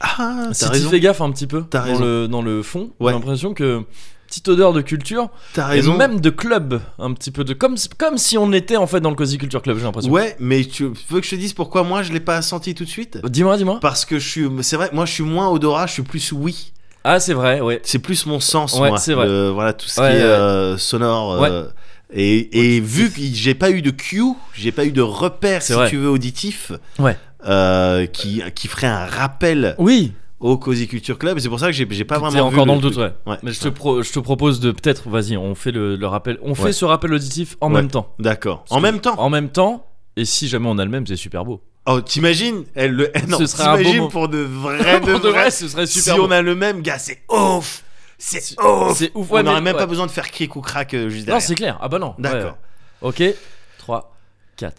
A: Ah,
B: Si
A: t'as
B: tu
A: raison.
B: fais gaffe un petit peu
A: T'as
B: dans
A: raison.
B: le, dans le fond,
A: Ouais.
B: j'ai l'impression que petite odeur de culture
A: T'as
B: et
A: raison.
B: même de club, un petit peu de comme comme si on était en fait dans le Cozy Culture Club, j'ai l'impression.
A: Ouais, mais tu veux que je te dise pourquoi moi je l'ai pas senti tout de suite
B: Dis-moi, dis-moi.
A: Parce que je suis, c'est vrai, moi je suis moins odorat, je suis plus oui.
B: Ah, c'est vrai, ouais.
A: C'est plus mon sens,
B: Ouais,
A: moi.
B: c'est vrai.
A: Le- voilà tout ce
B: Ouais,
A: qui est
B: ouais.
A: euh, sonore. euh, et, et vu que j'ai pas eu de cue, j'ai pas eu de repère,
B: C'est
A: si
B: vrai.
A: tu veux, auditif,
B: Ouais.
A: euh, qui, qui ferait un rappel
B: Oui.
A: au Cozy Culture Club. C'est pour ça que j'ai j'ai pas
B: T'es
A: vraiment. vu
B: encore dans le doute,
A: truc.
B: ouais. Mais je te, pro- je te propose de peut-être, vas-y, on fait le, le rappel, on fait
A: Ouais.
B: ce rappel auditif en
A: Ouais.
B: même temps.
A: D'accord.
B: Parce
A: En
B: que-
A: même temps.
B: En même temps. Et si jamais on a le même, c'est super beau.
A: Oh, t'imagines Elle le. eh non,
B: Ce serait un beau
A: t'imagines
B: mot.
A: pour de vrai,
B: Pour de vrai, ce serait
A: Si
B: super beau.
A: on a le même, gars, c'est off. C'est
B: C'est-
A: off.
B: C'est ouf,
A: on
B: ouais,
A: n'aurait
B: mais-
A: même
B: ouais.
A: pas besoin de faire cric ou crac euh, juste
B: Non,
A: derrière.
B: c'est clair. Ah bah non. ouais.
A: D'accord.
B: Ok. 3, 4.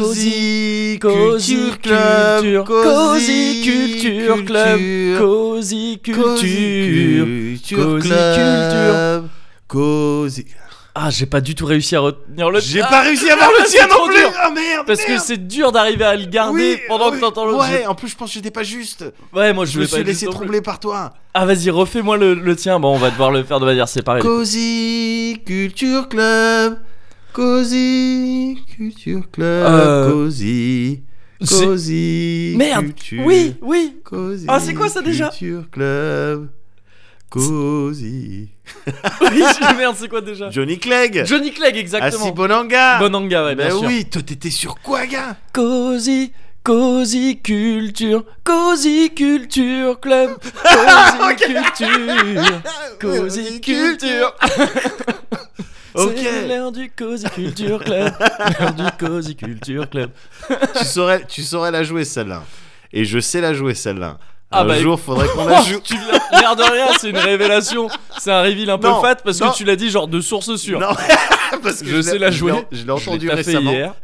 A: Cozy
B: Cozy
A: Culture Club.
B: Culture. Cozy Culture Club. Cozy Culture. Cozy
A: Euh, Cozy Culture. Cozy.
B: Ah, j'ai pas du tout réussi à retenir le.
A: J'ai
B: Ah,
A: pas réussi à voir le
B: c'est
A: tien non
B: trop
A: plus.
B: dur.
A: Ah merde.
B: Parce que
A: merde.
B: c'est dur d'arriver à le garder
A: Oui,
B: pendant que
A: oui.
B: t'entends l'autre.
A: Ouais, en plus je pense que j'étais pas juste.
B: Je- ouais, moi je,
A: Je me
B: vais pas
A: suis
B: être
A: laissé
B: juste non plus.
A: trembler par toi.
B: Ah, vas-y, refais-moi le, le tien. Bon, on va devoir le faire de manière séparée.
A: Cozy Culture Club. Cozy Culture Club.
B: Euh,
A: Cozy.
B: c'est-
A: Cozy.
B: Merde.
A: Culture.
B: Oui, oui.
A: Cozy.
B: Ah, c'est quoi ça, déjà
A: Culture Club. Cozy.
B: Oui, je- merde, c'est quoi déjà
A: Johnny Clegg.
B: Johnny Clegg, exactement.
A: Assis Bonanga.
B: Bonanga, ouais, bien
A: Bah
B: sûr.
A: oui, toi t'étais sur quoi, gars
B: Cozy, Cozy Culture, Cozy Culture Club, Cozy Culture, Cozy Culture.
A: Ok.
B: C'est l'heure du Cozy Culture Club, l'heure du Cozy Culture Club.
A: tu, saurais, tu saurais la jouer celle-là. Et je sais la jouer celle-là.
B: Ah
A: Un
B: bah-
A: jour faudrait qu'on la joue.
B: Tu l'as- l'air de rien, c'est une révélation, c'est un reveal un peu
A: Non,
B: fat parce
A: non.
B: que tu l'as dit genre de source sûre.
A: Non, parce que
B: Je
A: l'ai-
B: sais la
A: je
B: jouer.
A: l'ai- Je l'ai
B: Je l'ai
A: entendu
B: tapé
A: récemment.
B: hier.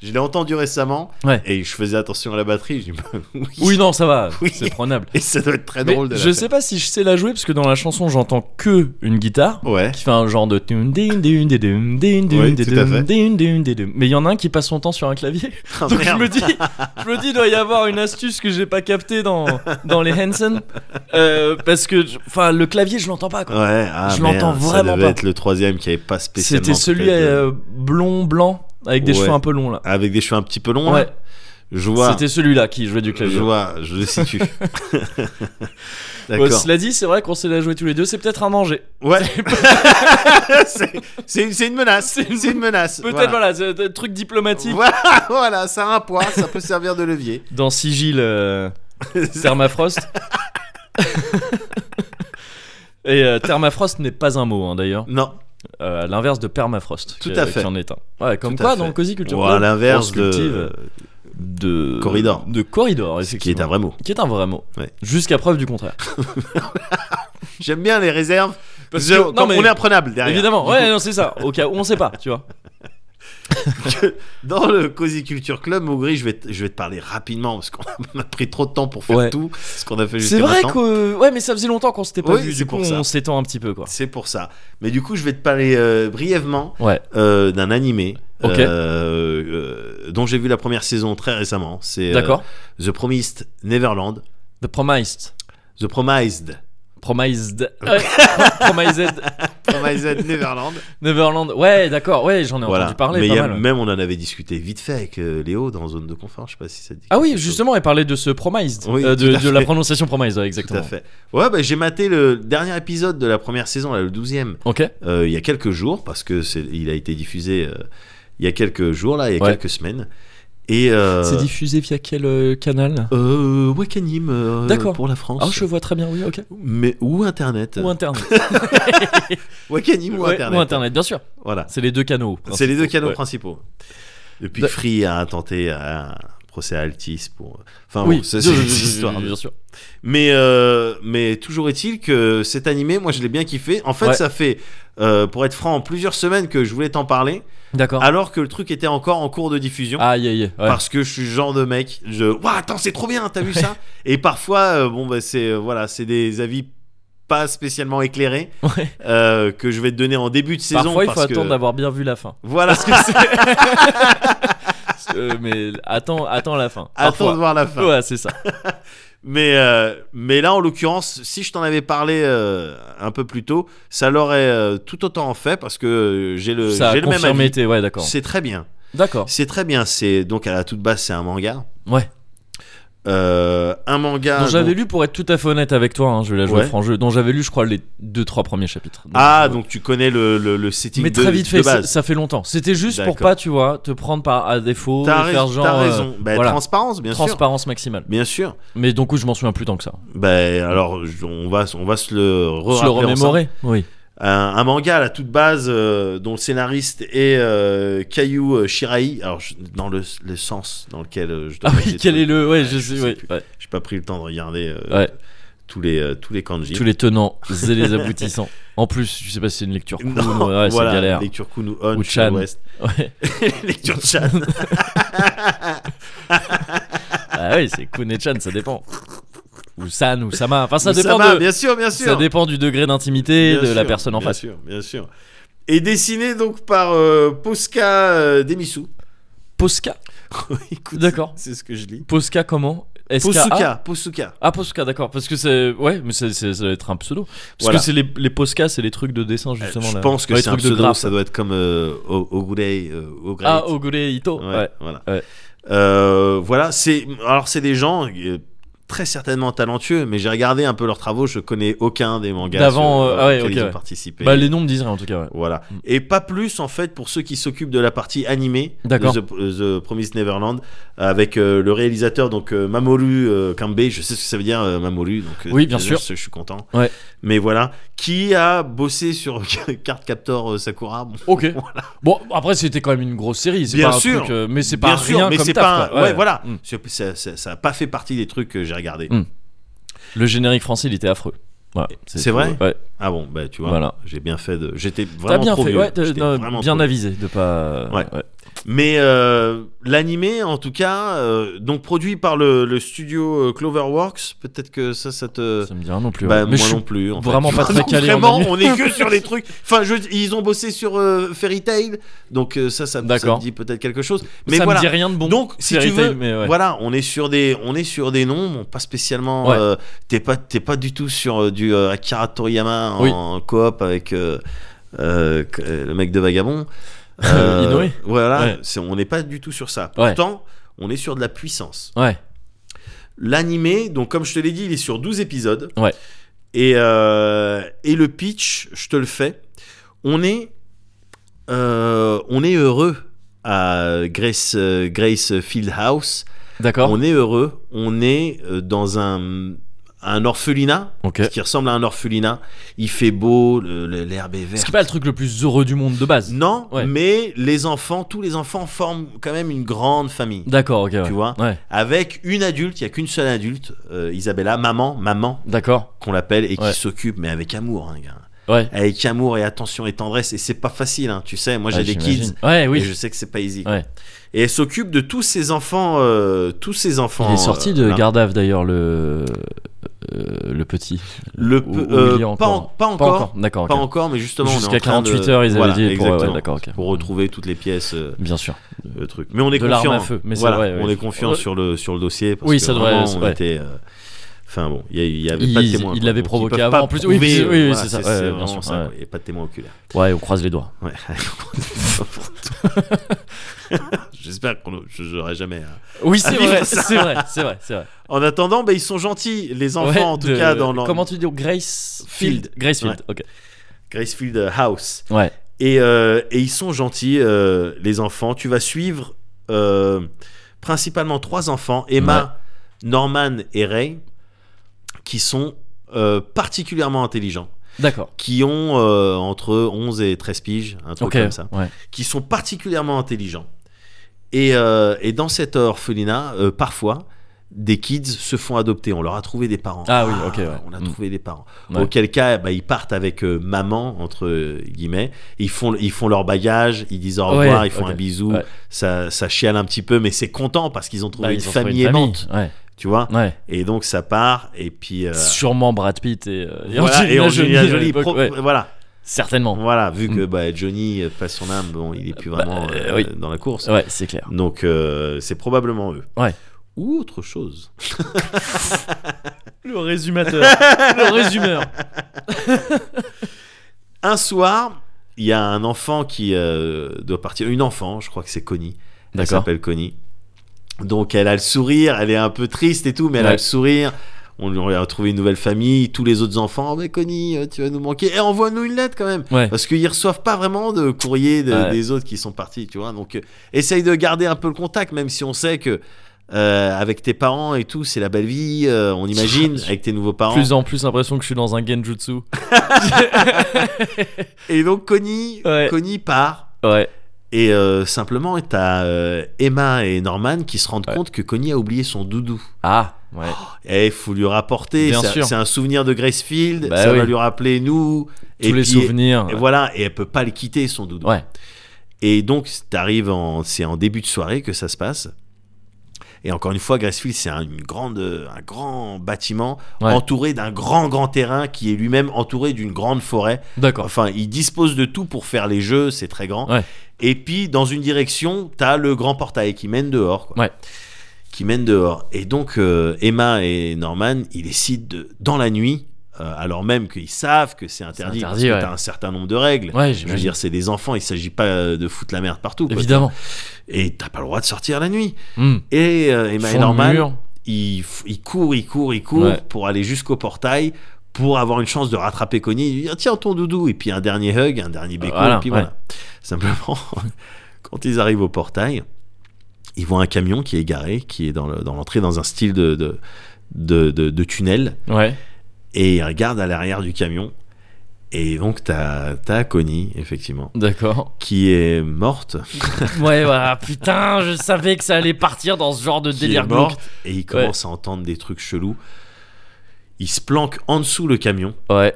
A: Je l'ai entendu récemment.
B: Ouais.
A: Et je faisais attention à la batterie. J'ai dit, bah, oui.
B: Oui, non, ça va,
A: Oui.
B: c'est prenable.
A: Et ça doit être très
B: Mais
A: drôle de la
B: je
A: faire.
B: sais pas si je sais la jouer parce que dans la chanson j'entends que une guitare.
A: Ouais.
B: qui fait un genre de dun, dun, dun, dun, dun, dun,
A: Oui,
B: dun,
A: tout à fait.
B: dun, dun, dun, dun. mais il y en a un qui passe son temps sur un clavier
A: Ah,
B: donc je
A: merde.
B: me dis je me dis il doit y avoir une astuce que j'ai pas captée dans dans les Hanson Euh, parce que je- enfin le clavier je l'entends pas quoi
A: Ouais, ah,
B: Je l'entends
A: merde,
B: vraiment
A: Ça devait
B: pas.
A: être le troisième qui avait pas spécialement.
B: c'était celui
A: peut-être, euh,
B: euh, blond blanc avec des
A: Ouais.
B: cheveux un peu longs là
A: avec des cheveux un petit peu longs.
B: ouais
A: là. Je vois.
B: c'était celui-là qui jouait du
A: Je
B: clavier
A: vois. Je le situe.
B: Ouais,
A: D'accord.
B: Euh, cela dit, c'est vrai qu'on s'est la joué tous les deux, c'est peut-être un danger.
A: Ouais. c'est c'est une, c'est une menace. C'est une, menace.
B: Peut-être
A: Voilà.
B: voilà, c'est un truc diplomatique.
A: Voilà, voilà, ça a un poids, ça peut servir de levier.
B: Dans Sigil, euh, Thermafrost. Et euh, Thermafrost n'est pas un mot hein, d'ailleurs,
A: Non,
B: Euh, à l'inverse de Permafrost.
A: Tout
B: qui-
A: à fait.
B: Qui en est un. Ouais, comme
A: Tout
B: quoi
A: à
B: dans
A: fait.
B: le Cozy Culture
A: Ou à
B: Club,
A: l'inverse
B: on se cultive,
A: de-
B: euh, de.
A: Corridor.
B: De corridor,
A: ce qui est un
B: effectivement.
A: vrai mot.
B: Qui est un vrai mot.
A: Ouais.
B: Jusqu'à preuve du contraire.
A: J'aime bien les réserves.
B: Parce
A: Je-
B: que-
A: comme
B: non, mais-
A: On est imprenable derrière.
B: Évidemment,
A: Du
B: ouais, non, c'est ça. Au cas où on sait pas, tu vois.
A: que dans le Cozy Culture Club, Maugri, je vais, te, je vais te parler rapidement parce qu'on a pris trop de temps pour faire
B: Ouais.
A: tout ce qu'on a fait jusqu'à
B: C'est vrai
A: maintenant.
B: que. Ouais, mais ça faisait longtemps qu'on s'était pas
A: Oui,
B: vu,
A: c'est
B: du
A: pour
B: coup,
A: ça.
B: on s'étend un petit peu, quoi.
A: C'est pour ça. Mais du coup, je vais te parler euh, brièvement
B: Ouais.
A: euh, d'un animé
B: Ok.
A: euh, euh, dont j'ai vu la première saison très récemment. C'est euh,
B: D'accord.
A: The Promised Neverland.
B: The Promised.
A: The Promised.
B: Promised. Ouais. Promised.
A: Promised Neverland.
B: Neverland. Ouais, d'accord. Ouais, j'en ai
A: voilà.
B: entendu parler.
A: Mais
B: pas
A: il y a-
B: mal.
A: même, on en avait discuté vite fait avec euh, Léo dans Zone de Confort. Je sais pas si ça te dit.
B: Ah oui,
A: quelque chose.
B: justement, elle parlait de ce promised,
A: Oui,
B: euh, de,
A: tout à
B: de la
A: fait.
B: prononciation promised, ouais,
A: Tout
B: exactement.
A: à fait. Ouais, bah, j'ai maté le dernier épisode de la première saison, là, le 12ème.
B: Ok.
A: euh, il y a quelques jours, parce que c'est, il a été diffusé euh, il y a quelques jours, là, il y a
B: Ouais.
A: quelques semaines. Et euh,
B: C'est diffusé via quel euh, canal
A: euh, Wakanim euh,
B: D'accord.
A: pour la France.
B: Ah, je vois très bien, oui, ok.
A: Mais ou internet.
B: Ou Internet.
A: Wakanim ou
B: Ouais,
A: internet.
B: Ou Internet, bien sûr.
A: Voilà.
B: C'est les deux canaux.
A: C'est les deux canaux
B: Ouais. Bah-
A: principaux. Et puis
B: Da-
A: Free a tenté un procès à Altis pour. Enfin
B: Oui,
A: bon, ça,
B: bien-
A: c'est
B: bien-
A: une histoire.
B: bien sûr.
A: Mais, euh, mais toujours est-il que cet animé, moi je l'ai bien kiffé. En fait,
B: Ouais.
A: ça fait, euh, pour être franc, plusieurs semaines que je voulais t'en parler,
B: D'accord.
A: alors que le truc était encore en cours de diffusion.
B: Aïe, aïe, aïe. ouais.
A: Parce que je suis le genre de mec, je. Waouh, attends, c'est trop bien, t'as vu ça Et parfois, euh, bon, bah, c'est euh, voilà, c'est des avis pas spécialement éclairés
B: Ouais.
A: euh, que je vais te donner en début de saison.
B: Parfois, il faut
A: parce que-
B: attendre d'avoir bien vu la fin.
A: Voilà,
B: Euh, mais attends, attends la fin.
A: attends de
B: Parfois.
A: voir la fin.
B: Ouais, c'est ça.
A: Mais, euh, mais là, en l'occurrence, si je t'en avais parlé euh, un peu plus tôt, ça l'aurait euh, tout autant fait parce que euh, j'ai le,
B: ça
A: j'ai
B: a
A: le même
B: confirmé.
A: avis.
B: tes- Ouais, d'accord.
A: C'est très bien.
B: D'accord.
A: C'est très bien. C'est donc à la toute base, c'est un manga.
B: Ouais.
A: Euh, un manga.
B: dont j'avais
A: donc-
B: lu, pour être tout à fait honnête avec toi, hein, je vais la jouer
A: Ouais.
B: franc jeu, dont j'avais lu, je crois, les deux, trois premiers chapitres. Donc,
A: Ah,
B: ouais.
A: donc tu connais le, le, le setting
B: Mais
A: de,
B: très vite
A: de
B: fait, ça,
A: base.
B: ça fait longtemps. C'était juste pour
A: D'accord.
B: pas, tu vois, te prendre par à défaut,
A: T'as
B: faire
A: raison.
B: genre
A: t'as
B: euh,
A: raison. Bah,
B: voilà.
A: Transparence, bien sûr.
B: transparence maximale.
A: Bien sûr.
B: Mais donc, je m'en souviens plus tant que ça.
A: Ben alors, je- on va, on va se le,
B: Se le remémorer. Oui.
A: un, un manga à la toute base euh, dont le scénariste est euh, Kayu euh, Shirai. Alors je- dans le, le sens dans lequel euh, je dois
B: Ah
A: mettre
B: oui,
A: les
B: quel
A: trucs.
B: est le. Ouais,
A: Ouais, Ah,
B: je
A: je
B: sais,
A: sais
B: ouais.
A: plus.
B: ouais.
A: J'ai pas pris le temps de regarder euh,
B: Ouais.
A: tous les euh, tous les kanji.
B: Tous les tenants et les aboutissants. En plus, je sais pas si c'est une lecture cool,
A: Non,
B: ouais, ouais,
A: voilà,
B: c'est galère.
A: Lecture Kun ou On,
B: Ou
A: je suis à
B: Chan.
A: l'ouest.
B: Ouais.
A: lecture Chan.
B: Ah oui, c'est Kun et Chan, ça dépend. Ou San ou Sama. Enfin, ça
A: Ou
B: dépend
A: Sama,
B: de.
A: bien sûr, bien sûr.
B: Ça dépend du degré d'intimité
A: Bien
B: de la
A: sûr,
B: personne en
A: bien
B: face.
A: sûr, bien sûr. Et dessiné donc par euh, Posca euh, Demisu.
B: Posca
A: Écoute,
B: D'accord.
A: C'est ce que je lis.
B: Posca comment SKA?
A: Posuka, Posuka.
B: Ah, Posca, d'accord. Parce que c'est. Ouais, mais c'est, c'est- ça doit être un pseudo. Parce
A: Voilà. Euh,
B: que c'est les, les Posca, c'est les trucs de dessin, justement.
A: Je
B: là.
A: pense que
B: Ouais, les
A: c'est un
B: trucs de
A: pseudo,
B: graphe.
A: ça doit être comme euh, O- Ogurei, euh, Ogurei.
B: Ah, Ogure Ito.
A: Ouais,
B: Ouais.
A: voilà.
B: Ouais.
A: Euh, voilà, c'est alors c'est des gens euh, très certainement talentueux, mais j'ai regardé un peu leurs travaux, je connais aucun des mangas
B: D'avant,
A: sur-
B: euh, ah ouais,
A: auxquels
B: ok,
A: ils ont
B: ouais.
A: participé.
B: Bah, les noms me disent rien, en tout cas. Ouais.
A: Voilà.
B: Mm.
A: Et pas plus en fait pour ceux qui s'occupent de la partie animée de
B: D'accord.
A: The, The Promised Neverland avec euh, le réalisateur donc euh, Mamoru euh, Kambe, je sais ce que ça veut dire euh, Mamoru donc euh,
B: Oui, bien
A: déjà,
B: sûr.
A: Je, je suis content.
B: Ouais.
A: Mais voilà, qui a bossé sur Card Captor euh, Sakura bon,
B: Ok. Bon, après, c'était quand même une grosse série. C'est
A: Bien
B: pas un
A: sûr.
B: truc, euh, mais c'est pas
A: Bien
B: rien
A: sûr, mais
B: comme
A: c'est
B: taf,
A: pas un-
B: quoi.
A: ouais, voilà.
B: Mm.
A: C'est- ça- ça- ça a pas fait partie des trucs que j'ai regardé.
B: Mm. Le générique français, il était affreux. Voilà,
A: C'est
B: tout.
A: vrai
B: Ouais.
A: Ah bon, bah tu vois,
B: Voilà.
A: j'ai bien fait de j'étais
B: T'as
A: vraiment
B: bien
A: trop
B: fait,
A: vieux.
B: ouais, t'as-
A: J'étais
B: non,
A: vraiment
B: bien
A: trop
B: avisé de pas.
A: Ouais. Mais euh, l'animé, en tout cas, euh, donc produit par le, le studio euh, Cloverworks, peut-être que ça, ça te.
B: Ça me dit rien non plus.
A: Bah,
B: ouais.
A: moi
B: mais je suis
A: non plus. en fait.
B: vraiment pas très
A: Non,
B: calé en
A: Vraiment,
B: anime.
A: on est que sur les trucs. Enfin, je- ils ont bossé sur euh, Fairy Tail, donc euh, ça, ça, me- ça
B: D'accord.
A: me dit peut-être quelque chose. Mais
B: ça
A: voilà.
B: me dit rien de bon.
A: Donc, si
B: Fairy
A: tu
B: Tail,
A: veux,
B: mais ouais.
A: voilà, on est sur des, on est sur des noms, bon, pas spécialement.
B: Ouais.
A: euh, t'es pas, t'es pas du tout sur euh, du euh, Akira Toriyama en,
B: Oui.
A: coop avec euh, euh, que- euh, le mec de Vagabond. Euh,
B: Inoue.
A: Voilà,
B: Ouais.
A: c'est- on n'est pas du tout sur ça.
B: Ouais.
A: Pourtant, on est sur de la puissance.
B: Ouais.
A: L'animé, donc comme je te l'ai dit, il est sur 12 épisodes.
B: Ouais.
A: Et, euh, et le pitch, je te le fais. On est, euh, on est heureux à Grace, euh, Grace Fieldhouse.
B: D'accord.
A: On est heureux. On est euh, dans un, un orphelinat
B: Ok.
A: qui ressemble à un orphelinat. Il fait beau, le- le- l'herbe est
B: Ce
A: verte.
B: qui est pas le truc le plus heureux du monde de base.
A: Non,
B: Ouais.
A: mais les enfants, tous les enfants forment quand même une grande famille.
B: D'accord, ok. ouais.
A: Tu vois
B: Ouais.
A: Avec une adulte, il n'y a qu'une seule adulte, euh, Isabella, maman, maman,
B: D'accord.
A: qu'on l'appelle et qui
B: Ouais.
A: s'occupe, mais avec amour, hein, gars.
B: Ouais.
A: Avec amour et attention et tendresse, et c'est pas facile, hein, tu sais. Moi, j'ai
B: Ouais,
A: des
B: Ah, j'imagine.
A: kids,
B: Ouais,
A: et
B: oui.
A: je sais que c'est pas easy.
B: Ouais.
A: Et elle s'occupe de tous ces enfants, euh, tous ces enfants.
B: Il est sorti
A: euh,
B: de
A: là.
B: Gardave d'ailleurs le euh, le petit.
A: Le
B: Ou-
A: peu-
B: ou
A: euh,
B: il y a
A: pas, en-
B: encore
A: pas
B: Pas
A: encore,
B: encore. D'accord.
A: pas
B: ok.
A: encore, mais justement, on est en
B: Jusqu'à
A: train de-
B: 48 heures, ils avaient
A: Voilà,
B: dit pour. ouais,
A: exactement.
B: D'accord. ok. Mm,
A: Pour retrouver toutes les pièces, euh,
B: Bien sûr.
A: le truc. Mais on est
B: De l'arme
A: confiant. hein.
B: à feu, mais c'est
A: voilà,
B: vrai, ouais.
A: on est confiant
B: Ouais.
A: sur le sur le dossier. Parce
B: Oui,
A: que
B: ça devrait-
A: vraiment, on
B: ouais.
A: était, euh, Enfin bon, il y a- il y avait
B: Il-
A: pas de témoin.
B: il l'avait provoqué avant, en plus. Oui,
A: Oui,
B: oui, oui, c'est ça, ouais, bien
A: vraiment
B: sûr,
A: ça,
B: ouais.
A: quoi. Il n'y a pas de témoin oculaire.
B: Ouais, on croise les doigts.
A: Ouais. J'espère qu'on je- j'aurai jamais. hein.
B: Oui, c'est
A: Ah, vivre
B: vrai,
A: ça.
B: c'est vrai, c'est vrai, c'est vrai.
A: En attendant, bah, ils sont gentils, les enfants
B: Ouais,
A: en tout
B: de-
A: cas dans leur
B: Comment tu dis Grace Field.
A: Field.
B: Grace Field, ok.
A: Gracefield House.
B: Ouais,
A: Et, euh, et ils sont gentils, euh, les enfants. Tu vas suivre euh, principalement trois enfants, Emma, Norman et Ray, qui sont euh, particulièrement intelligents,
B: D'accord.
A: qui ont euh, entre 11 et 13 piges, un truc
B: Ok.
A: comme ça
B: Ouais.
A: qui sont particulièrement intelligents. Et, euh, et dans cette orphelinat, euh, parfois, des kids se font adopter. On leur a trouvé des parents.
B: Ah oui, ok, ouais.
A: On a
B: Mm.
A: trouvé des parents.
B: Ouais.
A: Auquel cas, bah, ils partent avec euh, maman, entre guillemets. Ils font, ils font leur bagage, ils disent au
B: Ouais,
A: revoir, ils font
B: ok.
A: un bisou.
B: Ouais.
A: Ça, ça chiale un petit peu, mais c'est content parce qu'ils ont trouvé
B: Bah,
A: une
B: ils ont trouvé
A: famille
B: une famille.
A: aimante.
B: Ouais.
A: Tu vois
B: Ouais.
A: Et donc, ça part. Et puis. euh,
B: Sûrement Brad Pitt et, euh, et
A: voilà,
B: Angelina
A: et Angelina
B: Jolie. à
A: Jolie,
B: l'époque,
A: pro-
B: ouais.
A: voilà.
B: Certainement.
A: Voilà, vu que
B: Mm.
A: bah, Johnny euh, passe son âme, bon, il est plus
B: Bah,
A: vraiment
B: euh,
A: euh,
B: oui.
A: dans la course.
B: Ouais, c'est clair.
A: Donc euh, c'est probablement eux.
B: Ouais.
A: Ou autre chose.
B: Le résumateur. le résumeur.
A: Un soir, il y a un enfant qui euh, doit partir. Une enfant, je crois que c'est Connie. Elle
B: D'accord.
A: s'appelle Connie. Donc elle a le sourire, elle est un peu triste et tout, mais elle
B: Ouais.
A: a le sourire. On lui a trouvé une nouvelle famille, tous les autres enfants. Oh, mais Connie, euh, tu vas nous manquer. Et envoie-nous une lettre quand même.
B: Ouais.
A: Parce qu'ils reçoivent pas vraiment de courrier de-
B: Ouais.
A: des autres qui sont partis, tu vois. Donc, euh, essaye de garder un peu le contact, même si on sait que euh, avec tes parents et tout, c'est la belle vie. euh, on imagine avec tes nouveaux parents.
B: Plus en plus l'impression que je suis dans un genjutsu.
A: Et donc Connie,
B: Ouais.
A: Connie part.
B: Ouais.
A: Et euh, simplement, t'as euh, Emma et Norman qui se rendent
B: Ouais.
A: compte que Connie a oublié son doudou.
B: Ah. Ouais.
A: Et il faut lui rapporter.
B: Bien
A: c'est-
B: sûr.
A: C'est un souvenir de Gracefield.
B: Bah
A: ça va
B: oui.
A: lui rappeler nous.
B: Tous les souvenirs.
A: Et voilà. Et elle peut pas le quitter son doudou.
B: Ouais.
A: Et donc, t'arrives en, c'est en début de soirée que ça se passe. Et encore une fois, Gracefield, c'est un, une grande, un grand bâtiment
B: Ouais.
A: entouré d'un grand, grand terrain qui est lui-même entouré d'une grande forêt.
B: D'accord.
A: Enfin, il dispose de tout pour faire les jeux, c'est très grand.
B: Ouais.
A: Et puis, dans une direction, t'as le grand portail qui mène dehors. quoi.
B: Ouais.
A: Qui mène dehors. Et donc, euh, Emma et Norman, ils décident, de- dans la nuit, euh, alors même qu'ils savent que c'est interdit,
B: interdit,
A: parce
B: ouais.
A: que t'as un certain nombre de règles.
B: Ouais,
A: Je veux
B: j'imagine.
A: dire, c'est des enfants, il s'agit pas euh, de foutre la merde partout. quoi.
B: Évidemment.
A: Et t'as pas le droit de sortir la nuit.
B: Hmm.
A: Et euh, Emma
B: Fond
A: et
B: de
A: Norman,
B: mur.
A: ils, f- ils courent, ils courent, ils courent
B: Ouais.
A: pour aller jusqu'au portail pour avoir une chance de rattraper Connie. Il lui dit, Ah, tiens ton doudou. Et puis un dernier hug, un dernier béco.
B: Voilà,
A: et puis
B: ouais.
A: voilà. Simplement, quand ils arrivent au portail, ils voient un camion qui est garé, qui est dans le- dans l'entrée dans un style de, de, de, de- de tunnel.
B: Ouais.
A: Et ils regardent à l'arrière du camion. Et donc, t'as as Connie, effectivement,
B: D'accord.
A: qui est morte.
B: Ouais, voilà. Putain, je savais que ça allait partir dans ce genre de
A: qui
B: délire
A: est
B: glauque.
A: morte et il commence à entendre des trucs chelous. Il se planque en dessous le camion
B: Ouais.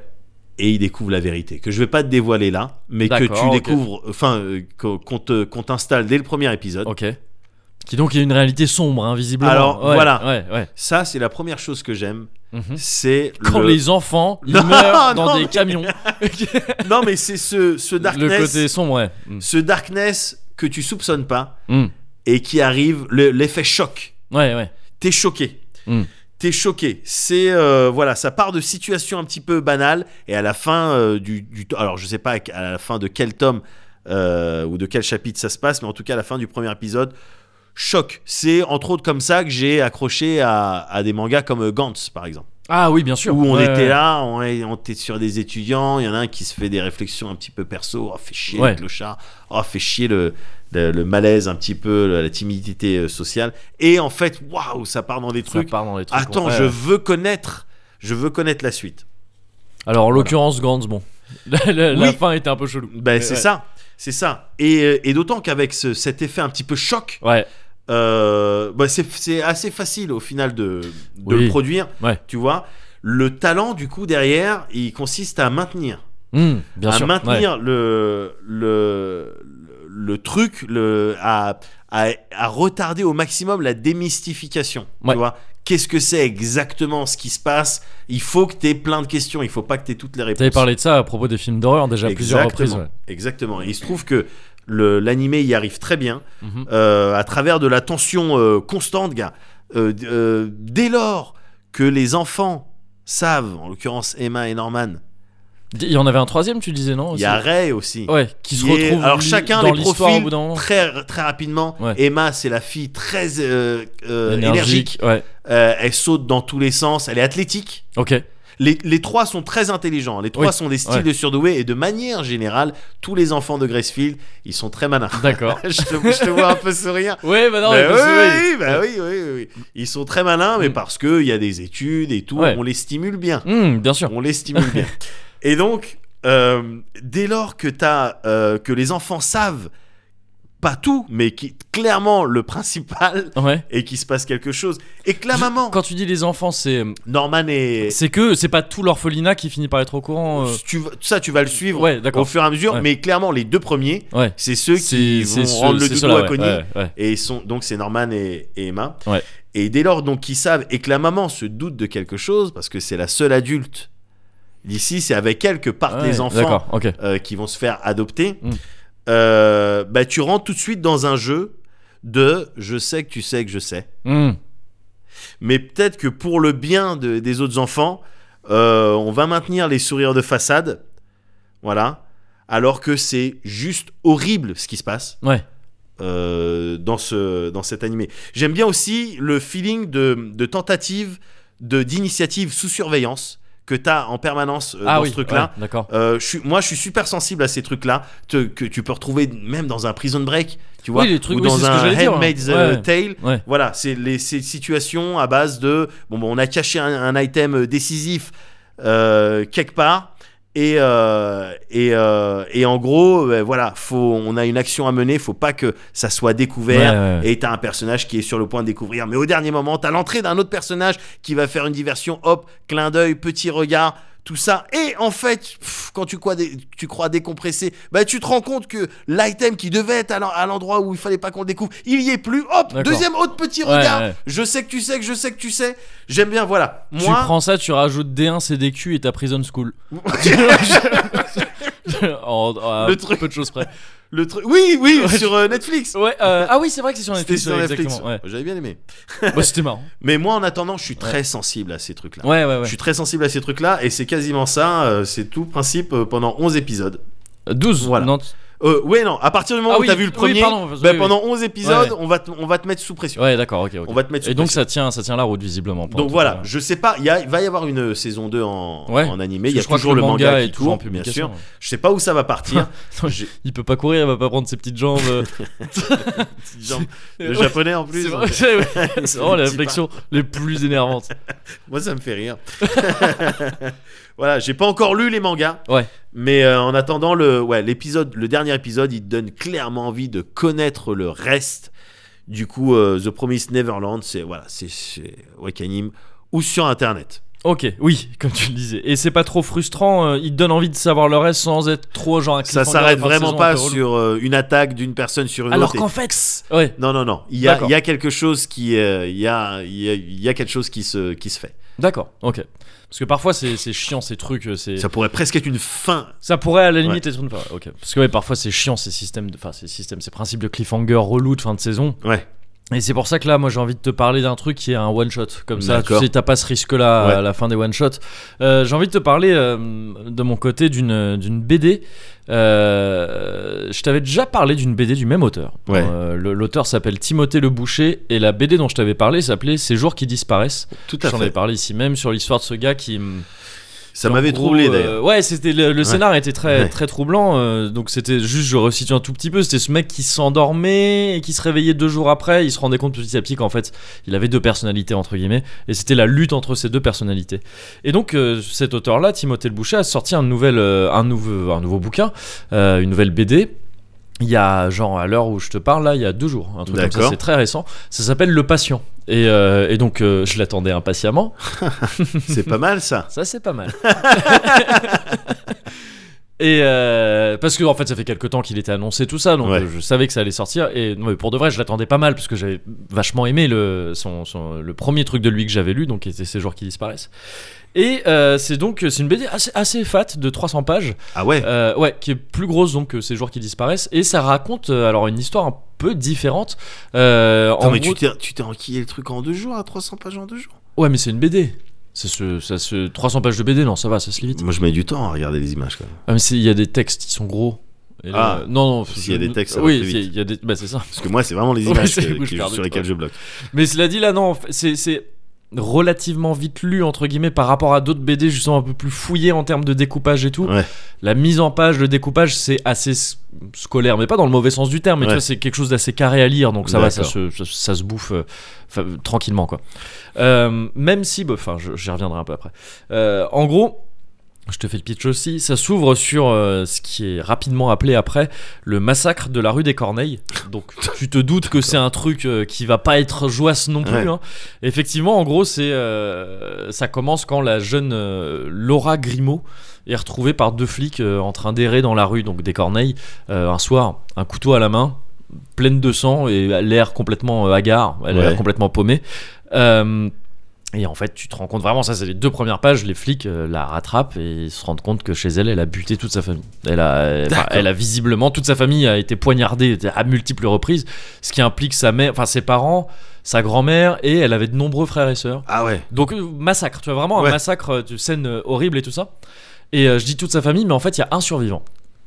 A: et il découvre la vérité que je vais pas te dévoiler là, mais que
B: D'accord,
A: tu
B: ok.
A: découvres, enfin euh, qu'on qu'on te- qu'on t'installe dès le premier épisode.
B: Ok. Qui donc est une réalité sombre, hein, visiblement.
A: Euh, Alors,
B: Ouais,
A: voilà.
B: Ouais, ouais.
A: Ça c'est la première chose que j'aime,
B: Mhm.
A: c'est
B: Quand
A: le-
B: les enfants ils
A: Non,
B: meurent dans
A: non,
B: des
A: mais-
B: camions.
A: non mais c'est ce ce
B: Le
A: darkness,
B: côté sombre, ouais. Hmm.
A: ce darkness que tu soupçonnes pas
B: Hmm.
A: et qui arrive le- l'effet choc.
B: Ouais, ouais.
A: T'es choqué.
B: Mm.
A: T'es choqué. C'est euh, voilà, ça part de situations un petit peu banales et à la fin euh, du, du to- alors je sais pas à la fin de quel tome euh, ou de quel chapitre ça se passe, mais en tout cas à la fin du premier épisode, choc. C'est entre autres comme ça que j'ai accroché à, à des mangas comme euh, Gantz par exemple,
B: Ah oui, bien sûr.
A: où on
B: Ouais,
A: était
B: ouais.
A: là, on, est- on était sur des étudiants, il y en a un qui se fait des réflexions un petit peu perso, oh fait chier
B: Ouais.
A: le clochard, oh fait chier le le, le malaise un petit peu, la, la timidité euh, sociale, et en fait, waouh, ça part dans des
B: Ça
A: trucs.
B: part dans les trucs.
A: Attends,
B: ouais.
A: je veux connaître, je veux connaître la suite.
B: Alors, en l'occurrence, Gantz, bon. La, la- la
A: Oui.
B: fin était un peu chelou.
A: Ben
B: Mais
A: c'est
B: ouais.
A: ça, c'est ça. Et, euh, et d'autant qu'avec ce- cet effet un petit peu choc,
B: Ouais,
A: euh, bah, c'est, c'est assez facile au final de, de
B: Oui.
A: le produire.
B: Ouais.
A: Tu vois, le talent du coup derrière, il consiste à maintenir,
B: Hmm, bien
A: à
B: sûr. ouais.
A: maintenir le, le le- le truc, le à, à, à retarder au maximum la démystification.
B: Ouais.
A: Tu vois. Qu'est-ce que c'est exactement ce qui se passe Il faut que tu aies plein de questions, il faut pas que tu aies toutes les réponses.
B: T'avais parlé de ça à propos des films d'horreur déjà à plusieurs reprises.
A: Exactement.
B: ouais.
A: Exactement. Et il se trouve que le- l'animé y arrive très bien
B: Mhm.
A: euh, à travers de la tension euh, constante, gars. Euh, d- euh, dès lors que les enfants savent, en l'occurrence Emma et Norman,
B: Il y en avait un troisième, tu disais, non
A: il
B: aussi
A: y a Ray aussi.
B: Ouais, qui se
A: Qui est-
B: retrouve
A: alors
B: li-
A: chacun
B: dans
A: les
B: l'histoire au
A: profils
B: bout d'un moment.
A: très très rapidement.
B: Ouais.
A: Emma c'est la fille très euh, euh, énergique.
B: Ouais,
A: Euh, elle saute dans tous les sens. Elle est athlétique.
B: ok.
A: Les, les trois sont très intelligents. Les trois
B: Oui,
A: sont des styles
B: ouais.
A: de surdoués et de manière générale, tous les enfants de Gracefield, ils sont très malins.
B: D'accord.
A: je, te, je te vois un peu sourire.
B: Ouais, bah non,
A: Bah
B: parce que,
A: oui, bah oui, oui, oui. Ils sont très malins, mais
B: Mm.
A: parce qu'il y a des études et tout,
B: Ouais.
A: on les stimule bien.
B: Hum, bien sûr.
A: On les stimule bien. Et donc, euh, dès lors que, t'as, euh, que les enfants savent, pas tout, mais qui, clairement le principal,
B: Ouais.
A: et qu'il se passe quelque chose, et que la
B: Je-
A: maman,
B: Quand tu dis les enfants, c'est
A: Norman est...
B: c'est que c'est pas tout l'orphelinat qui finit par être au courant. euh.
A: tu vas- ça, tu vas le suivre
B: Ouais,
A: au
B: d'accord.
A: fur et à mesure,
B: Ouais.
A: mais clairement, les deux premiers,
B: Ouais.
A: c'est ceux qui vont
B: ce-
A: rendre le
B: c'est
A: doudou
B: ceux-là,
A: à
B: ouais,
A: Connie.
B: ouais, ouais.
A: Et ils sont, donc c'est Norman et, et Emma.
B: Ouais.
A: Et dès lors donc qu'ils savent et que la maman se doute de quelque chose parce que c'est la seule adulte d'ici, c'est avec elle que partent
B: Ouais,
A: les enfants
B: D'accord, ok.
A: euh, qui vont se faire adopter.
B: Mm.
A: Euh, bah tu rentres tout de suite dans un jeu de je sais que tu sais que je sais.
B: Hum,
A: Mais peut-être que pour le bien de- des autres enfants, euh, on va maintenir les sourires de façade. Voilà. Alors que c'est juste horrible ce qui se passe
B: Ouais.
A: euh, dans, ce, dans cet animé. J'aime bien aussi le feeling de, de tentative, de, d'initiative sous surveillance que tu as en permanence euh,
B: Ah
A: dans
B: oui,
A: ce truc-là.
B: ouais, d'accord.
A: Euh, je suis, moi, je suis super sensible à ces trucs-là te- que tu peux retrouver même dans un Prison Break, tu vois,
B: Oui, les trucs-
A: ou
B: oui,
A: dans
B: c'est ce que
A: un
B: j'allais dire, hein.
A: Handmaid's euh,
B: Ouais.
A: Tale.
B: Ouais.
A: Voilà, c'est les ces situations à base de bon, bon, on a caché un, un item décisif euh, quelque part. Et, euh, et, euh, et en gros, ben, voilà, faut, on a une action à mener, faut pas que ça soit découvert.
B: Ouais, ouais, ouais.
A: Et t'as un personnage qui est sur le point de découvrir, mais au dernier moment, t'as l'entrée d'un autre personnage qui va faire une diversion, hop, clin d'œil, petit regard, tout ça. Et en fait, pff, quand tu crois, dé- tu crois décompresser, bah tu te rends compte que l'item qui devait être à l'en- à l'endroit où il fallait pas qu'on le découvre, il y est plus. Hop,
B: D'accord.
A: deuxième autre petit
B: Ouais,
A: regard.
B: ouais.
A: Je sais que tu sais que je sais que tu sais. J'aime bien, voilà.
B: Tu
A: Moi,
B: prends ça, tu rajoutes D1, CDQ et ta prison school. en, en-
A: Le
B: à
A: truc.
B: peu de choses près.
A: le truc. Oui, oui,
B: Ouais.
A: sur euh, Netflix.
B: Ouais, euh, ah oui, c'est vrai que c'est sur
A: C'était
B: Netflix.
A: sur
B: ouais,
A: Netflix.
B: exactement, ouais.
A: J'avais bien aimé.
B: Bah, c'était marrant.
A: Mais moi, en attendant, je suis très sensible à ces trucs-là.
B: Ouais, ouais,
A: Je
B: ouais.
A: suis très sensible à ces trucs-là et c'est quasiment ça, euh, c'est tout le principe euh, pendant 11 épisodes.
B: Euh, 12,
A: Voilà.
B: Nantes.
A: Euh, ouais, non, à partir du moment
B: Ah
A: où
B: oui,
A: t'as vu le
B: oui,
A: premier,
B: pardon,
A: bah,
B: oui, oui.
A: pendant 11 épisodes,
B: Ouais, ouais.
A: On, va te, on va te mettre sous pression.
B: Ouais, d'accord, ok, ok.
A: On va te mettre sous
B: Et donc
A: pression.
B: ça tient, ça tient la route visiblement. pendant
A: Donc
B: tout
A: voilà,
B: le-
A: je sais pas, il y a- il va y avoir une euh, saison 2 en,
B: Ouais.
A: en animé,
B: Parce
A: il y
B: que
A: a
B: je crois
A: toujours
B: que
A: le manga,
B: est
A: qui
B: toujours en
A: tourne, bien
B: publication.
A: sûr. Je sais pas où ça va partir.
B: Non,
A: J'ai-
B: Il peut pas courir, il va pas prendre ses petites jambes. euh.
A: Petite jambe.
B: Ouais,
A: Le japonais en plus.
B: C'est
A: hein.
B: vrai, c'est vrai. C'est vraiment les
A: Petit
B: réflexions les plus énervantes.
A: Moi, ça me fait rire. voilà, j'ai pas encore lu les mangas.
B: Ouais.
A: Mais euh, en attendant, le, ouais, l'épisode, le dernier épisode, il te donne clairement envie de connaître le reste. Du coup, euh, The Promised Neverland, c'est voilà, c'est chez Wakanim ou sur Internet.
B: Ok, oui, comme tu le disais. Et c'est pas trop frustrant, euh, il te donne envie de savoir le reste sans être trop genre un
A: Ça
B: cliffhanger
A: s'arrête
B: de fin de
A: vraiment
B: saison un
A: pas
B: peu relou.
A: sur euh, une attaque d'une personne sur une
B: Alors
A: autre. et-
B: qu'en fait. Ouais,
A: Non, non, non. Il y a,
B: D'accord.
A: il y a quelque chose qui, euh, il y a, il y a- il y a quelque chose qui se, qui se fait.
B: d'accord, ok. Parce que parfois c'est c'est chiant ces trucs, euh, c'est.
A: Ça
B: Ça...
A: pourrait presque être une fin
B: pourrait à la limite être une. enfin, Ok. Parce que ouais, parfois c'est chiant ces systèmes, de... enfin ces systèmes, ces principes de cliffhanger relou de fin de saison.
A: Ouais.
B: Et c'est pour ça que là, moi j'ai envie de te parler d'un truc qui est un one shot. Comme ça, tu
A: D'accord.
B: sais, t'as pas ce risque là
A: Ouais.
B: à la fin des one shots. Euh, j'ai envie de te parler euh, de mon côté d'une d'une BD. Euh, je t'avais déjà parlé d'une BD du même auteur.
A: Ouais.
B: Euh, le- L'auteur s'appelle Timothée Le Boucher et la BD dont je t'avais parlé s'appelait Ces jours qui disparaissent.
A: Tout à
B: J'en avais
A: fait.
B: parlé ici même sur l'histoire de ce gars qui. hum,
A: Ça
B: en
A: m'avait
B: gros,
A: troublé
B: euh,
A: d'ailleurs.
B: ouais, c'était le, le scénar était très
A: Ouais.
B: très troublant. euh, donc c'était juste, je resitue un tout petit peu. C'était ce mec qui s'endormait et qui se réveillait deux jours après. Il se rendait compte petit à petit qu'en fait, il avait deux personnalités entre guillemets, et c'était la lutte entre ces deux personnalités. Et donc euh, cet auteur-là, Timothée Le Boucher, a sorti un nouvel, euh, un nouveau, un nouveau bouquin, euh, une nouvelle BD. Il y a genre à l'heure où je te parle là, il y a deux jours, un truc comme ça.
A: D'accord.
B: C'est très récent. Ça s'appelle Le Patient. Et, euh, et donc euh, je l'attendais impatiemment.
A: C'est pas mal ça.
B: Ça, c'est pas mal. Et euh, parce que en fait ça fait quelques temps qu'il était annoncé tout ça donc
A: Ouais.
B: euh, je savais que ça allait sortir et non, mais pour de vrai je l'attendais pas mal parce que j'avais vachement aimé le, son, son- le premier truc de lui que j'avais lu donc qui était ces jours qui disparaissent et euh, c'est donc c'est une BD assez, assez fat de 300 pages
A: Ah ouais.
B: euh, ouais, qui est plus grosse donc que ces jours qui disparaissent et ça raconte euh, alors une histoire un peu différente euh,
A: Attends,
B: en
A: mais
B: gros-
A: tu t'es- tu t'es enquillé le truc en deux jours, à 300 pages en deux jours
B: ouais mais c'est une BD c'est ce, ça se 300 pages de BD non ça va ça se limite
A: Moi, je mets du temps à regarder les images quand même.
B: Ah, mais c'est- il y a des textes, ils sont gros. Et là-
A: Ah.
B: non, non.
A: S'il y a
B: je-
A: des textes, ça va
B: oui,
A: plus
B: il y a-
A: vite.
B: il y a des. Bah, c'est ça.
A: Parce que moi, c'est vraiment les
B: Ouais,
A: images
B: c'est
A: que-
B: où je
A: qui-
B: perds
A: sur
B: du
A: lesquelles
B: temps.
A: je bloque.
B: Mais cela dit, là, non, en fait, c'est. c'est- relativement vite lu entre guillemets par rapport à d'autres BD justement un peu plus fouillés en termes de découpage et tout.
A: Ouais.
B: La mise en page, le découpage, c'est assez s- scolaire, mais pas dans le mauvais sens du terme. Mais tu
A: Ouais.
B: vois, c'est quelque chose d'assez carré à lire, donc ça va, ça
A: D'accord.
B: se, ça, ça se bouffe euh, enfin, euh, tranquillement quoi. Euh, même si, bah, enfin, je- j'y reviendrai un peu après. Euh, en gros. Je te fais le pitch aussi. Ça s'ouvre sur euh, ce qui est rapidement appelé après le massacre de la rue des Corneilles. Donc tu te doutes que c'est un truc euh, qui va pas être joyeux non plus.
A: Ouais.
B: hein. Effectivement, en gros, c'est euh, ça commence quand la jeune euh, Laura Grimaud est retrouvée par deux flics euh, en train d'errer dans la rue, donc des Corneilles, euh, un soir, un couteau à la main, pleine de sang et l'air complètement euh, hagard, elle a l'air
A: Ouais.
B: complètement paumée. Euh, et en fait, tu te rends compte vraiment, ça c'est les deux premières pages, les flics euh, la rattrapent et ils se rendent compte que chez elle, elle a buté toute sa famille. Elle a, enfin,
A: D'accord.
B: elle a visiblement, toute sa famille a été poignardée à multiples reprises, ce qui implique sa mère, enfin ses parents, sa grand-mère et elle avait de nombreux frères et sœurs.
A: Ah ouais.
B: Donc euh, massacre, tu vois vraiment un
A: Ouais.
B: massacre, euh, de scène euh, horrible et tout ça. Et euh, je dis toute sa famille, mais en fait il y a un survivant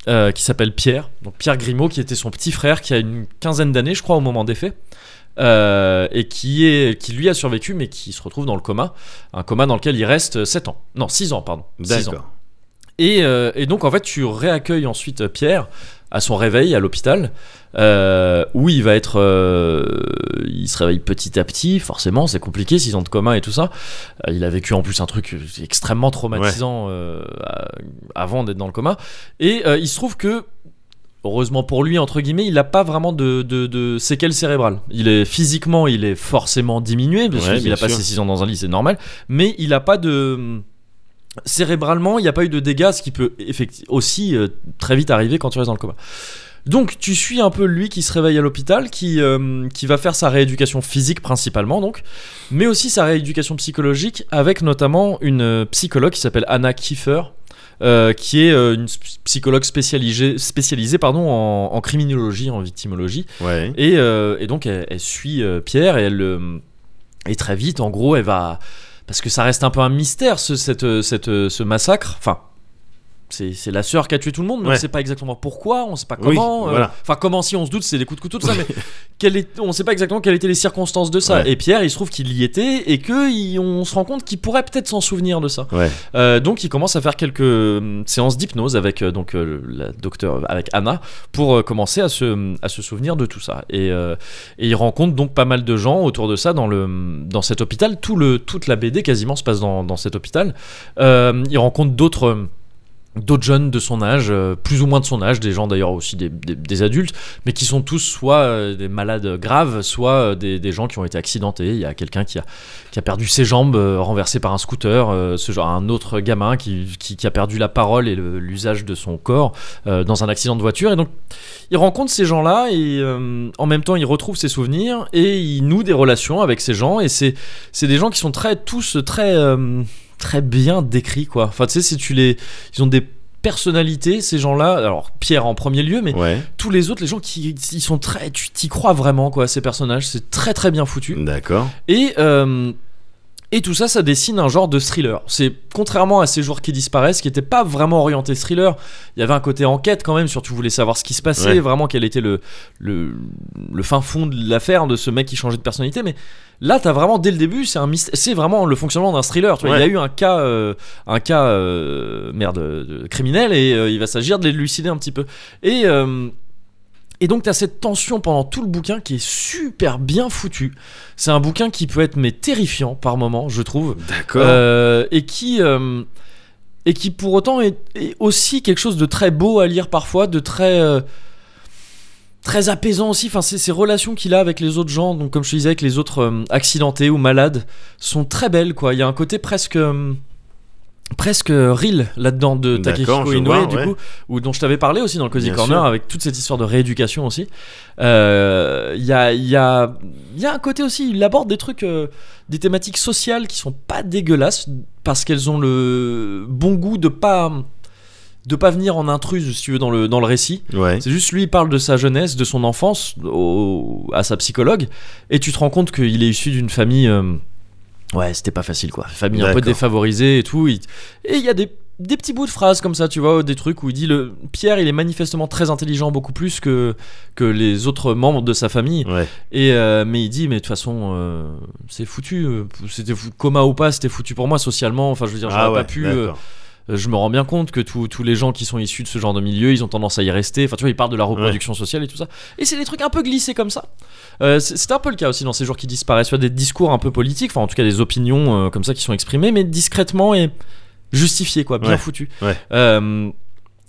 B: euh, qui s'appelle Pierre, donc Pierre Grimaud qui était son petit frère qui a une quinzaine d'années je crois au moment des faits. euh, et qui, est, qui lui a survécu mais qui se retrouve dans le coma, un coma dans lequel il reste 7 ans, non 6 ans pardon, 6 ans.
A: D'accord.
B: Et, euh, et donc en fait tu réaccueilles ensuite Pierre à son réveil à l'hôpital euh, où il va être euh, il se réveille petit à petit forcément c'est compliqué 6 ans de coma et tout ça Euh, il a vécu en plus un truc extrêmement traumatisant euh, à- avant d'être dans le coma et euh, il se trouve que Heureusement pour lui, entre guillemets, il n'a pas vraiment de, de, de séquelles cérébrales. Il est physiquement, il est forcément diminué, parce
A: Ouais,
B: qu'il a
A: bien
B: passé
A: sûr.
B: 6 ans dans un lit, c'est normal. Mais il n'a pas de cérébralement, il n'y a pas eu de dégâts, ce qui peut effecti- aussi euh, très vite arriver quand tu restes dans le coma. Donc tu suis un peu lui qui se réveille à l'hôpital, qui, euh, qui va faire sa rééducation physique principalement, donc, mais aussi sa rééducation psychologique avec notamment une euh, psychologue qui s'appelle Anna Kiefer. euh, qui est euh, une sp- psychologue spécialisée, spécialisée pardon, en- en criminologie, en victimologie,
A: Ouais.
B: et, euh, et donc, elle, elle suit euh, Pierre et elle. euh, et très vite, en gros, elle va. Parce que ça reste un peu un mystère, ce, cette, euh, cette, euh, ce massacre. Enfin. C'est c'est la sœur qui a tué tout le monde, mais on
A: Ouais.
B: ne sait pas exactement pourquoi, on ne sait pas
A: Oui,
B: comment. euh,
A: voilà.
B: Enfin, comment si on se doute, c'est des coups de couteau, tout ça, mais quelle est- on ne sait pas exactement quelles étaient les circonstances de ça.
A: Ouais.
B: Et Pierre, il se trouve qu'il y était et qu'on se rend compte qu'il pourrait peut-être s'en souvenir de ça.
A: Ouais.
B: Euh, donc il commence à faire quelques euh, séances d'hypnose avec euh, donc euh, la docteur avec Anna pour euh, commencer à se, à se souvenir de tout ça et, euh, et il rencontre donc pas mal de gens autour de ça dans le dans cet hôpital tout le toute la BD quasiment se passe dans, dans cet hôpital Euh, il rencontre d'autres euh, d'autres jeunes de son âge, euh, plus ou moins de son âge, des gens d'ailleurs aussi des, des- des adultes, mais qui sont tous soit euh, des malades graves, soit euh, des, des gens qui ont été accidentés. Il y a quelqu'un qui a qui a perdu ses jambes euh, renversé par un scooter, euh, ce genre un autre gamin qui, qui, qui a perdu la parole et le- l'usage de son corps euh, dans un accident de voiture. Et donc, il rencontre ces gens-là et euh, en même temps, il retrouve ses souvenirs et il noue des relations avec ces gens. Et c'est c'est des gens qui sont très tous très euh, très bien décrits, quoi. Enfin, tu sais, si tu les, ils ont des personnalités ces gens-là. Alors Pierre en premier lieu, mais
A: Ouais.
B: tous les autres, les gens qui ils sont très, tu t'y crois vraiment, quoi. Ces personnages, c'est très très bien foutu.
A: D'accord.
B: Et, euh, et tout ça, ça dessine un genre de thriller. C'est contrairement à ces jours qui disparaissent, qui n'étaient pas vraiment orientés thriller. Il y avait un côté enquête quand même, surtout voulais savoir ce qui se passait,
A: Ouais.
B: vraiment quel était le, le, le fin fond de l'affaire de ce mec qui changeait de personnalité. Mais là, t'as vraiment dès le début, c'est un myst- c'est vraiment le fonctionnement d'un thriller. Tu vois,
A: Ouais.
B: il y a eu un cas, euh, un cas euh, merde euh, de criminel et euh, il va s'agir de l'élucider un petit peu. Et euh, et donc t'as cette tension pendant tout le bouquin qui est super bien foutue. C'est un bouquin qui peut être mais terrifiant par moment, je trouve,
A: D'accord.
B: Euh, et qui euh, et qui pour autant est, est aussi quelque chose de très beau à lire parfois, de très euh, très apaisant aussi. Enfin, c'est ces relations qu'il a avec les autres gens, donc comme je te disais, avec les autres euh, accidentés ou malades, sont très belles quoi. Il y a un côté presque euh, presque real là-dedans de
A: D'accord,
B: Takehiko
A: je
B: Inoue
A: vois,
B: du
A: ouais.
B: coup, ou dont je t'avais parlé aussi dans le Cozy
A: Bien
B: Corner
A: sûr.
B: avec toute cette histoire de rééducation aussi. Euh, Il y a il y a il y a un côté aussi, il aborde des trucs, euh, des thématiques sociales qui sont pas dégueulasses parce qu'elles ont le bon goût de pas de pas venir en intruse si tu veux dans le dans le récit.
A: Ouais.
B: C'est juste lui, il parle de sa jeunesse, de son enfance au- à sa psychologue, et tu te rends compte qu'il est issu d'une famille. euh, ouais, c'était pas facile quoi. Famille un peu
A: D'accord.
B: défavorisée et tout. il- Et il y a des des petits bouts de phrases comme ça, tu vois, des trucs où il dit le Pierre, il est manifestement très intelligent, beaucoup plus que que les autres membres de sa famille.
A: Ouais.
B: Et euh, mais il dit, mais de toute façon, euh, c'est foutu. euh, C'était fou- coma ou pas, c'était foutu pour moi socialement. Enfin, je veux dire, j'aurais
A: Ah ouais,
B: pas pu. euh,
A: d'accord.
B: je me rends bien compte que tous tous les gens qui sont issus de ce genre de milieu, ils ont tendance à y rester. Enfin, tu vois, ils parlent de la reproduction sociale et tout ça. Et c'est des trucs un peu glissés comme ça. Euh, c'est c'est un peu le cas aussi dans ces jours qui disparaissent. Tu as des discours un peu politiques, enfin, en tout cas, des opinions euh, comme ça qui sont exprimées, mais discrètement et justifiées, quoi, bien
A: Ouais.
B: foutu.
A: Ouais.
B: Euh,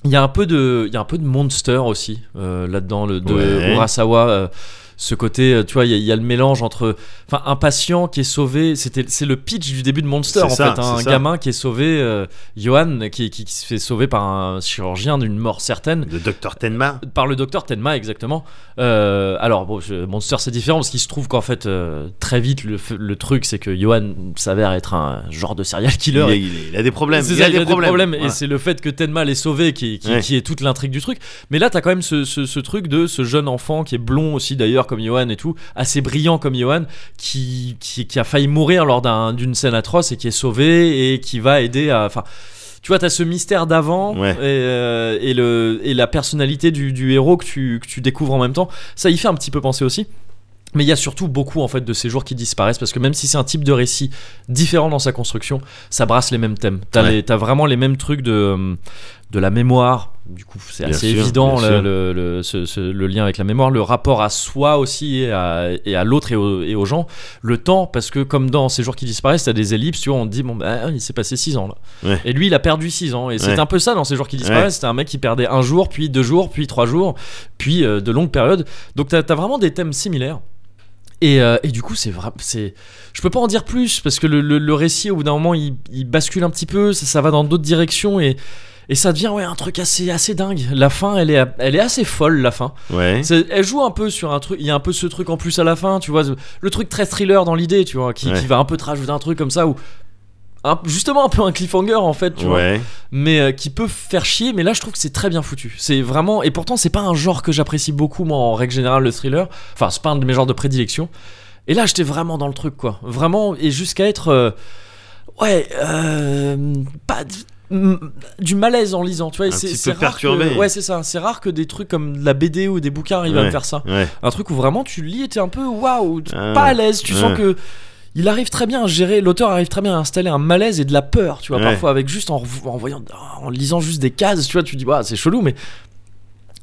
B: il y a un peu de, il y a un peu de monster aussi euh, là-dedans, le de
A: Ouais.
B: Urasawa. euh, ce côté, euh, tu vois, il y, a- il y a le mélange entre, enfin, un patient qui est sauvé. C'était, c'est le pitch du début de Monster
A: C'est
B: en
A: ça,
B: fait, hein, un
A: c'est ça.
B: gamin qui est sauvé. euh, Johan qui, qui- qui se fait sauver par un chirurgien d'une mort certaine
A: De Dr. Tenma.
B: par le docteur Tenma exactement Euh, alors bon je- Monster c'est différent parce qu'il se trouve qu'en fait euh, très vite le, f- le truc c'est que Johan s'avère être un genre de serial
A: Il,
B: killer
A: est- il est- il a des problèmes.
B: c'est
A: Il
B: ça,
A: a des problèmes.
B: et
A: Voilà.
B: c'est le fait que Tenma l'ait sauvé qui, qui,
A: Ouais.
B: qui est toute l'intrigue du truc. Mais là, t'as quand même ce, ce- ce truc de ce jeune enfant qui est blond aussi d'ailleurs comme Johan et tout, assez brillant comme Johan, qui, qui, qui a failli mourir lors d'un- d'une scène atroce et qui est sauvé et qui va aider à... Enfin, tu vois, t'as ce mystère d'avant
A: Ouais.
B: et, euh, et le, et la personnalité du, du héros que tu, que tu découvres en même temps. Ça y fait un petit peu penser aussi. Mais il y a surtout beaucoup en fait de ces jours qui disparaissent parce que même si c'est un type de récit différent dans sa construction, ça brasse les mêmes thèmes. T'as
A: Ouais.
B: les- t'as vraiment les mêmes trucs de, euh, de la mémoire. Du coup, c'est
A: Bien
B: assez
A: sûr,
B: évident
A: bien
B: le,
A: sûr.
B: le- le- ce- ce- le lien avec la mémoire, le rapport à soi aussi et à, et à l'autre et, au- et aux gens. Le temps, parce que comme dans ces jours qui disparaissent, t'as des ellipses, tu vois, on te dit, bon, bah, il s'est passé 6 ans là.
A: Ouais.
B: Et lui, il a perdu 6 ans. Et c'est
A: Ouais.
B: un peu ça dans ces jours qui disparaissent.
A: Ouais.
B: C'était un mec qui perdait un jour, puis deux jours, puis trois jours, puis euh, de longues périodes. Donc t'as as vraiment des thèmes similaires. Et, euh, et du coup, c'est vrai, c'est. Je peux pas en dire plus parce que le, le- le récit, au bout d'un moment, il, il bascule un petit peu, ça, ça va dans d'autres directions et, et ça devient ouais, un truc assez, assez dingue. La fin, elle est, elle est assez folle, la fin.
A: Ouais.
B: C'est- Elle joue un peu sur un truc, il y a un peu ce truc en plus à la fin, tu vois, le truc très thriller dans l'idée, tu vois, qui,
A: Ouais.
B: qui va un peu te rajouter un truc comme ça ou justement un peu un cliffhanger en fait, tu vois
A: Ouais.
B: mais euh, qui peut faire chier. Mais là, je trouve que c'est très bien foutu. C'est vraiment, et pourtant, c'est pas un genre que j'apprécie beaucoup, moi, en règle générale, le thriller. Enfin, c'est pas un de mes genres de prédilection. Et là, j'étais vraiment dans le truc, quoi. Vraiment, et jusqu'à être. euh, Ouais, euh, pas. d- m- du malaise en lisant, tu vois. et
A: Un
B: c'est-
A: petit
B: c'est
A: peu
B: rare
A: perturbé.
B: que- ouais, c'est ça. C'est rare que des trucs comme de la BD ou des bouquins arrivent à me
A: Ouais.
B: faire ça.
A: Ouais.
B: Un truc où vraiment tu lis et t'es un peu waouh, t-
A: Ah
B: pas
A: ouais.
B: à l'aise. Tu sens
A: Ouais.
B: que il arrive très bien à gérer, l'auteur arrive très bien à installer un malaise et de la peur, tu vois,
A: Ouais.
B: parfois avec juste en, revo- en voyant, en lisant juste des cases, tu vois, tu dis, waouh, c'est chelou, mais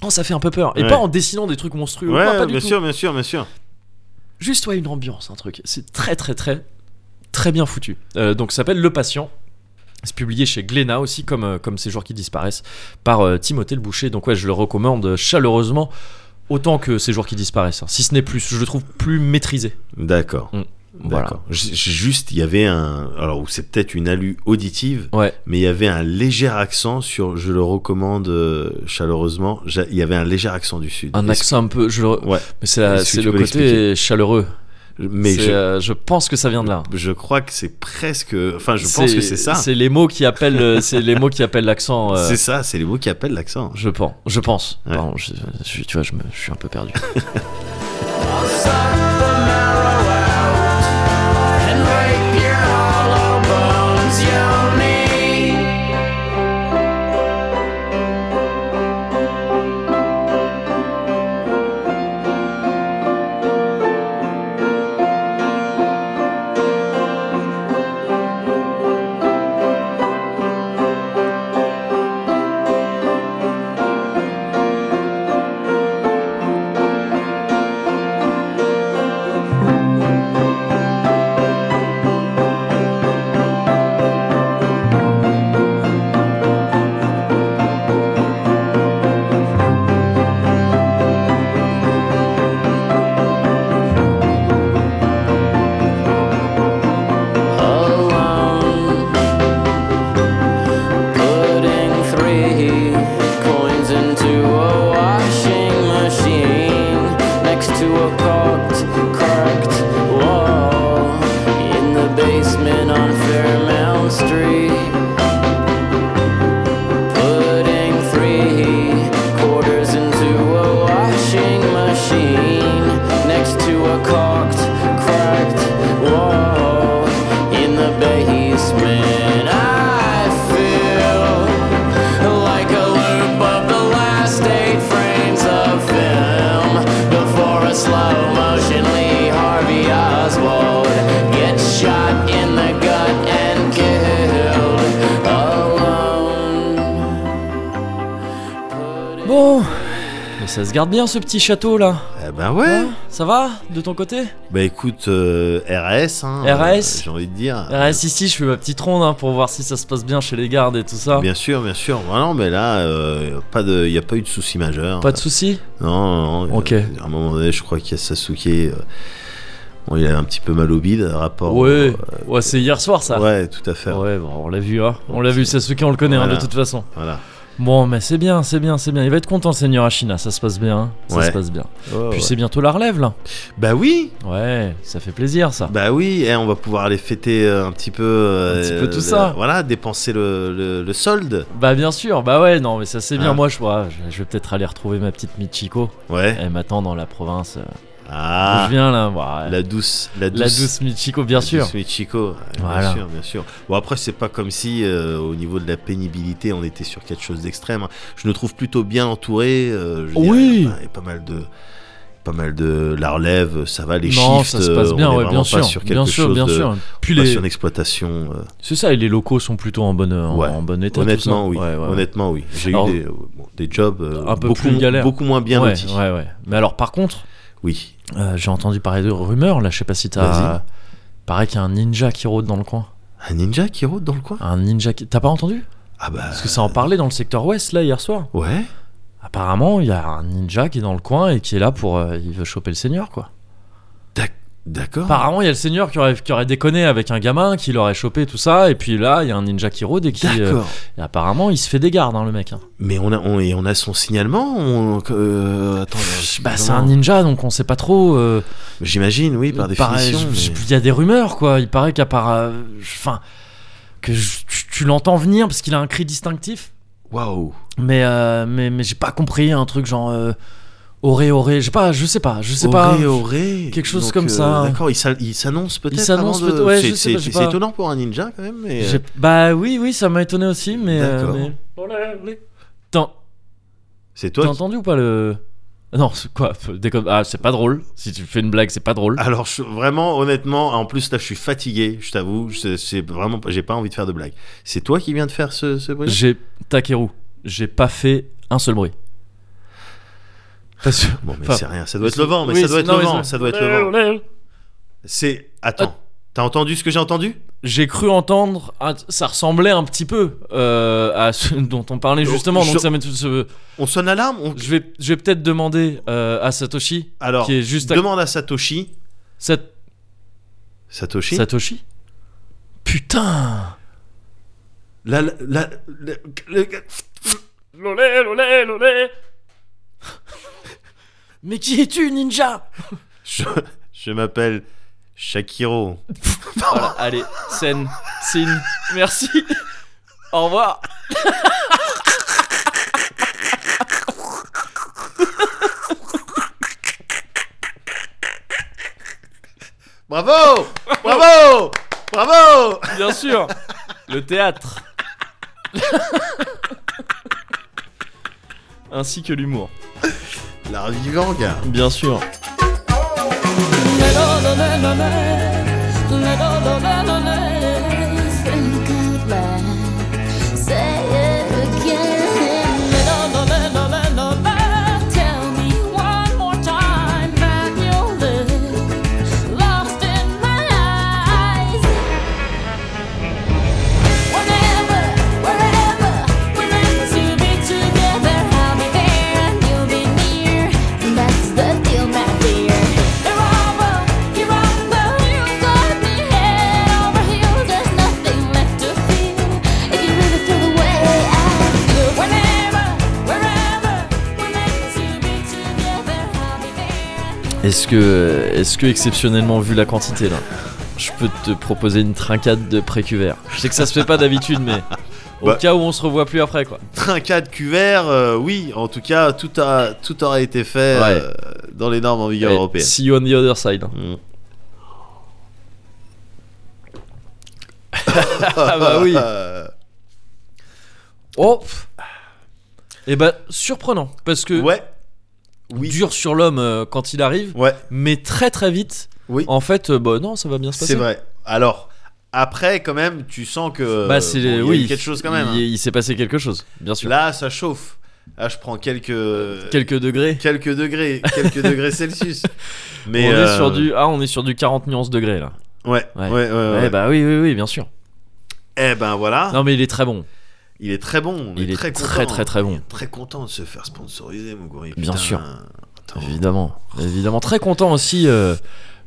B: oh, ça fait un peu peur. Et
A: Ouais.
B: pas en dessinant des trucs monstrueux, ou
A: Ouais,
B: quoi, pas du
A: bien
B: tout.
A: sûr, bien sûr, bien sûr.
B: Juste, ouais, une ambiance, un truc. C'est très, très, très, très bien foutu. Euh, donc, ça s'appelle Le Patient. C'est publié chez Glénat aussi, comme, euh, comme ces jours qui disparaissent, par euh, Timothée Le Boucher. Donc, ouais, je le recommande chaleureusement. Autant que ces jours qui disparaissent, hein. si ce n'est plus, je le trouve plus maîtrisé.
A: D'accord.
B: Mm. Voilà.
A: D'accord. J- j- Juste, il y avait un. Alors, ou c'est peut-être une alu auditive,
B: Ouais.
A: mais il y avait un léger accent sur. Je le recommande euh, chaleureusement. J'a- Il y avait un léger accent du Sud.
B: Un
A: Est-ce-
B: accent un peu, je le,
A: Ouais.
B: Mais c'est la-
A: Est-ce que
B: c'est
A: tu
B: le
A: peux
B: côté
A: l'expliquer
B: chaleureux.
A: Mais
B: C'est,
A: je,
B: euh, je pense que ça vient de là.
A: je crois que c'est presque. Enfin, je pense que c'est ça.
B: C'est les mots qui appellent, euh, c'est les mots qui appellent l'accent. euh,
A: C'est ça, c'est les mots qui appellent l'accent.
B: je pense, je pense.
A: Ouais.
B: Pardon, je, je suis- tu vois, je, me- je suis un peu perdu.
F: alone. Putting three coins into a washing machine next to a caulked, cracked wall in the basement on Fairmount Street. Putting three quarters into a washing machine next to a caulked, cracked wall in the basement. I feel slow motion. Lee Harvey Oswald gets shot in the gut and killed alone.
B: Bon, mais ça se garde bien ce petit château là.
A: Eh ben ouais.
B: Ça va de ton côté
A: Bah écoute, euh, RS. Hein,
B: RS.
A: euh, J'ai envie de dire.
B: Reste ici, je fais ma petite ronde hein, pour voir si ça se passe bien chez les gardes et tout ça.
A: Bien sûr, bien sûr. Ah non, mais là, euh, pas de, y a pas eu de souci majeur.
B: Pas de soucis
A: Non, non. non.
B: Ok.
A: Euh, À un moment donné, je crois qu'il y a Sasuke. euh, bon, il a un petit peu mal au bide, rapport. euh,
B: Ouais, ouais c'est hier soir ça.
A: Ouais, tout à fait.
B: Ouais, bon, on l'a vu, hein. on l'a vu, Sasuke, on le connaît hein, de
A: Voilà.
B: toute façon.
A: Voilà.
B: Bon, mais c'est bien, c'est bien, c'est bien. Il va être content, le Seigneur Ashina, ça se passe bien. hein. Ça
A: Ouais.
B: se passe bien. Puis c'est bientôt la relève là.
A: Bah oui,
B: Ouais, ça fait plaisir ça.
A: bah oui. eh, on va pouvoir aller fêter euh, un petit peu. euh,
B: Un petit peu tout
A: le-
B: ça.
A: Voilà, dépenser le, le- le solde.
B: Bah bien sûr, bah ouais, non, mais ça c'est bien.
A: Ah.
B: Moi, je, vois, je je vais peut-être aller retrouver ma petite Michiko.
A: Ouais.
B: Elle m'attend dans la province. euh, où
A: Ah.
B: Je viens là, ouais.
A: La douce, la douce.
B: La douce Michiko, bien
A: La
B: sûr.
A: douce Michiko, ouais,
B: Voilà.
A: euh, bien sûr, bien sûr. Bon après c'est pas comme si euh, au niveau de la pénibilité on était sur quelque chose d'extrême. hein. Je nous trouve plutôt bien entouré. euh, je veux
B: Oui.
A: dire, Il y a pas mal de, pas mal de la relève, ça va les
B: non,
A: shifts.
B: ça se passe
A: euh,
B: bien,
A: on est
B: ouais,
A: vraiment
B: bien
A: pas
B: sûr.
A: sur quelque
B: bien sûr,
A: chose
B: bien
A: de,
B: sûr. Puis
A: pas
B: les.
A: sur une exploitation. euh,
B: C'est ça, et les locaux sont plutôt en bonne, en,
A: Ouais.
B: en bon état. tout
A: honnêtement,
B: ça.
A: oui.
B: Ouais, ouais, ouais.
A: Honnêtement, oui. J'ai eu
B: Alors,
A: des, euh, bon, des jobs euh,
B: un peu
A: beaucoup,
B: plus galère.
A: beaucoup moins bien
B: ouais,
A: lotis.
B: ouais, ouais. Mais alors, par contre,
A: Oui.
B: euh, j'ai entendu parler de rumeurs là. Je sais pas si
A: Vas-y.
B: t'as. Pareil qu'il y a un ninja qui rôde dans le coin.
A: Un ninja qui rôde dans le coin.
B: Un ninja qui. T'as pas entendu
A: Ah bah.
B: Parce que ça en parlait dans le secteur ouest là hier soir.
A: Ouais.
B: Apparemment, il y a un ninja qui est dans le coin et qui est là pour. euh, il veut choper le seigneur quoi.
A: Ah. D'ac- D'accord.
B: Apparemment, il y a le seigneur qui aurait, qui aurait déconné avec un gamin, qui l'aurait chopé, tout ça. Et puis là, il y a un ninja qui rôde et qui. euh,
A: D'accord.
B: et apparemment, il se fait des gardes, hein, le mec. hein.
A: Mais on a, on, et on a son signalement on- euh, attends, je-
B: Bah, c'est
A: comment-
B: un ninja, donc on sait pas trop. euh,
A: J'imagine, oui, par
B: il paraît-
A: définition.
B: je- je-
A: mais-
B: Il y a des rumeurs, quoi. Il paraît qu'à part. euh, je- Enfin. que je- tu, tu l'entends venir parce qu'il a un cri distinctif.
A: Waouh
B: Mais, euh, mais, mais j'ai pas compris un truc genre. euh, Auré, auré. Je sais pas, je sais pas, je sais
A: Auré,
B: pas.
A: auré.
B: quelque chose comme ça.
A: euh, D'accord, il s'a- il s'annonce peut-être.
B: s'annonce
A: avant de-
B: peut-être, ouais,
A: c'est-
B: je sais
A: c'est-
B: pas, je sais
A: C'est
B: pas.
A: étonnant pour un ninja quand même. Mais...
B: J'ai- Bah oui, oui, ça m'a étonné aussi, mais. euh,
A: D'accord.
B: mais- T'en-
A: C'est
B: T'as
A: toi. qui-
B: entendu ou pas le. Non, c'est quoi faut- déconne- Ah, c'est pas drôle. Si tu fais une blague, c'est pas drôle.
A: Alors je- vraiment, honnêtement, en plus là, je suis fatigué. Je t'avoue, c'est c'est vraiment, pas- j'ai pas envie de faire de blague. C'est toi qui viens de faire ce, ce bruit.
B: J'ai. Takeru, j'ai pas fait un seul bruit. Parce que.
A: Bon, mais
B: Enfin,
A: c'est rien. Ça doit être le vent, mais
B: Oui,
A: ça doit
B: c'est-
A: être
B: non,
A: le
B: mais
A: vent.
B: c'est-
A: Ça doit être le vent.
B: Olé, Ah. olé.
A: C'est. Attends. T'as entendu ce que j'ai entendu
B: J'ai cru entendre. un- Ça ressemblait un petit peu euh, à ce dont on parlait
A: Oh,
B: justement. Donc
A: je-
B: ça met tout ce-
A: On sonne l'alarme on-
B: Je vais, je vais peut-être demander euh, à Satoshi.
A: Alors,
B: Qui est juste à-
A: demande à Satoshi.
B: Sat-
A: Satoshi
B: Satoshi Putain
A: La, la, la- la- le-
B: Lolé, lolé, lolé Mais qui es-tu, ninja
A: Je, je m'appelle Shakiro.
B: Voilà, allez, scène, signe, merci. Au revoir.
A: Bravo Bravo Bravo
B: Bien sûr, le théâtre. Ainsi que l'humour.
A: La vivant, gars.
B: Bien sûr.
G: That's the deal, my dear. You're over, you're over, you got me head over heels. There's nothing left to feel if you really feel the way I feel. Whenever, wherever, we're meant to be together. I'll be there.
B: Est-ce que, est-ce que exceptionnellement vu la quantité là, je peux te proposer une trincade de pré-cuvert Je sais que ça se fait pas d'habitude, mais au
A: Bah.
B: cas où on se revoit plus après quoi.
A: Trincade cuvert, euh, oui, en tout cas, tout, a, tout aura été fait
B: Ouais.
A: euh, dans les normes en vigueur
B: Allez,
A: européennes.
B: See you on the other side.
A: Mm.
B: ah bah oui.
A: Euh,
B: Oh. Et bah Eh surprenant parce que
A: ouais, Oui.
B: dur sur l'homme euh, quand il arrive,
A: Ouais,
B: mais très très vite,
A: Oui.
B: en fait, euh, bah non, ça va bien se passer.
A: c'est vrai. Alors, après, quand même, tu sens que.
B: Bah, c'est
A: bon, il y a eu
B: oui,
A: quelque chose quand même. hein.
B: Il, il s'est passé quelque chose, bien sûr.
A: Là, ça chauffe. Là, je prends quelques.
B: Quelques degrés.
A: quelques degrés, quelques degrés Celsius. Mais
B: on
A: euh,
B: est sur du ah, on est sur du 40 nuances degrés là.
A: ouais, ouais,
B: Ouais.
A: ouais. Euh, ouais.
B: Eh bah oui, oui, oui, bien sûr.
A: Eh ben voilà,
B: Non mais il est très bon.
A: il est très bon, on
B: Il
A: est
B: est
A: très content, hein.
B: très très très bon.
A: très content de se faire sponsoriser, mon gars.
B: Bien sûr.
A: Attends.
B: Évidemment, évidemment. Très content aussi euh,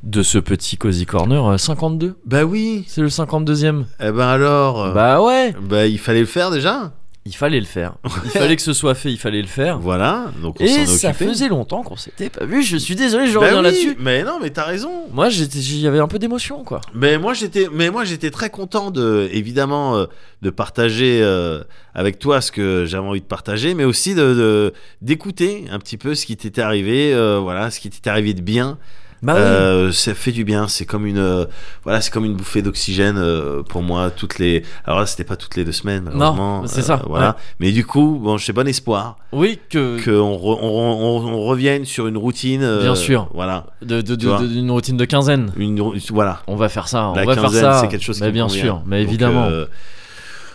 B: de ce petit Cozy Corner euh, 52.
A: Bah oui.
B: C'est le 52e.
A: Eh ben alors, euh, bah.
B: Bah ouais,
A: il fallait le faire déjà.
B: il fallait le faire. Il fallait que ce soit fait, il fallait le faire.
A: Voilà, donc on s'en
B: Et
A: est
B: ça
A: occupé.
B: faisait longtemps qu'on s'était pas vu. Je suis désolé, je
A: Bah
B: reviens
A: oui,
B: là-dessus.
A: Mais non, mais t'as raison.
B: Moi, j'étais- j'y avais un peu d'émotion, quoi.
A: Mais moi j'étais, mais moi j'étais très content de, évidemment, euh, de partager euh, avec toi ce que j'avais envie de partager, mais aussi de, de- d'écouter un petit peu ce qui t'était arrivé, euh, voilà, ce qui t'était arrivé de bien.
B: Bah
A: Euh, ça fait du bien. C'est comme une, euh, voilà, c'est comme une bouffée d'oxygène euh, pour moi toutes les. Alors là, c'était pas toutes les deux semaines. malheureusement,
B: c'est ça,
A: Voilà.
B: ouais.
A: Mais du coup, bon, j'ai bon espoir
B: oui, que,
A: qu'on re- on, on- on revienne sur une routine. euh,
B: Bien sûr.
A: Voilà.
B: de- de- de-
A: tu vois.
B: de- d'une routine de quinzaine.
A: Une rou- voilà.
B: On va faire ça, on
A: La
B: va
A: quinzaine,
B: faire ça.
A: c'est quelque chose.
B: Mais
A: qui me
B: bien
A: convient.
B: sûr, mais
A: Donc,
B: évidemment.
A: euh,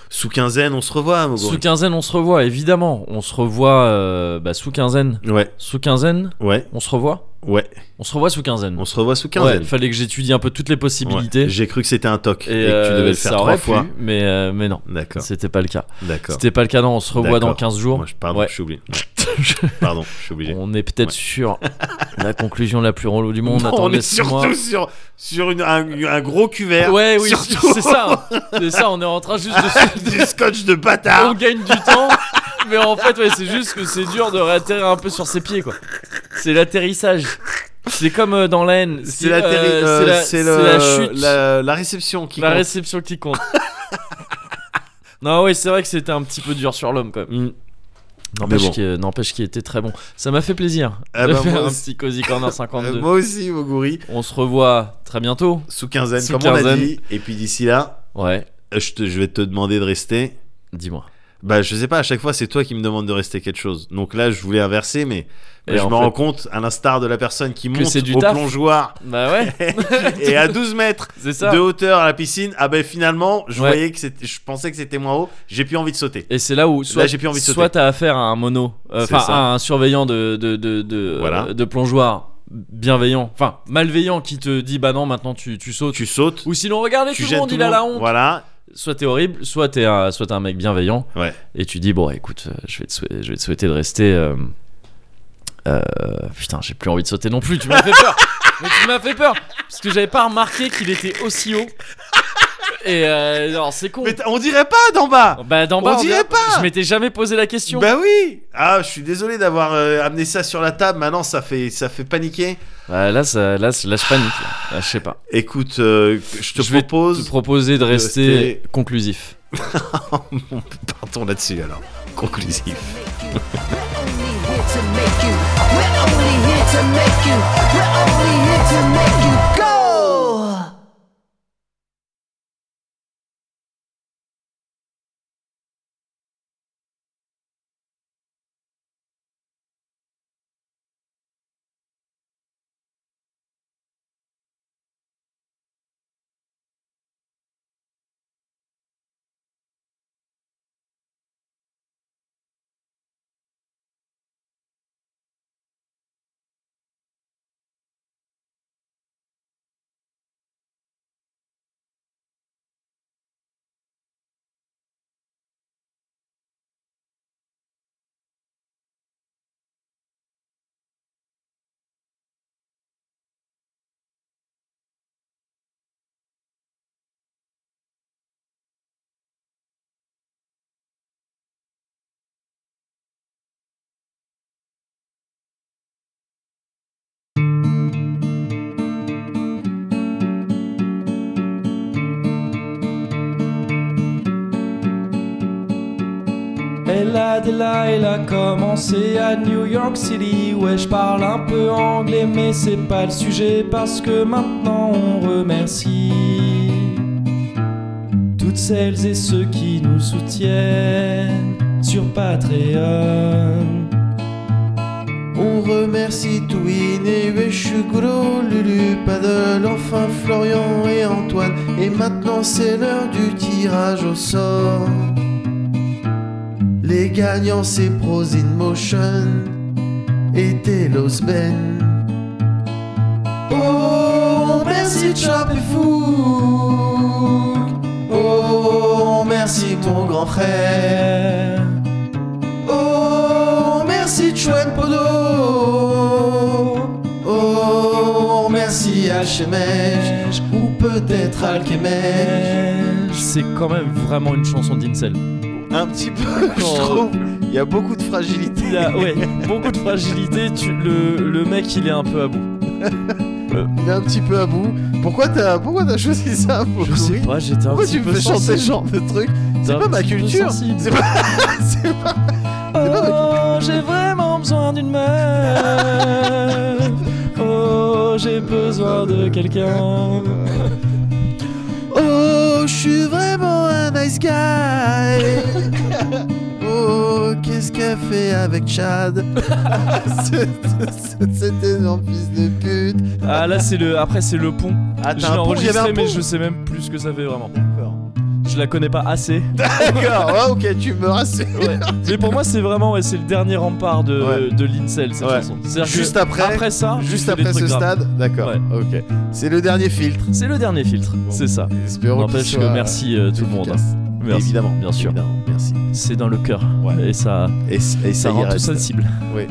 A: sous quinzaine, on se revoit. Mogo.
B: sous quinzaine, on se revoit, évidemment. On se revoit euh, bah, sous quinzaine.
A: Ouais,
B: Sous quinzaine,
A: ouais,
B: on se revoit.
A: ouais.
B: On se revoit sous quinzaine.
A: On se revoit sous
B: Ouais,
A: quinzaine.
B: fallait que j'étudie un peu toutes les possibilités.
A: Ouais. J'ai cru que c'était un toc et, que tu
B: euh,
A: devais le
B: ça
A: faire
B: aurait
A: trois fois.
B: pu, mais, euh, mais non,
A: D'accord,
B: c'était pas le cas.
A: d'accord.
B: C'était pas le cas, non. On se revoit dans
A: D'accord.
B: 15 jours.
A: Moi, je, pardon,
B: Ouais.
A: je suis obligé. Pardon, je suis obligé.
B: On est peut-être
A: Ouais.
B: sur la conclusion la plus relou du monde.
A: Non,
B: Attendez
A: est
B: six
A: surtout
B: mois.
A: sur, sur une- un, un gros cuvert.
B: Ouais, oui,
A: surtout.
B: c'est ça. C'est ça, on est en train juste de se-
A: du scotch de
B: on
A: bâtard.
B: gagne du temps, mais en fait, ouais, c'est juste que c'est dur de réatterrir un peu sur ses pieds, quoi. C'est l'atterrissage. C'est comme euh, dans l'aine.
A: C'est la, terri- euh, c'est le-
B: la chute, la,
A: la- la réception qui compte.
B: réception qui compte. non, oui, c'est vrai que c'était un petit peu dur sur l'homme, quand même.
A: Mm.
B: N'empêche
A: Mais bon.
B: qu'il n'empêche qu'il était très bon. Ça m'a fait plaisir
A: Ah
B: de
A: bah,
B: faire
A: moi
B: un
A: aussi.
B: petit Cozy Corner
A: Euh,
B: 52.
A: moi aussi, Moguri.
B: On se revoit très bientôt.
A: Sous quinzaine,
B: Sous
A: comme on a
B: quinzaine.
A: dit. Et puis d'ici là,
B: Ouais,
A: euh, je, te- je vais te demander de rester.
B: dis-moi.
A: Bah, je sais pas, à chaque fois, c'est toi qui me demandes de rester quelque chose. Donc là, je voulais inverser, mais mais
B: Et
A: je
B: en
A: me
B: fait-
A: rends compte, à l'instar de la personne qui monte
B: c'est du
A: au
B: taf.
A: plongeoir
B: Bah ouais,
A: et à 12 mètres
B: c'est ça.
A: de hauteur à la piscine, ah ben finalement, je
B: Ouais.
A: voyais que c'était, je pensais que c'était moins haut, j'ai plus envie de sauter.
B: Et c'est là où soit
A: Là, j'ai plus envie de sauter.
B: soit t'as affaire à un mono, euh,
A: C'est
B: enfin
A: ça.
B: à un surveillant de de de de,
A: Voilà.
B: euh, de plongeoir bienveillant, enfin malveillant qui te dit bah non maintenant tu tu sautes.
A: Tu sautes,
B: Ou sinon regardez
A: tu
B: tout
A: jettes
B: le monde
A: tout
B: il a la honte.
A: Voilà,
B: Soit t'es horrible, soit t'es un soit t'es un mec bienveillant.
A: Ouais.
B: Et tu dis bon écoute euh, je vais te souhaiter, je vais te souhaiter de rester. euh, euh, putain j'ai plus envie de sauter non plus. Tu m'as fait peur. Mais tu m'as fait peur parce que j'avais pas remarqué qu'il était aussi haut. Et euh, alors c'est con.
A: mais t- on dirait pas d'en bas.
B: Bah d'en
A: On
B: bas,
A: dirait
B: dirait-
A: pas.
B: Je m'étais jamais posé la question.
A: Bah oui. Ah, je suis désolé d'avoir euh, amené ça sur la table. Maintenant, ça fait ça fait paniquer.
B: Bah, là, ça, là, c- là, je panique. là. Là, je sais pas.
A: Écoute, euh, je te
B: Je vais Je
A: propose.
B: te proposer de rester,
A: rester-
B: conclusif.
A: Partons là-dessus alors. Conclusif.
C: We're only here to make you. We're only here to make you. We're only here to make you go.
D: Elle a Delilah a commencé à New York City. Ouais, je parle un peu anglais, mais c'est pas le sujet parce que maintenant on remercie toutes celles et ceux qui nous soutiennent sur Patreon.
E: On remercie Twin et Wechu Gros, Lulu, Paddle, enfin Florian et Antoine. Et maintenant c'est l'heure du tirage au sort. Les gagnants c'est Pros in Motion et Telos Ben. Oh, merci Chop et Fou. Oh, merci ton grand frère. Oh, merci Chouette Podo. Oh, merci Alchemège. Ou peut-être Alchemège.
B: C'est quand même vraiment une chanson d'Incel.
A: Un petit peu, je
B: Oh.
A: trouve. Il y a beaucoup de fragilité.
B: Il y a ouais, beaucoup de fragilité, tu- le, le mec il est un peu à bout.
E: Il est un petit peu à bout. Pourquoi t'as pourquoi t'as choisi ça pour
B: Je sais pas, j'étais un
E: Pourquoi
B: petit
E: tu me
B: peu
E: fais chanter ce
B: sensible.
E: genre de truc
B: J'étais
E: C'est
B: un
E: pas ma
B: petit peu
E: culture.
B: sensible.
E: C'est pas. C'est pas.
B: Oh, j'ai vraiment besoin d'une meuf. Oh, j'ai besoin de quelqu'un.
E: Oh, je suis vraiment un nice guy. oh, qu'est-ce qu'elle fait avec Chad Cet cet énorme fils de pute.
B: Ah là c'est le après c'est le pont.
A: Ah,
B: Je
A: t'as
B: l'ai
A: un pont, il y avait
B: enregistré
A: un
B: mais
A: pont.
B: je sais même plus ce que ça fait vraiment.
A: D'accord.
B: Je la connais pas assez.
E: D'accord, ouais, ok, tu me rassures.
B: Ouais. mais pour moi c'est vraiment ouais, c'est le dernier rempart de
A: Ouais.
B: de l'Incel cette
A: Ouais.
B: chanson. C'est-à-dire que
A: Juste après-
B: euh, après ça, tu
A: juste
B: fais des
A: après
B: trucs
A: ce
B: graves.
A: stade, d'accord, ok. C'est le dernier filtre.
B: C'est le dernier filtre, c'est ça.
A: Espérons qu'il
B: N'empêche
A: soit
B: que merci euh, tout le monde.
A: efficace.
B: Merci.
A: Évidemment,
B: bien sûr.
A: évidemment, merci.
B: C'est dans le cœur
A: Ouais.
B: et ça
A: Et, c- et ça,
B: ça
A: y
B: rend tout
A: reste.
B: sensible.
A: Oui.